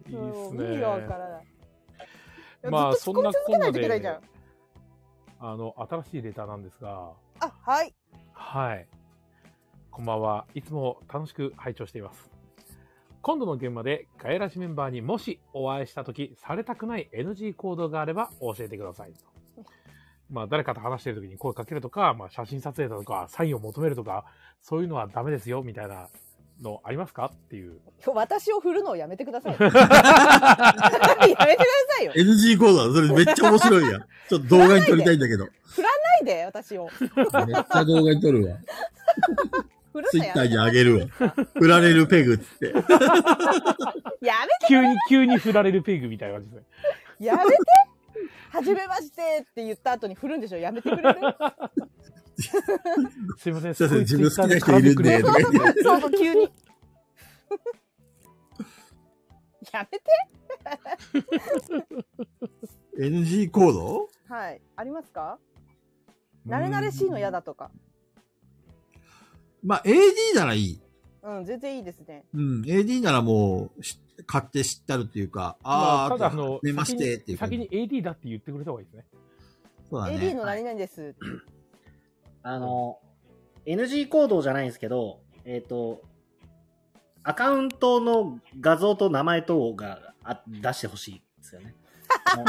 Speaker 1: いいっす
Speaker 4: もう意味
Speaker 1: ね
Speaker 4: が。わからない
Speaker 1: まあ
Speaker 4: ずっと突っ込み続けないといけないじゃん
Speaker 1: そんあの、新しいレターなんですが、
Speaker 4: あはい
Speaker 1: はい。こんばんは。いつも楽しく拝聴しています。今度の現場でガヤラジメンバーにもしお会いしたとき、されたくない NG 行動があれば教えてくださいと。まあ、誰かと話してるときに声かけるとか、まあ、写真撮影だとか、サインを求めるとか、そういうのはダメですよ、みたいなのありますかっていう。
Speaker 4: 私を振るのをやめてくだ さい やめてくださいよ
Speaker 8: NG コードだ。それめっちゃ面白いやん。ちょっと動画に撮りたいんだけど。
Speaker 4: ないで私を
Speaker 8: めっちゃ動画に撮るわ。
Speaker 4: 古
Speaker 8: ツイ
Speaker 4: さ
Speaker 8: ッ
Speaker 4: や
Speaker 8: ターにあげ るわ。売られるペグっつって。
Speaker 4: や
Speaker 1: 急に、急に振られるペグみたいな感じですね。
Speaker 4: め、やめてはじめましてって言った後に振るんでしょやめてくれる
Speaker 1: すいません、
Speaker 8: すいません、自
Speaker 1: ご
Speaker 8: 分
Speaker 1: ツ
Speaker 8: 好
Speaker 1: イッ
Speaker 8: き
Speaker 1: タ
Speaker 8: な人
Speaker 1: ー
Speaker 8: いるんで、
Speaker 1: 絡
Speaker 8: とか
Speaker 1: んくる
Speaker 8: 言って。
Speaker 4: そうそう、急に。やめて
Speaker 8: NG コード
Speaker 4: はい。ありますか慣れ慣れしいの嫌。
Speaker 8: う
Speaker 4: だとか。
Speaker 8: んまあ、AD ならいい。
Speaker 4: うん、全然いいですね。
Speaker 8: うん、AD ならもう、し買って知ったるっていうか、
Speaker 1: ま
Speaker 8: あ
Speaker 1: あ、
Speaker 8: ー
Speaker 1: ただ、あの、
Speaker 8: 出ましてっていう感
Speaker 1: 先
Speaker 8: じ
Speaker 1: に。先に AD だって言ってくれた方がいいですね。
Speaker 8: そうだ
Speaker 4: AD
Speaker 8: ね。
Speaker 4: の何々です。
Speaker 5: あの、NG 行動じゃないんですけど、えっ、と、アカウントの画像と名前等があ出してほしいですよね。あの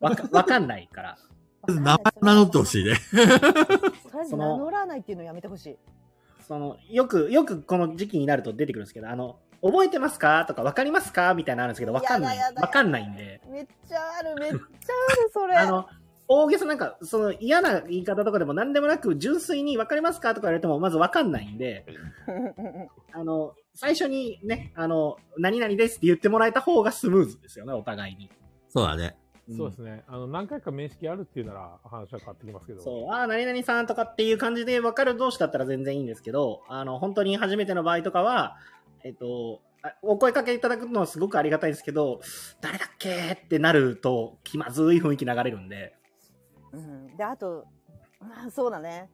Speaker 5: わかわかんないから。
Speaker 8: 名前名乗ってほしいね。
Speaker 4: とりあえず名乗らないっていうのやめてほしい。
Speaker 5: その、よく、よくこの時期になると出てくるんですけど、あの、覚えてますかとか、わかりますかみたいなのあるんですけど、わかんない。
Speaker 4: やだやだ
Speaker 5: わかんないんで。
Speaker 4: めっちゃある、めっちゃある、それ。
Speaker 5: あの、大げさなんか、その嫌な言い方とかでも何でもなく、純粋にわかりますかとか言われても、まずわかんないんで、あの、最初にね、あの、何々ですって言ってもらえた方がスムーズですよね、お互いに。
Speaker 8: そうだね。
Speaker 5: ん
Speaker 1: そうですね。あの、何回か面識あるっていうなら、話は変わってきますけど。
Speaker 5: そう、ああ、何々さんとかっていう感じで分かる同士だったら全然いいんですけど、あの、本当に初めての場合とかは、えっと、あお声かけいただくのはすごくありがたいですけど、誰だっけってなると気まずい雰囲気流れるんで、
Speaker 4: うん、であと、まあ、そうだね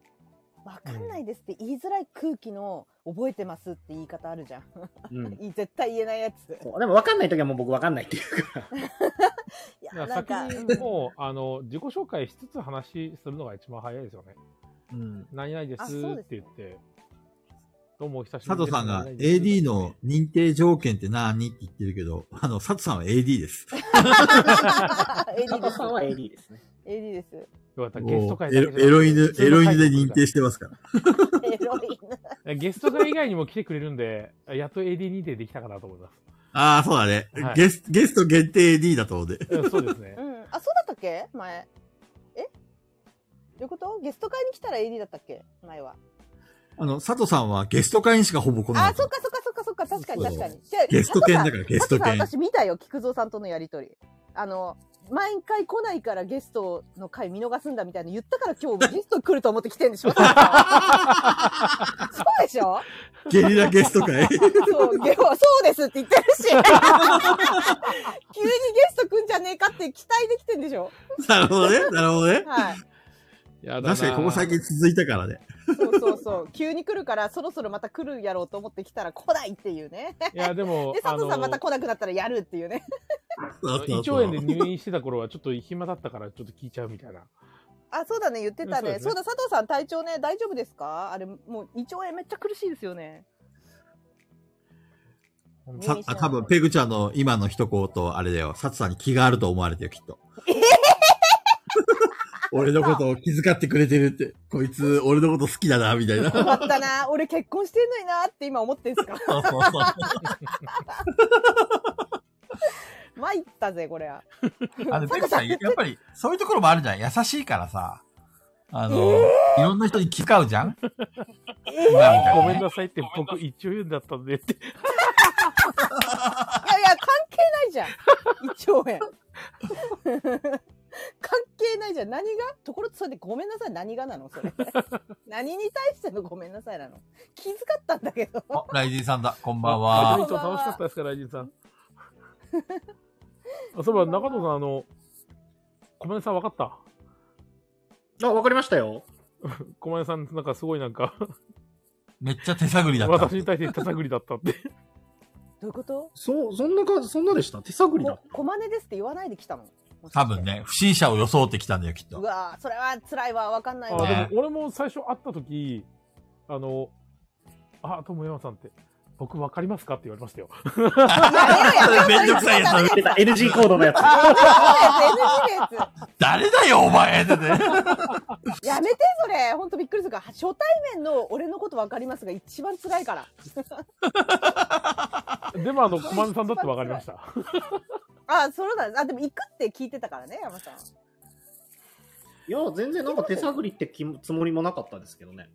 Speaker 4: 分かんないですって言いづらい空気の「覚えてます」って言い方あるじゃん
Speaker 5: うん。
Speaker 4: 絶対言えないやつ
Speaker 5: そうでも分かんない時はもう僕分かんないっていうか、
Speaker 4: い
Speaker 1: だ
Speaker 4: やな
Speaker 1: か
Speaker 4: んから
Speaker 1: 先に もう、あの、自己紹介しつつ話するのが一番早いですよね。
Speaker 5: うん。
Speaker 1: 何々です
Speaker 4: あそうで
Speaker 1: っ
Speaker 4: す
Speaker 1: て言って、どうもお久しぶ
Speaker 8: 佐藤
Speaker 1: りです。
Speaker 8: さんが
Speaker 1: 何々です
Speaker 8: AD の認定条件って何って言ってるけど、あの、佐藤さんは AD です。
Speaker 4: AD で
Speaker 5: 加藤
Speaker 4: す
Speaker 5: さんは AD ですね。
Speaker 4: AD です
Speaker 1: よかったゲス
Speaker 8: も
Speaker 1: ト
Speaker 8: う
Speaker 1: 会
Speaker 8: エ
Speaker 1: だ
Speaker 8: ロ
Speaker 1: けじゃなくて
Speaker 8: エロ犬、エロ犬で認定
Speaker 1: 普通の会とか
Speaker 8: してますから。
Speaker 4: エロいな
Speaker 1: ゲスト会以外にも来てくれるんで、やっと AD 認定できたかなと思 います。
Speaker 8: ああ、そうだね、
Speaker 1: はい
Speaker 8: ゲス。ゲスト限定 AD だと思うで。
Speaker 1: うんそうですね
Speaker 4: う。んあそうだったっけ前えどういうことゲスト会に来たら AD だったっけ前は
Speaker 8: あの、佐藤さんはゲスト会にしかほぼ来ない。
Speaker 4: あそっかそっかそっかそっか確かに
Speaker 8: そう
Speaker 4: 確
Speaker 8: そう
Speaker 4: かにじゃあ
Speaker 8: ゲスト犬だ
Speaker 4: 佐
Speaker 8: から、
Speaker 4: 藤
Speaker 8: ゲス
Speaker 4: さん
Speaker 8: ト犬
Speaker 4: 佐。藤さん私見たよ菊蔵さんとのやりとりあの毎回来ないからゲストの回見逃すんだみたいな言ったから今日ゲスト来ると思って来てんでしょ そうでしょ
Speaker 8: ゲリラゲスト会。
Speaker 4: そう、ゲホ、そうですって言ってるし。 急にゲストくんじゃねえかって期待できてんでしょ
Speaker 8: なるほどね、なるほどね。
Speaker 4: はい。
Speaker 1: やだな
Speaker 8: 確かにここ最近続いたからね。
Speaker 4: そうそうそう。急に来るから、そろそろまた来るやろうと思って来たら来ないっていうね。
Speaker 1: いや、でも
Speaker 4: で、、
Speaker 1: あ
Speaker 4: 佐藤
Speaker 1: の
Speaker 4: さんまた来なくなったらやるっていうね。
Speaker 8: そうそう
Speaker 1: 胃腸
Speaker 8: そう
Speaker 1: 炎で入院してた頃はちょっと暇だったからちょっと聞いちゃうみたいな。
Speaker 4: あ、そうだね、言って
Speaker 1: そ
Speaker 4: たね。そう
Speaker 1: ですね
Speaker 4: うだ、佐藤さん体調ね、大丈夫ですかあれ、もう胃腸炎めっちゃ苦しいですよね。
Speaker 8: さあ多分、ペグちゃんの今の一言とあれだよ。サツさんに気があると思われてよ、きっと。俺のことを気遣ってくれてるって。こいつ、俺のこと好きだな、みたいな。
Speaker 4: 困ったな。俺結婚してんのになって今思ってんすか
Speaker 8: そうそうそう
Speaker 4: 参ったぜ、これは。
Speaker 2: あの、ペグさん、やっぱり、そういうところもあるじゃん。優しいからさ。あの、いろんな人に気遣うじゃん。今みたいに
Speaker 1: ごめんなさいって僕一腸炎だったんでって。
Speaker 4: いやいや、関係ないじゃん。1兆円。関係ないじゃん。何がところでそれでごめんなさい。何がなのそれ。何に対してのごめんなさいなの気遣ったんだけど。
Speaker 2: あ、ライジンさんだ。こんばん
Speaker 1: あ、
Speaker 2: は。
Speaker 1: ライジンさん楽しかったですか、ライジンさ ん。あ、そういえば、中藤さん、あの、小林さん分かった。
Speaker 5: あ、わかりましたよ。
Speaker 1: 小林さん、なんかすごいなんか、
Speaker 2: めっちゃ手探りだった
Speaker 1: 私。に対して手探りだったって。
Speaker 4: どういうこと
Speaker 5: そう、そんなか、そんなでした手探りだ
Speaker 4: こ。小真似ですって言わないで来たのもし
Speaker 2: 多
Speaker 4: かして
Speaker 2: 分ね、不審者を装ってきたんだよ、きっ
Speaker 4: う
Speaker 2: と。
Speaker 4: わぁ、それは辛いわ。わかんない
Speaker 1: あ
Speaker 4: わ。
Speaker 1: で
Speaker 2: ね
Speaker 1: も俺も最初会った時あの「あ友山さんって僕分かりますか?」って言われましたよ
Speaker 8: めんどくさいやつだ
Speaker 5: 出た NG 行動のやつ。
Speaker 4: やめろや NG のや
Speaker 2: 誰だよ、お前ってね。
Speaker 4: つやめてそれほんとびっくりするから初対面の俺のことわかりますが一番辛いから
Speaker 1: でもあの駒根さんだって分かりました
Speaker 4: あそうだあでも行くって聞いてたからね山さん
Speaker 5: いや、全然なんか手探りって気もつもりもなかったですけどね。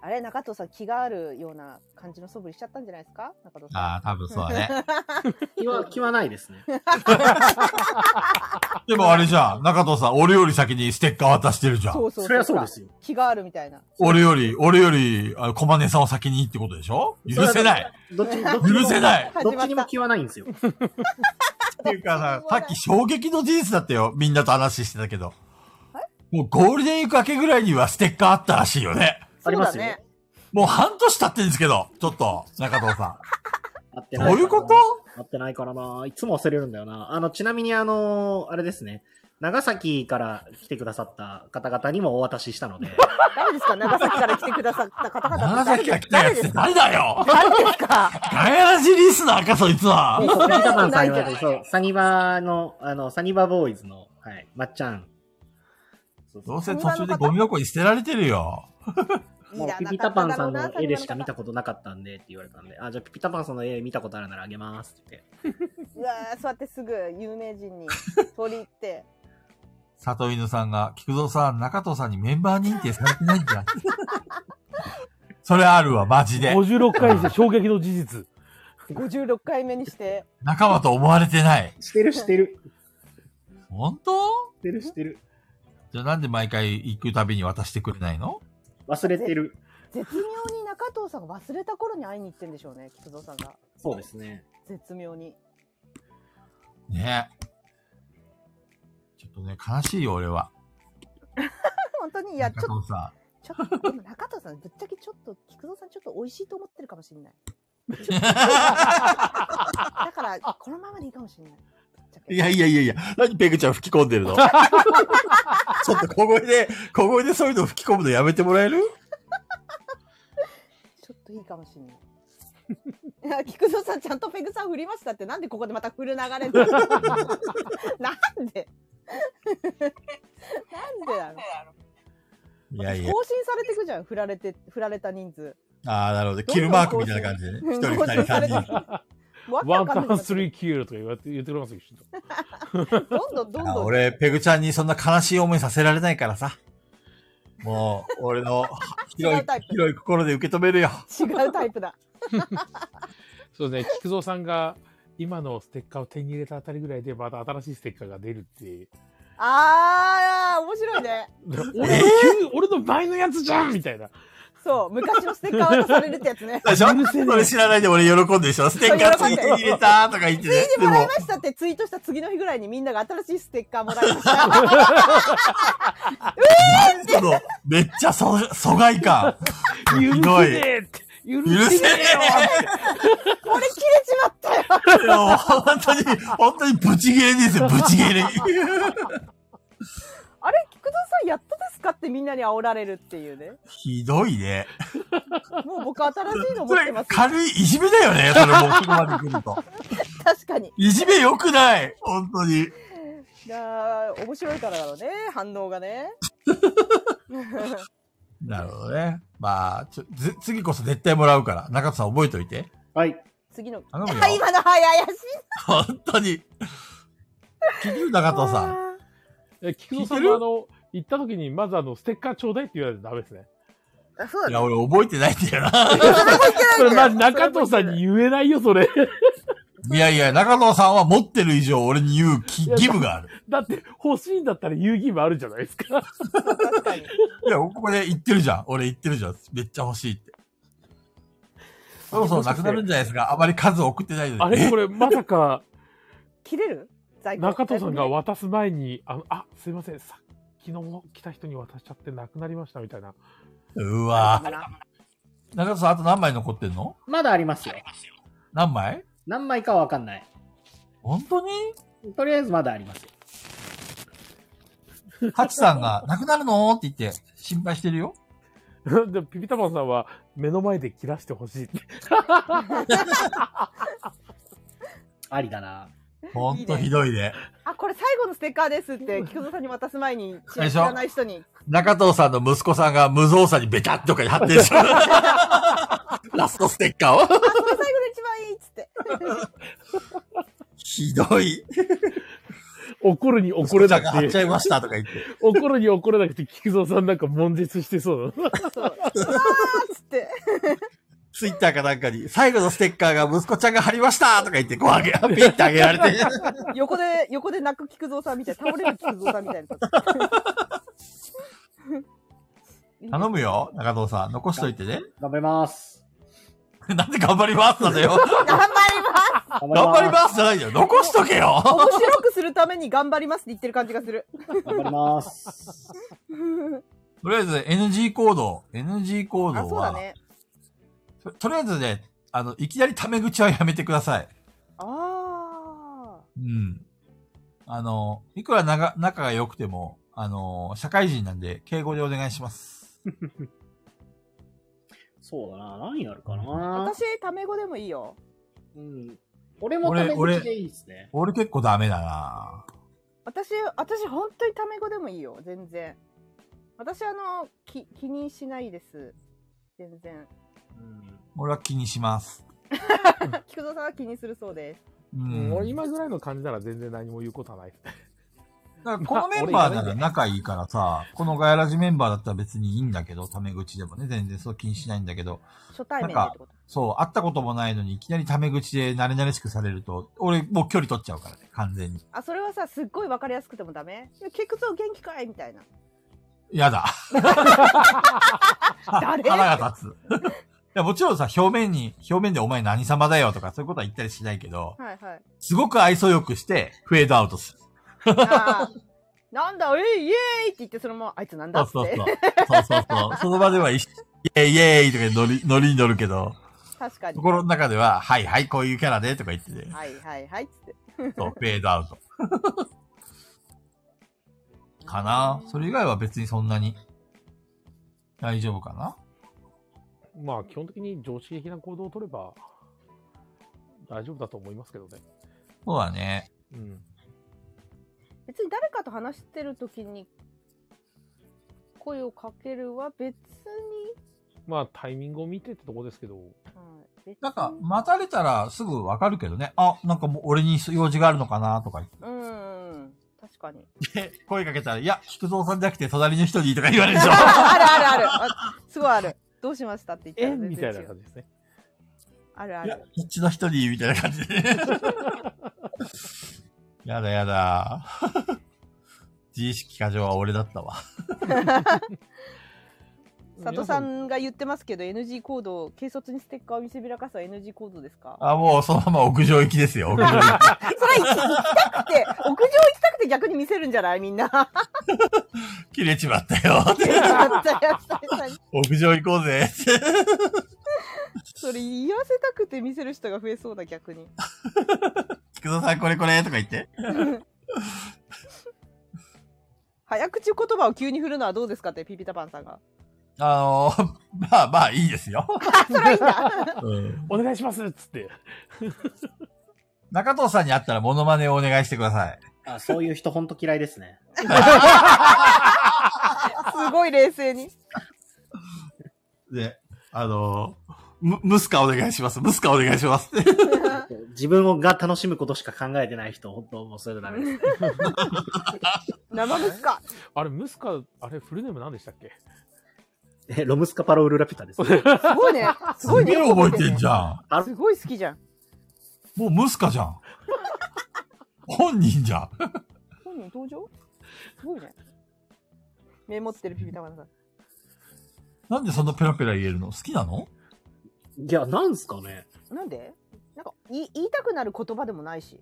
Speaker 4: あれ、中藤さん気があるような感じの素振りしちゃったんじゃないですか中藤さん。
Speaker 2: ああ、多分そうだね。
Speaker 5: 気は、気はないです ね。
Speaker 2: でもあれじゃん、中藤さん、俺より先にステッカー渡してるじゃん。
Speaker 4: そうそう
Speaker 5: そりゃそうですよ。
Speaker 4: 気があるみたいな。
Speaker 2: 俺より、俺より、あ小金さんを先にってことでしょ許せない。
Speaker 5: どっち、どっちにも
Speaker 2: 許せない。
Speaker 4: 始
Speaker 5: ど
Speaker 4: まっ
Speaker 5: っちにも
Speaker 4: た。
Speaker 5: 気はないんですよ。
Speaker 2: っていうかさ、さっき衝撃の事実だったよ。みんなと話してたけど。もうゴールデンウィーク明けぐらいにはステッカーあったらしいよね。
Speaker 5: ありますよ。
Speaker 4: そうだね
Speaker 2: もう半年経ってんですけど、ちょっと、中藤さ
Speaker 5: 合って
Speaker 2: ん。
Speaker 5: な
Speaker 2: ど
Speaker 5: いう
Speaker 2: いうこ
Speaker 5: からな
Speaker 2: と
Speaker 5: 合ってないからな。いつも忘れるんだよな。あの、ちなみにあの、あれですね。長崎から来てくださった方々にもお渡ししたの で。
Speaker 4: 誰ですか長崎から来てくださった方 々。
Speaker 2: 長崎が来たやつって誰だよ
Speaker 4: 誰ですか
Speaker 2: ガヤラジリスナーか、そいつは。
Speaker 5: そう、ピーターパンさん言われ
Speaker 4: ない
Speaker 5: て、そう、サニバの、あの、サニバボーイズの、はい、まっちゃん。そう
Speaker 2: ど
Speaker 5: そう
Speaker 2: せ途中でゴミ箱に捨てられてるよ。
Speaker 5: う。 もうピピタパンさんの絵でしか見たことなかったんでって言われたんで、あ、じゃあピピタパンさんの絵見たことあるならあげますって言って。
Speaker 4: うわー、そうやってすぐ有名人に取り入 って。
Speaker 2: 里犬さんが、菊蔵さん、中藤さんにメンバー認定されてないんじゃん。それあるわ、マジで。
Speaker 1: 56回にして衝撃の事実。
Speaker 4: 56回目にして。
Speaker 2: 仲間と思われてない。
Speaker 5: してるしてる。
Speaker 2: 本当
Speaker 5: してるしてる。
Speaker 2: じゃあなんで毎回行くたびに渡してくれないの
Speaker 5: 忘れてる。
Speaker 4: 絶妙に中藤さんが忘れた頃に会いに行ってんでしょうね、菊蔵さんが。
Speaker 5: そうですね。
Speaker 4: 絶妙に。
Speaker 2: ねえ。ちょっとね、悲しいよ、俺は。
Speaker 4: 本当に、いや、ちょっ
Speaker 2: 中
Speaker 4: と、
Speaker 2: 藤さ
Speaker 4: ちょっと、でも中藤さん、ぶっちゃけちょっと、菊蔵さんちょっと美味しいと思ってるかもしれない。だから、このままでいいかもしれない。ぶっちゃけ
Speaker 8: いやいやいやいや、何ペグちゃん吹き込んで るのちょっと小声で、小声でそういうの吹き込むのやめてもらえる
Speaker 4: ちょっといいかもしれない。い や菊蔵さん、ちゃんとペグさん振りましたって、なんでここでまた振る流れるの なんでなんでな
Speaker 2: ん。
Speaker 4: の
Speaker 2: いやいや。
Speaker 4: 更新されてくじゃん、振られて、振られた人数。
Speaker 8: ああ、なるほど。
Speaker 4: どんどん
Speaker 8: キルマークみたいな感じでね。一人、二人、三人。
Speaker 4: わけ
Speaker 1: ワ
Speaker 4: わ
Speaker 1: ン
Speaker 4: か
Speaker 1: タ
Speaker 4: んなくな
Speaker 1: ン
Speaker 4: って
Speaker 1: スリーキルとか言われて言ってくれますよ、きっと
Speaker 4: どんどんどん
Speaker 2: あ
Speaker 4: どん。
Speaker 2: 俺、ペグちゃんにそんな悲しい思いさせられないからさ。も う、俺の広
Speaker 4: 違
Speaker 2: いう
Speaker 4: タイプ、
Speaker 2: 広い心で受け止めるよ。
Speaker 4: 違うタイプだ。
Speaker 1: そうですね、菊蔵さんが今のステッカーを手に入れたあたりぐらいで、また新しいステッカーが出るって。
Speaker 4: あー、面白いね。
Speaker 1: 俺の,、俺の前のやつじゃんみたいな。
Speaker 4: そう、昔のステッカー渡されるってや つね。
Speaker 2: でしょ
Speaker 1: 許せねえ
Speaker 2: それ知らないで俺喜んでるでしょステッカーついて入れたとか言ってね。で
Speaker 4: もらい
Speaker 2: も
Speaker 4: ま、したってツイートした次の日ぐらいにみんなが新しいステッカーもらいました。
Speaker 2: その、めっちゃそ、疎外感。
Speaker 1: 許
Speaker 2: ひ
Speaker 1: せ
Speaker 2: どい。
Speaker 1: ねえって許
Speaker 2: 許
Speaker 1: せ
Speaker 2: せ
Speaker 1: ね
Speaker 2: ね
Speaker 4: これ切れちまったよ。
Speaker 2: えよ本当に、本当にブチギレですよ、ブチギ レ。
Speaker 4: あれ、菊蔵さんやっとですかってみんなに煽られるっていうね。
Speaker 2: ひどいね。
Speaker 4: もう僕新しいの 持
Speaker 2: そ
Speaker 4: って
Speaker 2: れ
Speaker 4: ま、す。
Speaker 2: 軽いいじめだよね、それもう、ここまで来ると。
Speaker 4: 確かに。
Speaker 2: いじめ良くない本当に。
Speaker 4: だー面白いからだろうね、反応がね。
Speaker 2: なるほどね。まあ、ちょ、ず次こそ絶対もらうから、中田さん覚えといて。
Speaker 5: はい。
Speaker 4: 次の。
Speaker 2: 頼むよ
Speaker 4: あ今の早い怪しい。
Speaker 2: 本当に。聞いてる中藤さん。
Speaker 1: え菊蔵さ
Speaker 2: 聞
Speaker 1: ん
Speaker 2: いてる
Speaker 1: もあの、行った時に、まずあの、ステッカーちょうだいって言われたらダメですね。
Speaker 4: あそうだ
Speaker 2: い
Speaker 4: ね。
Speaker 2: や、俺覚えてないんだよな。
Speaker 1: それ、まず中藤さんに言えないよ、それ。
Speaker 2: いやいや、中野さんは持ってる以上俺に言うき
Speaker 1: いや
Speaker 2: 義務がある。
Speaker 1: だって、欲しいんだったら言う義務あるじゃないですか。
Speaker 4: 確かに。
Speaker 2: いや、ここで言ってるじゃん。俺言ってるじゃん。めっちゃ欲しいって。そろそろなくなるんじゃないですか。あまり数送ってないの
Speaker 1: あ
Speaker 2: に。
Speaker 1: れ
Speaker 2: え
Speaker 1: これ、まさか、
Speaker 4: 切れる在庫
Speaker 1: 中藤さんが渡す前に、あの、あ、すいません、さっきのもの来た人に渡しちゃってなくなりましたみたいな。
Speaker 2: うわ中野さん、あと何枚残ってんの
Speaker 5: まだありますよ。
Speaker 2: 何枚
Speaker 5: 何枚かわかんない。
Speaker 2: 本当に
Speaker 5: とりあえずまだありますよ。
Speaker 2: ハチさんが、なくなるのって言って、心配してるよ。
Speaker 1: で、ピピタパンさんは、目の前で切らしてほしいって。
Speaker 5: ありだな。
Speaker 2: ほんとひどいね。
Speaker 4: あ、これ最後のステッカーですって、菊蔵さんに渡す前に、知
Speaker 2: あれでしょ
Speaker 4: らない人に。
Speaker 2: 中藤さんの息子さんが無造作にベタッとかに貼 ってるでしょ。ラストステッカーを。
Speaker 4: あ、これ最後の一番いいっつって。
Speaker 2: ひどい。
Speaker 1: 怒るに怒
Speaker 2: こ
Speaker 1: れ
Speaker 2: れだ
Speaker 1: な
Speaker 2: け貼っ
Speaker 1: く
Speaker 2: ちゃ
Speaker 1: て、
Speaker 2: いましたとか言って。
Speaker 1: 怒るに怒れなくて、菊蔵さんなんか悶絶してそうだな。
Speaker 4: そう。うわーっつっって。
Speaker 8: ツイッターかなんかに、最後のステッカーが息子ちゃんが貼りましたとか言って、こうあげ、ピッてあげられ て。
Speaker 4: 横で、横で泣く菊蔵さんみたい。倒れる菊蔵さんみたいな。
Speaker 2: 頼むよ、中藤さん。残しといてね。
Speaker 5: 頑張ります。
Speaker 2: なんで頑張りますなの よ。
Speaker 4: 頑張ります
Speaker 5: 頑
Speaker 2: 頑張り
Speaker 5: す。
Speaker 2: ますじゃないよ。残しとけよ。
Speaker 4: 面白くするために頑張りますって言ってる感じがする。
Speaker 5: 頑張ります。
Speaker 2: とりあえず NG 行動。NG 行
Speaker 4: あ、
Speaker 2: 動
Speaker 4: そうだ
Speaker 2: は、
Speaker 4: ね。
Speaker 2: ととりあえずね、あの、いきなりタメ口はやめてください。
Speaker 4: あ
Speaker 2: うん。あの、いくらなが仲が良くても、あの、社会人なんで、敬語でお願いします。
Speaker 5: そうだな。何やるか
Speaker 4: あ。
Speaker 5: な。
Speaker 4: 私、タメ語でもいいよ。
Speaker 5: うん。俺もタメ口でいいですね。
Speaker 2: 俺結構ダメだな
Speaker 4: 私、私、本当にタメ語でもいいよ。全然。私、あの、き気にしないです。全然。
Speaker 5: うん
Speaker 2: 俺は気にします。
Speaker 4: 菊蔵さんは気にするそうです。
Speaker 1: う
Speaker 2: う
Speaker 1: ん
Speaker 2: ん。
Speaker 1: 俺今ぐらいの感じなら全然何も言うことはない。
Speaker 2: だからこのメン バーなら仲いいからさ、このガヤラジメンバーだったら別にいいんだけど、タメ口でもね、全然そう気にしないんだけど、
Speaker 4: 初対面でってこと。
Speaker 2: そう、会ったこともないのに、いきなりタメ口で慣れ慣れしくされると、俺もう距離取っちゃうからね、完全に。
Speaker 4: あ、それはさ、すっごいわかりやすくてもダメいや菊蔵元気かいみたいな。
Speaker 2: やだ。は
Speaker 4: 誰
Speaker 2: 腹が立つ。いや、もちろんさ、表面に、表面でお前何様だよとかそういうことは言ったりしないけど、
Speaker 4: はいはい。
Speaker 2: すごく愛想よくして、フェードアウトする。
Speaker 4: あー なんだ、えいイエーイって言って、そのまま、あいつなんだ
Speaker 2: そう
Speaker 4: っつ
Speaker 2: そ
Speaker 4: っ
Speaker 2: う
Speaker 4: て
Speaker 2: そ。う。そうそうそう。その場では一緒、イェイイェイとか乗り、乗りに乗るけど、
Speaker 4: 確かに。
Speaker 2: 心の中では、はいはい、こういうキャラでとか言ってて、
Speaker 4: はいはいはいっつって。
Speaker 2: そう、フェードアウト。かなそれ以外は別にそんなに、大丈夫かな
Speaker 1: まあ基本的に常識的な行動を取れば大丈夫だと思いますけどね。
Speaker 2: そうだね。
Speaker 1: うん。
Speaker 4: 別に誰かと話してる時に声をかけるは別に、
Speaker 1: まあタイミングを見てってとこですけど、
Speaker 4: はい、別に
Speaker 2: なんか、待たれたらすぐわかるけどね。あ、なんかもう俺に用事があるのかなとか言っ
Speaker 4: うんうん確かに
Speaker 2: て、声かけたら、いや、菊蔵さんじゃなくて隣の人にとか言われる でしょ。
Speaker 4: あるあるあるあすごいあるどうしましたって言った
Speaker 1: え
Speaker 4: ら全
Speaker 1: みた
Speaker 4: 然
Speaker 1: いな
Speaker 4: 違う
Speaker 1: 感じですね。
Speaker 4: あるあ
Speaker 2: いや
Speaker 4: る、
Speaker 2: こっちの人に、みたいな感じで。 やだやだ。 自意識過剰は俺だったわ。
Speaker 4: 佐藤さんが言ってますけど NG 行動軽率にステッカーを見せびらかすは NG 行動ですか
Speaker 2: あ、もうそのまま屋上行きですよ。屋上行き
Speaker 4: それ行きたくて屋上行きたくて逆に見せるんじゃないみんな
Speaker 2: 切れちまったよ。
Speaker 4: やったやった
Speaker 2: 屋上行こうぜ。
Speaker 4: それ言わせたくて見せる人が増えそうだ逆に
Speaker 2: 菊蔵さんこれこれとか言って。
Speaker 4: 早口言葉を急に振るのはどうですかってピピタパンさんが
Speaker 2: あの まあまあいいですよ。
Speaker 4: それはいいんだ。
Speaker 2: う ん
Speaker 1: お願いしますっつって。
Speaker 2: 中藤さんに会ったらモノマネをお願いしてください。
Speaker 5: あそういう人ほんと嫌いですね。
Speaker 4: すごい冷静に。
Speaker 2: で、あのー、む、ムスカお願いします。ムスカお願いします。
Speaker 5: 自分が楽しむことしか考えてない人、本当もうそれダメです。
Speaker 4: 生ムスカ。
Speaker 1: あれ、ムスカ、あれ、フルネーム何でしたっ け
Speaker 5: え、ロムスカパロウルラピュタです、ね。
Speaker 4: すごいね。すごいね。
Speaker 2: すげえ覚えてんじゃ
Speaker 5: ゃん
Speaker 4: すごい好きじゃん。
Speaker 2: ん。もうムスカじゃん。本人じゃん。
Speaker 4: 本人登場すごいね。メモってるピピタパンさん。
Speaker 2: なんでそんなペラペラ言えるの好きなの
Speaker 5: いや、なんすかね。
Speaker 4: なんでなんか言い言いたくなる言葉でもないし。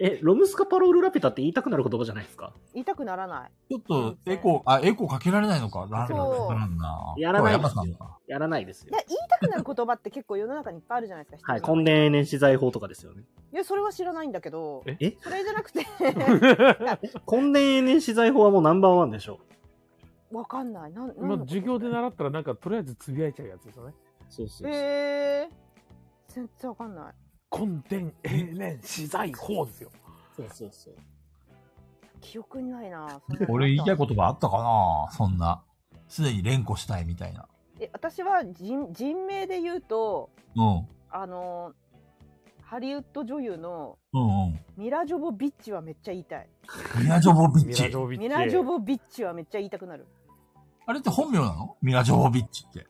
Speaker 5: え、ロムスカパロウルラピュタって言いたくなる言葉じゃないですか
Speaker 4: 言いたくならない。
Speaker 2: ちょっと、エコー、あ、エコーかけられないのか。なんだ
Speaker 4: そう
Speaker 2: なんだ。
Speaker 5: やらない
Speaker 2: 山
Speaker 5: です
Speaker 2: さ
Speaker 5: よ
Speaker 2: んか。
Speaker 5: やらないです
Speaker 4: い
Speaker 5: よ
Speaker 4: や。言いたくなる言葉って結構世の中にいっぱいあるじゃないですか。
Speaker 5: はい、
Speaker 4: 人の
Speaker 5: 根
Speaker 4: 中に
Speaker 5: 伝燃資材法とかですよね。
Speaker 4: いや、それは知らないんだけど
Speaker 1: え、
Speaker 5: え
Speaker 4: それじゃなく て、
Speaker 5: 根伝燃資材法はもうナンバーワンでしょ。
Speaker 4: わかんない。なんなん
Speaker 1: まあ
Speaker 4: のこと
Speaker 1: 授業で習ったら、なんか、とりあえずつぶやいちゃうやつですよね。
Speaker 5: そうそうそう。
Speaker 4: えー。全然わかんない。
Speaker 1: 根伝永年資材法ですよ。
Speaker 5: そうそうそう。
Speaker 4: 記憶にないな。
Speaker 2: 俺言いたい
Speaker 4: と
Speaker 2: 言葉あったかなそんな。すでに連呼したいみたいな。
Speaker 4: え私は人人名で言うと
Speaker 2: うん。
Speaker 4: あのハリウッド女優の
Speaker 2: うんうん。
Speaker 4: ミラ・ジョボビッチはめっちゃ言いたい
Speaker 2: ミラジョボビ
Speaker 1: ミ
Speaker 2: ッ
Speaker 1: ラジ
Speaker 2: チ。
Speaker 1: ョビッチ。
Speaker 4: ミラ・ジョボビッチはめっちゃ言いたくなる
Speaker 2: あれって本名なのミラジョボビッチって。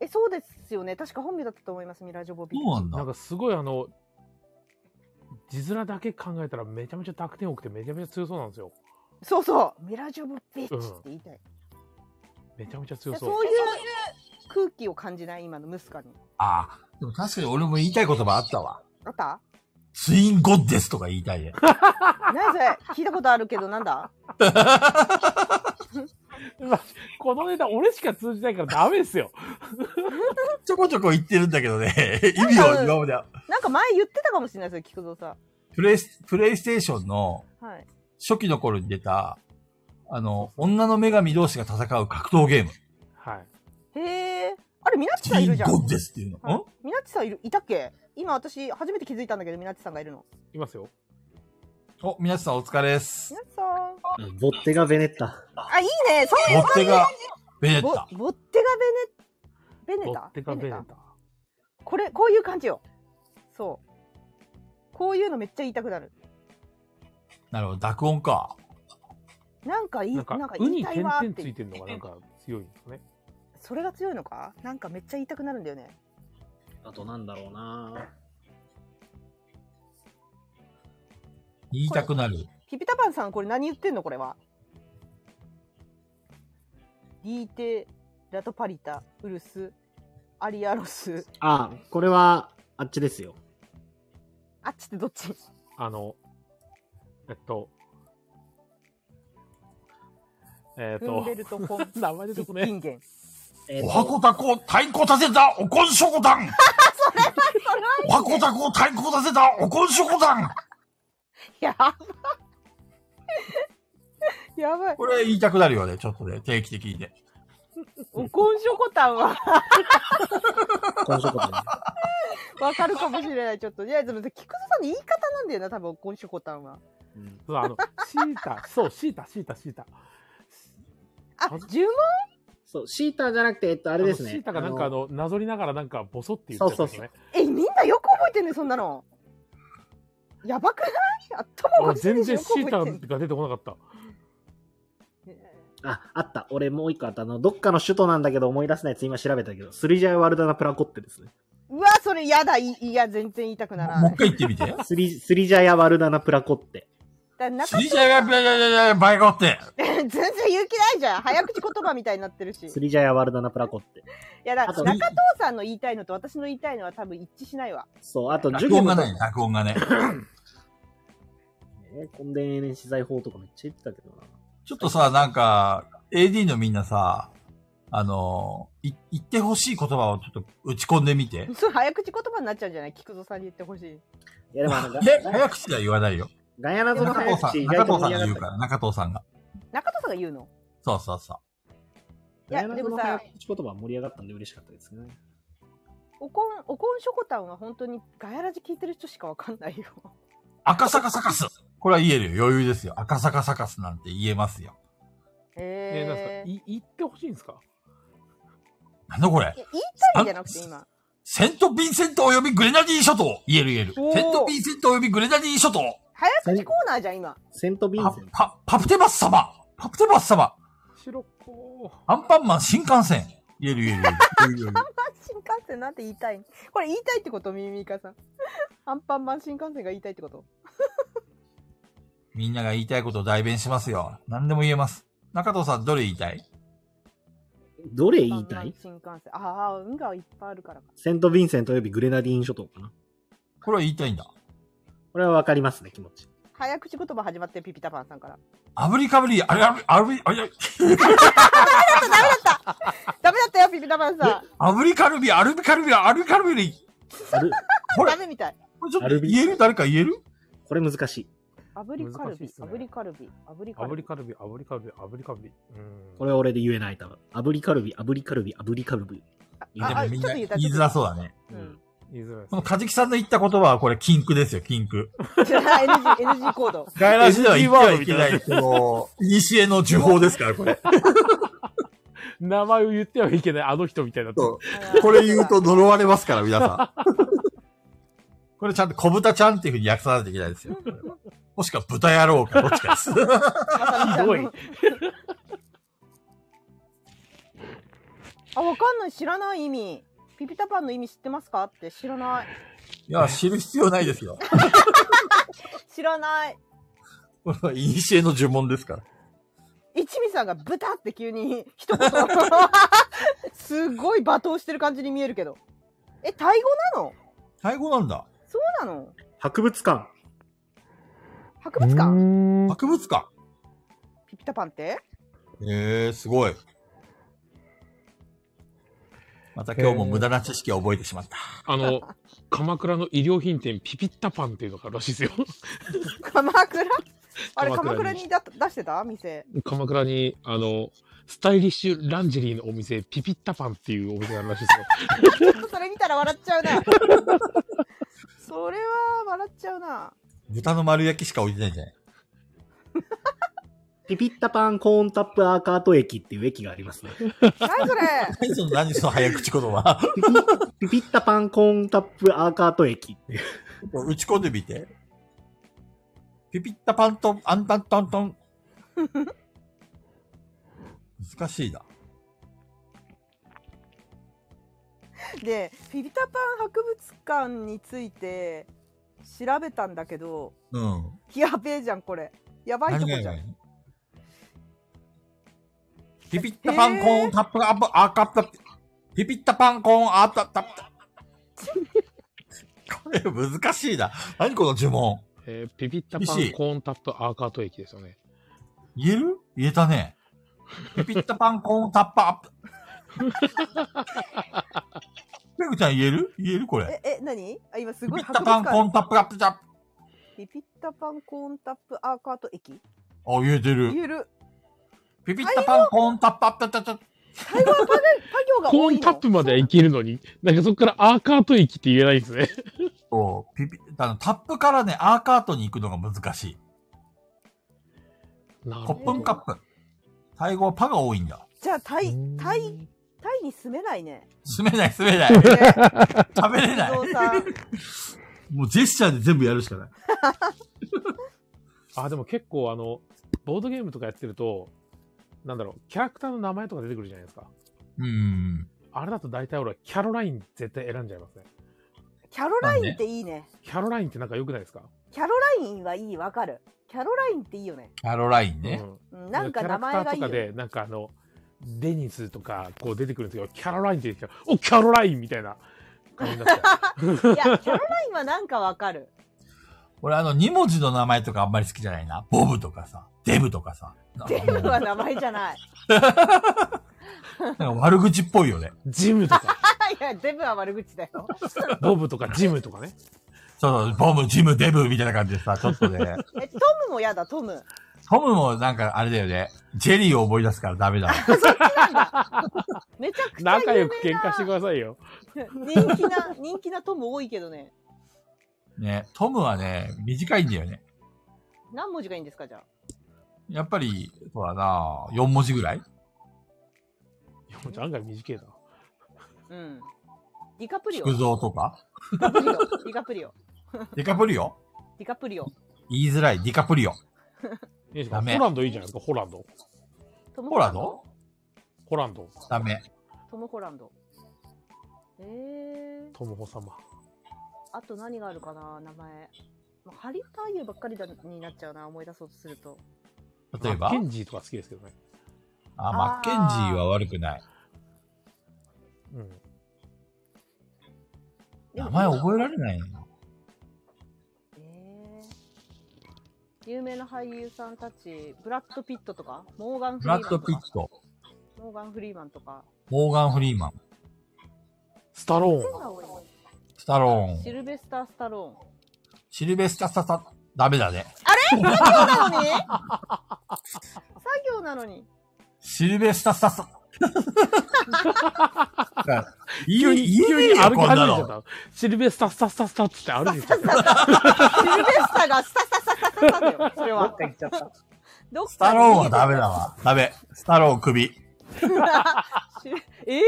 Speaker 4: え、そうですよね。確か本名だったと思います、ミラージョボビッ
Speaker 2: そうなん
Speaker 1: なん
Speaker 2: だ。
Speaker 1: かすごいあの、字面だけ考えたらめちゃめちゃ濁点多くてめちゃめちゃ強そうなんですよ。
Speaker 4: そうそう。ミラージョボビッチって言いたい。
Speaker 1: めちゃめちゃ強
Speaker 4: で
Speaker 1: そう。
Speaker 4: そういう空気を感じない、今のムスカに。
Speaker 2: ああ、でも確かに俺も言いたい言葉あったわ。
Speaker 4: あった
Speaker 2: ツインゴッデスとか言いたいね。
Speaker 4: 何それ聞いたことあるけど、なんだ
Speaker 1: このネタ俺しか通じないからダメですよ。
Speaker 8: ちょこちょこ言ってるんだけどね、意味を今までは。
Speaker 4: なんか前言ってたかもしれないですよ、菊蔵さ
Speaker 2: プレイス、プレイステーションの
Speaker 4: ん。はい。
Speaker 2: 初期の頃に出た、あの、女の女神同士が戦う格闘ゲーム。
Speaker 1: はい。
Speaker 4: へえ。あれ、ミナッチ
Speaker 2: ツ
Speaker 4: さん
Speaker 2: イ
Speaker 4: いる
Speaker 2: ン
Speaker 4: じゃん。
Speaker 2: ゴッデスっていうの。
Speaker 4: はい
Speaker 2: ん
Speaker 4: ミナッチさんいるいたっけ今私、初めて気づいたんだけど、ミナッチさんがいるの。
Speaker 1: いますよ。
Speaker 2: お、皆さんお疲れです
Speaker 4: ミ。ナッチさん。
Speaker 5: ボッテがベネッタ。
Speaker 4: あ、いいね。そう
Speaker 2: ボッテが、ベネッ
Speaker 4: ボ
Speaker 2: タ。
Speaker 4: ボッテがベネベネ
Speaker 1: ロ
Speaker 4: タ
Speaker 1: ッテカベネタ。
Speaker 4: これこういう感じよそうこういうのめっちゃ言いたくなる
Speaker 2: なるほど、濁音か。
Speaker 4: なんかいい
Speaker 1: な
Speaker 4: なんんか
Speaker 1: か、ウ
Speaker 4: 言い
Speaker 1: に
Speaker 4: たい
Speaker 1: 点
Speaker 4: わーっ
Speaker 1: 々
Speaker 4: て
Speaker 1: つ
Speaker 4: 言
Speaker 1: い
Speaker 4: って
Speaker 1: てるのがなんか強いんですかね。
Speaker 4: それが強いのかなんかめっちゃ言いたくなるんだよね
Speaker 5: あとなんだろうな
Speaker 2: 言いたくなる。
Speaker 4: ピピタパンさんこれ何言ってんのこれはディーテラトパリタウルスアリアロス
Speaker 5: あ、これは、あっちですよ。
Speaker 4: あっちってどっち
Speaker 1: あの、えっと、えっ
Speaker 4: フン
Speaker 1: と
Speaker 4: ベ、ルト・フォン
Speaker 1: 名前出てこねえ
Speaker 4: 人間
Speaker 5: えっ
Speaker 2: お
Speaker 5: と
Speaker 2: はこたこ、太鼓たせた、おこんしょこ たん。おはこたこ、太鼓たせた、おこんしょこたん。
Speaker 4: やばいやばい
Speaker 2: これ言いたくなるよね、ちょっとね、定期的にね。
Speaker 4: おこんしょこたんは
Speaker 5: このショコタン
Speaker 4: わかるかもしれない、ちょっと。いや、でも、菊田さんの言い方なんだよな、多分、今週コタンは。
Speaker 5: うん
Speaker 1: そうあの、シータ、そう、シータ、シータ、シータ。
Speaker 4: あ、
Speaker 1: あ
Speaker 4: 呪文
Speaker 5: そう、シーターじゃなくて、えっと、あ
Speaker 1: あ
Speaker 5: れですね。
Speaker 1: シータがなんかあの、なぞりながらなんかボソって言っちゃったね。
Speaker 4: え、みんなよく覚えてんね、そんなの。やばくない頭お
Speaker 1: 俺
Speaker 4: かしい
Speaker 1: 全
Speaker 4: でし
Speaker 1: 然
Speaker 4: ょよ
Speaker 1: シ
Speaker 4: く覚え
Speaker 1: ー
Speaker 4: てん
Speaker 1: タ
Speaker 4: ね
Speaker 1: が出てこなかった。
Speaker 5: あ、あった。俺もう一個あった。あの、どっかの首都なんだけど思い出せないやつ今調べたけど、スリジャイワルダナプラコッテですね。
Speaker 4: うわ、それやだ、いいや、全然言いたくなら
Speaker 2: も
Speaker 4: な
Speaker 2: う
Speaker 4: い。
Speaker 2: 一回
Speaker 4: だ
Speaker 2: 言ってみて。
Speaker 5: スリ、スリジャイワルダナプラコッテ。
Speaker 4: から中
Speaker 2: スリジャイが、いやいやいやいや、バイゴって。
Speaker 4: 全然言う気ないじゃん。早口言葉みたいになってるし。い
Speaker 5: スリジャイワルダナプラコッテ。
Speaker 4: や、だ
Speaker 5: あ
Speaker 4: から
Speaker 5: と
Speaker 4: 中藤さんの言いたいのと私の言いたいのは多分一致しないわ。
Speaker 5: そう、あと、ジ
Speaker 2: 濁
Speaker 5: ュゲ
Speaker 2: 音
Speaker 5: ム
Speaker 2: が
Speaker 5: と
Speaker 2: ない、
Speaker 5: かね、
Speaker 2: 濁音がね。
Speaker 5: 根田永年資材法とかめっちゃ言ってたけどな。
Speaker 2: ちょっとさ、なんか、AD のみんなさ、あの、い言ってほしい言葉をちょっと打ち込んでみ て。
Speaker 4: それ早口言葉になっちゃうんじゃない菊蔵さんに言ってほしい。
Speaker 5: いや、でもあの、
Speaker 2: え、
Speaker 5: ガ
Speaker 2: 早口では言わないよ。
Speaker 5: ガヤナズの
Speaker 2: 中
Speaker 5: 早
Speaker 2: 藤さ
Speaker 5: 口
Speaker 2: ん、
Speaker 5: 意外
Speaker 2: 中
Speaker 5: と
Speaker 2: 藤
Speaker 5: 盛
Speaker 2: さん
Speaker 5: り
Speaker 2: が
Speaker 5: 上
Speaker 2: 言
Speaker 5: が
Speaker 2: うか
Speaker 5: った。
Speaker 2: ら、中藤さんが。
Speaker 4: 中藤さんが言うの
Speaker 2: そうそうそう。
Speaker 5: ガヤナズ
Speaker 4: いやでも
Speaker 5: の
Speaker 4: さ
Speaker 5: 早口言葉は盛り上がったんで嬉しかったですね。
Speaker 4: おこん、おこんしょこたんは本当にガヤラジ聞いてる人しかわかんないよ。
Speaker 2: 赤坂サカス。これは言えるよ。余裕ですよ。赤坂サカスなんて言えますよ。
Speaker 1: えー、なんす
Speaker 4: え
Speaker 1: か、い言ってほしいんですか
Speaker 2: なんだこれ
Speaker 4: い。や言いたいんじゃなくて今。
Speaker 2: セント・ヴィンセント及びグレナディー諸島。言える言える。
Speaker 4: おー
Speaker 2: セント・ヴィンセント及びグレナディー諸島。
Speaker 4: 早口コーナーじゃん今。
Speaker 5: セント・ビン
Speaker 2: パ
Speaker 5: セン、ト。
Speaker 2: パ、パプテバス様。パプテバス様。
Speaker 1: 白っこー。
Speaker 2: アンパンマン新幹線。言える言える言える。言える言え る
Speaker 4: 新幹線なんて言いたいのこれ言いたいってことミミイカさん。 アンパンマン新幹線が言いたいってこと
Speaker 2: みんなが言いたいことを代弁しますよ。何でも言えます。中藤さん、どれ言いたい
Speaker 5: ど
Speaker 4: ア
Speaker 5: れ言
Speaker 4: ンパ
Speaker 5: い
Speaker 4: ン
Speaker 5: た
Speaker 4: マン
Speaker 5: い
Speaker 4: 新幹線。ああ、運がいっぱいあるからか。
Speaker 5: セント・ヴィンセント及びグレナディーン諸島かな。
Speaker 2: これは言いたいんだ。
Speaker 5: これはわかりますね、気持ち。
Speaker 4: 早口言葉始まってるピピタパンさんから。
Speaker 2: 炙りかぶり、あれ、あれ、あれ、あれ、
Speaker 4: ダメだったよピピタパンさ
Speaker 2: 炙りカルビ、アルビカルビ、アルビカルビ、
Speaker 5: ある
Speaker 2: こ
Speaker 4: ん。
Speaker 2: れ
Speaker 4: ダメみたい。
Speaker 2: これちょっ
Speaker 5: ア
Speaker 2: と
Speaker 5: ルビ
Speaker 2: 言える誰か言える
Speaker 5: これ難しい。
Speaker 4: 炙りカ
Speaker 1: 難
Speaker 4: ルビ、
Speaker 1: しいっすね
Speaker 4: 炙りカルビ、炙りカ
Speaker 1: 炙
Speaker 4: ル
Speaker 1: り
Speaker 4: ビ。
Speaker 1: カルビ、炙りカルビ、炙りカルビ。うん。
Speaker 5: これは俺で言えない、多分。炙りカルビ、炙りカルビ、炙りカルビ。
Speaker 2: でも
Speaker 4: あ
Speaker 2: みん
Speaker 4: ちょ
Speaker 2: な言
Speaker 4: っと言
Speaker 2: い
Speaker 4: いたい
Speaker 2: づらそうだね。
Speaker 4: うん。
Speaker 1: 言いづらいです
Speaker 2: この
Speaker 1: ね。
Speaker 2: カジキさんの言った言葉はこれ、禁句ですよ、禁句。
Speaker 4: NG、NG コード。
Speaker 2: 外来では言ってはいけない、この、古の呪法ですから、これ。
Speaker 1: 名前を言ってはいけないあの人みたいな。
Speaker 2: そう これ言うと呪われますから、皆さ ん。これちゃんと小豚ちゃんっていうふうに訳さないといけないですよ。これはもしくは豚野郎か、どっちかです。
Speaker 1: ひどい。
Speaker 4: あ、わかんない。知らない意味。ピピタパンの意味知ってますかって知らない。
Speaker 2: いや、知る必要ないですよ。
Speaker 4: 知らない。
Speaker 8: これは、いにしえの呪文ですから。
Speaker 4: 一味さんがブタって急に 一言。すごい罵倒してる感じに見えるけど。え、タイ語なの
Speaker 2: タイ語なんだ。
Speaker 4: そうなの
Speaker 5: 博物館。
Speaker 4: 博物館
Speaker 1: 館
Speaker 2: 博物館。
Speaker 4: ピピタパンって
Speaker 2: えー、すごい。また今日も無駄な知識を覚えてしまった。
Speaker 1: あの、鎌倉の衣料品店、ピピッタパンっていうのがあるらしいですよ。
Speaker 4: 鎌倉あれ、
Speaker 1: 鎌
Speaker 4: 鎌倉
Speaker 1: 倉
Speaker 4: に
Speaker 1: に
Speaker 4: だ出してた 店。
Speaker 1: 鎌倉に、あの、スタイリッシュランジェリーのお店、ピピッタパンっていうお店があるらしいですよ。
Speaker 4: それ見たら笑っちゃうな。それは笑っちゃうな。
Speaker 2: 豚の丸焼きしか置いてないん じゃない
Speaker 5: ピピッタパンコーンタップアーカート駅っていう駅があり ますね。
Speaker 4: 何それ
Speaker 2: 何その、何その早口言葉。
Speaker 5: ピピピピッタパンコーンタップアーカート駅っていう。
Speaker 2: 打ち込んでみて。ピピッタパントン、アンタンタン トン。難しいな。
Speaker 4: でピピタパン博物館について調べたんだけど
Speaker 2: うん。
Speaker 4: やべえじゃんこれやばいとこじゃん
Speaker 2: 何ピピッタパンコーンタップアップ、アーカップ、ピピッタパンコーンアータッタッタ。 これ難しいな。何この呪文。
Speaker 1: えーピピッタパンコーンタップアーカート駅ですよね。
Speaker 2: 言える言えたね。ピピッタパンコーンタップアッ プ。ペグちゃん言える言えるこれ。
Speaker 4: ええ何あ今す
Speaker 2: ピ
Speaker 4: ご
Speaker 2: ピ
Speaker 4: い
Speaker 2: ッタ
Speaker 4: 博
Speaker 2: パン
Speaker 4: 物
Speaker 2: コー
Speaker 4: 館
Speaker 2: ンタップアップジャップ。
Speaker 4: ピピタパンコーンタップアーカート駅
Speaker 2: あ、言えてる。
Speaker 4: 言える
Speaker 2: ピピッタパンコーンタップアップタッタッタ。
Speaker 4: 台湾パパ行が
Speaker 1: コ
Speaker 4: 多
Speaker 1: ー
Speaker 4: い
Speaker 1: ンタッ
Speaker 4: の
Speaker 1: プまでは行けるのに、なんかそこからアーカート駅って言えないんですね。
Speaker 2: そうピピあのタップからね、アーカートに行くのが難しい。
Speaker 1: なるほ
Speaker 2: コップ
Speaker 1: ど。
Speaker 2: ンカップ。タイ語はパが多いんだ。
Speaker 4: じゃあタイ
Speaker 1: うん
Speaker 4: タイタイに住めないね
Speaker 2: 住めない、住めない。
Speaker 4: ね
Speaker 2: 食べれない。
Speaker 4: 不動産
Speaker 2: もうジェスチャーで全部やるしかない。
Speaker 1: あ、でも結構あの、ボードゲームとかやってると、なんだろう、キャラクターの名前とか出てくるじゃないですか。
Speaker 2: うん。
Speaker 1: あれだと大体俺はキャロライン絶対選んじゃいますね。
Speaker 4: キャロラインっていいね
Speaker 1: キャロラインってなんか良くないですか
Speaker 4: キャロラインはいいわかるキャロラインっていいよね、
Speaker 2: キャロラインね
Speaker 1: う。ん
Speaker 4: うん、なんか名前がいい
Speaker 1: キャラクターとか
Speaker 4: よ
Speaker 1: で、
Speaker 4: ね
Speaker 1: なんかあの、デニスとかこう出てくるんですけど、キャロラインって出てきたら、おキャロラインみたいな感じになっち ゃう。
Speaker 4: いや、キャロラインはなんかわ かる。
Speaker 2: 俺あの、2文字の名前とかあんまり好きじゃないな。ボブとかさ、デブとかさ。
Speaker 4: デブは名前じゃない。
Speaker 2: なんか悪口っぽいよね。
Speaker 1: ジムとか、
Speaker 4: いや、デブは悪口だよ。
Speaker 1: ボブとかジムとかね。
Speaker 2: そうそう、ボム、ジム、デブみたいな感じでさ、ちょっと ね。
Speaker 4: え、トムもやだ、トム。
Speaker 2: トムもなんかあれだよね。ジェリーを思い出すからダメだ。
Speaker 4: めちゃくちゃ
Speaker 1: 仲
Speaker 4: 有
Speaker 1: 良く
Speaker 4: 名
Speaker 1: 喧嘩してく
Speaker 4: な
Speaker 1: ださいよ。
Speaker 4: 人気な、人気なトム多いけどね。
Speaker 2: ね、トムはね、短いんだよね。
Speaker 4: 何文字がいいんですか、じゃあ。
Speaker 2: やっぱり、そうだな4文字ぐらい
Speaker 1: いや、もう案外短いな。
Speaker 4: うん。ディカプリオ。
Speaker 2: 福
Speaker 4: デ
Speaker 2: 蔵とか
Speaker 4: ィカプリオ。ディカプリオ。
Speaker 2: デカプリオ
Speaker 4: ディカプリオ。
Speaker 2: 言いづらい、ディカプリオ。
Speaker 1: いいです
Speaker 2: ダ
Speaker 1: かホ
Speaker 2: メ
Speaker 1: ランドいいじゃないですか、ホランド。
Speaker 4: トム
Speaker 2: ホラーの
Speaker 1: ホランド、
Speaker 2: ダメ。
Speaker 4: トム・ホランド。えー、
Speaker 1: トムホ様。
Speaker 4: あと何があるかな、名前。もうハリー・タイユばっかりだになっちゃうな、思い出そうとすると。
Speaker 2: 例え
Speaker 1: マ
Speaker 2: ば
Speaker 1: ッケンジーとか好きですけどね。
Speaker 2: あ、マッケンジーは悪くない。
Speaker 1: うん。
Speaker 4: でも
Speaker 2: 名前覚えられないな。
Speaker 4: えー有名な俳優さんたち、ブラッド・ピットとか、モーガン・フ
Speaker 2: ブ
Speaker 4: リーマ
Speaker 2: ラ
Speaker 4: ン
Speaker 2: ッ
Speaker 4: と
Speaker 2: ド・
Speaker 4: か、
Speaker 2: ピット、
Speaker 4: モーガン・フリーマンとか、
Speaker 2: モーガン・フリーマン、
Speaker 1: スタローン。
Speaker 2: スタロー
Speaker 4: シ
Speaker 2: ン、
Speaker 4: ルベスター・スタロ
Speaker 2: シルベスタ・スタタ、ダメだね。
Speaker 4: ーン。作業なのに作業なのに。
Speaker 2: シルベスタ・ス タスタ。言
Speaker 1: 急
Speaker 2: う、
Speaker 1: に、
Speaker 2: 言う
Speaker 1: 急に
Speaker 2: よ、
Speaker 1: 歩
Speaker 2: こ
Speaker 1: き
Speaker 2: んな
Speaker 1: 始めちゃった。
Speaker 2: の。
Speaker 1: シルベスタスタスタスタって歩いてきちゃった。
Speaker 4: シルベスターがスタスタスタスタスタだよ、それは。
Speaker 5: 行っちゃった。
Speaker 4: どっ
Speaker 2: ス
Speaker 4: か
Speaker 2: タ
Speaker 4: に
Speaker 2: ローン
Speaker 4: 逃
Speaker 2: は
Speaker 4: げ
Speaker 2: ダメだわ。ダメ。スタローン首。
Speaker 4: てたえぇ、ー、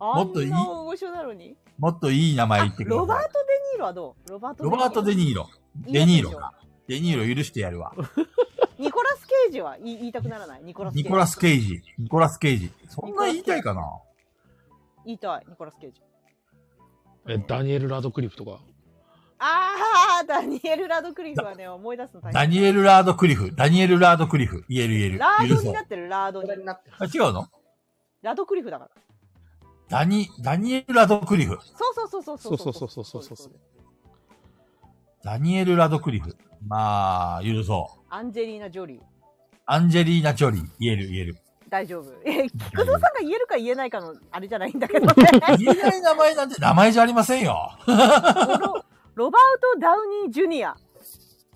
Speaker 4: あ
Speaker 2: もっとい
Speaker 4: ん
Speaker 2: い
Speaker 4: な大御所なのに
Speaker 2: もっといい名前言ってくれ
Speaker 4: ロバート・デ・ニーロはどうロバート・
Speaker 2: ロバート・デ・ニーロ。
Speaker 4: いい
Speaker 2: デ・
Speaker 4: やつで
Speaker 2: ニ
Speaker 4: し
Speaker 2: ー
Speaker 4: ょ
Speaker 2: ロか。デ・ニーロ許してやるわ。
Speaker 4: ニコラス・ケイジは言い言いたくならないニコラス・ケイ
Speaker 2: ニ
Speaker 4: ジ。
Speaker 2: コラス・ケイジ。ニコラス・ケイジ。そんな言いたいかな
Speaker 4: 言いたい、ニコラス・ケイジ。
Speaker 1: えダニエル・ラドクリフとか。
Speaker 4: あー、ダニエル・ラドクリフはね、思い出すの大変。
Speaker 2: ダニエル・ラードクリフ。ダニエル・ラードクリフ。言える言える。
Speaker 4: ラー
Speaker 2: 許
Speaker 4: ドに
Speaker 2: そう
Speaker 4: なってる、ラードに
Speaker 5: こ。れになって
Speaker 2: あ、違うの
Speaker 4: ラドクリフだから。
Speaker 2: ダニ、ダニエル・ラドクリフ。
Speaker 4: そうそうそうそう
Speaker 1: そ
Speaker 4: そうう
Speaker 1: そうそうそうそうそう
Speaker 4: ですです
Speaker 2: ダニエル・ラドクリフ。まあ、許そう。
Speaker 4: アンジェリーナ・ジョリー。
Speaker 2: アンジェリーナ・ジョリー。言える言える。
Speaker 4: 大丈夫。え、菊蔵さんが言えるか言えないかの、あれじゃないんだけどね。
Speaker 2: 言えない名前なんて名前じゃありませんよ。
Speaker 4: ロロバート・ダウニー・ジュニア。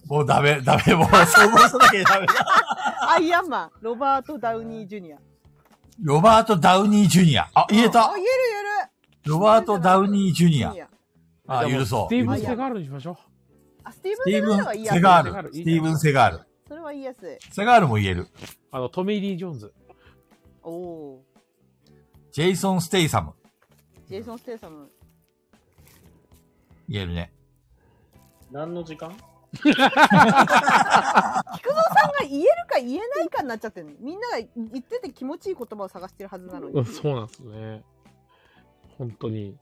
Speaker 2: もうダメ、ダメ、もう想像しただけでダメだ。
Speaker 4: アイアンマン。ロバート・ダウニー・ジュニア。
Speaker 2: ロバート・ダウニー・ジュニア。あ、言えた
Speaker 4: あ、言える
Speaker 2: ロバート・ダウニー・ジュ
Speaker 4: 言える。
Speaker 2: ニ
Speaker 4: ジュ
Speaker 2: ア
Speaker 4: ニ。ア。
Speaker 2: あ、許そう。
Speaker 1: スティーブン・
Speaker 4: 許
Speaker 1: セ
Speaker 4: そう
Speaker 1: ガールにしましょ
Speaker 4: あ、スティー
Speaker 2: ス
Speaker 4: ブン・
Speaker 2: ティ
Speaker 4: セ
Speaker 2: ー
Speaker 4: ガ
Speaker 2: ブ
Speaker 4: ール
Speaker 1: セガール
Speaker 2: ン・セガー
Speaker 4: は言いやすい
Speaker 2: ル。スティーブン・セガール。
Speaker 4: それは言いやすい。
Speaker 2: セガールも言える。
Speaker 1: う。あの、トミー・リー・ジョーンズ。
Speaker 4: おお
Speaker 2: ジェイソン・ステイサム。
Speaker 4: ー。ジェイソン・ステイサム。
Speaker 2: 言えるね。
Speaker 5: 何の時間
Speaker 4: 菊蔵さんが言えるか言えないかになっちゃってるみんなが言ってて気持ちいい言葉を探してるはずなの
Speaker 1: う
Speaker 4: に
Speaker 1: ん。そうなんですね。本当に。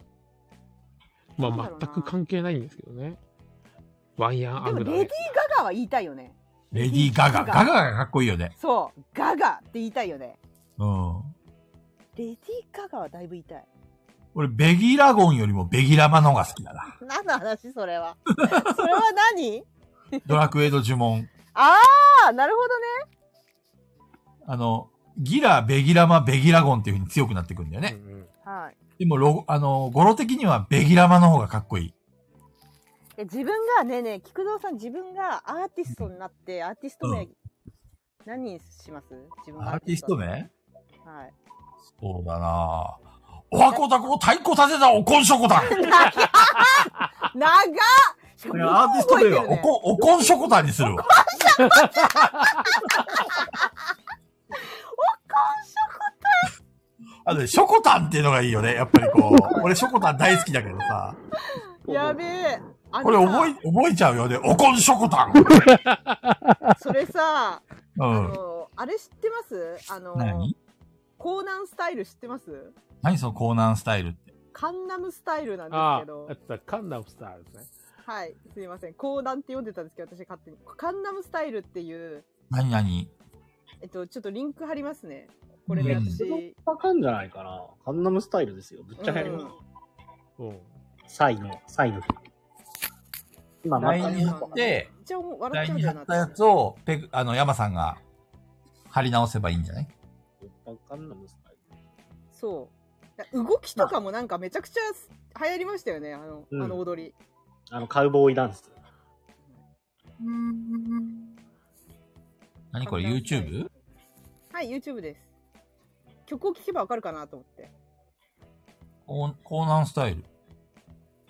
Speaker 1: ま
Speaker 4: なんだ
Speaker 1: あ
Speaker 4: ろう、な
Speaker 1: 全く関係ないんですけどね。ワイヤン・
Speaker 4: で
Speaker 1: ア
Speaker 4: も
Speaker 1: グ
Speaker 4: レ
Speaker 1: ラ
Speaker 4: ディー
Speaker 1: ね。・
Speaker 4: ガガは言いたいよね。
Speaker 2: レディー・ガガ。ガガがかっこいいよね。
Speaker 4: そう、ガガって言いたいよね。
Speaker 2: うん。
Speaker 4: レディー・ガガはだいぶ言いたい。
Speaker 2: 俺、ベギー・ラゴンよりもベギラマの方が好きだ な。
Speaker 4: 何の話そ れは。それは何
Speaker 2: ドラクエド・呪文。
Speaker 4: ああ、なるほどね。
Speaker 2: あの、ギラ、ベギラマ、ベギラゴンっていう風に強くなってくんだよね。
Speaker 1: うんうん
Speaker 4: はい。
Speaker 2: でもロゴ、あの、語呂的にはベギラマの方がかっこいい。
Speaker 4: え自分が、ねえねえ、菊蔵さん自分がアーティストになって、アーティスト名、
Speaker 2: う
Speaker 4: 何にします自分が
Speaker 2: アーティスト
Speaker 4: 名
Speaker 2: 名
Speaker 4: はい。
Speaker 2: そうだなぁおはこだこ、太鼓立てた、おこんしょこだ。
Speaker 4: 長っし
Speaker 2: こ
Speaker 4: かも
Speaker 2: れアーティスト名は、おこ、おこんしょこたんにするわ。あとね、しょこたんっていうのがいいよね。やっぱりこ う、俺しょこたん大好きだけどさ。
Speaker 4: やべえ。あ
Speaker 2: これ
Speaker 4: のさ
Speaker 2: 覚え、覚えちゃうよね。おこんしょこたん。
Speaker 4: それさ、
Speaker 2: う
Speaker 4: あ
Speaker 2: ん。
Speaker 4: の、あれ知ってますあの、
Speaker 2: 何
Speaker 4: 江南スタイル知ってます
Speaker 2: 何そのコーナンスタイルって。
Speaker 4: カンナムスタイルなんです
Speaker 1: あ
Speaker 4: けど
Speaker 1: あ、やっ、た、カンナムスターですね。
Speaker 4: はい、すいません。江南って読んでたんですけど、私勝手に。カンナムスタイルっていう、
Speaker 2: 何何
Speaker 4: えっと、ちょっとリンク貼りますね。これね、
Speaker 2: うん
Speaker 4: 私、
Speaker 5: わかんじゃないかな。カンナムスタイルですよ。ぶっちゃけ。
Speaker 4: うん
Speaker 1: うん。
Speaker 5: サイの、サイの。今、ま
Speaker 2: ライ
Speaker 5: た
Speaker 2: ンに貼って、
Speaker 4: めっちゃ笑
Speaker 2: ラ
Speaker 4: っ
Speaker 2: イ
Speaker 4: ちゃ
Speaker 2: ン
Speaker 4: うん
Speaker 2: に貼
Speaker 4: だよな
Speaker 2: ったや
Speaker 4: 私
Speaker 2: つを、ペグ、あの、山さんが貼り直せばいいんじゃない
Speaker 5: カンナムスタイル。
Speaker 4: そう。動きとかもなんかめちゃくちゃ流行りましたよね、あの、
Speaker 5: うん
Speaker 4: あの踊り。
Speaker 5: あの、カウボーイダンス。
Speaker 2: 何これ
Speaker 4: カンナムスタイ
Speaker 2: YouTube?
Speaker 4: はい、YouTube です。曲を聴けばわかるかなと思って。
Speaker 2: コーコーナンスタイル。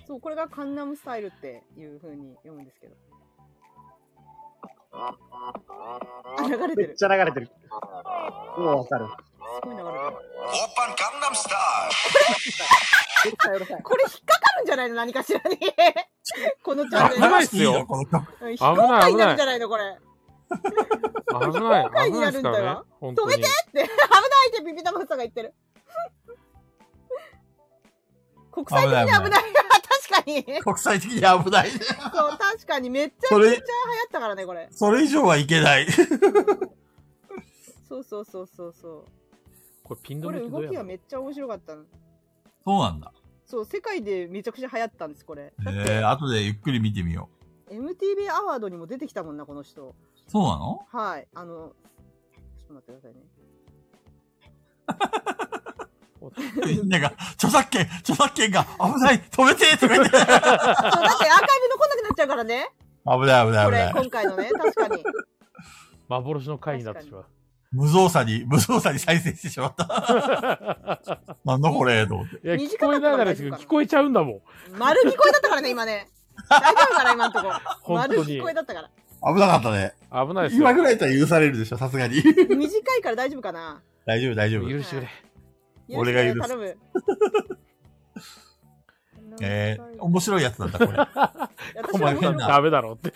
Speaker 4: そう、これがカンナムスタイルっていう風に読むんですけど。あ、流れて
Speaker 5: めっ
Speaker 4: る。
Speaker 5: ちゃ流れてる。もうわかる。
Speaker 4: すごい流れ
Speaker 5: うるさいうるさ
Speaker 4: てる。これ引っかかるんじゃないの何かしらに。 このチャンネル。
Speaker 1: 危ないっすよ
Speaker 2: いのこの曲
Speaker 4: うん非
Speaker 1: ない
Speaker 4: 公開になるんじゃないのこれ。
Speaker 1: 危ない、
Speaker 4: 回
Speaker 1: 危
Speaker 4: に
Speaker 1: ないで
Speaker 4: なる
Speaker 1: す
Speaker 4: ん
Speaker 1: か
Speaker 4: だよ
Speaker 1: らね。本当に。
Speaker 4: で、危ないってビビタマフさんが言ってる。国際的に危ない。
Speaker 2: 危
Speaker 4: 確かに。
Speaker 2: 国際的に危ない。
Speaker 4: そう、確かに。めっちゃ
Speaker 2: そ
Speaker 4: めっ
Speaker 2: れ
Speaker 4: ちゃ流行ったからね、これ。
Speaker 2: それ以上はいけない。
Speaker 4: そうそうそうそうそう。
Speaker 1: これピン止
Speaker 4: こ
Speaker 1: め
Speaker 4: れ
Speaker 1: ってどう
Speaker 4: 動
Speaker 1: や
Speaker 4: きが
Speaker 1: る
Speaker 4: めっちゃ面白かったの。
Speaker 2: そうなんだ。
Speaker 4: そう、世界でめちゃくちゃ流行ったんです、これ。だって、
Speaker 2: えー、後でゆっくり見てみよ
Speaker 4: MTV アワードにも出てきたもんな、この人。
Speaker 2: う。そうなの
Speaker 4: はい。あの、ちょっと待ってく ださいね。
Speaker 2: みんなが、著作権、著作権が危ない止めてとか言って。
Speaker 4: そう、だってアーカイブ残んなくなっちゃうからね。
Speaker 2: 危ない危ない
Speaker 4: こ
Speaker 2: 危
Speaker 4: れ、
Speaker 2: ない。
Speaker 4: 今回のね、確かに。
Speaker 1: 幻の回になってしまう。
Speaker 2: 無造作に、無造作に再生してしまった。 なんだこれと思って。
Speaker 1: いや、聞
Speaker 4: 短
Speaker 1: こ
Speaker 4: か
Speaker 1: え
Speaker 4: っ
Speaker 1: な
Speaker 4: た
Speaker 1: い
Speaker 4: か
Speaker 1: な
Speaker 4: ら大
Speaker 1: ら
Speaker 4: 丈夫かな
Speaker 1: 聞こえちゃうんだもん。
Speaker 4: 丸聞こえだったからね、今ね。大丈夫かな、今んとこ。
Speaker 1: 本
Speaker 4: 丸
Speaker 1: 当に。
Speaker 4: 聞こえだったから。
Speaker 8: 危なかったね。
Speaker 1: 危ないですよ
Speaker 8: 今。ぐらいだったら許されるでしょ、さすがに。
Speaker 4: 短いから大丈夫かな。
Speaker 8: 大丈夫、大丈夫。
Speaker 1: 許してくれ。
Speaker 4: よろしく
Speaker 8: 俺が許す
Speaker 4: 頼 む。
Speaker 2: え ー、面白いやつなんだ、これ。
Speaker 4: 私
Speaker 2: お
Speaker 4: は
Speaker 2: 前
Speaker 4: 面白
Speaker 2: 変
Speaker 4: い。
Speaker 2: な
Speaker 1: ダメだろうって。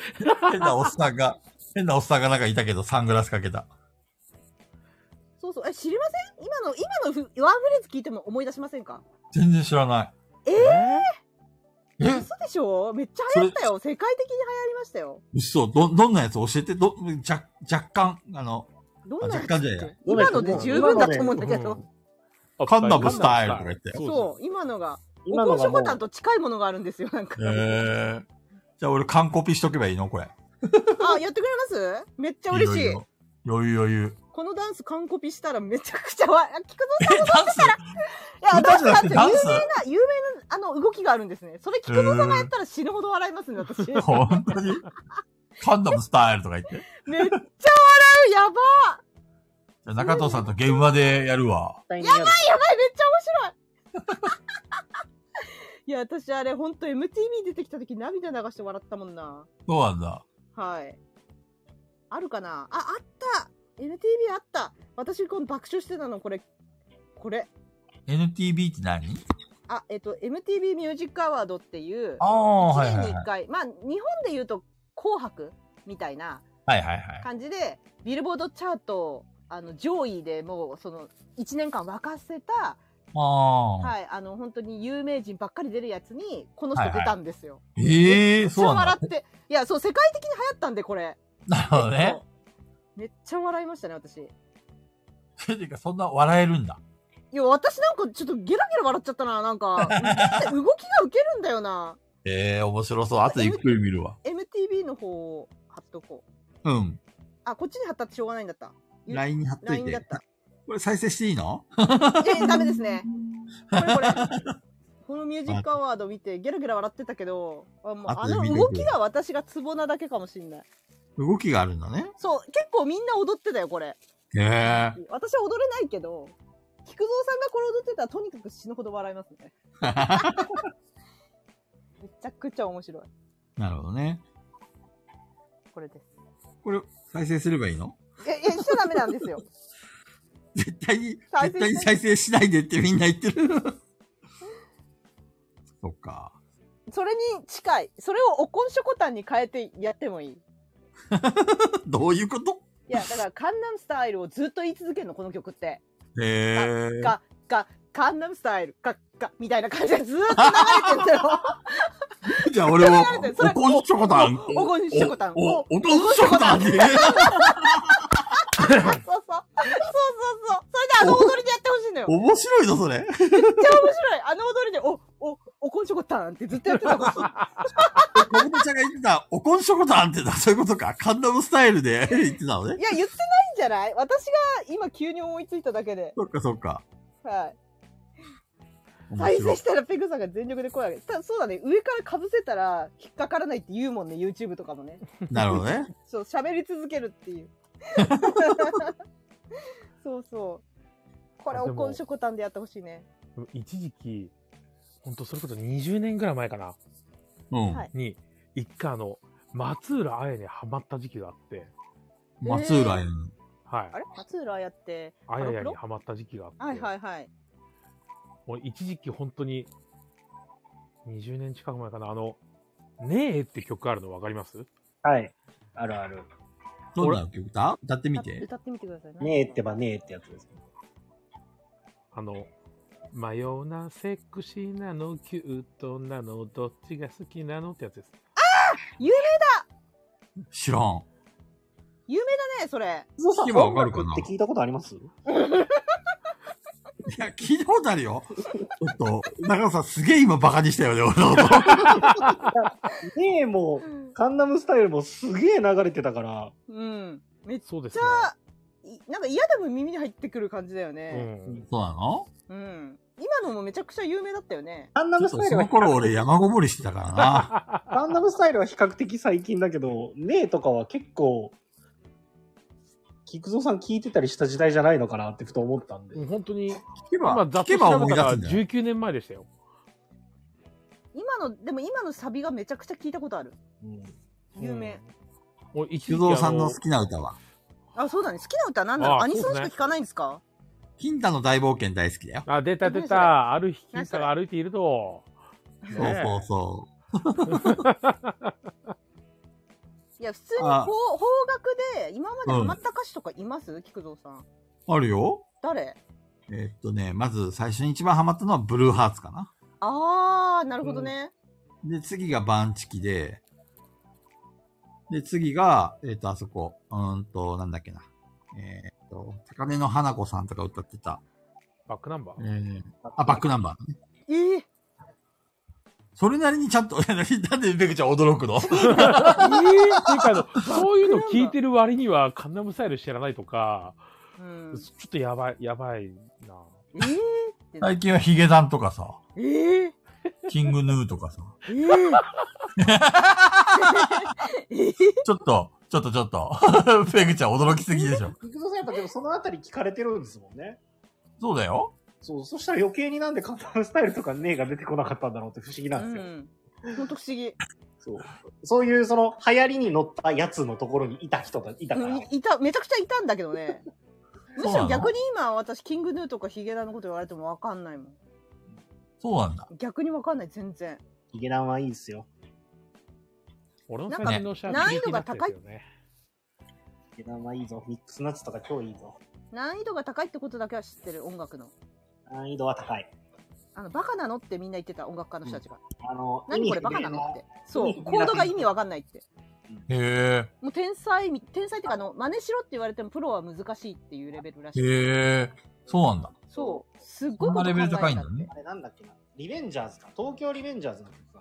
Speaker 2: 変なおっさんが、変なおっさんがなんかいたけど、サングラスかけた。
Speaker 4: そうそう。え、知りません今の、今のふワンフレーズ聞いても思い出しませんか
Speaker 2: 全然知らない。
Speaker 4: え
Speaker 2: え
Speaker 4: ー、嘘でしょめっちゃ流行ったよ。世界的に流行りましたよ。
Speaker 2: 嘘ど、どんなやつ教えて、ど、じゃ、若干、あの、
Speaker 4: どんなや
Speaker 2: あ
Speaker 4: つ
Speaker 2: 若干じゃない
Speaker 4: 今ので十分だと思うんだけど。
Speaker 2: カンナムスタイルとか言って
Speaker 1: そうそ
Speaker 4: そう、今のが。お
Speaker 5: 今の
Speaker 4: こん
Speaker 5: が
Speaker 4: しょ
Speaker 5: も
Speaker 4: こ
Speaker 5: う
Speaker 4: たんと近いものがあるんですよ、なんか。
Speaker 2: えー、じゃあ俺完コピしとけばいいのこれ。
Speaker 4: あ、やってくれますめっちゃ嬉しい。
Speaker 2: ろろ余裕余裕。
Speaker 4: このダンス完コピしたらめちゃくちゃわ、あ菊 蔵
Speaker 2: え、ダンス
Speaker 4: さん、いや、
Speaker 2: 歌
Speaker 4: ダンス
Speaker 2: じゃな
Speaker 4: ダ
Speaker 2: く
Speaker 4: ン
Speaker 2: て
Speaker 4: ス、有名
Speaker 2: ダンス
Speaker 4: な、有名な、あの、動きがあるんですね。それ菊蔵さんがやったら死ぬほど笑いますね、私。めっちゃ笑
Speaker 2: 本当にカンナムスタイルとか言って。
Speaker 4: う、やばー
Speaker 2: じゃあ中藤さんと現場でやるわ。
Speaker 5: ばい
Speaker 4: やばい、めっちゃ面白い いや、私あれ、ほんと MTV 出てきた時涙流して笑ったもんな。
Speaker 2: そうなんだ。
Speaker 4: はい。あるかなあ、あった !MTV あった私、この爆笑してたの、これ。これ。
Speaker 2: NTB って何
Speaker 4: あ、えっと、MTV ミュージックアワードっていう、
Speaker 2: ああ、
Speaker 4: 1
Speaker 2: はい
Speaker 4: 年
Speaker 2: はい
Speaker 4: に
Speaker 2: は
Speaker 4: 1
Speaker 2: い。
Speaker 4: 回、まあ、日本で言うと、紅白みたいな
Speaker 2: はいはいはい。
Speaker 4: 感じで、ビルボードチャート、あの、上位でもう、その、1年間沸かせた、
Speaker 2: ああ。
Speaker 4: はい、あの、本当に有名人ばっかり出るやつに、この人出たんですよ。
Speaker 2: ええー、
Speaker 4: めっち
Speaker 2: そ
Speaker 4: ゃ
Speaker 2: うな
Speaker 4: 笑
Speaker 2: んだ。
Speaker 4: って。いや、そう、世界的に流行ったんで、これ。
Speaker 2: なるほどね。
Speaker 4: めっちゃ笑いましたね、私。い
Speaker 2: ていうか、そんな笑えるんだ。
Speaker 4: や、私なんかちょっとゲラゲラ笑っちゃったな、な んか。動きがウケるんだよな。
Speaker 2: ええー、面白そう。後でゆっくり見るわ。
Speaker 4: MTV の方を貼っとこう。
Speaker 2: うん。
Speaker 4: あ、こっちに貼ったってしょうがないんだった。
Speaker 2: LINE に貼っとい。
Speaker 4: LINE だってた。
Speaker 2: これ再生していいの
Speaker 4: え、ダメですね。これこれ。このミュージックアワード見てゲラゲラ笑ってたけど、あもうあ
Speaker 2: 後で
Speaker 4: の
Speaker 2: 見てくる
Speaker 4: 動きが私がツボなだけかもしんない。
Speaker 2: 動きがあるんだね。
Speaker 4: そう、結構みんな踊ってたよ、これ。
Speaker 2: ええ
Speaker 4: 私は踊れないけど、菊蔵さんがこれ踊ってたらとにかく死ぬほど笑いますね。めちゃくちゃ面白い。
Speaker 2: なるほどね。
Speaker 4: これです。
Speaker 2: これ、再生すればいいの
Speaker 4: え、え、しちゃダメなんですよ。
Speaker 2: 絶対に、
Speaker 4: 再生しない
Speaker 2: 絶対に再生しないでってみんな言ってる。そっか。
Speaker 4: それに近い。それをおこんしょこたんに変えてやってもいい。い
Speaker 2: どういうこと
Speaker 4: や、だから、カンナムスタイルをずっと言い続けるの、この曲って。
Speaker 2: ええー。
Speaker 4: か、か、カンナムスタイル、か、か、みたいな感じでずーっと流れてるんだよ。
Speaker 2: じゃあ俺も
Speaker 4: 流れてる、それ
Speaker 2: おこんしょこたん。
Speaker 4: おおこんしょこたん
Speaker 2: お、おおこんしょこたんって。
Speaker 4: そうそう。そうそうそう。それであの踊りでやってほしいのよ。
Speaker 2: 面白いの、それ。
Speaker 4: めっちゃ面白い。あの踊りで、お、お、おこんしょこたんってずっとやってたから。
Speaker 2: 小室ちゃんが言ってた、おこんしょこたんってな、そういうことか。カンダムスタイルで言ってたのね
Speaker 4: い。や、言ってないんじゃない私が今急に思いついただけで。
Speaker 2: そっかそっか。
Speaker 4: はい。
Speaker 2: 面
Speaker 4: 再
Speaker 2: 白
Speaker 4: 生
Speaker 2: い
Speaker 4: し。たらペグさんが全力で声上げて。たそうだね。上から被せたら引っかからないって言うもんね。YouTube とかもね。
Speaker 2: なるほどね。
Speaker 4: そう、喋り続けるっていう。そうそう。これ、
Speaker 1: で
Speaker 4: お
Speaker 1: も
Speaker 4: こんしょこたんでやってほしいね。
Speaker 1: 一時期、本当それこそ20年ぐらい前かな、
Speaker 2: うん。
Speaker 4: はい
Speaker 1: に、一回あの、松浦綾にハマった時期があって、
Speaker 2: 松浦やん。
Speaker 1: はい
Speaker 4: あ。れ松浦やって。
Speaker 1: あややに
Speaker 4: ロ
Speaker 1: ハマった時期があって、
Speaker 4: はいはいはい。
Speaker 1: 俺一時期本当に、20年近く前かな、あの、ねえって曲あるの分かります
Speaker 5: はい。あるある。
Speaker 2: どんな曲歌歌ってみて。
Speaker 4: 歌ってみてください。
Speaker 5: ねえってばねえってやつですね。
Speaker 1: あの、真夜なセクシーなの、キュートなの、どっちが好きなのってやつです。
Speaker 2: 知らん。
Speaker 4: 有名だね、それ。
Speaker 2: 聞けばわかるかな
Speaker 5: 音楽って聞いたことあります
Speaker 2: いや、聞いたことあるよ。ちょっと、中野さんすげえ今バカにしたよね、俺のこと。
Speaker 5: ねえもう、カンナムスタイルもすげえ流れてたから、
Speaker 4: うん。めっち
Speaker 1: そうですね。
Speaker 4: ゃ、いなんか嫌でも耳に入ってくる感じだよ
Speaker 1: う
Speaker 4: ね。
Speaker 1: ん。
Speaker 2: そうなの
Speaker 4: うん。今のもめちゃくちゃ有名だったよね。
Speaker 5: カンナ
Speaker 2: ちょ
Speaker 5: ム
Speaker 2: っ
Speaker 5: スタ
Speaker 2: と
Speaker 5: イル
Speaker 2: そ
Speaker 5: は
Speaker 2: の
Speaker 5: 比較
Speaker 2: 頃俺山ごもりしてたからな。
Speaker 5: カンナムスタイルは比較的最近だけど、ねえとかは結構、菊蔵さん聞いてたりした時代じゃないのかなってふと思ったんで。
Speaker 1: もう本当に、
Speaker 2: 聞けば、
Speaker 1: 今、
Speaker 2: 聞
Speaker 1: 雑
Speaker 2: け
Speaker 1: 誌
Speaker 2: ば
Speaker 1: 調
Speaker 2: 思
Speaker 1: べた
Speaker 2: い出
Speaker 1: ら
Speaker 2: すんだよ。
Speaker 1: 19年前でしたよ。
Speaker 4: 今の、でも今のサビがめちゃくちゃ聞いたことある。
Speaker 5: うん
Speaker 4: 有名。
Speaker 1: 俺一時期
Speaker 2: 菊蔵さんの好きな歌は。
Speaker 4: あ、そうだね。好きな歌なんだろう
Speaker 1: あ
Speaker 4: アニソンし
Speaker 1: そう
Speaker 4: か
Speaker 1: ですね
Speaker 4: 聞かないんですか
Speaker 2: 金太の大冒険大好きだよ。
Speaker 1: あ、出た出
Speaker 4: 何それ
Speaker 1: た。ある日、金
Speaker 4: 何そ
Speaker 1: 太
Speaker 4: れ
Speaker 1: が歩いていると。
Speaker 2: そうそうそ
Speaker 4: いや、普通に方
Speaker 2: あ
Speaker 4: 方角で、今までハマった歌手とかいます菊蔵さん。
Speaker 2: あるよ。
Speaker 4: 誰
Speaker 2: えーっとね、まず最初に一番ハマったのはブルーハーツかな。
Speaker 4: あー、なるほどね。
Speaker 2: で、次がバンチキで、で、次が、えっ、と、あそこ、うーんと、なんだっけな。えっ、と、高根の花子さんとか歌ってた。
Speaker 1: バックナンバ ー
Speaker 2: え。ー、あ、バックナンバー。
Speaker 4: ええ
Speaker 2: それなりにちゃんと、 なんでベクちゃん驚く の
Speaker 1: えー、っていうかあの、そういうの聞いてる割には、カンナムスタイル知らないとか、
Speaker 4: うん
Speaker 1: ちょっとやばい、やばいな。
Speaker 4: えーって
Speaker 2: 最近はヒゲダンとかさ、
Speaker 4: えー
Speaker 2: キングヌーとかさ、
Speaker 4: えー
Speaker 2: ちょっと、ちょっとちょっと、 ベクちゃん驚きすぎでしょ。
Speaker 5: 菊蔵さんやっぱでもそのあたり聞かれてるんですもんね。
Speaker 2: そうだよ。
Speaker 5: そう、そしたら余計になんでカンタムスタイルとかねえが出てこなかったんだろうって不思議
Speaker 4: う
Speaker 5: なんですよ。
Speaker 4: ん。ほんと不思議。
Speaker 5: そう。そういうその流行りに乗ったやつのところにいた人だ、いたから。
Speaker 4: うんいた、めちゃくちゃいたんだけどね。む
Speaker 2: そう
Speaker 4: し
Speaker 2: な
Speaker 4: ろ
Speaker 2: の
Speaker 4: 逆に今私、キングヌーとかヒゲダンのこと言われてもわかんないもん。
Speaker 2: そうなんだ。
Speaker 4: 逆にわかんない、全然。
Speaker 5: ヒゲダンはいいですよ。
Speaker 1: 俺の
Speaker 4: なん
Speaker 1: 最
Speaker 4: か
Speaker 1: 近のシャープ
Speaker 4: 難易度が高
Speaker 1: 19に
Speaker 4: い
Speaker 1: なってるけどね。
Speaker 5: ヒゲダンはいいぞ。ミックスナッツとか超いいぞ。
Speaker 4: 難易度が高いってことだけは知ってる、音楽の。
Speaker 5: 難易度は高い。
Speaker 4: あの、バカなのってみんな言ってた、音楽家の人たちが。
Speaker 5: あの、
Speaker 4: 何これ
Speaker 5: 意味
Speaker 4: バ
Speaker 5: 不
Speaker 4: カ
Speaker 5: 明
Speaker 4: なのって。
Speaker 5: 意
Speaker 4: そう
Speaker 5: 味、不明
Speaker 4: コードが意味わかんないって。
Speaker 2: へ
Speaker 4: もう天才み、天才っていうか、あの、真似しろって言われてもプロは難しいっていうレベルら
Speaker 2: え、
Speaker 4: しい。
Speaker 2: へえ、そうなんだ。
Speaker 4: そう。すっごい
Speaker 2: こん
Speaker 4: こ
Speaker 2: な
Speaker 4: と考
Speaker 2: レ
Speaker 4: え
Speaker 2: ベル
Speaker 4: た
Speaker 2: 高いん
Speaker 4: んだ
Speaker 2: だね。
Speaker 5: あれなんだっけな。リベンジャーズか。東京リベンジャーズの曲か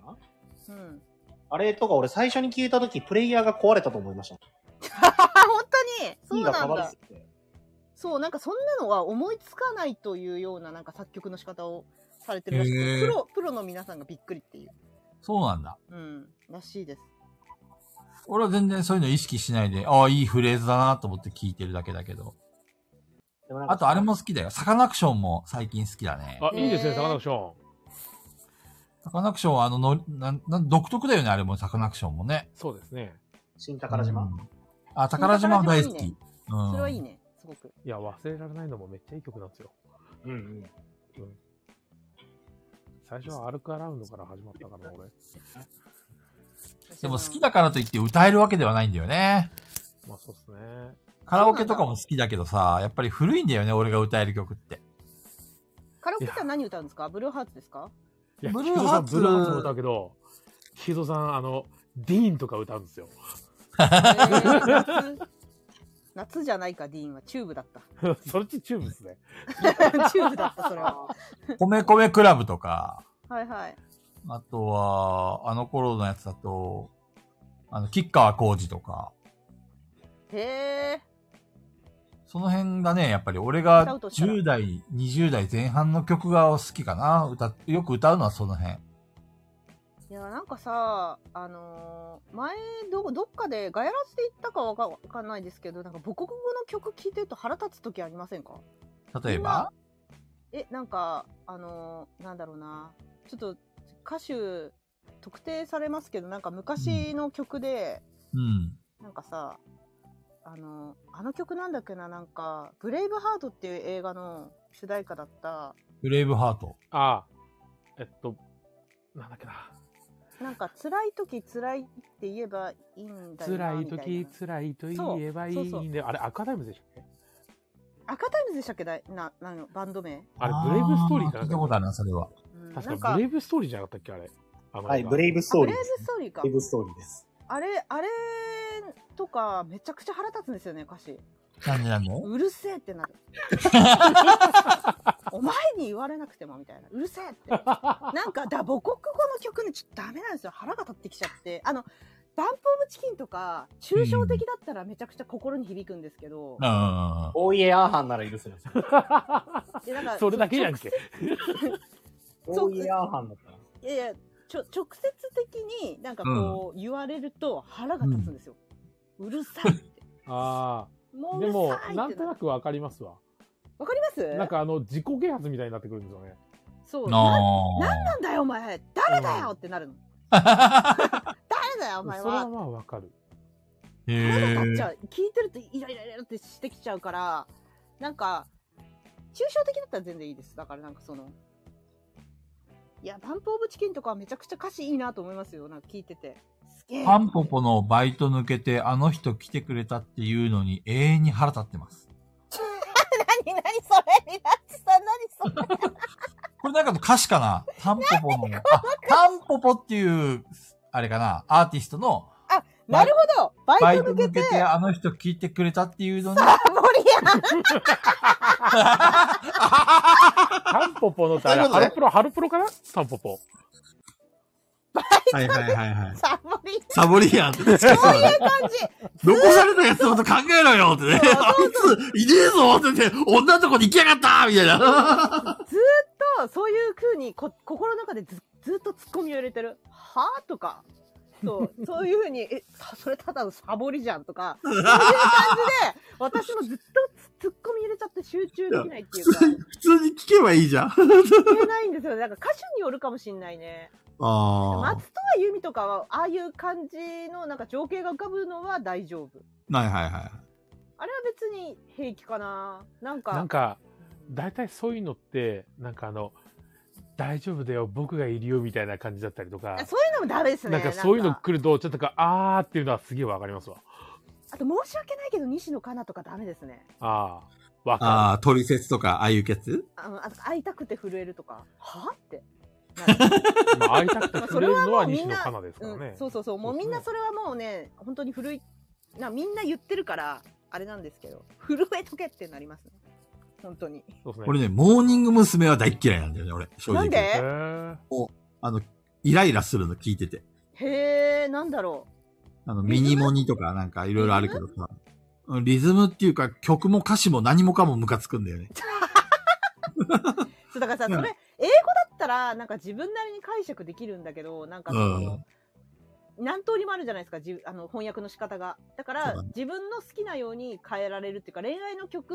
Speaker 5: な。
Speaker 4: うん。
Speaker 5: あれとか俺最初に聞いた時プレイヤーが壊れたと思いました。
Speaker 4: あ、本当に そう
Speaker 5: キー
Speaker 4: なん
Speaker 5: が変わ
Speaker 4: だ
Speaker 5: り。すぎて
Speaker 4: そう、なんかそんなのは思いつかないというようななんか作曲の仕方をされてるらしく
Speaker 2: へ
Speaker 4: て、
Speaker 2: ー
Speaker 4: プロ、プロの皆さんがびっくりっていう。
Speaker 2: そうなんだ。
Speaker 4: うん。らしいです。
Speaker 2: 俺は全然そういうの意識しないで、ああ、いいフレーズだなと思って聞いてるだけだけど。
Speaker 5: でもなんか
Speaker 2: あとあれも好きだよ。サカナクションも最近好きだね。
Speaker 1: あ、いいですね、
Speaker 4: へー
Speaker 1: サカナクション。
Speaker 2: サカナクションはあののなんなん、独特だよね、あれもサカナクションもね。
Speaker 1: そうですね。
Speaker 5: 新宝島、
Speaker 2: うんあ、宝島大好き。
Speaker 4: 宝
Speaker 2: うん。
Speaker 4: それはいいね、すごく。
Speaker 1: いや、忘れられないのもめっちゃいい曲なんですよ。
Speaker 5: うん、うん
Speaker 1: 最初は歩くアラウンドから始まったから、俺。
Speaker 2: でも好きだからといって歌えるわけではないんだよね。
Speaker 1: まあ、そうですね。
Speaker 2: カラオケとかも好きだけどさ、やっぱり古いんだよね、俺が歌える曲って。
Speaker 4: カラオケって何歌うんですかブルーハーツですか
Speaker 1: いや、
Speaker 2: ブ
Speaker 1: ブ
Speaker 2: ル
Speaker 1: ル
Speaker 2: ー
Speaker 1: ー
Speaker 2: ハ
Speaker 1: ハ
Speaker 2: ー
Speaker 1: ー
Speaker 2: ツ
Speaker 1: ツブルーハーツも歌うけど、木戸さん、あの、ディーンとか歌うんですよ。
Speaker 4: えー夏 夏じゃないか、ディーンは。チューブだった。
Speaker 1: それっちチューブですね。
Speaker 4: チューブだった、それは。
Speaker 2: 米米クラブとか、
Speaker 4: はいはい。
Speaker 2: あとは、あの頃のやつだと、あの、吉川浩司とか、
Speaker 4: へえ。
Speaker 2: その辺だね、やっぱり俺
Speaker 4: 歌
Speaker 2: が
Speaker 4: うとしたら
Speaker 2: 10代、20代前半の曲が好きかな。歌、よく歌うのはその辺。
Speaker 4: いや、なんかさ、あのー前、ど、どっかで、ガヤラスで言ったかわかわかんないですけど、なんか母国語の曲聴いてると腹立つ時ありませんか
Speaker 2: 例えば
Speaker 4: え、なんか、あのーなんだろうな。ちょっと、歌手、特定されますけど、なんか昔の曲で、
Speaker 2: うん。
Speaker 4: なんかさ、あの、あの曲なんだっけな、なんか、ブレイブハートっていう映画の主題歌だった、
Speaker 2: ブレイブハート。
Speaker 1: ああ、えっと、なんだっけな。
Speaker 4: なんか、辛い時辛いって言えばいいんだよな
Speaker 1: 辛い
Speaker 4: みたい
Speaker 1: 時
Speaker 4: な
Speaker 1: 辛いと言えばいい
Speaker 4: そうそ
Speaker 1: んだよ。あれ、アカダミーでしたっけ
Speaker 4: 赤タイムズでしたっけだな、なの、バンド名。
Speaker 1: あれ、ブレイブストーリーか
Speaker 2: あ聞いたことある
Speaker 1: な
Speaker 2: な、それは。
Speaker 4: うんな
Speaker 1: 確
Speaker 4: ん
Speaker 1: か
Speaker 4: か、
Speaker 1: ブレ
Speaker 4: あ
Speaker 1: イブストーリーじゃなかったっけあれ。
Speaker 5: はい、ブレイブストー
Speaker 4: ブ
Speaker 5: リ
Speaker 4: レイ
Speaker 5: ー
Speaker 4: ブ
Speaker 5: です。
Speaker 4: ストーリーか
Speaker 5: ブレイ。ブストーリーです。
Speaker 4: あれ、あれとか、めちゃくちゃ腹立つんですよね、歌詞。
Speaker 2: なんでなんで
Speaker 4: うるせえってなる。お前に言われなくてもみたいな。うるせえって。なんか、だ、母国語の曲ね、ちょっとダメなんですよ。腹が立ってきちゃって。あの、バンプオブチキンとか、抽象的だったらめちゃくちゃ心に響くんですけど、
Speaker 2: うんうんうん。
Speaker 5: おいえアーハンなら許せます。
Speaker 4: でなんか
Speaker 1: それだけじゃなくて。
Speaker 5: おいえアーハンだったら。
Speaker 4: いやいや、ちょ、直接的になんかこう、言われると腹が立つんですよ。うるさいって。
Speaker 1: あ
Speaker 4: も
Speaker 1: あ。
Speaker 4: うう
Speaker 1: で
Speaker 4: る
Speaker 1: も
Speaker 4: さ、いっ
Speaker 1: な
Speaker 4: てなんる
Speaker 1: となくわかりますわ。
Speaker 4: わかります
Speaker 1: なんかあの、自己啓発みたいになってくるんですよね。
Speaker 4: そう。ななん
Speaker 2: あ
Speaker 4: なんだよ、お前誰だよって なるの。
Speaker 2: あ。
Speaker 4: 誰だよ、お
Speaker 1: それ
Speaker 4: 前
Speaker 1: は
Speaker 4: は
Speaker 1: まあわかる。
Speaker 2: へ
Speaker 4: 腹が立っ
Speaker 2: え
Speaker 4: ち。ゃう聞いてるとイライライラってしてきちゃうからなんか抽象的だったら全然いいですだからなんかそのいや「バンプ・オブ・チキン」とかはめちゃくちゃ歌詞いいなと思いますよなんか聞いてて好げえ。
Speaker 2: タンポポのバイト抜けてあの人来てくれたっていうのに永遠に腹立ってます。
Speaker 4: 何何それリラッチさん何それ
Speaker 2: これなんかの歌詞かなタンポポの、あ、タンポポっていう、あれかなアーティストの
Speaker 4: なるほどバ
Speaker 2: バ
Speaker 4: イ
Speaker 2: イ
Speaker 4: ト
Speaker 2: ト
Speaker 4: 抜け
Speaker 2: 抜
Speaker 4: て
Speaker 2: けてあの人聞いてくれたっていうのに、
Speaker 4: あ森や
Speaker 1: タンポポのってあれ、
Speaker 8: そういうことね
Speaker 1: ハロプロ、ハロプロかなタンポポ。
Speaker 8: はいはいはいはい。
Speaker 4: さ森
Speaker 8: サボリアンって。そういう感
Speaker 4: じ。
Speaker 8: 残されたやつのこと考えろよってね。あいつ、いねえぞってね、女のとこに行きやがったみたいな。
Speaker 4: とそういう風にこ心の中でずずっとツッコミを入れてる「はあ?」とか そうそういう風に「えさそれただのサボりじゃん」とかそういう感じで私もずっとツッコミ入れちゃって集中できないっていう か
Speaker 8: 普通に聞けばいいじゃん。あ
Speaker 4: 言えないんですよねなんか歌手によるかもしんないね
Speaker 8: あ
Speaker 4: 松。任谷由実とかはああいう感じのなんか情景が浮かぶのは大丈夫
Speaker 8: はいはいはい。
Speaker 4: あれは別に平気かななんか
Speaker 1: なんか、大体そういうのって、なんかあの、大丈夫だよ、僕がいるよみたいな感じだったりとか
Speaker 4: あ、そういうのもダメですね
Speaker 1: なんかそういうの来ると、ちょっとか、あーっていうのはすげえわかりますわ。
Speaker 4: あと申し訳ないけど西野カナとかダメですね
Speaker 1: ああ、わか
Speaker 8: ああ、トリセツとか、ああいうやつ
Speaker 4: あのあ会いたくて震えるとかはって、
Speaker 1: る。まあ、会いたくて
Speaker 4: ま
Speaker 1: 触
Speaker 4: あそ
Speaker 1: れ
Speaker 4: れ
Speaker 1: る
Speaker 4: は
Speaker 1: の
Speaker 4: も
Speaker 1: は
Speaker 4: うみ
Speaker 1: 西
Speaker 4: ん
Speaker 1: 野
Speaker 4: な
Speaker 1: カナですから
Speaker 4: う
Speaker 1: ね
Speaker 4: ん、。そうそうそうもうみんなそれはもうね本当に古いなみんな言ってるからあれなんですけど震えとけってなりますね本当に
Speaker 1: そうですね。
Speaker 8: 俺ね、モーニング娘。は大っ嫌いなんだよね、俺。正直。
Speaker 4: なん
Speaker 1: へ
Speaker 4: で
Speaker 1: ー
Speaker 8: あの、イライラするの聞いてて。
Speaker 4: へえなんだろ
Speaker 8: あの、ミニモニとかなんかいろいろあるけどさ。うんリズムっていうか、曲も歌詞も何もかもムカつくんだよね。
Speaker 4: うそうだからさ
Speaker 8: うん
Speaker 4: それ英語だったらなんか自分なりに解釈できるんだけどなんかその、何通りもあるじゃないですかじあの翻訳の仕方がだ
Speaker 8: そ
Speaker 4: か
Speaker 8: う
Speaker 4: ら
Speaker 8: だね
Speaker 4: 自分の好きなように変えられるっていうか恋愛の曲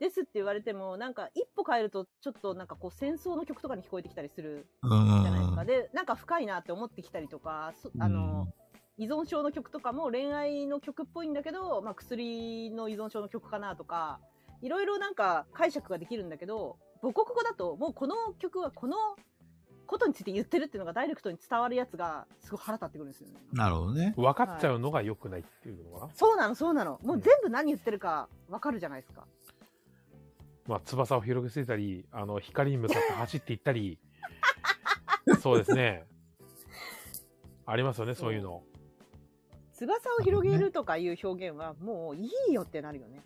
Speaker 4: ですって言われてもなんか一歩変えるとちょっとなんかこう戦争の曲とかに聞こえてきたりする
Speaker 8: う
Speaker 4: じゃないですか。
Speaker 8: ん。
Speaker 4: で、なんか深いなって思ってきたりとか、そあの、依存症の曲とかも恋愛の曲っぽいんだけど、まあ薬の依存症の曲かなとか、いろいろなんか解釈ができるんだけど、母国語だともうこの曲はこのことについて言ってるっていうのがダイレクトに伝わるやつがすごい腹立ってくるんですよね。
Speaker 8: なるほどね。
Speaker 1: 分かっちゃうのが良くないっていうのかな。
Speaker 4: そうなの、そうなの。もう全部何言ってるかわかるじゃないですか。
Speaker 1: まあ、翼を広げてたり、あの、光に向かって走っていった り、そうですね。ありますよね、そういうの。
Speaker 4: 翼を広げるとかいう表現はもういいよってなる よね。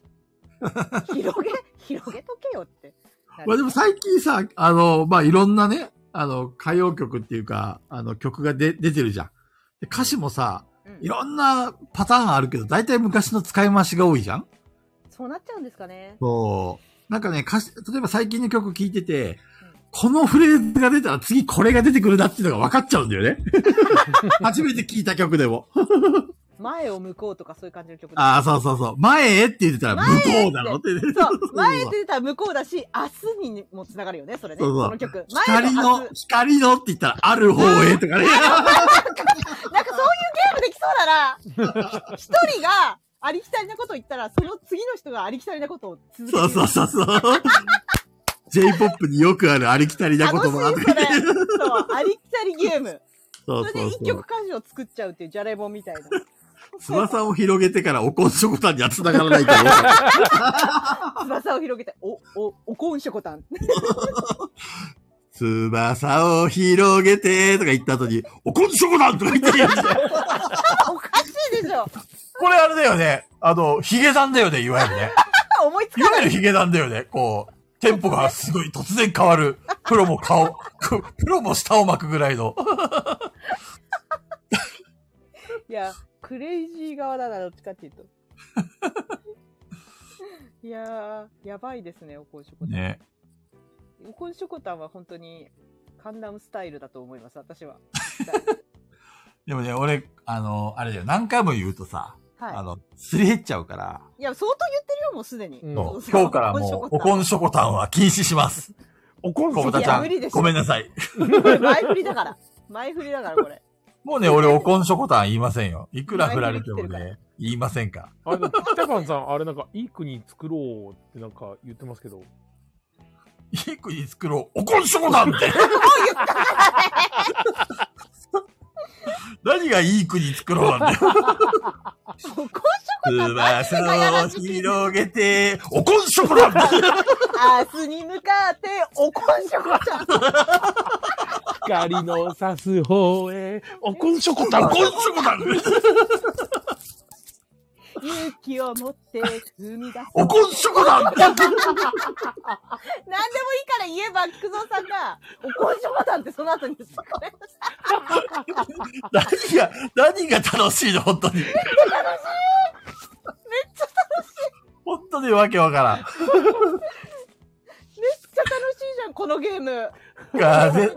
Speaker 4: 広げ、広げとけよってなる。
Speaker 8: まあでも最近さ、あの、まあいろんなね、あの、歌謡曲っていうか、あの曲がで出てるじゃん。で歌詞もさ、
Speaker 4: うん
Speaker 8: いろんなパターンあるけど、大体昔の使い回しが多いじゃん
Speaker 4: そうなっちゃうんですかね。
Speaker 8: そう。なんかね、歌詞、例えば最近の曲聴いてて、このフレーズが出たら次これが出てくるなっていうのが分かっちゃうんだよ ね。初めて聴いた曲でも。
Speaker 4: 前を向こうとかそういう感じの曲です
Speaker 8: ああ、そうそうそう。前へって言ってたら向こうだろって。
Speaker 4: そう前って出たら向こうだし、明日にもつながるよね、それね。
Speaker 8: そうそう
Speaker 4: この曲。前
Speaker 8: 光
Speaker 4: と明
Speaker 8: の
Speaker 4: 日。、
Speaker 8: 光のって言ったらある方へとかね。
Speaker 4: なんかそういうゲームできそうだな。ひ一人がありきたりなことを言ったら、その次の人がありきたりなことを続ける。
Speaker 8: そうそうそうそう。J-POP によくあるありきたりな言
Speaker 4: 楽しい、
Speaker 8: 葉
Speaker 4: それ。そう、ありきたりゲーム。
Speaker 8: そ
Speaker 4: そうれ
Speaker 8: そ
Speaker 4: で
Speaker 8: う
Speaker 4: 一
Speaker 8: そう
Speaker 4: 曲。歌詞を作っちゃうっていうじゃれ本み たいな。
Speaker 8: 翼を広げてからおこんしょこたんには繋がらない から。
Speaker 4: 翼を広げて、お、お、おこんしょこたん。
Speaker 8: 翼を広げてとか言った後に、おこんしょこたんとか言ってるやつ。
Speaker 4: おかしいでしょ。
Speaker 2: これあれだよね。あの、ヒゲダンだよね、いわゆるね。
Speaker 4: 思いつ
Speaker 2: い
Speaker 4: か
Speaker 2: わ
Speaker 4: ない。
Speaker 2: ゆるヒゲダンだよね。こう、テンポがすごい突然変わる。プロも顔、くプロも舌を巻くぐらいの。
Speaker 4: いや、クレイジー側だな、どっちかっていう と。いやー、やばいですね、おこんしょこたん。
Speaker 2: ね。
Speaker 4: おこんしょこたんは本当に、カンダムスタイルだと思います、私は。
Speaker 2: でもね、俺、あの、あれだよ。何回も言うとさ、あ
Speaker 4: は
Speaker 2: の、すり減っちゃうから、
Speaker 4: い。いや、相当言ってるよ、もうすでに。
Speaker 1: うん
Speaker 2: もう
Speaker 4: そうそう
Speaker 2: 今日からもう、お
Speaker 4: おこ
Speaker 2: こんしょこたんは禁止します。
Speaker 1: 怒るそ
Speaker 2: こぶ
Speaker 1: う
Speaker 2: た
Speaker 1: だ
Speaker 2: ちゃ
Speaker 4: いや無理で
Speaker 2: ん。
Speaker 4: しょ
Speaker 2: ごめんなさい。
Speaker 4: これ前振りだから。前振りだから、これ。
Speaker 2: もうね、俺、おこんしょこたん言いませんよ。いくら振られても
Speaker 4: 前に言って
Speaker 2: ね、言いませんか。
Speaker 1: あれでもピタパンさん、あれなんか、いい国作ろうってなんか言ってますけど。
Speaker 2: いい国作ろう、おこんしょこたんって。何がいい国作ろうなんだよ。翼を広げて、おこんしょこなんだよ
Speaker 4: 明日に向かって、おこんしょこちゃん。
Speaker 1: 光の差す方へ、おこんしょこた
Speaker 2: お
Speaker 1: ん
Speaker 2: こ
Speaker 1: こ
Speaker 2: んしょこなんだよ
Speaker 4: 勇気を持って、踏み出す。
Speaker 2: おこんしょこなんだよ
Speaker 4: 何でもいいから言えば、菊蔵さんが、おこんしょこたんってその後に言って くれる。
Speaker 2: 何が、何が楽しいの本当に。めっちゃ楽しいめっちゃ楽しい本当にわけわからん。
Speaker 4: めっちゃ楽しいじゃん、このゲーム。
Speaker 2: 風、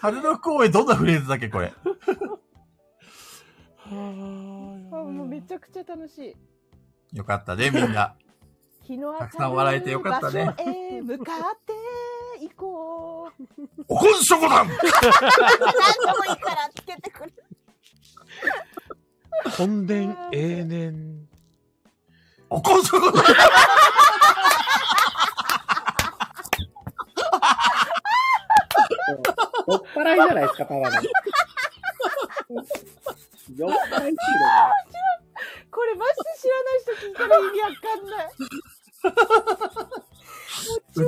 Speaker 2: 春の公園どんなフレーズだっけこれ。
Speaker 4: あもうめちゃくちゃ楽しい。
Speaker 2: よかったね、みんな。
Speaker 4: 日の
Speaker 2: たくさん笑えてよかったね
Speaker 4: 明るい場所へ向かって行こう。
Speaker 2: おこんしょこだん
Speaker 4: 何でもいいからつけてくれる。
Speaker 1: 本殿永年。
Speaker 2: おこんしょこだん
Speaker 5: 酔っ払いじゃないですか、ただの。酔っ払い
Speaker 4: これマジで知らない人聞いたら意味わかん ない。
Speaker 2: う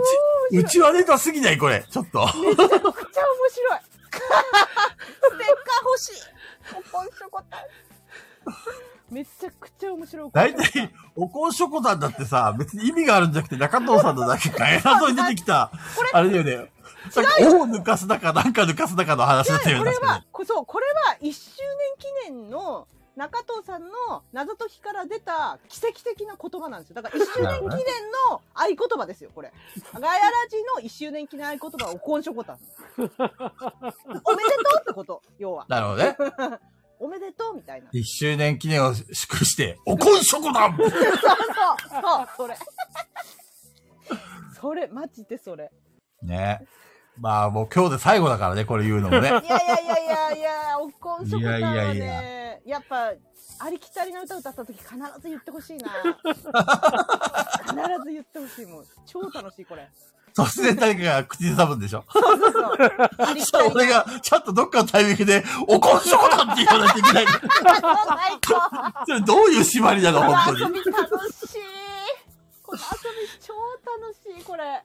Speaker 2: ち、うちはネタすぎないこれ。ちょっと。
Speaker 4: めっちゃ面白い。ステッカー欲しい。おこんしょこたん。めちゃくちゃ面白い。
Speaker 2: 大体、おこんしょこだんだってさ、別に意味があるんじゃなくて、中藤さんのだけが偉そうに出てきた、あれだよね。さっき、尾を抜かすだか、なんか抜かすだかの話だったよ
Speaker 4: こ
Speaker 2: ね。
Speaker 4: れ
Speaker 2: 確か
Speaker 4: は、こそう、これは1周年記念の中藤さんの謎解きから出た奇跡的な言葉なんですよ。だから1周年記念の合言葉ですよ、 これ。ガヤラジの1周年記念合言葉はおこんしょこたん。おめでとうってこと、要は。
Speaker 2: になるほどね。
Speaker 4: おめでとうみ たいな。
Speaker 2: 一周年記念を祝して、おこんしょこ だん
Speaker 4: そうそう、そう、それ。それ、マジでそれ。
Speaker 2: ねまあ、もう今日で最後だからね、これ言うのも ね。
Speaker 4: いやいやいやいやいや、おこんしょこたん
Speaker 2: いや
Speaker 4: はい
Speaker 2: や
Speaker 4: ね、やっぱ、ありきたりな歌歌った時必ず言ってほしいな。必ず言ってほしい、もう。超楽し い、これ。
Speaker 2: 突然誰かが口ずさぶんでしょ。
Speaker 4: そうそうそう。ありきた
Speaker 2: そう、
Speaker 4: りな。
Speaker 2: 俺が、ちゃんとどっかのタイミングで、おこんしょこだんって言わないといけ ない。
Speaker 4: 最高
Speaker 2: それどういう縛りなの、
Speaker 4: こ
Speaker 2: 本当
Speaker 4: の遊
Speaker 2: に。
Speaker 4: び楽しい。この遊び超楽しい、これ。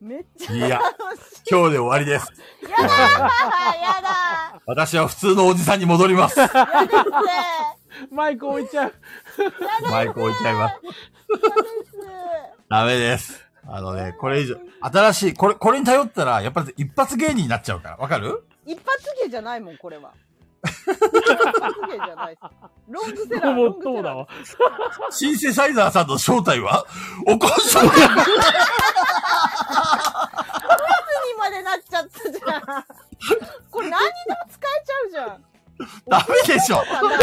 Speaker 4: めっち
Speaker 2: い
Speaker 4: ゃ
Speaker 2: や
Speaker 4: 楽しい。
Speaker 2: 今日で終わりです。
Speaker 4: やだーやだ
Speaker 2: 私は普通のおじさんに戻ります。
Speaker 4: ーやだって
Speaker 1: マイク置いちゃう。
Speaker 2: マイク置いちゃいます。ダメです。あのね、これ以上、新しい、これ、これに頼ったら、やっぱり一発芸人になっちゃうから、わかる
Speaker 4: 一発芸じゃないもん、これは。一発芸じゃない。ロングセラー、
Speaker 1: も
Speaker 4: ロ
Speaker 1: っ
Speaker 4: ング
Speaker 1: と
Speaker 4: セ
Speaker 1: もだ
Speaker 4: ラー
Speaker 1: わ。。
Speaker 2: シンセサイザーさんの正体は、おこんしょこだん
Speaker 4: にまでなっちゃったじゃん。これ何にでも使えちゃうじゃん。
Speaker 2: ダメでしょ
Speaker 4: だから一発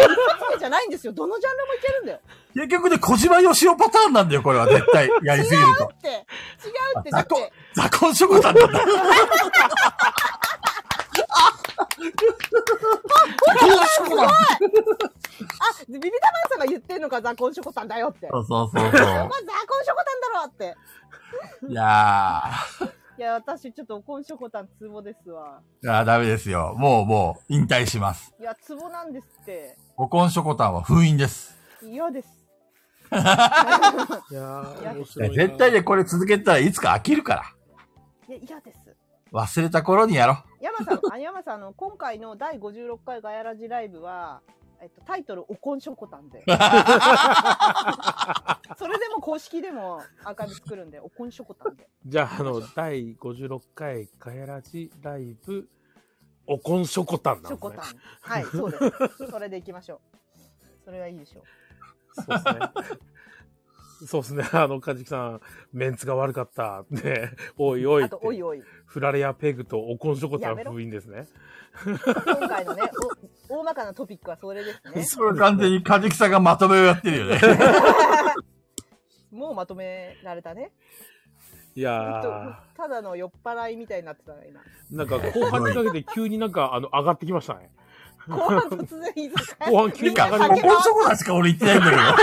Speaker 4: 芸じゃないんですよ。どのジャンルもいけるんだよ。
Speaker 2: 結局ね、小島よしおパターンなんだよ、これは絶対。やりすぎると。
Speaker 4: って、違うって、だ
Speaker 2: ザ
Speaker 4: って、
Speaker 2: コ、ザコンショコタンなんだ。ザコンショコタン
Speaker 4: あ、ビビタマンさんが言ってんのか、ザコンショコタンだよって。こ
Speaker 2: そ
Speaker 4: れ
Speaker 2: うそうそうそ
Speaker 4: ザコンショコタンだろって。
Speaker 2: う。いや
Speaker 4: いや、私ちょっとコンショコタンツボですわ。
Speaker 2: ー。いやーダメですよ。もうもう、引退します。
Speaker 4: いや、ツボなんですって。
Speaker 2: おこんしょこたんは封印です。
Speaker 4: 嫌 です。
Speaker 1: いや
Speaker 4: いや
Speaker 1: ー、面白いな
Speaker 2: 絶対ね、これ続けたらいつか飽きるから。
Speaker 4: いや、嫌です。
Speaker 2: 忘れた頃にやろう。
Speaker 4: 山さん、あ山さん、あの、今回の第56回ガヤラジライブは、えっと、タイトル、おこんしょこた んで。それでも公式でもアーカイブ作るんで、おこんしょこたんで。
Speaker 1: じゃあ、あの、第56回ガヤラジライブ、おこんしょこたんな
Speaker 4: しょ
Speaker 1: んです
Speaker 4: こ
Speaker 1: ね
Speaker 4: たん。。はい、そうです。それでいきましょう。それはいいでしょう。
Speaker 1: そうですね。そうですね。あの、かじきさん、メンツが悪かった。ね、おいおい
Speaker 4: あ
Speaker 1: って
Speaker 4: と、おいおい。
Speaker 1: フラレアペグとおこんしょこた
Speaker 4: や
Speaker 1: ん
Speaker 4: めろ
Speaker 1: 封印ですね。
Speaker 4: 今回のね、お大まかなトピックはそれですね。
Speaker 2: それ完全にカジキさんがまとめをやってるよね。
Speaker 4: もうまとめられたね。
Speaker 1: い
Speaker 4: ほんと
Speaker 1: や
Speaker 4: ただの酔っ払いみたいになってたね、 今。
Speaker 1: ー、なんか後半にかけて急になんか、あの、上がってきましたね。
Speaker 4: 後半突然居酒屋。
Speaker 1: 後半急
Speaker 2: て
Speaker 1: に
Speaker 2: か
Speaker 1: 上
Speaker 2: お
Speaker 1: がりまし
Speaker 2: こんしょこたんしか俺言ってないんだ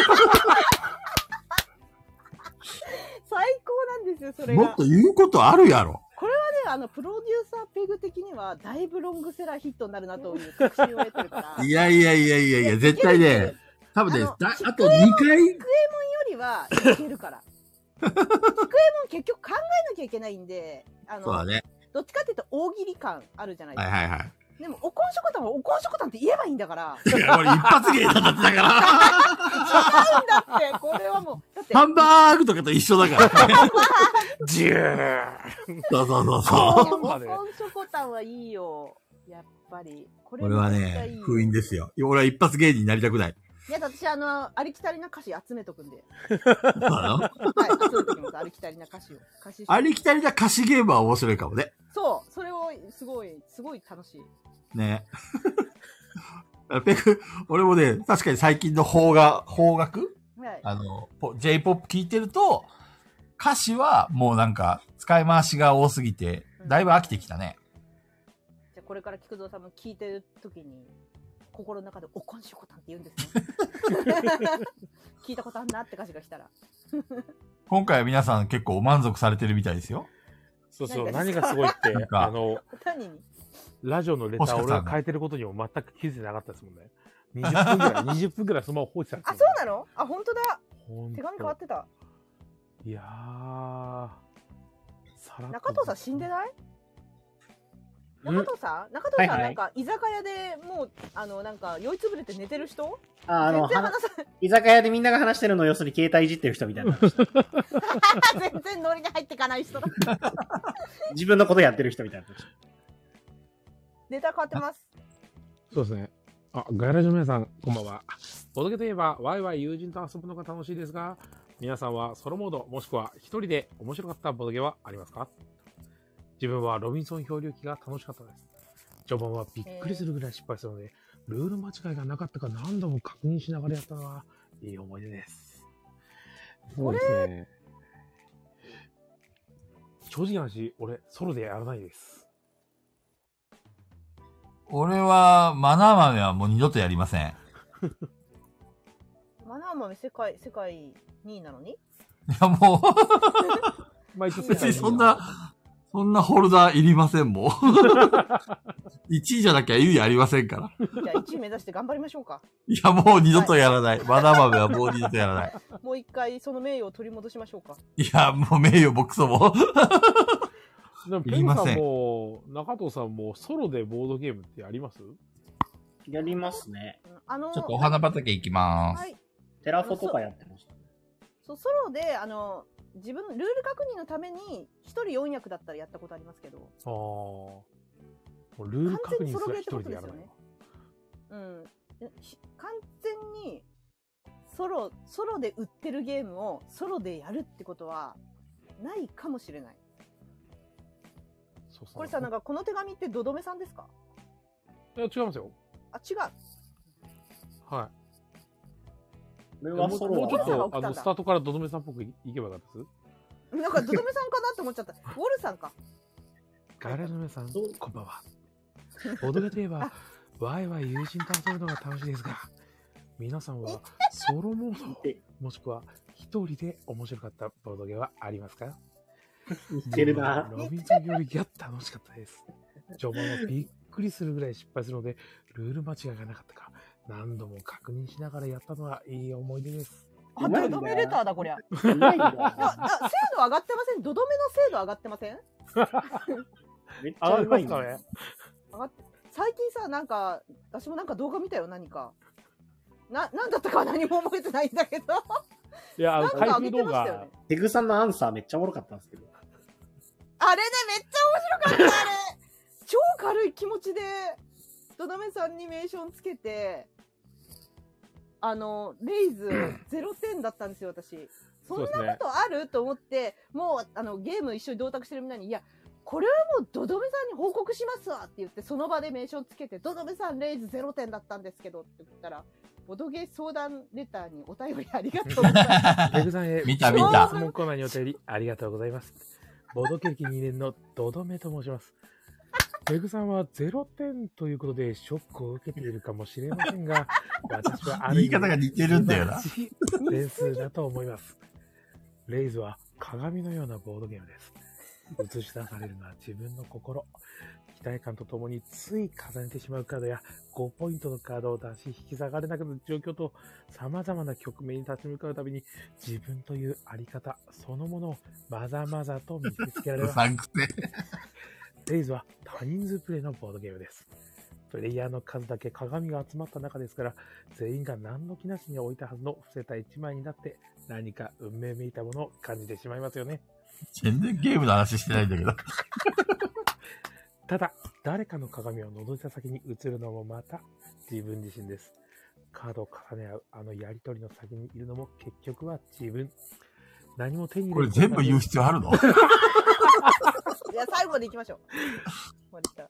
Speaker 4: 最高なんですよ、そ
Speaker 2: け
Speaker 4: れ
Speaker 2: ど。もっ
Speaker 4: が。
Speaker 2: と言うことあるやろ。
Speaker 4: ねあのプロデューサーペグ的にはだいぶロングセラーヒットになるなという確信を得てるから。
Speaker 2: いやいやいやいやいや、絶対ね、多分ね、だあと2回、
Speaker 4: よりはいけるから。菊右衛門結局考えなきゃいけないんで、あ
Speaker 2: そうだ
Speaker 4: の、
Speaker 2: ね。
Speaker 4: どっちかっていうと大喜利感あるじゃないで
Speaker 2: はい
Speaker 4: すか。
Speaker 2: はいはい。
Speaker 4: でも、おこんしょこたんはおこんしょこたんって言えばいいんだから。
Speaker 2: いや、これ一発芸なんだってだから、
Speaker 4: だって、これはもう、だっ て、
Speaker 2: ハンバーグとかと一緒だから。
Speaker 1: ジュー
Speaker 2: そうそうそう
Speaker 4: お
Speaker 2: そう。
Speaker 4: こんしょこたんはいいよ。やっぱり。こ
Speaker 2: 俺は
Speaker 4: 絶対いい
Speaker 2: ね
Speaker 4: よ、
Speaker 2: 封印ですよ。俺は一発芸人になりたくない。
Speaker 4: いや、だって私、あの、ありきたりな歌詞集めとくんで。
Speaker 2: そうなの
Speaker 4: はい、集めときます。ありきたりな歌詞を。歌詞集
Speaker 2: ありきたりな歌詞ゲームは面白いかもね。
Speaker 4: そう、それを、すごい、すごい楽しい。
Speaker 2: ね。 ペグ、俺もね、確かに最近の邦楽、邦楽
Speaker 4: はい。
Speaker 2: あの、ポ J-POP 聞いてると、歌詞はもうなんか、使い回しが多すぎて、だいぶ飽きてきたね。
Speaker 4: じゃあこれから菊蔵さんも聞いてるときに、心の中でおこんしょこたんって言うんです ね。聞いたことあんなって歌詞が来たら。
Speaker 2: 今回は皆さん結構満足されてるみたいですよ。
Speaker 1: そうそう、
Speaker 4: 何
Speaker 1: 何がすごいって
Speaker 2: なん、か
Speaker 1: あの、
Speaker 4: 何に
Speaker 1: ラジオのレター
Speaker 2: 星
Speaker 1: 俺
Speaker 2: 川さん
Speaker 1: が変えてることにも全く気づいてなかったですもんね。20分ぐら い、20分ぐらいそのまま放置されて
Speaker 4: あ、そうなのあ、本当だ
Speaker 1: ほんと
Speaker 4: 手紙変わってた。
Speaker 1: いやー、さらっと
Speaker 4: 中藤さん死んでない
Speaker 5: ん
Speaker 4: 中藤さん中藤さん
Speaker 5: はいは
Speaker 4: ないんか居酒屋でもう、あの、なんか酔いつぶれて寝てる人
Speaker 5: ああの、
Speaker 4: 全然
Speaker 5: は
Speaker 4: 話さ
Speaker 5: 居酒屋でみんなが話してるのを要するに携帯いじってる人みたいな。
Speaker 4: ない。 全然ノリに入ってかない 人だ。
Speaker 5: 自分のことやってる人みたいな。
Speaker 4: ネタ変わってます。
Speaker 1: そうですね。あ、ガヤラジの皆さん、こんばんは。ボドゲといえば、ワイワイ友人と遊ぶのが楽しいですが、皆さんはソロモード、もしくは一人で面白かったボドゲはありますか自分はロビンソン漂流記が楽しかったです。序盤はびっくりするぐらい失敗したので、ルール間違いがなかったか何度も確認しながらやったのは、いい思い出です。そうですね。正直な話、俺、ソロでやらない です。
Speaker 2: 俺は、マナー豆はもう二度とやりません。
Speaker 4: マナー豆世界、世界2位なのに
Speaker 2: いや、もう、
Speaker 1: まあ一応
Speaker 2: 別にそんな、そんなホルダーいりません、 もう。1位じゃなきゃ意味ありませんから。
Speaker 4: じゃあ1位目指して頑張りましょうか。
Speaker 2: いや、もう二度とやらない。マナ豆はもう二度とやらない。
Speaker 4: もう一回その名誉を取り戻しましょうか。
Speaker 2: いや、もう名誉ボクソも。
Speaker 1: でも、
Speaker 2: い
Speaker 1: ペ
Speaker 2: り
Speaker 1: ン
Speaker 2: ま
Speaker 1: さ
Speaker 2: せん
Speaker 1: んも、中藤さんも、ソロでボードゲームってやります
Speaker 5: やりますね。
Speaker 4: うんあの、
Speaker 2: ちょっとお花畑行きま
Speaker 4: は
Speaker 2: す。
Speaker 4: い。
Speaker 5: テラフォとかやってました。
Speaker 4: そう、ソロで、あの、自分、ルール確認のために、一人四役だったらやったことありますけど、
Speaker 1: ああ。もうルール確認すら一人でやらないわ。
Speaker 4: うん。ひ完全に、ソロ、ソロで売ってるゲームをソロでやるってことは、ないかもしれない。
Speaker 1: そうそう
Speaker 4: これさ、なんか、この手紙ってどどめさんですか
Speaker 1: いや、違いますよ。
Speaker 4: あ、違う。
Speaker 1: は
Speaker 5: これ
Speaker 1: い。
Speaker 5: は
Speaker 1: もう
Speaker 5: ソロ
Speaker 1: もうちょっ
Speaker 5: は
Speaker 1: と、
Speaker 4: あ
Speaker 1: あの、スタートからどどめさんっぽくいいけばよかったです。
Speaker 4: なんか、どどめさんかなって 思っちゃった。ウォルさんか。
Speaker 1: ガレの皆さん、
Speaker 5: そう
Speaker 1: こんばんは。ボードゲといえば、ワイワイ友人と遊ぶのが楽しいですが、皆さんはソロモード、もしくは一人で面白かったボードゲはありますか
Speaker 5: 似てる な。
Speaker 1: ロビンソンよりギャッ楽しかったです。序盤はびっくりするぐらい失敗するので、ルール間違いがなかったか、何度も確認しながらやったのはいい思い出です。
Speaker 4: あ、どどめレターだ、こりゃ。
Speaker 5: うまいん
Speaker 4: あ、
Speaker 5: だ。
Speaker 4: あ精度上がってませんどどめの精度上がってません
Speaker 5: めっちゃうまいん
Speaker 1: か
Speaker 5: だ。
Speaker 1: ね
Speaker 4: 上がって最近さなんか私もなんか動画見たよ何かな何だったかは何も覚えてないんだけど
Speaker 1: いや、あ
Speaker 4: な
Speaker 1: の、
Speaker 4: んか
Speaker 1: 開
Speaker 4: 上げ
Speaker 1: 封
Speaker 4: て
Speaker 1: 動
Speaker 4: ましたよ
Speaker 1: 画
Speaker 4: ね、
Speaker 5: テグさんのアンサーめっちゃおもろかったんですけど。
Speaker 4: あれねめっちゃ面白かったあれ超軽い気持ちでとどめさんにメーションつけてあのレイズ0点だったんですよ私そ
Speaker 1: そ
Speaker 4: ん
Speaker 1: う
Speaker 4: な
Speaker 1: ですね
Speaker 4: ことあると思ってもうあのゲーム一緒に同卓してるみんなに「いやこれはもうドドメさんに報告しますわって言って、その場で名称つけて、ドドメさんレイズ0点だったんですけどって言ったら、ボドゲ相談レターにお便りありがとうござい ます。
Speaker 1: ペグさんへ、
Speaker 2: 見た見た
Speaker 1: 質問コーナーにお便りありがとうございます。ボドケ歴2年のドドメと申します。ペグさんは0点ということでショックを受けているかもしれませんが、私はある
Speaker 2: 言
Speaker 1: 意
Speaker 2: い
Speaker 1: 味
Speaker 2: 方が似てるんだよな。
Speaker 1: 素晴らしい点数だと思います。レイズは鏡のようなボードゲームです。映し出されるのは自分の心。期待感とともについ重ねてしまうカードや5ポイントのカードを出し引き下がれなくなる状況と様々な局面に立ち向かうたびに自分というあり方そのものをまざまざと見つけられ
Speaker 2: う
Speaker 1: ます。
Speaker 2: さんくせ。
Speaker 1: デイズは多人数プレイのボードゲームです。プレイヤーの数だけ鏡が集まった中ですから、全員が何の気なしに置いたはずの伏せた一枚になって、何か運命めいたものを感じてしまいますよね。
Speaker 2: 全然ゲームの話してないんだけど。
Speaker 1: ただ、誰かの鏡を覗いた先に映るのもまた自分自身です。カードを重ね合う、あのやりとりの先にいるのも結局は自分。何も手に入
Speaker 2: これ
Speaker 1: れ
Speaker 2: 全部言う必要ある のあ
Speaker 4: いや、最後まで行きましょう。これさ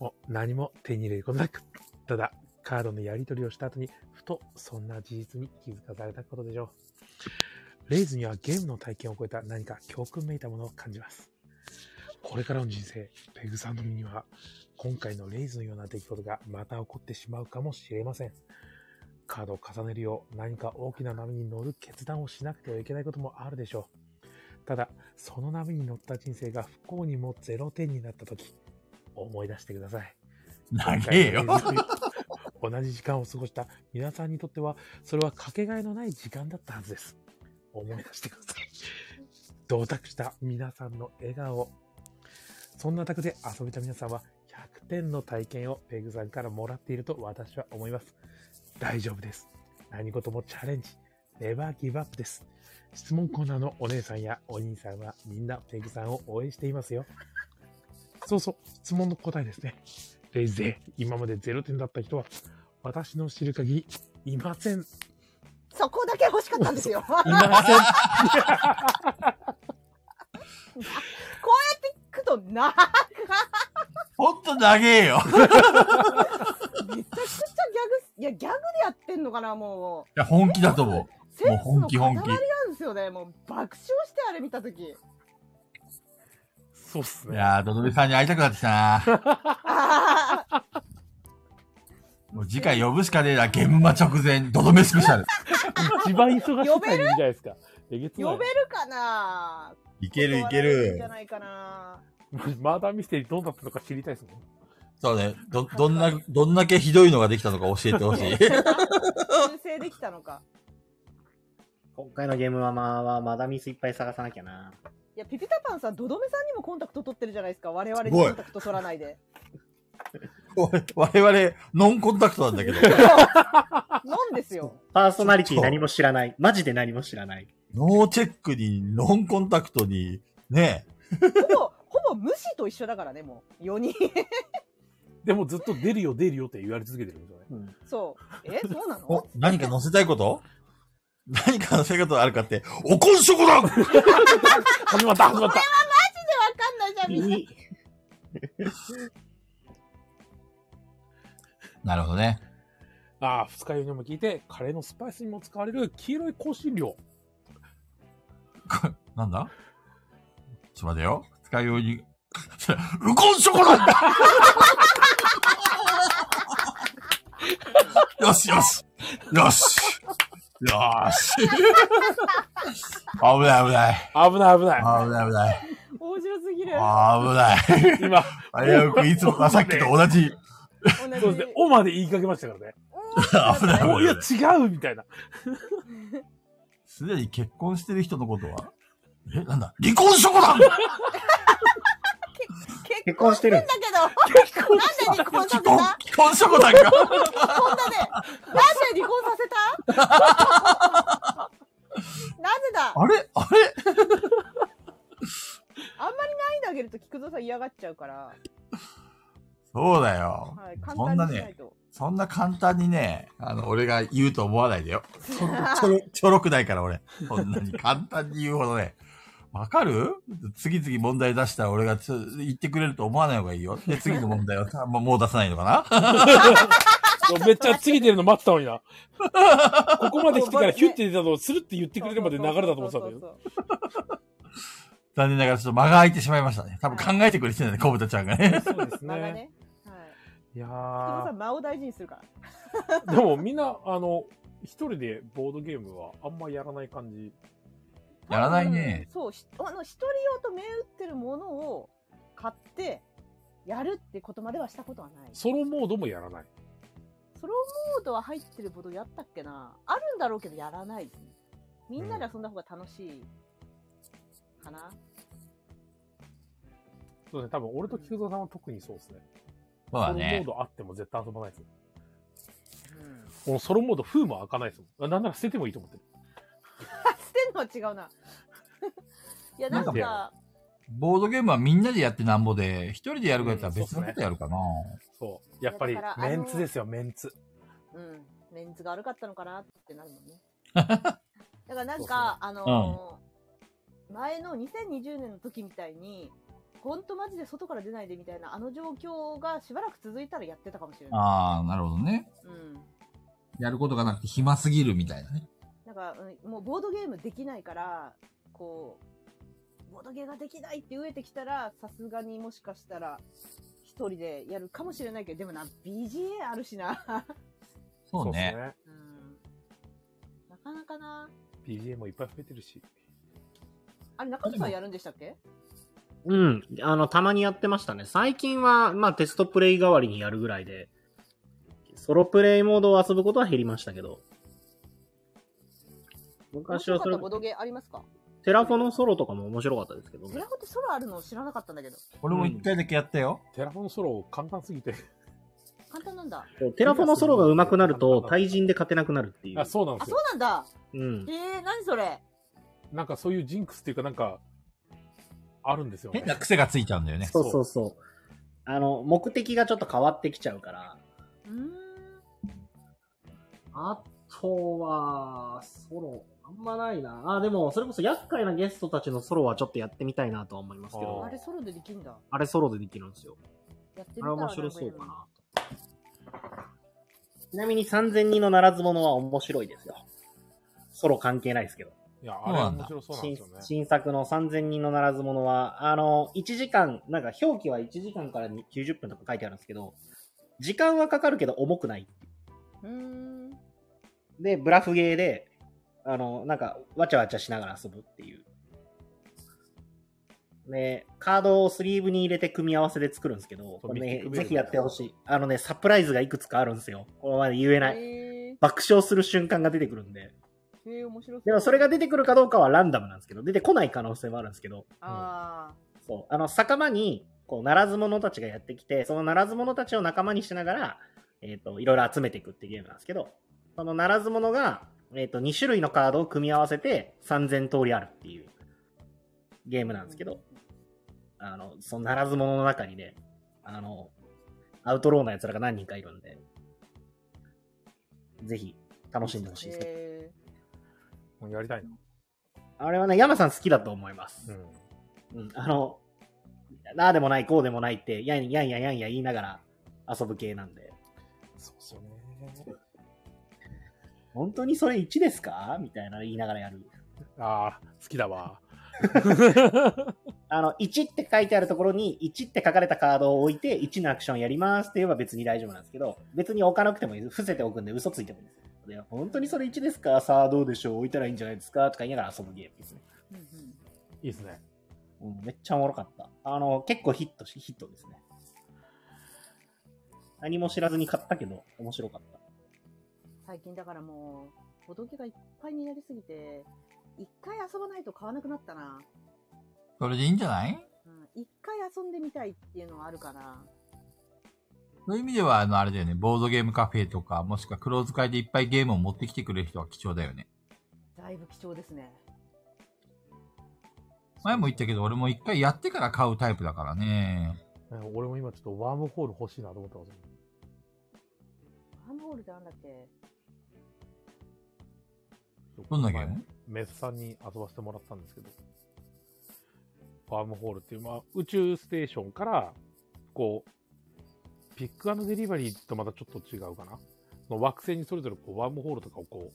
Speaker 1: お何も手に入れることなく、ただ、カードのやり取りをした後に、ふとそんな事実に気づかされたことでしょう。レイズにはゲームの体験を超えた何か教訓めいたものを感じます。これからの人生、ペグさんの身には、今回のレイズのような出来事がまた起こってしまうかもしれません。カードを重ねるよう何か大きな波に乗る決断をしなくてはいけないこともあるでしょう。ただ、その波に乗った人生が不幸にもゼロ点になった時、思い出してください。
Speaker 2: 長えよ。
Speaker 1: 同じ時間を過ごした皆さんにとっては、それはかけがえのない時間だったはずです。思い出してください。同卓した皆さんの笑顔。そんな卓で遊べた皆さんは、100点の体験をペグさんからもらっていると私は思います。大丈夫です。何事もチャレンジ。ネバーギブアップです。質問コーナーのお姉さんやお兄さんはみんなペグさんを応援していますよ。そうそう、質問の答えですね。レイゼ、今まで0点だった人は、私の知る限り、いません。
Speaker 4: そこだけ欲しかったんです よ。こうやっ
Speaker 1: いません。
Speaker 4: て聞くと、な、
Speaker 2: ほんと長えよ。い
Speaker 4: めちゃくちゃギャグ、いや、ギャグでやってんのかな、も
Speaker 2: や、本気だと思
Speaker 4: う。
Speaker 2: う。
Speaker 4: セ
Speaker 2: もう
Speaker 4: ンスの
Speaker 2: 本気
Speaker 4: 塊
Speaker 2: 本
Speaker 4: な
Speaker 2: 気
Speaker 4: ん。ですよね。もう爆笑して、あれ見たとき。
Speaker 1: そうっす
Speaker 2: い
Speaker 1: ね。
Speaker 2: やー、ドドベさんに会いたくなってき たな。
Speaker 4: ああ、
Speaker 2: もう次回呼ぶしかねえな。現場直前、ドドメスペシャル。
Speaker 1: 一番忙しいタイミングじゃないですか。えげつ な
Speaker 4: 呼
Speaker 1: い
Speaker 4: べ。るかないい
Speaker 8: け るいけ
Speaker 4: んじゃ
Speaker 8: る。
Speaker 4: ないかな。
Speaker 1: マーダーミステリーどうなったのか知りたいですもん。
Speaker 8: そうね。ど、どんな、どんだけひどいのができたのか教えてほ しい。
Speaker 4: 修正できたのか。
Speaker 5: 今回のゲームはまあまあ、まだミスいっぱい探さなきゃな。
Speaker 4: いや、ピピタパンさん、ドドメさんにもコンタクト取ってるじゃないですか。我々に
Speaker 8: すごい
Speaker 4: コンタクト取らないで。
Speaker 8: 我々、ノンコンタクトなんだけど。
Speaker 4: なんですよ。
Speaker 5: パーソナリティ何も知らない。マジで何も知らない。
Speaker 8: ノーチェックに、ノンコンタクトに、ね
Speaker 4: ほぼ、ほぼ無視と一緒だからね、もう。4人。
Speaker 1: でもずっと出るよ出るよって言われ続けてるんですよね。
Speaker 5: うん。
Speaker 4: そう。え、そうな
Speaker 8: お
Speaker 4: の、
Speaker 8: 何か載せたいこと何か載せたいことあるかって、おこんしょこだ
Speaker 1: 始まった始まった
Speaker 4: わかんないじゃん、みんな。
Speaker 5: い
Speaker 2: なるほどね。
Speaker 1: ああ、二日酔いにも効いて、カレーのスパイスにも使われる黄色い香辛料。
Speaker 2: なんだちょっと待てよ。使いように。 ウコンショコラ よしよしよしよーし危ない危ない。
Speaker 1: 危ない危ない。
Speaker 2: 危ない危ない。
Speaker 4: 面白すぎる。
Speaker 2: 危ない。
Speaker 1: 今、
Speaker 2: 危うくいつもかさっきと同じ。
Speaker 4: 同じ。
Speaker 1: そうですね、おまで言いかけましたからね。
Speaker 2: 危ない
Speaker 1: おいや、
Speaker 2: 危ない。
Speaker 1: 違うみたいな。
Speaker 2: すでに結婚してる人のことはえ、なんだ離婚ショコラ
Speaker 5: 結婚してるんです
Speaker 4: だけど、なんで
Speaker 2: 離
Speaker 4: 離婚させた
Speaker 2: 婚
Speaker 4: なん
Speaker 2: 離
Speaker 4: で
Speaker 2: 婚ショコラか
Speaker 4: なんで離婚させたなぜだ
Speaker 2: あれあれ
Speaker 4: あんまり難易度上げると菊蔵さん嫌がっちゃうから、
Speaker 2: そうだよ。
Speaker 4: はい、簡
Speaker 2: そんな
Speaker 4: 単にしな
Speaker 2: ね
Speaker 4: い、と。
Speaker 2: そんな簡単にね、あの、俺が言うと思わないでよ。ちょろ、ちょろ、ちょろくないから俺。そんなに簡単に言うほどね。わかる次々問題出したら俺がつ言ってくれると思わない方がいいよ。で、次の問題はたもうもう出さないのかな
Speaker 1: めっちゃ過ぎてるの待ってたのにな。ここまで来てからヒュッて出たのをするって言ってくれるまで流れだと思ってたんだけど。
Speaker 4: ど。
Speaker 2: 残念ながらちょっと間が空いてしまいましたね。多分考えてくれてないね、小豚ちゃんが ね。
Speaker 1: そうです
Speaker 4: 間が
Speaker 1: ね。
Speaker 4: ね。はい。
Speaker 1: いや
Speaker 4: 菊蔵
Speaker 1: ー
Speaker 4: さん、間を大事にするから。
Speaker 1: でもみんな、あの、一人でボードゲームはあんまやらない感じ。
Speaker 2: やらないね。
Speaker 4: そう、ひあの、一人用と銘打ってるものを買って、やるってことまではしたことはない。
Speaker 1: ソロモードもやらない。
Speaker 4: ソロモードは入ってるボードやったっけなあるんだろうけどやらないですね。みんなで遊んだ方が楽しい。かな、
Speaker 1: そうですね。多分、俺と菊蔵さんは特にそうですね。
Speaker 2: そうだ
Speaker 1: ソ
Speaker 2: ね。
Speaker 1: ロモードあっても絶対遊ばないですよ。このソロモード、封も開かないですよ。あなんなら捨ててもいいと思ってる。
Speaker 4: あ、捨てんのは違うな。 いや、なんか、
Speaker 1: なんか
Speaker 2: ボードゲームはみんなでやってなんぼで、一人でやるかやったら別のことやるかな。
Speaker 1: そう。やっぱり
Speaker 4: だか、らあ
Speaker 1: メ
Speaker 4: の
Speaker 1: ンツですよ、メンツ。
Speaker 4: うん、メンズが悪かったのかなってなるも んね。だからなんか、あのー前の2020年の時みたいに、ほんとマジで外から出ないでみたいな、あの状況がしばらく続いたらやってたかもしれない。
Speaker 2: ああ、なるほどね。
Speaker 4: うん。
Speaker 2: やることがなくて暇すぎるみたいなね。
Speaker 4: なんか、うんもうボードゲームできないから、こう、ボードゲーができないって飢えてきたら、さすがにもしかしたら、一人でやるかもしれないけど、でもな、BGA あるしな。
Speaker 2: そう
Speaker 1: っ
Speaker 2: ね。
Speaker 1: す
Speaker 4: うん。なかなかな。
Speaker 1: ね。BGM もいっぱい増えてるし。
Speaker 4: あれ、中野さんやるんでしたっけ
Speaker 5: うん。あの、たまにやってましたね。最近は、まあ、テストプレイ代わりにやるぐらいで、ソロプレイモードを遊ぶことは減りましたけど。
Speaker 4: 面
Speaker 5: 昔
Speaker 4: 白
Speaker 5: は
Speaker 4: か
Speaker 5: そ
Speaker 4: っ
Speaker 5: れ
Speaker 4: た、ボドゲありますか
Speaker 5: テラフォのソロとかも面白かったですけど
Speaker 4: グ
Speaker 5: ね
Speaker 4: ラ。フって空あるの知らなかったんだけど。
Speaker 2: 俺も一回だけやったよ。
Speaker 1: テラフォンソロ簡単すぎて。
Speaker 4: 簡単なんだ。
Speaker 5: そうテラフォのソロが上手くなると、対人で勝てなくなるっていう
Speaker 1: あ、。そうなんで
Speaker 4: あ、
Speaker 1: す
Speaker 4: そ
Speaker 1: よ
Speaker 4: う。なんだ
Speaker 5: うん
Speaker 4: え。ー、何それ
Speaker 1: なんかそういうジンクスっていうか、なんか、あるんですよね
Speaker 2: 変。な癖がついちゃうんだよね。
Speaker 5: そうそうそう。あの、目的がちょっと変わってきちゃうから。
Speaker 4: うーん。
Speaker 5: あとは、ソロ、あんまないな。あ、でも、それこそ厄介なゲストたちのソロはちょっとやってみたいなとは思いますけ
Speaker 1: あ
Speaker 5: ど
Speaker 1: ー
Speaker 4: あ、れ、ソロでできんだ。
Speaker 5: あれソロでできるんですよ。
Speaker 4: やってみた
Speaker 5: あれ
Speaker 4: ら
Speaker 5: 面白そうか
Speaker 4: ん
Speaker 5: なと。ちなみに3000人のならず者は面白いですよ。ソロ関係ないですけど。
Speaker 1: いや、あれは面白そうなんで
Speaker 5: 新
Speaker 1: すよね。
Speaker 5: 新作の3000人のならず者は、あの、1時間、なんか表記は1時間から90分とか書いてあるんですけど、時間はかかるけど重くない。
Speaker 4: うーん。
Speaker 5: で、ブラフゲーで、あの、なんか、わちゃわちゃしながら遊ぶっていう。で、カードをスリーブに入れて組み合わせで作るんですけど、これ
Speaker 1: ミッ
Speaker 5: ね
Speaker 1: ク、ベル
Speaker 5: ぜひやってほしい。あのね、サプライズがいくつかあるんですよ。このまで言えない。
Speaker 4: え
Speaker 5: 爆笑する瞬間が出てくるんで。
Speaker 4: ー、えー、面白そう。
Speaker 5: でもそれが出てくるかどうかはランダムなんですけど、出てこない可能性もあるんですけど、
Speaker 4: あ
Speaker 5: そう。あの、仲間に、こう、ならず者たちがやってきて、そのならず者たちを仲間にしながら、えっ、と、いろいろ集めていくっていうゲームなんですけど、そのならず者が、えっ、と、2種類のカードを組み合わせて3000通りあるっていうゲームなんですけど、あの、そのならず者の中にね、あの、アウトローな奴らが何人かいるんで、ぜひ、楽しんでほしい
Speaker 4: ー。
Speaker 5: ですね。
Speaker 4: え
Speaker 1: もうやりたいな。
Speaker 5: あれはね、山さん好きだと思います。
Speaker 1: うん。
Speaker 5: うん、あの、なあでもない、こうでもないって、やんやんやんやんや言いながら遊ぶ系なんで、
Speaker 1: そうっすよね。
Speaker 5: 本当にそれ1ですかみたいな言いながらやる。
Speaker 1: ああ、好きだわ。
Speaker 5: あの、1って書いてあるところに、1って書かれたカードを置いて、1のアクションやりますって言えば別に大丈夫なんですけど、別に置かなくてもいいです。伏せておくんで嘘ついてもいいです。で本当にそれ1ですかさあどうでしょう置いたらいいんじゃないですかとか言いながら遊ぶゲームですね。
Speaker 4: ー。うん
Speaker 1: いいですね。
Speaker 5: うん、めっちゃおもろかった。あの、結構ヒットし、ヒットですね。何も知らずに買ったけど、面白かった。
Speaker 4: うん最近だからもう、ボドゲがいっぱいになりすぎて、一回遊ばないと買わなくなったな。
Speaker 2: それでいいんじゃない
Speaker 4: うん一回遊んでみたいっていうのはあるかな。
Speaker 2: そういう意味では、あの、あれだよね、ボードゲームカフェとか、もしくはクローズ会でいっぱいゲームを持ってきてくれる人は貴重だよね。
Speaker 4: だいぶ貴重ですね。
Speaker 2: 前も言ったけど、俺も一回やってから買うタイプだからね。
Speaker 1: うん俺も今ちょっとワームホール欲しいなと思ったんですよ
Speaker 4: ハンボールってなんだっ け
Speaker 2: どんなゲーム
Speaker 1: 前メッツさんに遊ばせてもらったんですけど、ワームホールっていう、まあ、宇宙ステーションから、こう、ピックアンドデリバリーとまたちょっと違うかな。その惑星にそれぞれこうワームホールとかをこう、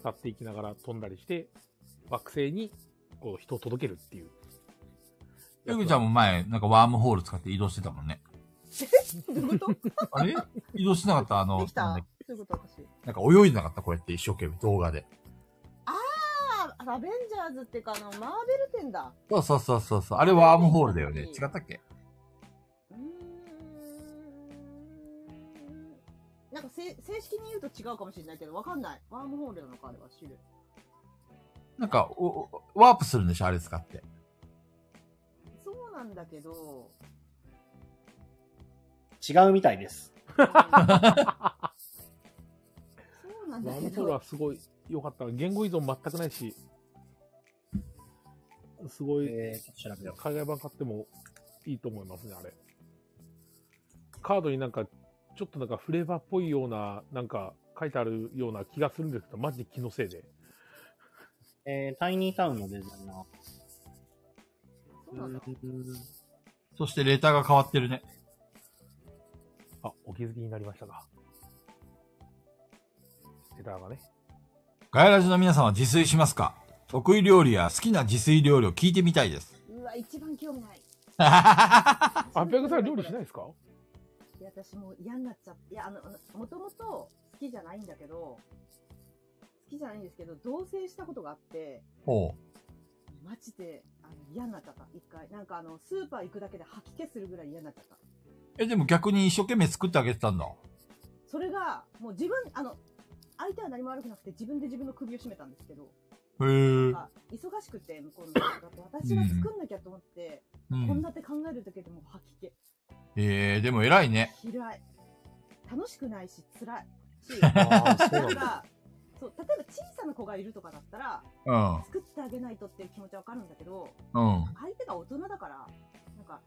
Speaker 1: 使っていきながら飛んだりして、惑星にこう人を届けるっていう。
Speaker 2: ゆぐちゃんも前、なんかワームホール使って移動してたも んね。
Speaker 4: どういうこと
Speaker 2: あれ移動してなかったあの、
Speaker 4: できた
Speaker 2: なんだっ
Speaker 4: そういうこと私。
Speaker 2: けなんか泳いでなかったこうやって一生懸命動画で。
Speaker 4: ああ、ラベンジャーズっていうか、あの、マーベル店だ。
Speaker 2: そうそうそうそうそう。あれワームホールだよね。違ったっけ
Speaker 4: うーん。なんかせ、正式に言うと違うかもしれないけど、わかんない。ワームホールなのか、あれは、種類。
Speaker 2: なんかお、おワープするんでしょあれ使って。
Speaker 4: そうなんだけど、
Speaker 5: 違うみたいです。
Speaker 4: そうなんだ
Speaker 1: ワームホ
Speaker 4: け
Speaker 1: ール
Speaker 4: ど
Speaker 1: は、すごい良かった。言語依存全くないし、すごい、
Speaker 5: えー、ちょっと調べよ
Speaker 1: 海外版買ってもいいと思いますね、あれ。カードになんか、ちょっとなんかフレーバーっぽいような、なんか書いてあるような気がするんですけど、マジで気のせいで。
Speaker 5: う。えー、タイニータウンのデザイナー。
Speaker 4: そうなんだ。
Speaker 2: そしてレターが変わってるね。
Speaker 1: あ、お気づきになりましたか。レターがね。
Speaker 2: ガヤラジの皆さんは自炊しますか得意料理や好きな自炊料理を聞いてみたい です。
Speaker 4: うわ、一番興味ない。
Speaker 1: あ、ペグさん料理しない
Speaker 4: い
Speaker 1: ですか
Speaker 4: や、私もう嫌になっちゃって。いや、あの、もともと好きじゃないんだけど、好きじゃないんですけど、同棲したことがあって、
Speaker 2: ほ
Speaker 4: マジで、あの、嫌になっちゃった。一回。なんかあの、スーパー行くだけで吐き気するぐらい嫌になっちゃった。
Speaker 2: う。え、でも逆に一生懸命作ってあげてたんだ。
Speaker 4: それが、もう自分、あの、相手は何も悪くなくて自分で自分の首を絞めたんですけど、
Speaker 2: へえ。
Speaker 4: あ忙しくて、向こうの人が私が作んなきゃと思って、
Speaker 2: う
Speaker 4: 献、
Speaker 2: ん。
Speaker 4: 立、考えるだけでもう吐き気。
Speaker 2: えー、でも偉いね。
Speaker 4: 嫌い。楽しくないし、辛い。し、
Speaker 1: ああ、そうな
Speaker 4: なんん
Speaker 1: だ。
Speaker 4: か、そう、例えば小さな子がいるとかだったら、
Speaker 2: うん。
Speaker 4: 作ってあげないとっていう気持ちはわかるんだけど、
Speaker 2: うん。
Speaker 4: 相手が大人だから、なんか、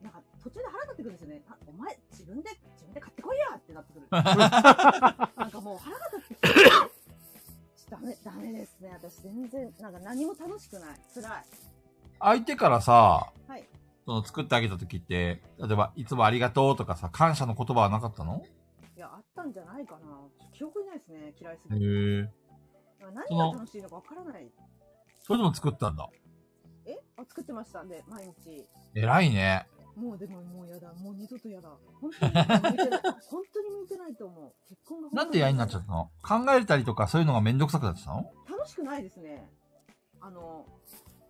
Speaker 4: なんか途中で腹立ってくるんですよね。あお前、自分で、自分で買ってこいやってな ってくる。なんかもう腹が立ってきて。ちょっとダメ、ダメですね。私全然、なんか何も楽しくない。辛い。
Speaker 2: 相手からさ、
Speaker 4: はい
Speaker 2: その作ってあげた時って、例えば、いつもありがとうとかさ、感謝の言葉はなかったの
Speaker 4: いや、あったんじゃないかな。記憶にないですね。嫌いす
Speaker 2: へ
Speaker 4: ぎて。
Speaker 2: え。
Speaker 4: なんか
Speaker 2: そ
Speaker 4: 何
Speaker 2: の
Speaker 4: が楽しいのかわからない。
Speaker 2: それでも作ったんだ。
Speaker 4: えあ作ってましたんで、毎日。
Speaker 2: 偉いね。
Speaker 4: もうでももうやだ。もう二度 とやだ。本当に向いてない。本当に向いてないと思う。結婚が本当
Speaker 2: なんで嫌になっちゃったの考えたりとかそういうのがめんどくさくなってたの
Speaker 4: 楽しくないですね。あの、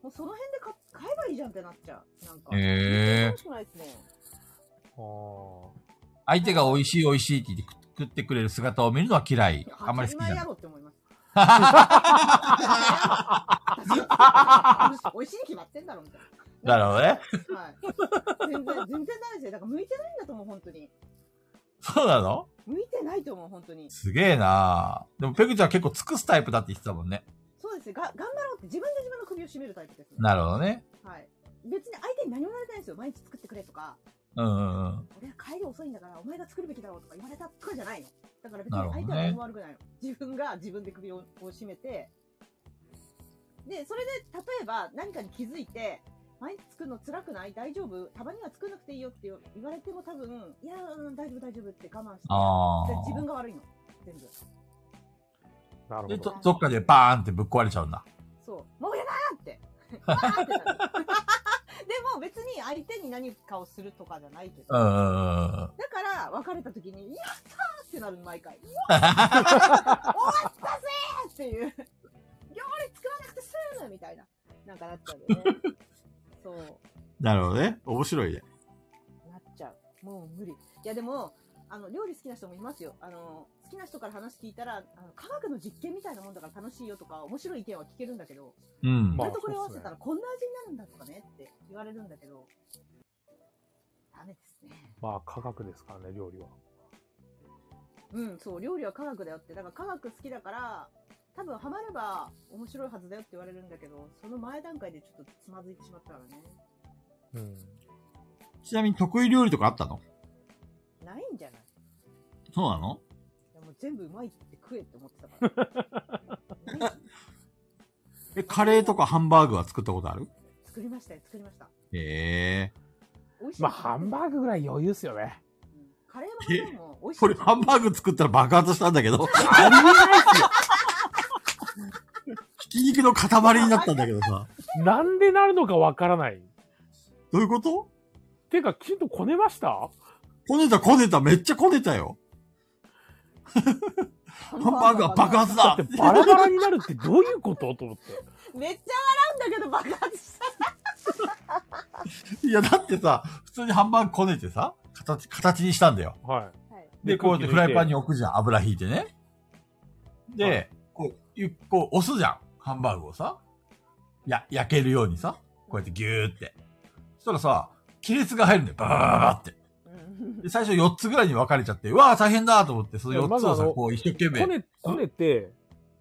Speaker 4: もうその辺で買買えばいいじゃんってなっちゃう。なんか。
Speaker 2: へー
Speaker 4: 楽しくないですね。
Speaker 2: 相手が美味しい美味しいって言って食ってくれる姿を見るのは嫌い。あんまり好きじゃ
Speaker 4: 当
Speaker 2: な
Speaker 4: たり前や
Speaker 2: い。
Speaker 4: ろって思います。私 美味しいに決まってんだろみたい
Speaker 2: なるほどね。
Speaker 4: な。はい。全然、全然ないですよ。だから向いてないんだと思う、本当に。
Speaker 2: そうなの
Speaker 4: 向いてないと思う、本当に。
Speaker 2: すげえなでもペグちゃん結構尽くすタイプだって言ってたもんね。
Speaker 4: そうですね。が、頑張ろうって自分で自分の首を絞めるタイプですね。
Speaker 2: なるほどね。
Speaker 4: はい。別に相手に何も言われてないんですよ。毎日作ってくれとか。
Speaker 2: うんうんうん。
Speaker 4: 俺は帰り遅いんだから、お前が作るべきだろうとか言われたとかじゃないの。だから別に
Speaker 2: なる
Speaker 4: 相
Speaker 2: ほど
Speaker 4: 手
Speaker 2: ね
Speaker 4: は何も悪くないの。自分が自分で首をこう絞めて、で、それで、例えば何かに気づいて、毎日作るの辛くない大丈夫たまには作んなくていいよって言われても多分、いやー、うん大丈夫大丈夫って我慢して
Speaker 2: あ
Speaker 4: で、自
Speaker 2: ー
Speaker 4: 分が悪いの。全部。
Speaker 1: なるほ
Speaker 2: で、
Speaker 1: ど
Speaker 2: ど。どっかでバーンってぶっ壊れちゃうんだ。
Speaker 4: そう。もうやだ ーって。わーってなるでも別に相手に何かをするとかじゃないけど。
Speaker 2: うんうんうんうん。
Speaker 4: だから、別れた時に、やったーってなるの、毎回。終わ ったぜーっていう。料理作らなくて済むみたいな。なんかなっちゃう よね。そう。
Speaker 8: なるほどね。面白いね。
Speaker 4: なっちゃう。もう無理。いや、でも、あの、料理好きな人もいますよ。あの、好きな人から話聞いたら、あの科学の実験みたいなもんだから楽しいよとか、面白い意見は聞けるんだけど、
Speaker 2: うん
Speaker 1: まあ
Speaker 4: これとこれを合わ
Speaker 1: そうっす
Speaker 4: せ
Speaker 1: ね
Speaker 4: たらこんな味になるんだとかねって言われるんだけど、ダメですね。
Speaker 1: まあ、科学ですからね、料理は。
Speaker 4: うん、そう、料理は科学だよって。だから科学好きだから、多分ハマれば面白いはずだよって言われるんだけど、その前段階でちょっとつまずいてしまったからね。
Speaker 1: うん。
Speaker 8: ちなみに得意料理とかあったの
Speaker 4: ないんじゃない
Speaker 8: そうなの
Speaker 4: いやもう全部うまいって食えって思って たから。ない
Speaker 8: え、カレーとかハンバーグは作ったことある
Speaker 4: 作りましたよ、作りました。
Speaker 8: へえ。
Speaker 4: 美味しい。
Speaker 1: まあ、ハンバーグぐらい余裕っすよね。
Speaker 4: うんカレーもハンバーグも美味しい。
Speaker 8: これハンバーグ作ったら爆発したんだけ ど。
Speaker 1: ありえないっ
Speaker 8: ひき肉の塊になったんだけどさ。
Speaker 1: すよ。 なんでなるのかわからない。
Speaker 8: どういうこと
Speaker 1: てか、きちんと こねました
Speaker 8: こねたこねた、めっちゃこねたよ。
Speaker 2: ハンバーグは爆発だ
Speaker 1: でバラバラになるってどういうことと思って。
Speaker 4: めっちゃ笑うんだけど 爆発した。
Speaker 2: いや、だってさ、普通にハンバーグこねてさ、形、形にしたんだよ。
Speaker 1: は
Speaker 2: で、
Speaker 1: で
Speaker 2: こうやってフライパンに置くじゃん。油引いてね。で、こう、ゆこう押すじゃん。ハンバーグをさ。や、焼けるようにさ。こうやってギューって。そしたらさ、亀裂が入るんだよ。バーバーバーって。で、最初4つぐらいに分かれちゃって、うわー大変だと思って、その4つを
Speaker 1: まず
Speaker 2: さ、
Speaker 1: あの
Speaker 2: こう一生懸
Speaker 1: い。こ
Speaker 2: 命。
Speaker 1: ね、こねて、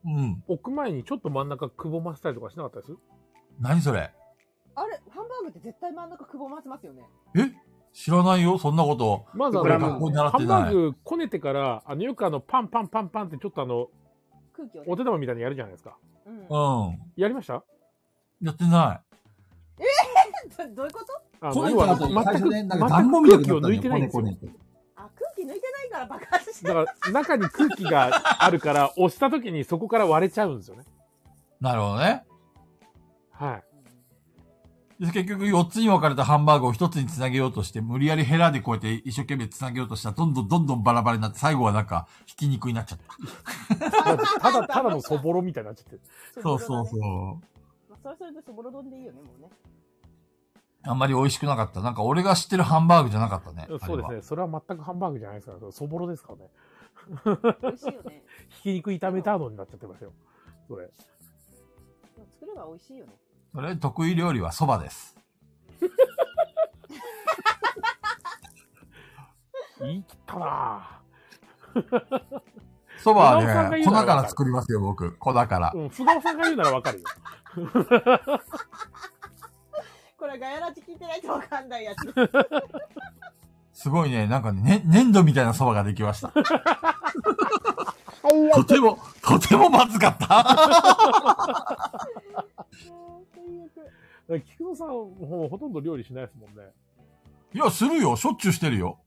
Speaker 2: うん。
Speaker 1: 置く前にちょっと真ん中くぼませたりとかしなかったです
Speaker 2: 何それ
Speaker 4: あれ、ハンバーグって絶対真ん中くぼませますよね。
Speaker 2: え知らないよそんなこと。
Speaker 1: まずあ
Speaker 5: これ
Speaker 1: の、
Speaker 5: は
Speaker 1: ハ
Speaker 5: もう
Speaker 2: 習ってない
Speaker 1: ンバーグこねてから、あの、よくあの、パンパンパンパンってちょっとあの、
Speaker 4: 空気を、ね。
Speaker 1: お手玉みたいにやるじゃないですか。
Speaker 4: うん
Speaker 2: う。
Speaker 1: やりました
Speaker 2: ん。やってない。
Speaker 4: どどういうこと
Speaker 1: あの
Speaker 2: こね
Speaker 1: 要
Speaker 2: た
Speaker 1: は
Speaker 2: 後
Speaker 1: 全
Speaker 2: に
Speaker 1: く、
Speaker 2: 最初ね、
Speaker 1: 全
Speaker 2: なん
Speaker 1: く
Speaker 2: か暖房みたい
Speaker 1: 空
Speaker 2: に
Speaker 1: 気を
Speaker 2: なったん
Speaker 1: 抜い
Speaker 2: だ
Speaker 1: て
Speaker 2: よ
Speaker 1: ないんです
Speaker 2: こ
Speaker 1: よ。
Speaker 2: ねこねって
Speaker 4: あ、空気抜いてないから爆発した。。
Speaker 1: だから、中に空気があるから、押した時にそこから割れちゃうんですよね。
Speaker 2: なるほどね。
Speaker 1: はい。
Speaker 2: で結局4つに分かれたハンバーグを1つにつなげようとして、無理やりヘラでこうやって一生懸命つなげようとしたら、どんどんどんどんバラバラになって、最後はなんか、ひき肉になっちゃった。
Speaker 1: ただ、た だただのそぼろみたいになっちゃってる。
Speaker 2: そうそうそうう。
Speaker 4: まあ、それはそれでそぼろ丼でいいよね、も うね。
Speaker 2: あんまり美味しくなかった。なんか俺が知ってるハンバーグじゃなかったね。
Speaker 1: そうです
Speaker 2: ね。
Speaker 1: ね。それは全くハンバーグじゃないですから、そぼろですからね。
Speaker 4: 美味しいよね。
Speaker 1: ひき肉炒めたのになっちゃってましたよ。それ。
Speaker 4: でも作れば美味しいよね。
Speaker 2: それ、得意料理は蕎麦です。
Speaker 1: 言い切ったな船尾さ
Speaker 2: 蕎麦
Speaker 1: ん
Speaker 2: は
Speaker 1: が
Speaker 2: ね、
Speaker 1: 言う
Speaker 2: 粉
Speaker 1: なら
Speaker 2: から作りますよ、僕。粉から
Speaker 1: ぁ。。うん、菅尾さんが言うならわかるよ。
Speaker 4: これガヤラジ聞いてないとわかんな いやつ。
Speaker 2: すごいね、なんかねね、粘土みたいな蕎麦ができました。 とても、とてもまずかった。
Speaker 1: だから菊野さん、もうほとんど料理しないですもんね。
Speaker 2: いや、するよ。しょっちゅうしてるよ。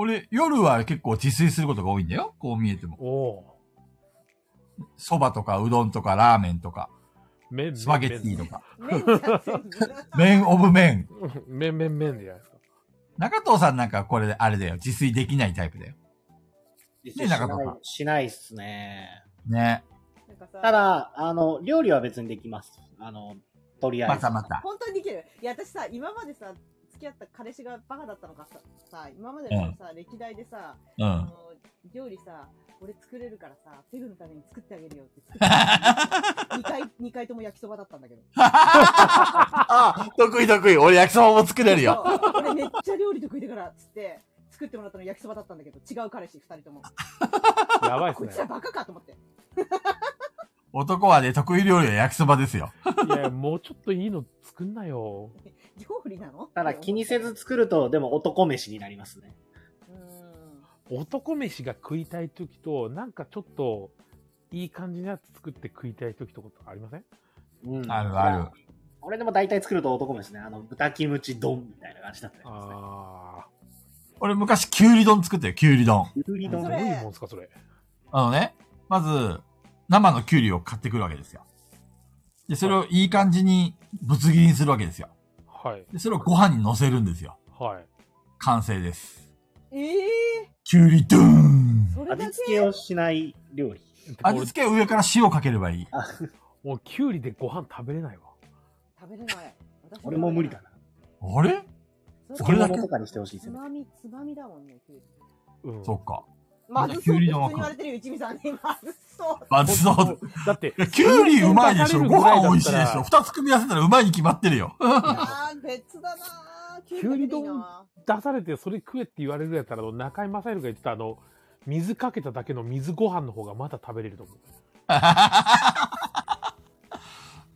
Speaker 2: 俺、夜は結構自炊することが多いんだよ。こう見えても。
Speaker 1: おお
Speaker 2: 蕎麦とか、うどんとか、ラーメンとか、
Speaker 1: ー。麺、
Speaker 2: スパゲッティとか。
Speaker 4: 麺じゃん全部。
Speaker 2: 麺オブ麺。
Speaker 1: 麺、麺、麺麺じゃないですか。
Speaker 2: 中藤さんなんかこれ、あれだよ。自炊できないタイプだよ。
Speaker 5: しない
Speaker 2: 中野さん
Speaker 5: しないっすね。
Speaker 2: ね。
Speaker 4: なんかさ
Speaker 5: ただ、あの、料理は別にできます。あの、とりあえず。
Speaker 2: またまた。
Speaker 4: 本当にできるいや私さ今までさ付き合った彼氏がバカだったのかささ今までのさ、歴代でさ、
Speaker 2: う
Speaker 4: あ
Speaker 2: ん。
Speaker 4: の料理さ俺作れるからさペグのために作ってあげるよって作って2回二回とも焼きそばだったんだけど
Speaker 2: あ、得意得意。俺焼きそばも作れるよ。
Speaker 4: そう俺めっちゃ料理得意だからっつって作ってもらったの焼きそばだったんだけど違う彼氏2人とも
Speaker 1: やばい
Speaker 4: こい
Speaker 1: で
Speaker 4: つ
Speaker 1: す
Speaker 4: ら
Speaker 1: ね。
Speaker 4: バカかと思って
Speaker 2: 男はね、得意料理は焼きそばですよ。
Speaker 1: いや、もうちょっといいの作んなよ。
Speaker 4: 料理なの
Speaker 5: ただ気にせず作ると、でも男飯になりますね。
Speaker 4: うーん
Speaker 1: 男飯が食いたい時と、なんかちょっと、いい感じのやつ作って食いたい時とかありません
Speaker 5: うん。
Speaker 2: あるある。
Speaker 5: 俺でも大体作ると男飯ね。あの、豚キムチ丼みたいな感じだったりしますね。
Speaker 1: あ
Speaker 2: 俺昔、きゅうり丼作ったよ、きゅうり丼。
Speaker 5: きゅうり
Speaker 1: ー。ど
Speaker 5: 丼
Speaker 1: ういうもんですか、それ。
Speaker 2: あのね、まず、生のキュウリを買ってくるわけですよ。で、それをいい感じにぶつ切りにするわけですよ。
Speaker 1: はい。
Speaker 2: で、それをご飯に乗せるんですよ。
Speaker 1: はい。
Speaker 2: 完成です。
Speaker 4: ええ
Speaker 2: キュウリドゥーン
Speaker 4: それ
Speaker 5: 味
Speaker 4: だけ
Speaker 5: 付けをしない料理。
Speaker 2: 味付けは上から塩かければいい。
Speaker 1: 俺もう、キュウリでご飯食べれないわ。
Speaker 4: 食べれない私
Speaker 5: 俺も無理だな。
Speaker 2: あれ
Speaker 4: そ
Speaker 2: これ
Speaker 4: れ
Speaker 2: だ
Speaker 5: 漬
Speaker 2: け
Speaker 5: 物とかにしてほしいです
Speaker 4: つ
Speaker 5: よね。
Speaker 4: まみつまみだもんねキュウリ
Speaker 1: うん。
Speaker 2: そっか。
Speaker 4: まずそうって普通に言われてるよ、一味さんに。まずそう。
Speaker 2: まずそう
Speaker 1: も。うだって
Speaker 2: い、やキュウリうまいでしょ。ご飯美味しいでし
Speaker 1: そ
Speaker 2: ょ。
Speaker 1: う
Speaker 2: 二つ組み合わせたらうまいに決まってるよ。
Speaker 4: あー、別だなー。きゅうりだけでいいな
Speaker 1: 出されてそれ食えって言われるやったら、あの中井正宏が言ってた、あの、水かけただけの水ご飯の方がまだ食べれると思う。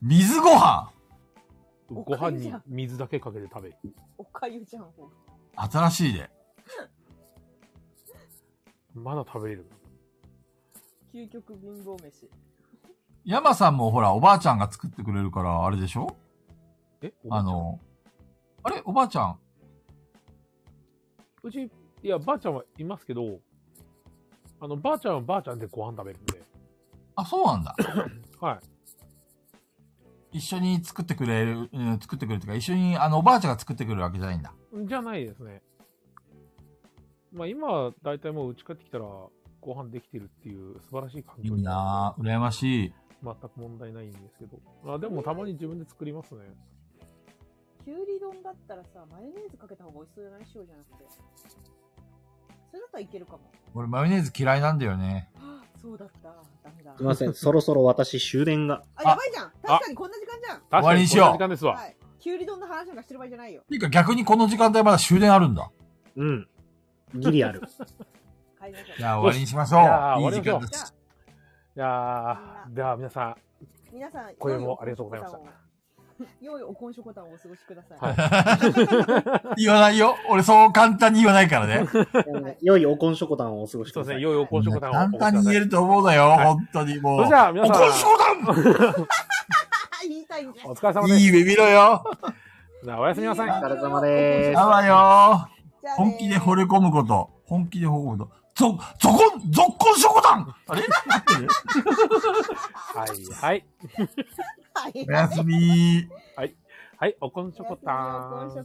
Speaker 2: 水ご飯
Speaker 4: お
Speaker 1: ご
Speaker 4: か
Speaker 1: 飯
Speaker 4: ゆじ
Speaker 1: に
Speaker 4: ゃん
Speaker 1: 水だけかけて食べる。
Speaker 4: おかゆじゃん。
Speaker 2: 新しいで。
Speaker 1: まだ食べれる。
Speaker 4: 究極貧乏飯。
Speaker 2: 山さんもほら、おばあちゃんが作ってくれるから、あれでしょ
Speaker 1: えおばあ
Speaker 2: あ
Speaker 1: ちゃん
Speaker 2: の、あれおばあちゃん。
Speaker 1: うち、いや、ばあちゃんはいますけど、あの、ばあちゃんはばあちゃんでご飯食べるんで。
Speaker 2: あ、そうなんだ。
Speaker 1: はい。
Speaker 2: 一緒に作ってくれる、うん作ってくれるというか、一緒に、あの、おばあちゃんが作ってくれるわけじゃないんだ。
Speaker 1: じゃないですね。まあ今、だいたいもううち帰ってきたら、ご飯できてるっていう素晴らしい環
Speaker 2: い
Speaker 1: 境
Speaker 2: いなぁ、羨ましい。
Speaker 1: 全く問題ないんですけど。あでもたまに自分で作りますね。
Speaker 4: きゅうり丼だったらさマヨネーズかけた方が美味しそうじゃない塩じゃなくてそれだったらいけるかも
Speaker 2: 俺、マヨネーズ嫌いなんだよね。
Speaker 4: あそうだったダメだ
Speaker 5: すいません、そろそろ私終電が。
Speaker 4: あやばいじゃん確かにこんな時間じゃん
Speaker 1: 確
Speaker 2: 終わ
Speaker 1: か
Speaker 2: り
Speaker 1: に
Speaker 2: に
Speaker 1: こ
Speaker 2: し
Speaker 1: ん
Speaker 2: よう
Speaker 1: な時間ですわ。
Speaker 4: はいきゅうり丼の話なんかしてる場合じゃないよ
Speaker 2: ていうか逆にこの時間帯まだ終電あるんだ。
Speaker 5: うん。ギリある。
Speaker 4: 帰りましょう
Speaker 2: じゃあ終わりにしましょ
Speaker 1: いやー
Speaker 2: う。いい時
Speaker 1: 終わ
Speaker 2: 間
Speaker 1: りま
Speaker 2: で
Speaker 1: し
Speaker 2: す。
Speaker 1: いやーでは皆さん、
Speaker 4: 皆さん
Speaker 1: これもありがとうございました
Speaker 4: 良いお懇食ボタンをお過ごしください、
Speaker 1: はい
Speaker 2: 言わないよ。俺そう簡単に言わないか らね。
Speaker 4: い
Speaker 5: 良いおこんしょこたんをお過ごしく
Speaker 1: そう
Speaker 5: だ
Speaker 1: ですね、
Speaker 5: さい。
Speaker 1: 良いお懇食ボタンを
Speaker 2: 簡
Speaker 1: 押してく
Speaker 2: 単
Speaker 1: ださ
Speaker 2: に言え
Speaker 1: い。
Speaker 2: ると思うだよ。本当にもう。
Speaker 1: それじゃあ皆さん
Speaker 2: おこしこ
Speaker 4: 言いたいんじゃん
Speaker 1: お疲れ様
Speaker 2: だ
Speaker 1: で
Speaker 2: んい
Speaker 1: す。
Speaker 2: い目見ろよ。
Speaker 1: じゃあおやすみなさい。
Speaker 5: お疲れ様で
Speaker 2: やばいよ。
Speaker 4: じゃあね
Speaker 2: 本気で惚れ込むこと。本気で惚れ込むこと。ぞ、ぞこん、ぞっこんしょこたんあれ合ってる
Speaker 1: はい、はい。
Speaker 4: はい
Speaker 2: おやすみ
Speaker 1: はい、おこんしょこた
Speaker 4: おやす
Speaker 1: ん
Speaker 4: みお懇食。ボタン